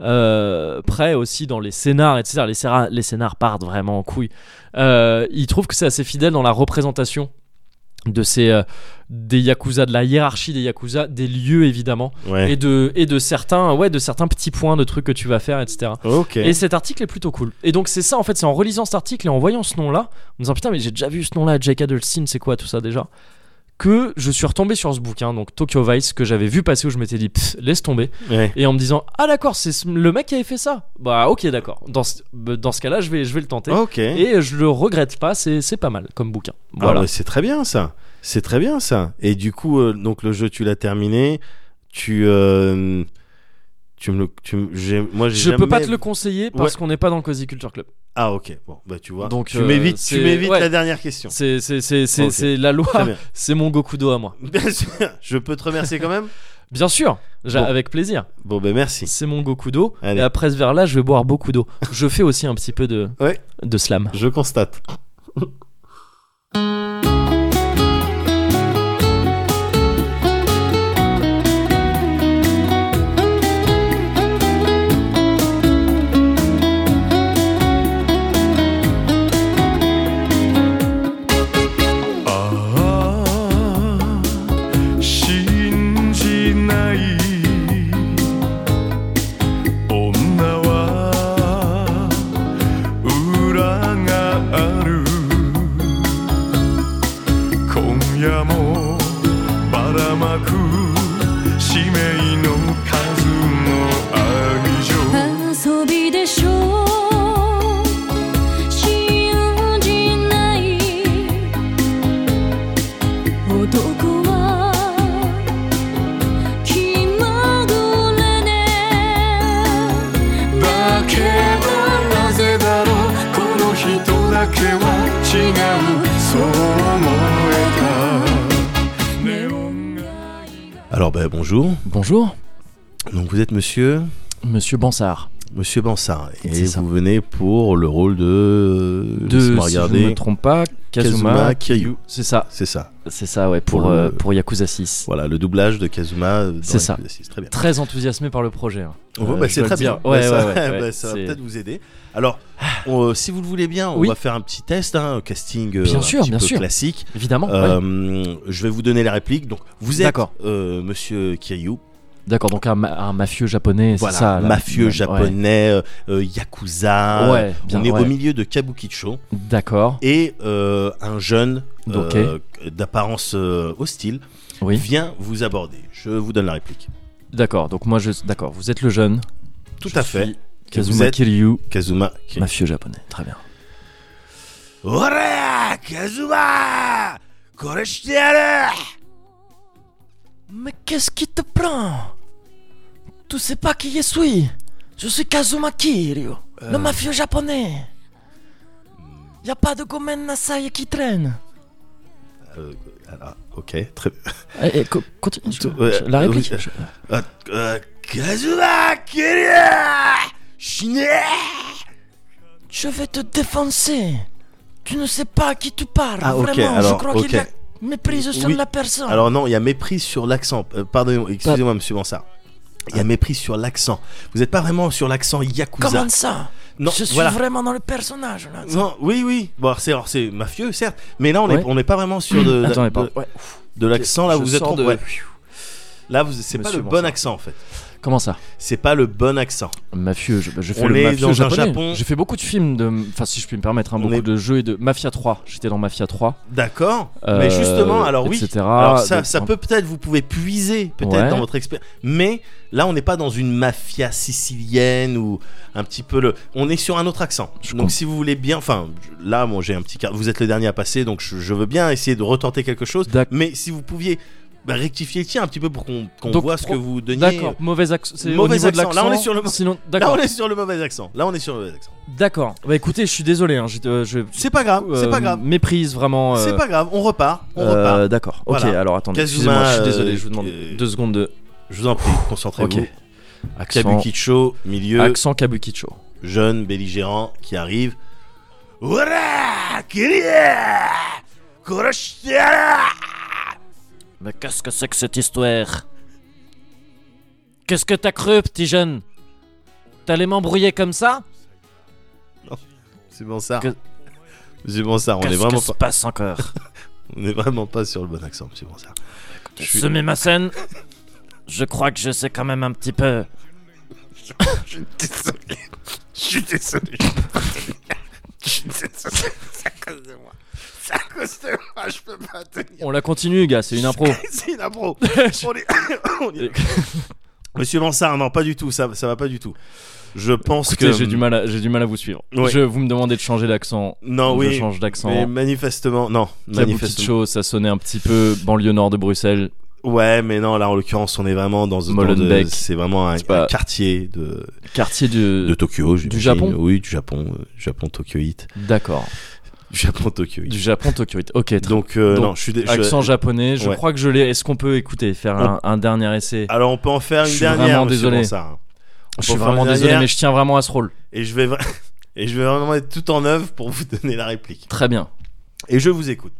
S1: Euh, près aussi dans les scénars, etc. Les, scénars- les scénars partent vraiment en couille. Euh, ils trouvent que c'est assez fidèle dans la représentation de ces euh, des yakuza, de la hiérarchie des yakuza, des lieux évidemment,
S2: Ouais.
S1: et de et de certains ouais de certains petits points de trucs que tu vas faire, etc.
S2: Ok.
S1: Et cet article est plutôt cool. Et donc c'est ça en fait, c'est en relisant cet article et en voyant ce nom-là, en me disant putain mais j'ai déjà vu ce nom-là, Jake Adelstein, c'est quoi tout ça déjà Que je suis retombé sur ce bouquin, donc Tokyo Vice, que j'avais vu passer où je m'étais dit Pff, laisse tomber.
S2: Ouais.
S1: Et en me disant ah d'accord, c'est ce- le mec qui avait fait ça. Bah ok d'accord. Dans ce, bah, dans ce cas-là, je vais, je vais le tenter.
S2: Ok.
S1: Et je le regrette pas, c'est c'est pas mal comme bouquin. Voilà.
S2: Ah ouais, c'est très bien ça. C'est très bien ça. Et du coup, euh, donc le jeu, tu l'as terminé. Tu. euh, tu me le. Tu me- j'ai- moi, j'ai
S1: je peux pas
S2: jamais-
S1: te le conseiller parce qu'on n'est pas dans le Cozy Culture Club.
S2: Ah, ok. Bon, bah, tu vois.
S1: Donc,
S2: tu
S1: euh,
S2: m'évites, tu
S1: c'est-
S2: m'évites
S1: ouais.
S2: la dernière question.
S1: C'est c'est- c'est- c'est-
S2: Ok.
S1: c'est la loi,
S2: Très bien.
S1: c'est mon Gokudo à moi.
S2: Bien sûr. Je peux te remercier quand même
S1: Bien sûr, j'a-
S2: Bon.
S1: avec plaisir.
S2: Bon, ben, merci.
S1: C'est mon Goku d'eau.
S2: Allez.
S1: Et après ce verre-là, je vais boire beaucoup d'eau. Je fais aussi un petit peu de,
S2: Ouais.
S1: de slam.
S2: Je constate.
S5: 「信じない」「女は裏がある」「今夜もばらまく使命の数の愛情」
S4: 遊びでしょう信じない男は気まぐれね
S5: だけどなぜだろうこの人だけは違うそう思えたネオンが
S2: Alors, ben, bonjour.
S1: Bonjour,
S2: Donc, vous êtes monsieur.
S1: monsieur Bansard.
S2: Monsieur Bansard. Et
S1: C'est ça.
S2: vous venez pour le rôle de.
S1: De,
S2: Laissez-moi
S1: si je ne me trompe pas, Kazuma,
S2: Kazuma Kiryu.
S1: C'est ça,
S2: C'est ça.
S1: c'est ça, ouais, pour,
S2: Pour le-
S1: euh, pour Yakuza 6.
S2: Voilà, le doublage de Kazuma. euh, dans
S1: C'est ça.
S2: Yakuza 6. Très bien.
S1: Très enthousiasmé par le projet. hein.
S2: Ouais,
S1: Euh,
S2: bah,
S1: je
S2: c'est
S1: dois
S2: très
S1: le dire.
S2: bien.
S1: Ouais,
S2: Bah,
S1: ouais,
S2: ça,
S1: ouais,
S2: bah,
S1: ouais,
S2: ça va
S1: c'est-
S2: peut-être vous aider. Alors, on, euh, si vous le voulez bien, on
S1: Oui.
S2: va faire un petit test, hein, un casting euh,
S1: Bien
S2: un
S1: sûr,
S2: petit
S1: bien
S2: peu
S1: sûr.
S2: classique.
S1: Évidemment. ouais.
S2: Euh, Je vais vous donner la réplique. Donc, vous êtes
S1: D'accord.
S2: euh, Monsieur Kiryu,
S1: D'accord, donc un, ma- un mafieux japonais, c'est
S2: voilà,
S1: ça. là.
S2: mafieux
S1: Ouais.
S2: japonais, euh, euh, yakuza.
S1: Ouais, bien,
S2: on est
S1: ouais.
S2: au milieu de Kabukicho
S1: D'accord,
S2: et euh, un jeune
S1: Ok.
S2: euh, d'apparence euh, hostile
S1: oui.
S2: vient vous aborder. Je vous donne la réplique.
S1: D'accord, donc moi je. D'accord, vous êtes le jeune.
S2: Tout
S1: Je
S2: à fait.
S1: suis Kazuma
S2: Vous êtes-
S1: Kiryu,
S2: Kazuma Kiryu.
S1: mafieux japonais. Très bien.
S2: おらカズマこれしてやる
S1: Mais qu'est-ce qui te prend Tu sais pas qui je
S2: Euh. Hmm.
S1: suis Je suis Kazuma Kiryu, le mafieux japonais. Y a pas de Gomen Nasai qui traîne.
S2: Euh, alors, ok, très
S1: Eh, eh, co- continue. je-
S2: Ouais,
S1: je- la
S2: euh,
S1: réplique.
S2: oui,
S1: Ah.
S2: euh, euh, Kazuma Kirya Shine
S1: Je vais te défoncer. Tu ne sais pas à qui tu parles.
S2: Ah, ok,
S1: Vraiment, je
S2: alors,
S1: crois
S2: ok.
S1: qu'il y a méprise sur
S2: Oui.
S1: la personne.
S2: Alors non, il y a méprise sur l'accent. Euh, pardon, excusez-moi, monsieur Bansard. Il
S1: Ah.
S2: y a méprise sur l'accent. Vous n'êtes pas vraiment sur l'accent yakuza.
S1: Comment ça
S2: non,
S1: Je suis
S2: voilà. Euh,
S1: vraiment dans le personnage là.
S2: Non, oui, oui. Bon, alors, c'est alors, c'est mafieux, certes, mais là on
S1: Ouais.
S2: n'est pas vraiment sûr de,
S1: Attends, mais
S2: de,
S1: pardon.
S2: de- de l'accent. euh, Là,
S1: Je
S2: vous vous êtes
S1: sors
S2: trompé.
S1: de-
S2: ouais. Là, vous, c'est pas
S1: Monsieur
S2: le bon
S1: Bansard.
S2: accent en fait.
S1: Comment ça
S2: C'est pas le bon accent.
S1: Mafieux, je, je fais
S2: On
S1: le
S2: est
S1: mafieux
S2: dans un
S1: japonais.
S2: Japon-
S1: J'ai fait beaucoup de films, de, enfin si je puis me permettre, hein,
S2: On
S1: beaucoup
S2: est-
S1: de jeux et de Mafia 3. J'étais dans Mafia 3.
S2: D'accord.
S1: euh,
S2: mais justement, alors oui.
S1: etc.
S2: Alors ça,
S1: Ah, Donc,
S2: ça
S1: un-
S2: peut peut-être, vous pouvez puiser peut-être
S1: Ouais.
S2: dans votre expérience. Mais là, on n'est pas dans une mafia sicilienne ou un petit peu le. On est sur un autre accent.
S1: Je
S2: donc
S1: comprends.
S2: si vous voulez bien, enfin je- là, moi j'ai un petit. cas- Vous êtes le dernier à passer, donc je, je veux bien essayer de retenter quelque chose.
S1: D'ac-
S2: Mais si vous pouviez bah, rectifier le tir un petit peu pour qu'on qu'on
S1: Donc,
S2: voit ce
S1: pro-
S2: que vous donniez.
S1: D'accord, mauvais accent. c'est au
S2: Mauvais
S1: niveau de
S2: accent. Là, on est
S1: l'accent.
S2: sur le-
S1: Sinon,
S2: Là, on
S1: d'accord.
S2: est sur le mauvais accent. Là, on est sur le mauvais accent.
S1: D'accord. Bah écoutez, je suis désolé. Hein, j'ai- euh, je-
S2: C'est pas grave. C'est
S1: euh,
S2: pas grave.
S1: Méprise vraiment. euh,
S2: C'est pas grave. On repart. On
S1: euh,
S2: repart.
S1: D'accord. Ok.
S2: Voilà.
S1: Alors attendez.
S2: Kazuma,
S1: Excusez-moi. Je suis
S2: euh,
S1: désolé. Je vous demande
S2: euh,
S1: deux secondes de
S2: Je vous en prie, concentrez-vous.
S1: Ok. accent.
S2: Kabukicho, milieu.
S1: Accent Kabukicho.
S2: jeune belligérant qui arrive. Ora, Kyrie, Koroshitara.
S1: Mais qu'est-ce que c'est que cette histoire Qu'est-ce que t'as cru, petit jeune T'allais m'embrouiller comme ça
S2: C'est bon ça.
S1: Que-
S2: C'est bon ça, on est
S1: Qu'est-ce
S2: vraiment
S1: qui
S2: pas
S1: se passe encore
S2: on est vraiment pas sur le bon accent, c'est bon ça. Je suis-
S1: Sumi Masen, je crois que je sais quand même un petit peu.
S2: Je suis désolé. Je suis désolé. Je suis pas tenir. Je suis désolé. C'est à cause de moi. C'est à cause de moi, je peux pas tenir.
S1: On la continue, gars, c'est une impro.
S2: C'est une impro. On est- on est- Monsieur Mansard, non, pas du tout, ça, ça va pas du tout. Je pense
S1: Écoutez,
S2: que.
S1: j'ai du, mal à- j'ai du mal à vous suivre.
S2: Ouais.
S1: Je, vous me demandez de changer d'accent.
S2: Non,
S1: je
S2: Ah oui.
S1: change
S2: Mais
S1: d'accent.
S2: manifestement, non. Manifestement.
S1: Kabukicho, ça sonnait un petit peu banlieue nord de Bruxelles.
S2: Ouais, mais non, là en l'occurrence, on est vraiment dans dans
S1: Molenbeek.
S2: de- C'est vraiment un,
S1: C'est pas-
S2: un quartier de,
S1: Quartier
S2: de
S1: de.
S2: Tokyo. j'imagine.
S1: Japon
S2: Oui, du Japon. euh, Japon Tokyoïte.
S1: D'accord.
S2: Du Japon Tokyoïte.
S1: Du Japon, Tokyo. Ok, très
S2: Donc, euh,
S1: Donc,
S2: non, je suis. dé- je-
S1: Accent japonais, je
S2: Ouais. Ah,
S1: crois que je l'ai. Est-ce qu'on peut écouter, faire un, un dernier essai
S2: Alors, on peut en faire
S1: Je
S2: une
S1: suis
S2: dernière.
S1: vraiment
S2: monsieur
S1: désolé.
S2: Bansard, hein. On
S1: Je suis
S2: peut en faire
S1: vraiment
S2: une
S1: désolé,
S2: dernière,
S1: mais je tiens vraiment à ce rôle.
S2: Et je vais. vra- Et je vais vraiment être tout en œuvre pour vous donner la réplique.
S1: Très bien.
S2: Et je vous écoute.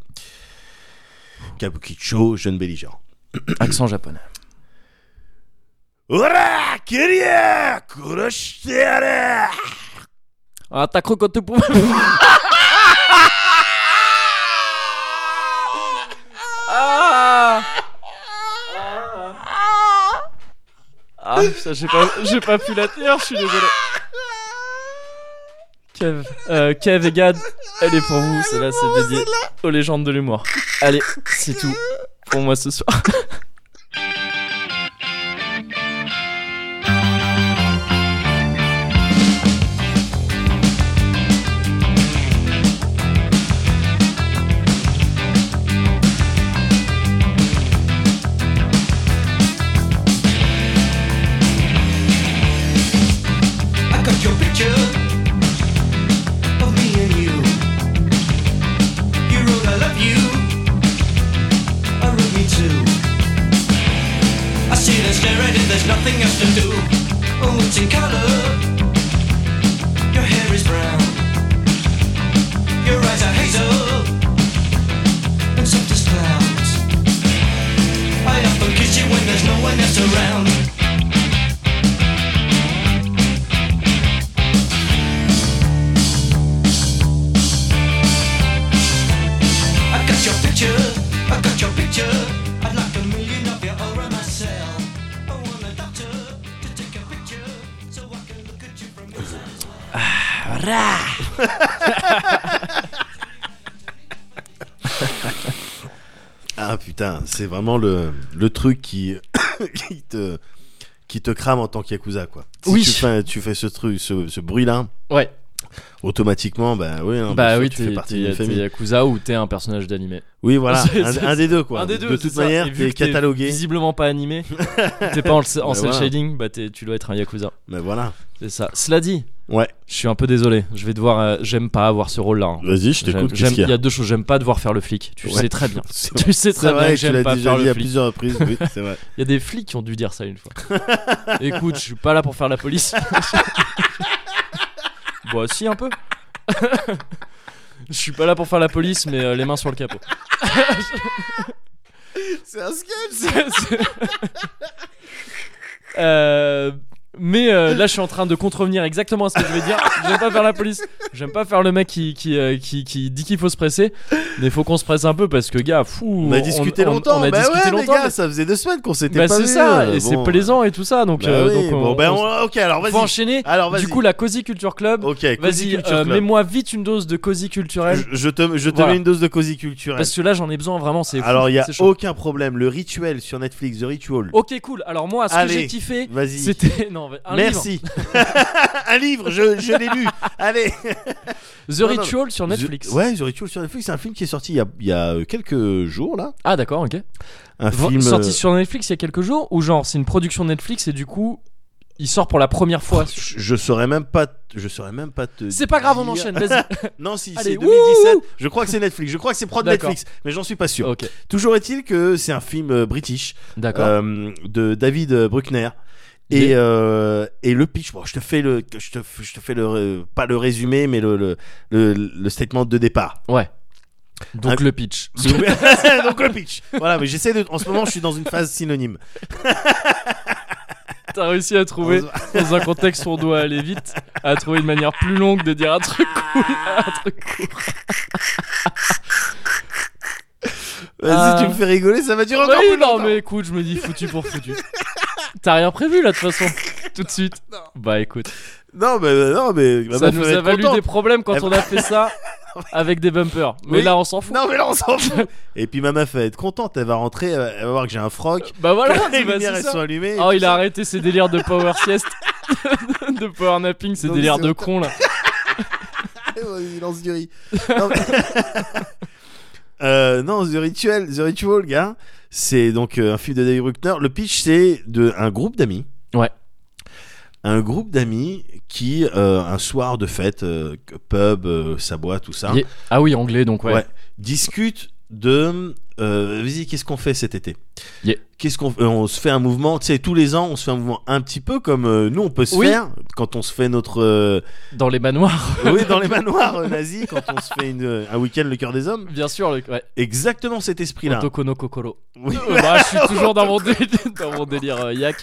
S2: Kabukicho, jeune belligérant.
S1: Accent japonais.
S2: Ora, Kyrie, Kuroshitara.
S1: Ah, t'as cru que tu pouvais. Ah Ah, putain, j'ai pas, j'ai pas pu la tenir, je suis désolé. Kev, euh, Kev et Gad, elle est pour vous, celle-là, c'est dédié aux légendes de l'humour. Allez, c'est tout pour moi ce soir.
S6: I got your picture of me and you. You wrote I love you. I wrote me too. I see this stare at it, there's nothing else to do. Oh, it's in color. Your hair is brown. Your eyes are hazel. And soft as clouds. I often kiss you when there's no one else around. I got your picture, I got your picture. I'd like a million of your aura myself. I want a doctor to take a picture so I can look at you from inside.
S2: Ah putain, c'est vraiment le, le truc qui, qui, te, qui te crame en tant qu'yakuza quoi. Si
S1: Oui.
S2: tu fais, tu fais ce truc, ce, ce bruit là,
S1: Ouais.
S2: automatiquement, bah oui, non, bien
S1: bah
S2: sûr,
S1: oui,
S2: tu
S1: t'es
S2: fais partie
S1: t'es-
S2: d'une
S1: t'es
S2: famille.
S1: Yakuza ou t'es un personnage d'animé.
S2: Oui, voilà,
S1: C'est-
S2: un,
S1: c'est-
S2: un des deux, quoi.
S1: Un des deux,
S2: de
S1: c'est
S2: toute
S1: ça. Et
S2: manière,
S1: vu
S2: t'es
S1: que t'es
S2: catalogué.
S1: Visiblement pas animé. t'es pas en, cel- en
S2: Bah
S1: cel
S2: voilà.
S1: shading, bah t'es- tu dois être un Yakuza.
S2: Mais voilà.
S1: C'est ça. Cela dit,
S2: Ouais,
S1: je suis un peu désolé. Je vais devoir. euh, j'aime pas avoir ce rôle-là. hein.
S2: vas-y, je
S1: J'aime-
S2: t'écoute.
S1: j'aime-
S2: Qu'est-ce qu'il y a
S1: deux choses. J'aime pas devoir faire le flic. Tu
S2: Ouais.
S1: sais très bien.
S2: C'est
S1: tu sais
S2: c'est
S1: très bien
S2: vrai
S1: que
S2: que tu
S1: j'aime
S2: l'as
S1: pas
S2: déjà
S1: faire
S2: dit
S1: le
S2: à
S1: flic.
S2: plusieurs reprises. Oui, c'est vrai.
S1: Il y a des flics qui ont dû dire ça une fois. Écoute, je suis pas là pour faire la police. bon, si un peu. Je suis pas là pour faire la police, mais euh, les mains sur le capot.
S2: C'est un sketch.
S1: C'est- c'est- Euh, mais euh, là, je suis en train de contrevenir exactement à ce que je vais dire. J'aime pas faire la police. J'aime pas faire le mec qui, qui, euh, qui, qui dit qu'il faut se presser. Mais faut qu'on se presse un peu parce que, gars, fou.
S2: On a discuté
S1: on-
S2: longtemps.
S1: On a
S2: bah
S1: discuté
S2: ouais, les
S1: longtemps.
S2: gars,
S1: mais-
S2: ça faisait deux semaines qu'on s'était
S1: bah,
S2: pas
S1: c'est
S2: vu,
S1: ça.
S2: euh,
S1: et c'est
S2: bon.
S1: plaisant et tout ça. Donc,
S2: Bah
S1: euh,
S2: oui,
S1: donc on,
S2: bon, ben,
S1: on-
S2: on- ok, alors
S1: faut
S2: vas-y.
S1: enchaîner.
S2: Alors vas-y.
S1: Du coup, la Cozy Culture Club.
S2: ok, Cozy
S1: Vas-y,
S2: Culture
S1: euh,
S2: Club.
S1: mets-moi vite une dose de Cozy culturelle.
S2: Je, je te, je te
S1: Voilà.
S2: mets une dose de cosy culturelle.
S1: Parce que là, j'en ai besoin vraiment. C'est fou,
S2: Alors, il n'y a
S1: c'est chaud.
S2: aucun problème. Le rituel sur Netflix, The Ritual.
S1: Ok, cool. Alors, moi, ce
S2: Allez,
S1: que j'ai kiffé,
S2: Vas-y.
S1: c'était. Non, un livre.
S2: Merci. un livre, je, je l'ai lu. Allez.
S1: The
S2: Non, non,
S1: Ritual sur Netflix.
S2: The- ouais, The Ritual sur Netflix, c'est un film qui est sorti il y a, il y a, euh, quelques jours, là.
S1: Ah d'accord, ok.
S2: Un
S1: V-
S2: film.
S1: Sorti
S2: euh,
S1: sur Netflix il y a quelques jours ou genre c'est une production Netflix et du coup il sort pour la première fois.
S2: Je je saurais même pas, te- je saurais même pas te.
S1: C'est pas grave, on
S2: dire-
S1: enchaîne. Vas-y.
S2: Non, si
S1: Allez,
S2: c'est 2017.
S1: wouhou
S2: Je crois que c'est Netflix. Je crois que c'est prod
S1: D'accord.
S2: Netflix, mais j'en suis pas sûr.
S1: ok,
S2: Toujours est-il que c'est un film euh, british
S1: d'accord.
S2: euh, de David Bruckner.
S1: Des-
S2: Et, euh, et le pitch, bon, je te fais le, je te, je te fais le, euh, pas le résumé, mais le, le, le, le statement de départ.
S1: ouais. Donc
S2: un-
S1: le pitch.
S2: Donc le pitch. Voilà, mais j'essaie de, en ce moment, je suis dans une phase synonyme.
S1: T'as réussi à trouver dans un contexte où on doit aller vite, à trouver une manière plus longue de dire un truc cool, à un truc court. Euh.
S2: Vas-y, tu me fais rigoler, ça va durer encore
S1: Oui,
S2: plus
S1: non
S2: longtemps.
S1: mais écoute, je me dis foutu pour foutu. T'as rien prévu là de toute façon. Tout de suite. Bah écoute,
S2: Non, mais non, mais ma
S1: ça
S2: meuf
S1: nous
S2: va
S1: a
S2: Bah, être
S1: valu
S2: contente.
S1: des problèmes quand
S2: Elle
S1: on a fait ça avec des bumpers. Mais
S2: Oui.
S1: là on s'en fout.
S2: Non, mais là, on s'en fout. et puis ma meuf va être contente, elle va rentrer, euh, elle va voir que j'ai un froc.
S1: Bah voilà,
S2: les
S1: c'est- bah,
S2: lumières
S1: c'est
S2: elles
S1: ça.
S2: sont allumées.
S1: Oh, il a arrêté ses délires de power sieste, de power napping, ses
S2: Non, mais
S1: délires
S2: c'est
S1: de
S2: autant-
S1: con là.
S2: Il lance du riz. Non, mais- Euh, non, The Ritual, The Ritual, gars, c'est donc euh, un film de David Bruckner. Le pitch, c'est de un groupe d'amis.
S1: Ouais.
S2: Un groupe d'amis qui, euh, un soir de fête, euh, pub, euh, ça boit, tout ça,
S1: Il est- Ah oui, anglais donc ouais.
S2: Ouais. discute de euh, vas-y qu'est-ce qu'on fait cet été
S1: Yeah.
S2: qu'est-ce qu'on euh, on se fait un mouvement tu sais tous les ans on se fait un mouvement un petit peu comme euh, nous on peut se
S1: Oui.
S2: faire quand on se fait notre euh,
S1: Dans les manoirs,
S2: oui dans les manoirs euh, nazis quand on se fait une, euh, un week-end le cœur des hommes
S1: bien sûr. Le... Ouais.
S2: exactement cet esprit là
S1: Otoko no Kokoro.
S2: oui.
S1: Euh, bah, je suis toujours dans mon délire, dans mon délire euh, yak.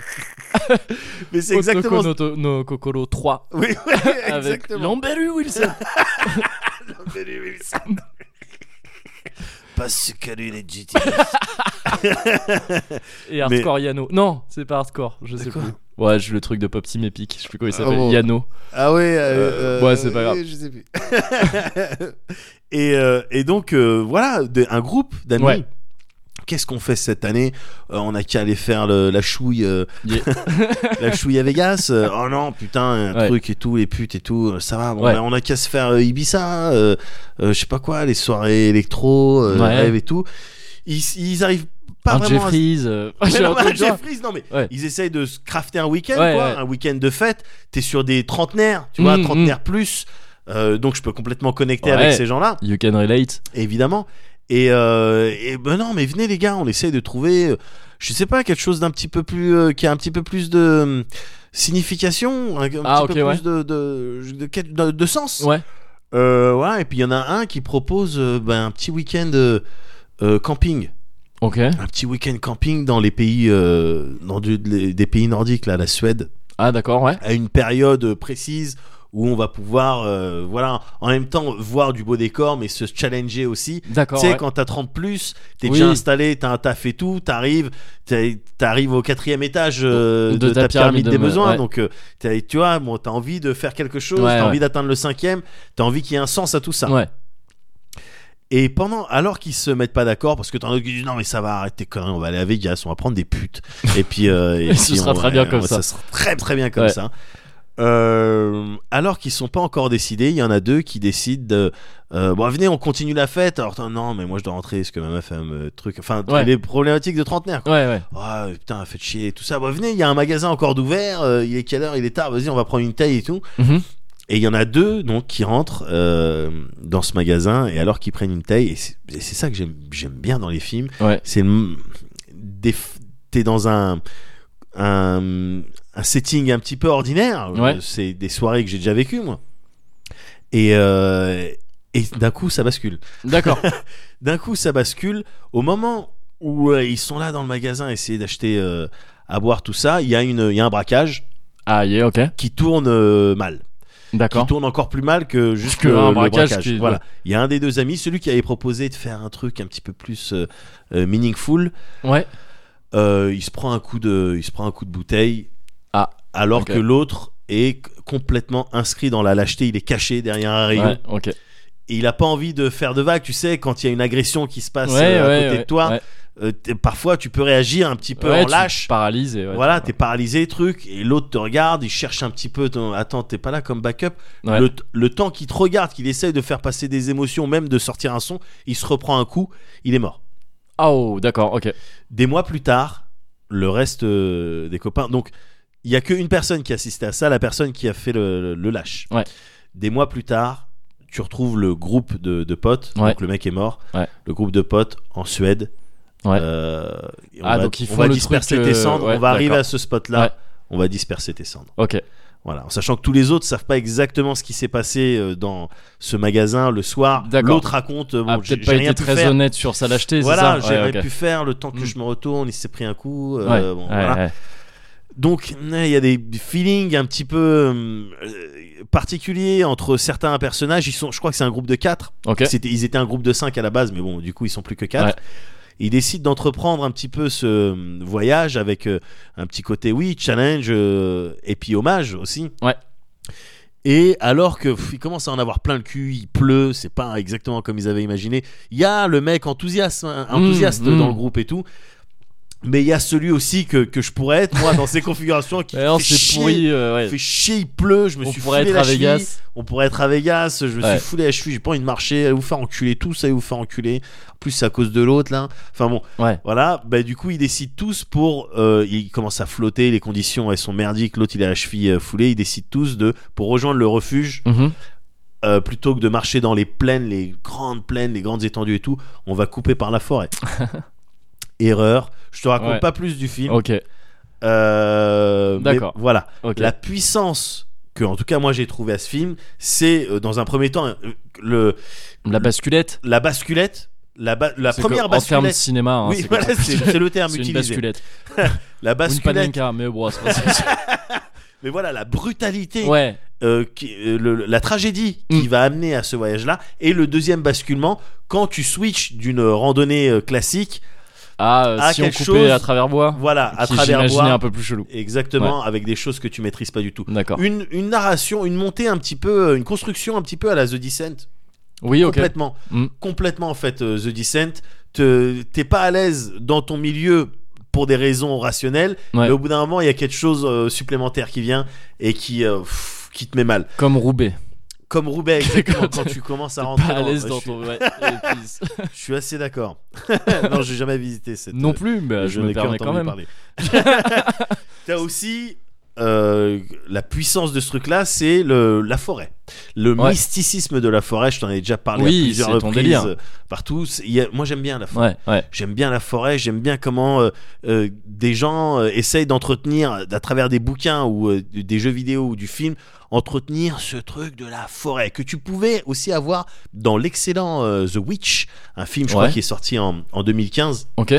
S2: mais c'est exactement
S1: Otoko no, to- no Kokoro 3
S2: oui oui,
S1: avec
S2: exactement
S1: Lamberu Wilson.
S2: parce que lui il est GT
S1: Et Hardcore Yano. Non, c'est pas Hardcore, je sais
S2: D'accord.
S1: plus. Ouais, je- le truc de Pop Team Epic, je sais plus comment il
S2: Ah
S1: s'appelle.
S2: bon.
S1: Yano.
S2: Ah ouais,
S1: Euh, ouais, c'est pas grave.
S2: Je sais plus. et, euh, et donc, euh, voilà, de- un groupe d'amis.
S1: Ouais.
S2: Qu'est-ce qu'on fait cette année Euh, On a qu'à aller faire le- la chouille, euh,
S1: Yeah.
S2: la chouille à Vegas. Euh, oh non, putain, un
S1: Ouais.
S2: truc et tout, les putes et tout, euh, ça va. Bon,
S1: Ouais.
S2: ben, on a qu'à se faire euh, Ibiza, euh, euh, je sais pas quoi, les soirées électro, euh,
S1: Ouais.
S2: rêve et tout. Ils, ils arrivent pas
S1: un
S2: vraiment. à se-
S1: Jeffries. euh, j'ai
S2: mais non,
S1: un truc genre-
S2: Jeffries, non mais
S1: Ouais.
S2: ils essayent de se crafter un week-end,
S1: Ouais,
S2: quoi,
S1: ouais.
S2: un week-end de fête. T'es sur des trentenaires, tu vois,
S1: Mm,
S2: trentenaires plus. Euh, donc je peux complètement connecter
S1: Ouais.
S2: avec ces gens-là,
S1: You can relate.
S2: évidemment. Et, euh, et ben non, mais venez les gars, on essaye de trouver, euh, je sais pas, quelque chose d'un petit peu plus, euh, qui a un petit peu plus de euh, signification, un, un
S1: Ah,
S2: petit
S1: ok,
S2: peu
S1: ouais.
S2: plus de de, de, quête- de- de sens.
S1: Ouais.
S2: Euh, voilà, et puis il y en a un qui propose euh, ben, un petit week-end euh, euh, camping
S1: Ok.
S2: un petit week-end camping dans les pays euh, dans du- les- des pays nordiques là la Suède
S1: Ah d'accord, ouais.
S2: à une période précise où on va pouvoir euh, voilà en même temps voir du beau décor mais se challenger aussi tu
S1: D'accord.
S2: sais
S1: ouais.
S2: quand t'as 30 plus t'es
S1: Oui.
S2: déjà installé t'as un taf et tout t'arrives t'es- t'arrives au quatrième étage euh,
S1: De
S2: de, ta, pyramide, des
S1: me-
S2: besoins
S1: ouais.
S2: donc euh, t'as- tu vois bon, t'as envie de faire quelque chose
S1: Ouais,
S2: t'as
S1: ouais.
S2: envie d'atteindre le cinquième t'as envie qu'il y ait un sens à tout ça
S1: Ouais.
S2: et pendant, alors qu'ils se mettent pas d'accord, parce que t'en as qui disent non mais ça va arrêter quand on va aller à Vegas, on va prendre des putes. Et puis, euh,
S1: Et ce
S2: puis,
S1: sera
S2: on-
S1: très bien comme
S2: on-
S1: ça.
S2: sera très très bien comme
S1: Ouais.
S2: ça. Euh, alors qu'ils sont pas encore décidés, il y en a deux qui décident de euh, bon venez on continue la fête. Alors attends, non mais moi je dois rentrer parce que ma meuf elle me truc enfin
S1: Ouais.
S2: les problématiques de trentenaire. quoi.
S1: Ouais, ouais.
S2: Ah putain faites chier et tout ça. Bon venez il y a un magasin encore d'ouvert. euh, il est quelle heure Il est tard. Vas-y on va prendre une taille et tout.
S1: Mhm.
S2: Et il y en a deux donc qui rentrent euh, dans ce magasin et alors qu'ils prennent une taille et c'est et c'est ça que j'aime j'aime bien dans les films.
S1: Ouais.
S2: C'est le- des f- t'es dans un un, un setting un petit peu ordinaire.
S1: Ouais.
S2: Euh, C'est des soirées que j'ai déjà vécues moi. Et euh, et d'un coup ça bascule.
S1: D'accord.
S2: D'un coup ça bascule au moment où euh, ils sont là dans le magasin essayer d'acheter euh, à boire tout ça. Il y a une il y a un braquage
S1: Ah, yeah, ok.
S2: qui tourne euh, mal qui
S1: D'accord.
S2: tourne encore plus mal que juste
S1: Que
S2: le,
S1: un
S2: le
S1: braquage
S2: braquage.
S1: qui-
S2: Voilà.
S1: ouais.
S2: Il y a un des deux amis, celui qui avait proposé de faire un truc un petit peu plus euh, euh, meaningful.
S1: Ouais.
S2: euh, il se prend un coup de, il se prend un coup de bouteille.
S1: Ah,
S2: Alors
S1: ok.
S2: que l'autre est c- complètement inscrit dans la lâcheté. Il est caché derrière un rayon.
S1: Ouais, ok.
S2: Et il a pas envie de faire de vagues. Tu sais, quand il y a une agression qui se passe
S1: ouais,
S2: euh, à
S1: ouais,
S2: côté
S1: ouais,
S2: de toi,
S1: ouais.
S2: euh, t'es- parfois tu peux réagir un petit peu
S1: Ouais,
S2: en
S1: tu
S2: lâche.
S1: Paralysé, ouais.
S2: Voilà, t'es paralysé, truc, et l'autre te regarde, il cherche un petit peu, ton- attends, t'es pas là comme backup.
S1: Ouais.
S2: Le, t- le temps qu'il te regarde, qu'il essaye de faire passer des émotions, même de sortir un son, il se reprend un coup, il est mort.
S1: Oh, d'accord, ok.
S2: Des mois plus tard, le reste euh, des copains. Donc, il y a qu'une personne qui assistait à ça, la personne qui a fait le, le lâche.
S1: Ouais.
S2: Des mois plus tard, tu retrouves le groupe de, de potes.
S1: Ouais.
S2: Donc, le mec est mort.
S1: Ouais.
S2: Le groupe de potes en Suède.
S1: Ouais.
S2: Euh, et on
S1: Ah,
S2: va,
S1: donc ils
S2: on
S1: font
S2: va
S1: le
S2: disperser
S1: truc,
S2: tes
S1: euh,
S2: cendres.
S1: ouais,
S2: on va arriver
S1: d'accord.
S2: à ce spot-là.
S1: Ouais.
S2: On va disperser tes cendres.
S1: Ok. Ah,
S2: Voilà, en sachant que tous les autres savent pas exactement ce qui s'est passé euh, dans ce magasin le soir.
S1: D'accord.
S2: L'autre raconte, euh, bon,
S1: Ah,
S2: j'ai
S1: peut-être
S2: j'ai
S1: pas
S2: rien
S1: été
S2: pu
S1: très
S2: faire.
S1: honnête sur sa lâcheté,
S2: Voilà,
S1: c'est ça
S2: j'ai rien
S1: ok.
S2: pu faire. Le temps que
S1: Mm.
S2: je me retourne, il s'est pris un coup. euh,
S1: Ouais,
S2: bon,
S1: ouais,
S2: voilà.
S1: ouais.
S2: Donc il y a des feelings un petit peu euh, euh, particuliers entre certains personnages. Ils sont, je crois que c'est un groupe de quatre.
S1: Ok.
S2: C'était- ils étaient un groupe de 5 à la base, mais bon, du coup, ils sont plus que 4.
S1: Ouais.
S2: Ils décident d'entreprendre un petit peu ce euh, voyage avec euh, un petit côté, oui, challenge euh, et puis hommage aussi.
S1: Ouais.
S2: Et alors que pff, ils commencent à en avoir plein le cul, il pleut, c'est pas exactement comme ils avaient imaginé. Il y a le mec enthousiaste, hein,
S1: Mmh,
S2: enthousiaste
S1: mmh.
S2: dans le groupe et tout. Mais il y a celui aussi que, que je pourrais être, moi, dans ces configurations qui
S1: Ouais, non,
S2: fait
S1: c'est
S2: chier.
S1: pourri, euh, ouais.
S2: Fait chier, il pleut, je me
S1: On
S2: suis
S1: pourrait
S2: foulé
S1: être
S2: la
S1: à
S2: cheville
S1: Vegas.
S2: on pourrait être à Vegas, je me
S1: Ouais.
S2: suis foulé à la cheville, j'ai pas envie de marcher, allez vous faire enculer tous, allez vous faire enculer. En plus, c'est à cause de l'autre, là. Enfin bon,
S1: Ouais.
S2: voilà, bah du coup, ils décident tous pour. euh, ils commencent à flotter, les conditions, elles sont merdiques, l'autre, il a la cheville euh, foulée, ils décident tous de. Pour rejoindre le refuge,
S1: Mhm.
S2: euh, plutôt que de marcher dans les plaines, les grandes plaines, les grandes étendues et tout, on va couper par la forêt. Erreur, je te raconte
S1: Ouais.
S2: pas plus du film.
S1: Ok.
S2: Euh, mais
S1: D'accord.
S2: Voilà.
S1: Ok.
S2: La puissance que, en tout cas, moi j'ai trouvé à ce film, c'est euh, dans un premier temps euh, le,
S1: La basculette.
S2: la basculette, la, ba- la
S1: c'est
S2: première
S1: que, En termes de
S2: basculette.
S1: cinéma, hein,
S2: oui,
S1: c'est
S2: voilà,
S1: comme ça.
S2: c'est c'est le terme
S1: C'est une
S2: utilisé.
S1: basculette.
S2: la
S1: Ou Une
S2: basculette,
S1: panenka, mais bon, c'est pas ça.
S2: mais voilà, la brutalité,
S1: Ouais, Mm.
S2: euh, qui- euh, le- la tragédie qui va amener à ce voyage-là. Et le deuxième basculement, quand tu switches d'une randonnée euh, classique,
S1: ah, euh,
S2: Ah,
S1: si on
S2: quelque
S1: coupait
S2: chose
S1: à travers bois,
S2: voilà, à
S1: qui
S2: travers
S1: j'imaginais
S2: bois,
S1: un peu plus chelou.
S2: exactement, avec des choses que tu maîtrises pas du tout.
S1: D'accord.
S2: Une, une narration, une montée un petit peu, euh, une construction un petit peu à la The Descent.
S1: Oui, ok.
S2: complètement
S1: Mm.
S2: complètement en fait euh, The Descent Te- t'es pas à l'aise dans ton milieu pour des raisons rationnelles
S1: Ouais.
S2: mais au bout d'un moment il y a quelque chose euh, supplémentaire qui vient et qui euh, pff, qui te met mal
S1: Comme Roubaix.
S2: comme Roubaix exactement,
S1: Quand
S2: quand
S1: tu-
S2: tu commences à
S1: T'es
S2: rentrer
S1: pas à
S2: dans- euh,
S1: l'aise
S2: je
S1: dans
S2: suis-
S1: ton. ouais, et puis-
S2: je suis assez d'accord non j'ai jamais visité cette
S1: Non plus, mais
S2: euh,
S1: je
S2: n'ai
S1: me
S2: que
S1: permets quand
S2: entendu
S1: même.
S2: parler. t'as aussi euh, la puissance de ce truc là c'est le la forêt le
S1: Ouais.
S2: mysticisme de la forêt je t'en ai déjà parlé
S1: Oui,
S2: à plusieurs
S1: c'est ton
S2: reprises
S1: délire.
S2: euh, partout C'est- il y a- moi j'aime bien la forêt
S1: Ouais, ouais.
S2: J'aime bien la forêt, j'aime bien comment euh, euh, des gens euh, essayent d'entretenir, euh, à travers des bouquins ou euh, des jeux vidéo ou du film, entretenir ce truc de la forêt que tu pouvais aussi avoir dans l'excellent euh, The Witch, un film je
S1: Ouais.
S2: crois qui est sorti en, en 2015,
S1: Ok.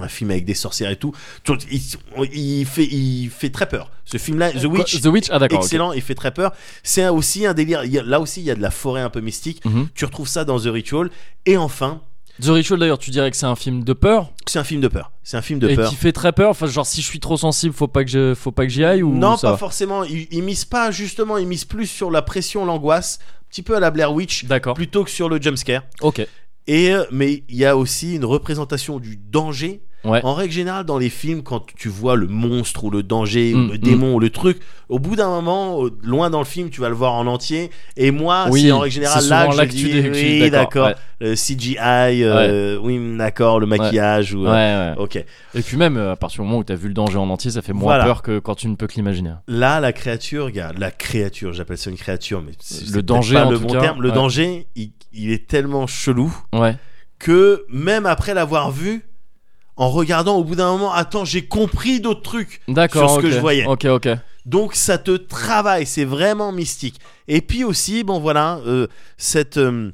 S2: un film avec des sorcières et tout. Tu- Il, il fait, il fait très peur. Ce film-là, The
S1: Quoi,
S2: Witch,
S1: The Witch, ah d'accord. ok.
S2: excellent, il fait très peur. C'est un- aussi un délire. il y a- là aussi, il y a de la forêt un peu mystique.
S1: Mhm.
S2: Tu retrouves ça dans The Ritual. Et enfin,
S1: The Ritual d'ailleurs, tu dirais que c'est un film de peur
S2: c'est un film de peur. C'est un film de
S1: et
S2: peur.
S1: qui fait très peur. Enfin, genre si je suis trop sensible, faut pas que je, faut pas que j'y aille ou
S2: non,
S1: ça
S2: pas
S1: va
S2: forcément. Ils, ils misent pas justement, ils misent plus sur la pression, l'angoisse, un petit peu à la Blair Witch,
S1: D'accord.
S2: plutôt que sur le jumpscare.
S1: Ok.
S2: Et euh, mais il y a aussi une représentation du danger
S1: Ouais.
S2: En règle générale, dans les films, quand tu vois le monstre ou le danger
S1: Mm,
S2: ou
S1: mm.
S2: le démon ou le truc, au bout d'un moment, au- loin dans le film, tu vas le voir en entier. Et moi,
S1: Oui,
S2: c'est Ah, en règle générale
S1: c'est
S2: là
S1: souvent
S2: que je
S1: là que tu
S2: dis,
S1: dis- que tu dis
S2: oui,
S1: d'accord,
S2: d'accord, le CGI, euh, oui, mm, d'accord, le maquillage ou. euh,
S1: Ouais, ouais.
S2: Ok.
S1: Et puis même, euh, à partir du moment où t'as vu le danger en entier, ça fait moins
S2: Voilà.
S1: peur que quand tu ne peux que l'imaginer.
S2: Là, la créature, gars, la créature, j'appelle ça une créature, mais c'est
S1: Le
S2: c'est peut-être
S1: danger,
S2: pas
S1: en
S2: le
S1: tout
S2: bon
S1: cas,
S2: terme. Le
S1: ouais.
S2: danger, il, il est tellement chelou
S1: Ouais.
S2: que même après l'avoir vu, en regardant au bout d'un moment, attends, j'ai compris d'autres trucs.
S1: D'accord.
S2: Sur ce que
S1: ok.
S2: je voyais.
S1: Ok, ok.
S2: Donc ça te travaille, c'est vraiment mystique. Et puis aussi, bon voilà, euh, cette euh,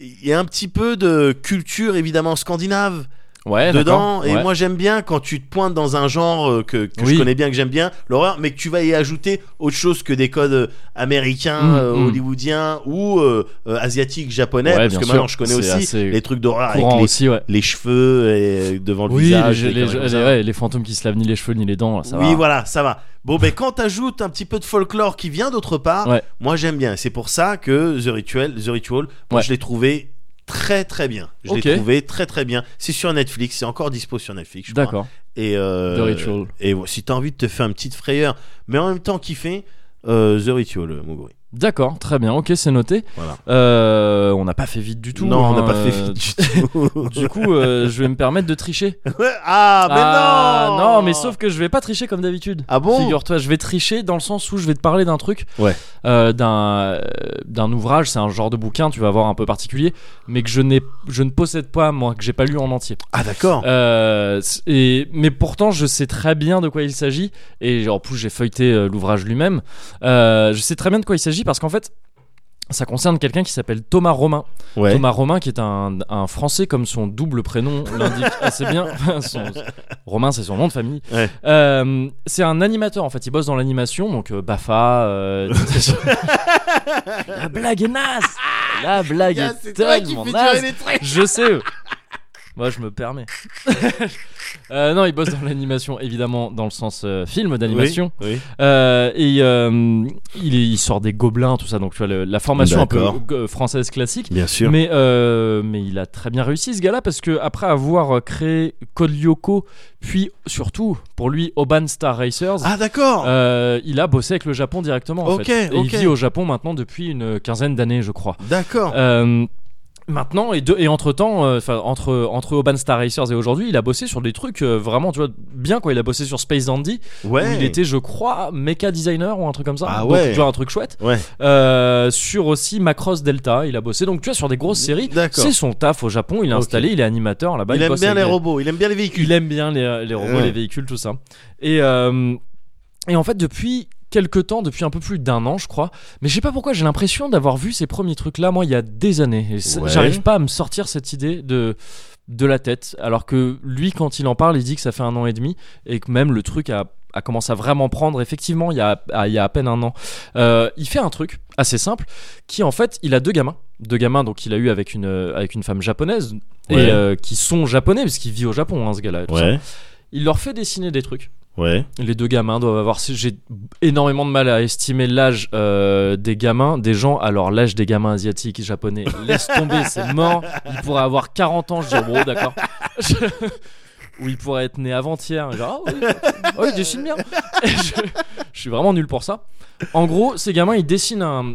S2: il y a un petit peu de culture évidemment scandinave
S1: Ouais. Eh,
S2: dedans
S1: d'accord.
S2: et
S1: Ouais.
S2: moi j'aime bien quand tu te pointes dans un genre euh, que, que
S1: Oui.
S2: je connais bien que j'aime bien l'horreur mais que tu vas y ajouter autre chose que des codes euh, américains
S1: Mm,
S2: euh,
S1: mm.
S2: hollywoodiens ou euh, euh, asiatiques japonais
S1: Ouais,
S2: parce
S1: bien
S2: que
S1: sûr.
S2: maintenant je connais
S1: C'est
S2: aussi
S1: assez
S2: les trucs d'horreur avec
S1: Courant
S2: les,
S1: aussi, ouais.
S2: les cheveux et, euh, devant le
S1: Oui,
S2: visage
S1: les,
S2: et
S1: les-
S2: comme
S1: les-
S2: ça.
S1: ouais, les fantômes qui se lavent ni les cheveux ni les dents, là, ça
S2: oui,
S1: va.
S2: voilà, ça va. Bon, ben quand t'ajoutes un petit peu de folklore qui vient d'autre part,
S1: Ouais.
S2: moi j'aime bien. C'est pour ça que The Ritual, The Ritual moi,
S1: Ouais.
S2: je l'ai trouvé très très bien. Je
S1: Ok.
S2: l'ai trouvé très très bien. C'est sur Netflix, c'est encore dispo sur Netflix. je crois.
S1: D'accord.
S2: Et euh,
S1: The Ritual.
S2: Et ouais, si t'as envie de te faire une petite frayeur, mais en même temps kiffer, euh, The Ritual, euh, Muguri.
S1: D'accord, très bien, ok, c'est noté.
S2: Voilà.
S1: Euh, on n'a pas fait vite du tout.
S2: non, on n'a
S1: hein,
S2: pas fait
S1: euh,
S2: vite du tout.
S1: Du coup, euh, je vais me permettre de tricher.
S2: ah, mais non
S1: Non, mais sauf que je vais pas tricher comme d'habitude.
S2: Ah bon
S1: Figure-toi, je vais tricher dans le sens où je vais te parler d'un truc,
S2: Ouais.
S1: euh, d'un euh, d'un ouvrage, c'est un genre de bouquin, tu vas voir un peu particulier, mais que je n'ai, je ne possède pas moi, que j'ai pas lu en entier.
S2: Ah d'accord.
S1: Euh, c- et, mais pourtant, je sais très bien de quoi il s'agit. Et en plus, j'ai feuilleté euh, l'ouvrage lui-même. Euh, je sais très bien de quoi il s'agit parce qu'en fait, ça concerne quelqu'un qui s'appelle Thomas Romain.
S2: ouais.
S1: Euh, Thomas Romain, qui est un, un Français, comme son double prénom l'indique assez bien. Son- Romain, c'est son nom de famille.
S2: Ouais.
S1: Euh, c'est un animateur, en fait. Il bosse dans l'animation, donc euh, Bafa. euh, La blague est naze La blague
S2: Gars,
S1: est
S2: c'est toi qui
S1: tellement
S2: fais
S1: naze
S2: durer les trucs.
S1: je sais. eux. Moi, je me permets. Euh, non, il bosse dans l'animation, évidemment, dans le sens euh, film d'animation.
S2: Oui, oui.
S1: Euh, et euh, il, est- il sort des gobelins, tout ça. Donc, tu vois, le- la formation un peu
S2: D'accord.
S1: euh, française classique.
S2: Bien sûr.
S1: Mais, euh, mais il a très bien réussi ce gars-là parce que après avoir euh, créé Code Lyoko, puis surtout pour lui Oban Star Racers,
S2: Ah d'accord.
S1: euh, il a bossé avec le Japon directement. En
S2: Ok,
S1: fait. Et
S2: ok.
S1: il vit au Japon maintenant depuis une quinzaine d'années, je crois.
S2: D'accord.
S1: Euh, maintenant et, de- et entre temps entre entre Oban Star Racers et aujourd'hui il a bossé sur des trucs euh, vraiment tu vois bien quoi il a bossé sur Space Dandy Euh, où
S2: ouais.
S1: il était je crois mecha designer ou un truc comme ça
S2: Ah
S1: donc
S2: ouais.
S1: tu vois un truc chouette
S2: Ouais.
S1: Euh, sur aussi Macross Delta il a bossé donc tu vois sur des grosses séries
S2: D'accord.
S1: c'est son taf au Japon il est
S2: Ok.
S1: installé il est animateur là-bas
S2: il aime
S1: bosse
S2: bien
S1: avec
S2: les
S1: des-
S2: robots, il aime bien les véhicules.
S1: il aime bien les, les robots,
S2: Ouais.
S1: les véhicules, tout ça. Et, euh, et en fait, depuis quelques temps, depuis un peu plus d'un an, je crois, mais je sais pas pourquoi, j'ai l'impression d'avoir vu ces premiers trucs-là, moi, il y a des années. Et ça-
S2: Ouais.
S1: J'arrive pas à me sortir cette idée de de la tête, alors que lui, quand il en parle, il dit que ça fait un an et demi, et que même le truc a, a commencé à vraiment prendre, effectivement, il y a, à- il y a à peine un an. Euh, il fait un truc assez simple, qui en fait, il a deux gamins, deux gamins, donc il a eu avec une, euh, avec une femme japonaise, et
S2: Ouais.
S1: euh, qui sont japonais, parce qu'il vit au Japon, hein, ce gars-là. tout ça. Il leur fait dessiner des trucs.
S2: ouais.
S1: Les deux gamins doivent avoir. J'ai énormément de mal à estimer l'âge euh, des gamins, des gens. Alors, l'âge des gamins asiatiques, japonais, laisse tomber, c'est mort. Il pourrait avoir 40 ans, je dirais, bon, d'accord. Je- Ou il pourrait être né avant-hier. Genre, ah oui, ah oui, dessine bien. Et je... je suis vraiment nul pour ça. En gros, ces gamins, ils dessinent un.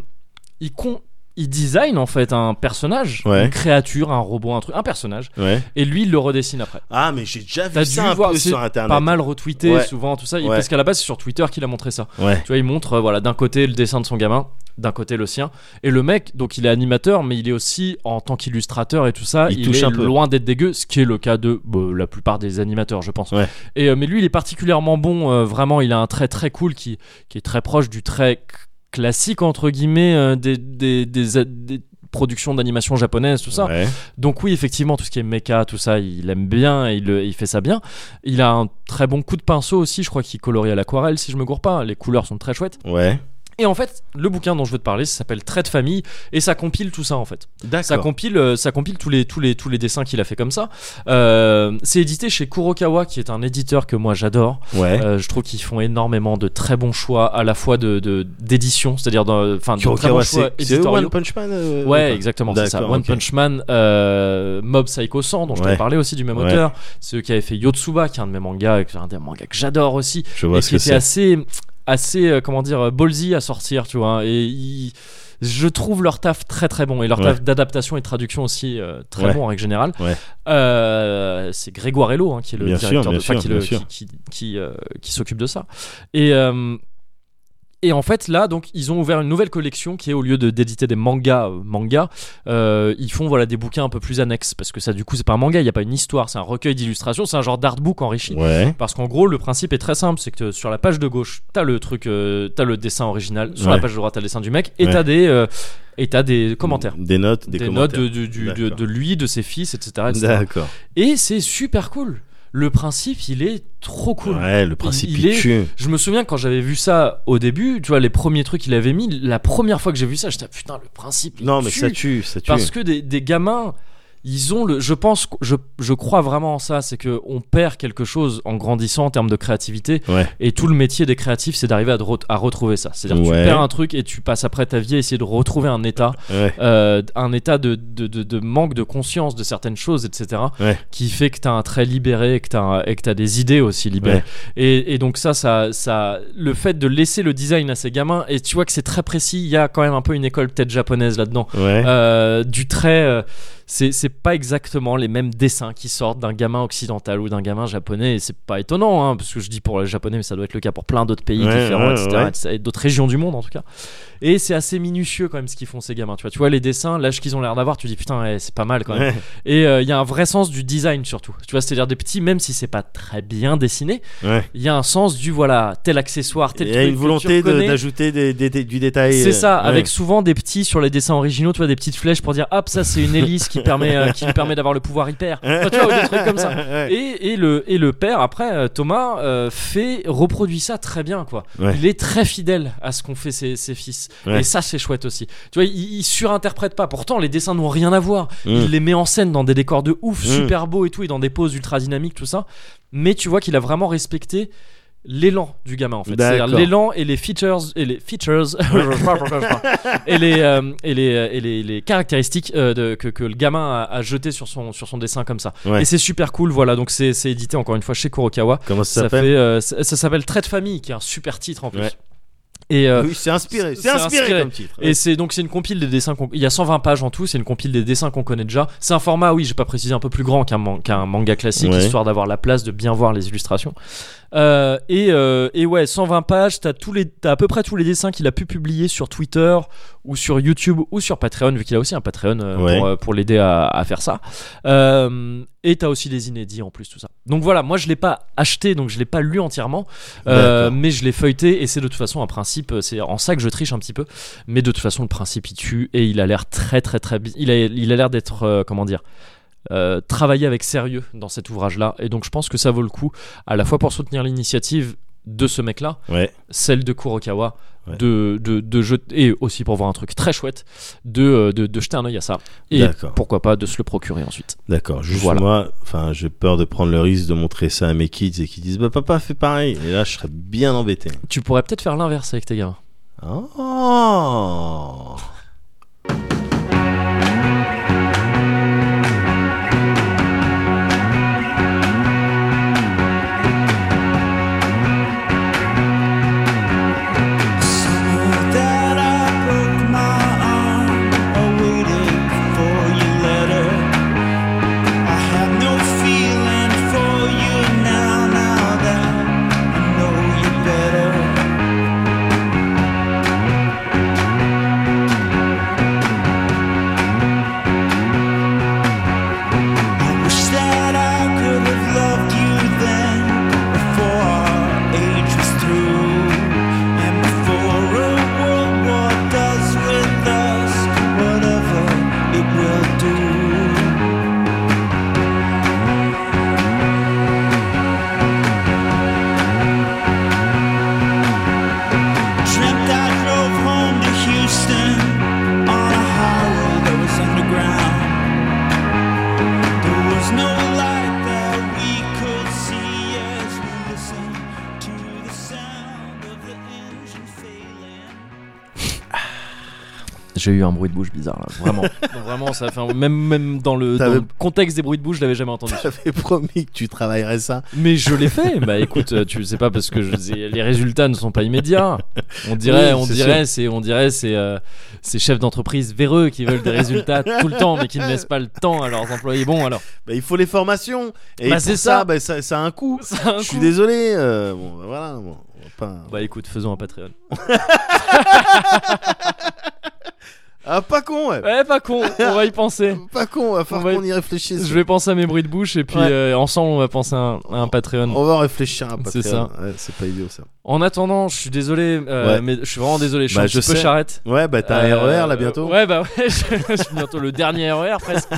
S1: Ils, con... ils designent en fait un personnage,
S2: Ouais.
S1: une créature, un robot, un truc, un personnage.
S2: Ouais.
S1: Et lui, il le redessine après
S2: Ah, mais j'ai déjà
S1: T'as
S2: vu
S1: dû
S2: ça un
S1: voir,
S2: peu
S1: c'est
S2: sur internet.
S1: pas mal retweeté
S2: Ouais.
S1: souvent tout ça Et
S2: Ouais.
S1: parce qu'à la base c'est sur Twitter qu'il a montré ça
S2: Ouais.
S1: tu vois il montre euh, voilà d'un côté le dessin de son gamin d'un côté le sien et le mec donc il est animateur mais il est aussi en tant qu'illustrateur et tout ça
S2: Il touche
S1: est
S2: un peu.
S1: loin d'être dégueu ce qui est le cas de bah, la plupart des animateurs je pense
S2: Ouais.
S1: et euh, mais lui il est particulièrement bon euh, vraiment il a un trait très cool qui qui est très proche du trait c- classique entre guillemets euh, des, des, des- des productions d'animation japonaises tout ça
S2: Ouais.
S1: donc oui, effectivement, tout ce qui est mecha, tout ça, il aime bien et il, le- il fait ça bien. Il a un très bon coup de pinceau aussi, je crois qu'il colorie à l'aquarelle, si je me gourre pas. Les couleurs sont très chouettes.
S2: Ouais.
S1: Et en fait, le bouquin dont je veux te parler, ça s'appelle Trait de famille et ça compile tout ça en fait. Ça
S2: D'accord.
S1: compile, euh, ça compile tous les tous les tous les dessins qu'il a fait comme ça. Euh, c'est édité chez Kurokawa, qui est un éditeur que moi j'adore.
S2: Ouais.
S1: Euh, je trouve qu'ils font énormément de très bons choix à la fois de de- d'édition, c'est-à-dire dans- enfin de très bons
S2: Kurokawa,
S1: choix
S2: c'est c'est eux, One
S1: éditoriaux.
S2: Punch Man euh, ou
S1: Ouais,
S2: pas
S1: exactement, c'est ça.
S2: D'accord,
S1: One
S2: ok.
S1: Punch Man, euh, Mob Psycho 100, dont je t'ai
S2: Ouais.
S1: parlé aussi du même
S2: Ouais.
S1: auteur. C'est eux qui avaient fait Yotsuba, qui est un de mes mangas, qui est un des mangas que j'adore aussi
S2: Je vois
S1: et
S2: ce
S1: qui
S2: que
S1: était
S2: c'est.
S1: assez assez euh, comment dire ballsy à sortir tu vois hein. et ils- je trouve leur taf très très bon et leur taf d'adaptation et de traduction aussi euh, très
S2: Ouais.
S1: bon en règle générale
S2: Ouais.
S1: Euh, c'est Grégoire Hello hein, qui est le
S2: Bien sûr,
S1: directeur
S2: bien
S1: de enfin,
S2: sûr,
S1: qui, le-
S2: bien sûr.
S1: qui, qui, qui, euh, qui s'occupe de ça et euh, et en fait là donc ils ont ouvert une nouvelle collection qui est au lieu de d'éditer des mangas euh, mangas euh, ils font voilà des bouquins un peu plus annexes parce que ça du coup c'est pas un manga il y a pas une histoire c'est un recueil d'illustrations c'est un genre d'artbook enrichi
S2: Ouais.
S1: parce qu'en gros, le principe est très simple, c'est que sur la page de gauche, t'as le truc, euh, t'as le dessin original. Sur la
S2: Ouais.
S1: page de droite, t'as le dessin du mec, et
S2: Ouais.
S1: t'as des, euh, et t'as des commentaires,
S2: Des notes, des,
S1: notes
S2: commentaires.
S1: de, du- du- de,
S2: D'accord.
S1: de lui, de ses fils, etc., etc.
S2: D'accord.
S1: Et c'est super cool. Le principe, il est trop cool.
S2: Ouais, le principe
S1: Il
S2: il,
S1: est-
S2: tue.
S1: Je me souviens quand j'avais vu ça au début, tu vois, les premiers trucs qu'il avait mis, la première fois que j'ai vu ça, j'étais ah, putain, le principe. il
S2: Non, mais
S1: tue.
S2: ça tue, ça tue.
S1: Parce que des, des gamins, ils ont le. Je pense, qu- je, je crois vraiment en ça, c'est que on perd quelque chose en grandissant en termes de créativité.
S2: Ouais.
S1: Et tout le métier des créatifs, c'est d'arriver à, te re- à retrouver ça. C'est-à-dire que tu
S2: Ouais.
S1: perds un truc et tu passes après ta vie à essayer de retrouver un état,
S2: Ouais.
S1: euh, un état de, de, de- de manque de conscience de certaines choses, etc.
S2: Ouais.
S1: Qui fait que tu as un trait libéré et que tu as, des idées aussi libérées.
S2: Ouais.
S1: Et, et donc ça, ça, ça, le fait de laisser le design à ces gamins, et tu vois que c'est très précis, il y a quand même un peu une école peut-être japonaise là-dedans.
S2: Ouais.
S1: Euh, du trait, euh, c'est c'est pas exactement les mêmes dessins qui sortent d'un gamin occidental ou d'un gamin japonais. Et c'est pas étonnant, hein, parce que je dis pour les japonais, mais ça doit être le cas pour plein d'autres pays
S2: Ouais,
S1: différents,
S2: ouais,
S1: etc.,
S2: ouais.
S1: etc., et d'autres régions du monde en tout cas. Et c'est assez minutieux quand même ce qu'ils font ces gamins. Tu vois, tu vois les dessins, l'âge qu'ils ont l'air d'avoir, tu dis putain, ouais, c'est pas mal quand même.
S2: Ouais.
S1: Et euh, il y a un vrai sens du design surtout. Tu vois, c'est-à-dire des petits, même si c'est pas très bien dessiné,
S2: Ouais.
S1: il y a un sens du voilà tel accessoire, tel
S2: Il y a
S1: truc
S2: une
S1: que
S2: volonté
S1: tu
S2: de-
S1: reconnais.
S2: d'ajouter des- des- des- du détail.
S1: C'est
S2: euh,
S1: ça,
S2: ouais.
S1: avec souvent des petits sur les dessins originaux, tu vois, des petites flèches pour dire hop, ça c'est une hélice qui permet euh, qui lui permet d'avoir le pouvoir hyper. Enfin, tu vois, ou des trucs comme ça.
S2: Ouais.
S1: Et, et le, et le père, après, euh, Thomas, euh, fait, reproduit ça très bien, quoi.
S2: Ouais.
S1: Il est très fidèle à ce qu'ont fait ses, ses fils.
S2: Ouais.
S1: Et ça, c'est chouette aussi. Tu vois, il, il surinterprète pas. Pourtant, les dessins n'ont rien à voir.
S2: Mm.
S1: Il les met en scène dans des décors de ouf,
S2: Mm.
S1: super beaux et tout, et dans des poses ultra dynamiques, tout ça. Mais tu vois qu'il a vraiment respecté l'élan du gamin en fait c'est-à-dire
S2: D'accord.
S1: l'élan et les features et les features Je sais pas pourquoi je parle. et les euh, et les euh, et les, les caractéristiques euh, de- que, que le gamin a, a jeté sur son sur son dessin comme ça
S2: Ouais.
S1: et c'est super cool voilà donc c'est c'est édité encore une fois chez Kurokawa
S2: Comment ça
S1: ça,
S2: s'appelle
S1: fait euh, ça, ça s'appelle Trait de famille qui est un super titre en plus
S2: Ouais.
S1: et euh,
S2: Oui, c'est inspiré.
S1: c'est
S2: C'est inspiré
S1: inspiré.
S2: comme titre.
S1: et c'est donc c'est une compile des dessins qu'on- il y a 120 pages en tout c'est une compile des dessins qu'on connaît déjà c'est un format oui j'ai pas précisé un peu plus grand qu'un man- qu'un manga classique
S2: Ouais.
S1: histoire d'avoir la place de bien voir les illustrations Euh, et, euh, et ouais 120 pages t'as tous les t'as à peu près tous les dessins qu'il a pu publier sur Twitter ou sur YouTube ou sur Patreon vu qu'il a aussi un Patreon euh,
S2: Ouais.
S1: pour, euh, pour l'aider à, à faire ça Euh, et t'as aussi des inédits en plus tout ça donc voilà moi je l'ai pas acheté donc je l'ai pas lu entièrement euh,
S2: D'accord.
S1: mais je l'ai feuilleté et c'est de toute façon un principe c'est en ça que je triche un petit peu mais de toute façon, le principe, il tue et il a l'air très, très, très. bi- Il a il a l'air d'être. euh, comment dire euh, travaillé avec sérieux dans cet ouvrage-là. Et donc, je pense que ça vaut le coup, à la fois pour soutenir l'initiative de ce mec-là,
S2: Ouais.
S1: celle de Kurokawa.
S2: Ouais.
S1: De, de, de jeter, et aussi pour voir un truc très chouette, de, euh, de, de jeter un œil à ça. Et
S2: D'accord.
S1: pourquoi pas de se le procurer ensuite.
S2: D'accord. Juste
S1: Voilà.
S2: moi, enfin, j'ai peur de prendre le risque de montrer ça à mes kids et qu'ils disent bah papa fais pareil. Et là, je serais bien embêté.
S1: Tu pourrais peut-être faire l'inverse avec tes gamins.
S2: Oh.
S6: that I broke my arm while waiting for your letter. I have no feeling for you now, now that I know you better.
S1: J'ai eu un bruit de bouche bizarre là, vraiment. Donc, vraiment, ça a fait un- même, même dans, le,
S2: T'avais-
S1: dans le contexte des bruits de bouche, je l'avais jamais entendu.
S2: J'avais promis que tu travaillerais ça.
S1: Mais je l'ai fait. Bah écoute, euh, tu sais pas parce que je, les résultats ne sont pas immédiats. On dirait,
S2: Oui,
S1: on
S2: c'est
S1: dirait, c'est, on dirait, c'est euh, ces chefs d'entreprise véreux qui veulent des résultats tout le temps, mais qui ne laissent pas le temps à leurs employés. Bon alors,
S2: Bah, il faut les formations. Et
S1: Bah,
S2: pour
S1: c'est
S2: ça,
S1: ça.
S2: bah, ça, ça a un coût.
S1: ça a un
S2: Je suis
S1: coup.
S2: désolé. euh, bon, bah, voilà. bon, on va pas...
S1: Bah écoute, faisons un Patreon.
S2: Ah, pas con, ouais.
S1: Ouais, Eh, pas con. On va y penser.
S2: Pas con, va falloir
S1: On va-
S2: qu'on y réfléchisse.
S1: Je vais penser à mes bruits de bouche et puis
S2: Ouais.
S1: euh, ensemble on va penser à un, à un Patreon.
S2: On va réfléchir à
S1: C'est
S2: Patreon. Ouais, c'est pas idiot ça.
S1: En attendant, je suis désolé, euh,
S2: Ouais.
S1: mais je suis vraiment désolé. Je suis
S2: Bah,
S1: un
S2: je
S1: petit peu
S2: sais.
S1: charrette.
S2: Ouais, bah t'as un
S1: Euh,
S2: RER là bientôt.
S1: Ouais, bah ouais, je, je suis bientôt le dernier RER presque.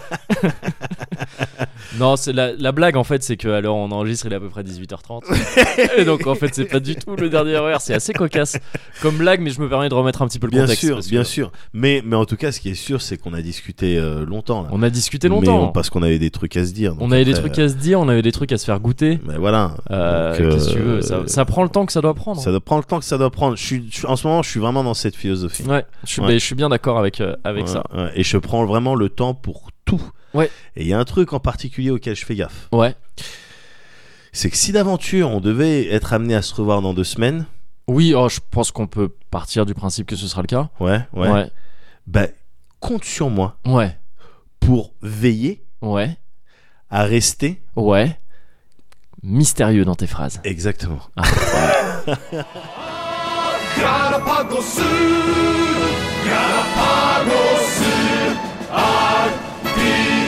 S1: non, c'est la, la blague en fait, c'est que alors on enregistre, il est à peu près 18h30. et donc en fait, c'est pas du tout le dernier RER, c'est assez cocasse comme blague, mais je me permets de remettre un petit peu le
S2: Bien
S1: contexte.
S2: sûr,
S1: parce
S2: bien
S1: que
S2: sûr. Mais, mais en tout cas, ce qui est sûr, c'est qu'on a discuté euh, longtemps. Là.
S1: On a discuté
S2: Mais
S1: longtemps. hein.
S2: on- parce qu'on avait des trucs à se dire.
S1: on avait des trucs à se dire, on avait des trucs à se faire goûter.
S2: Mais voilà.
S1: Euh,
S2: Donc,
S1: Qu'est-ce que tu
S2: euh,
S1: veux ça, ça prend le temps que ça doit prendre.
S2: Ça doit prendre le temps que ça doit prendre. Je suis, je- en ce moment, je suis vraiment dans cette philosophie.
S1: Ouais, je suis,
S2: Ouais.
S1: bah, je suis bien d'accord avec, euh, avec
S2: Ouais,
S1: ça.
S2: ouais. Et je prends vraiment le temps pour tout.
S1: Ouais.
S2: Et il y a un truc en particulier auquel je fais gaffe.
S1: Ouais.
S2: C'est que si d'aventure on devait être amené à se revoir dans deux semaines,
S1: Oui, oh, je pense qu'on peut partir du principe que ce sera le cas.
S2: ouais, ouais,
S1: ouais.
S2: bah compte sur moi
S1: Ouais.
S2: pour veiller
S1: Ouais.
S2: à rester.
S1: Ouais. Mystérieux dans tes phrases.
S2: Exactement.
S5: Galapagos, Galapagos, Galapagos,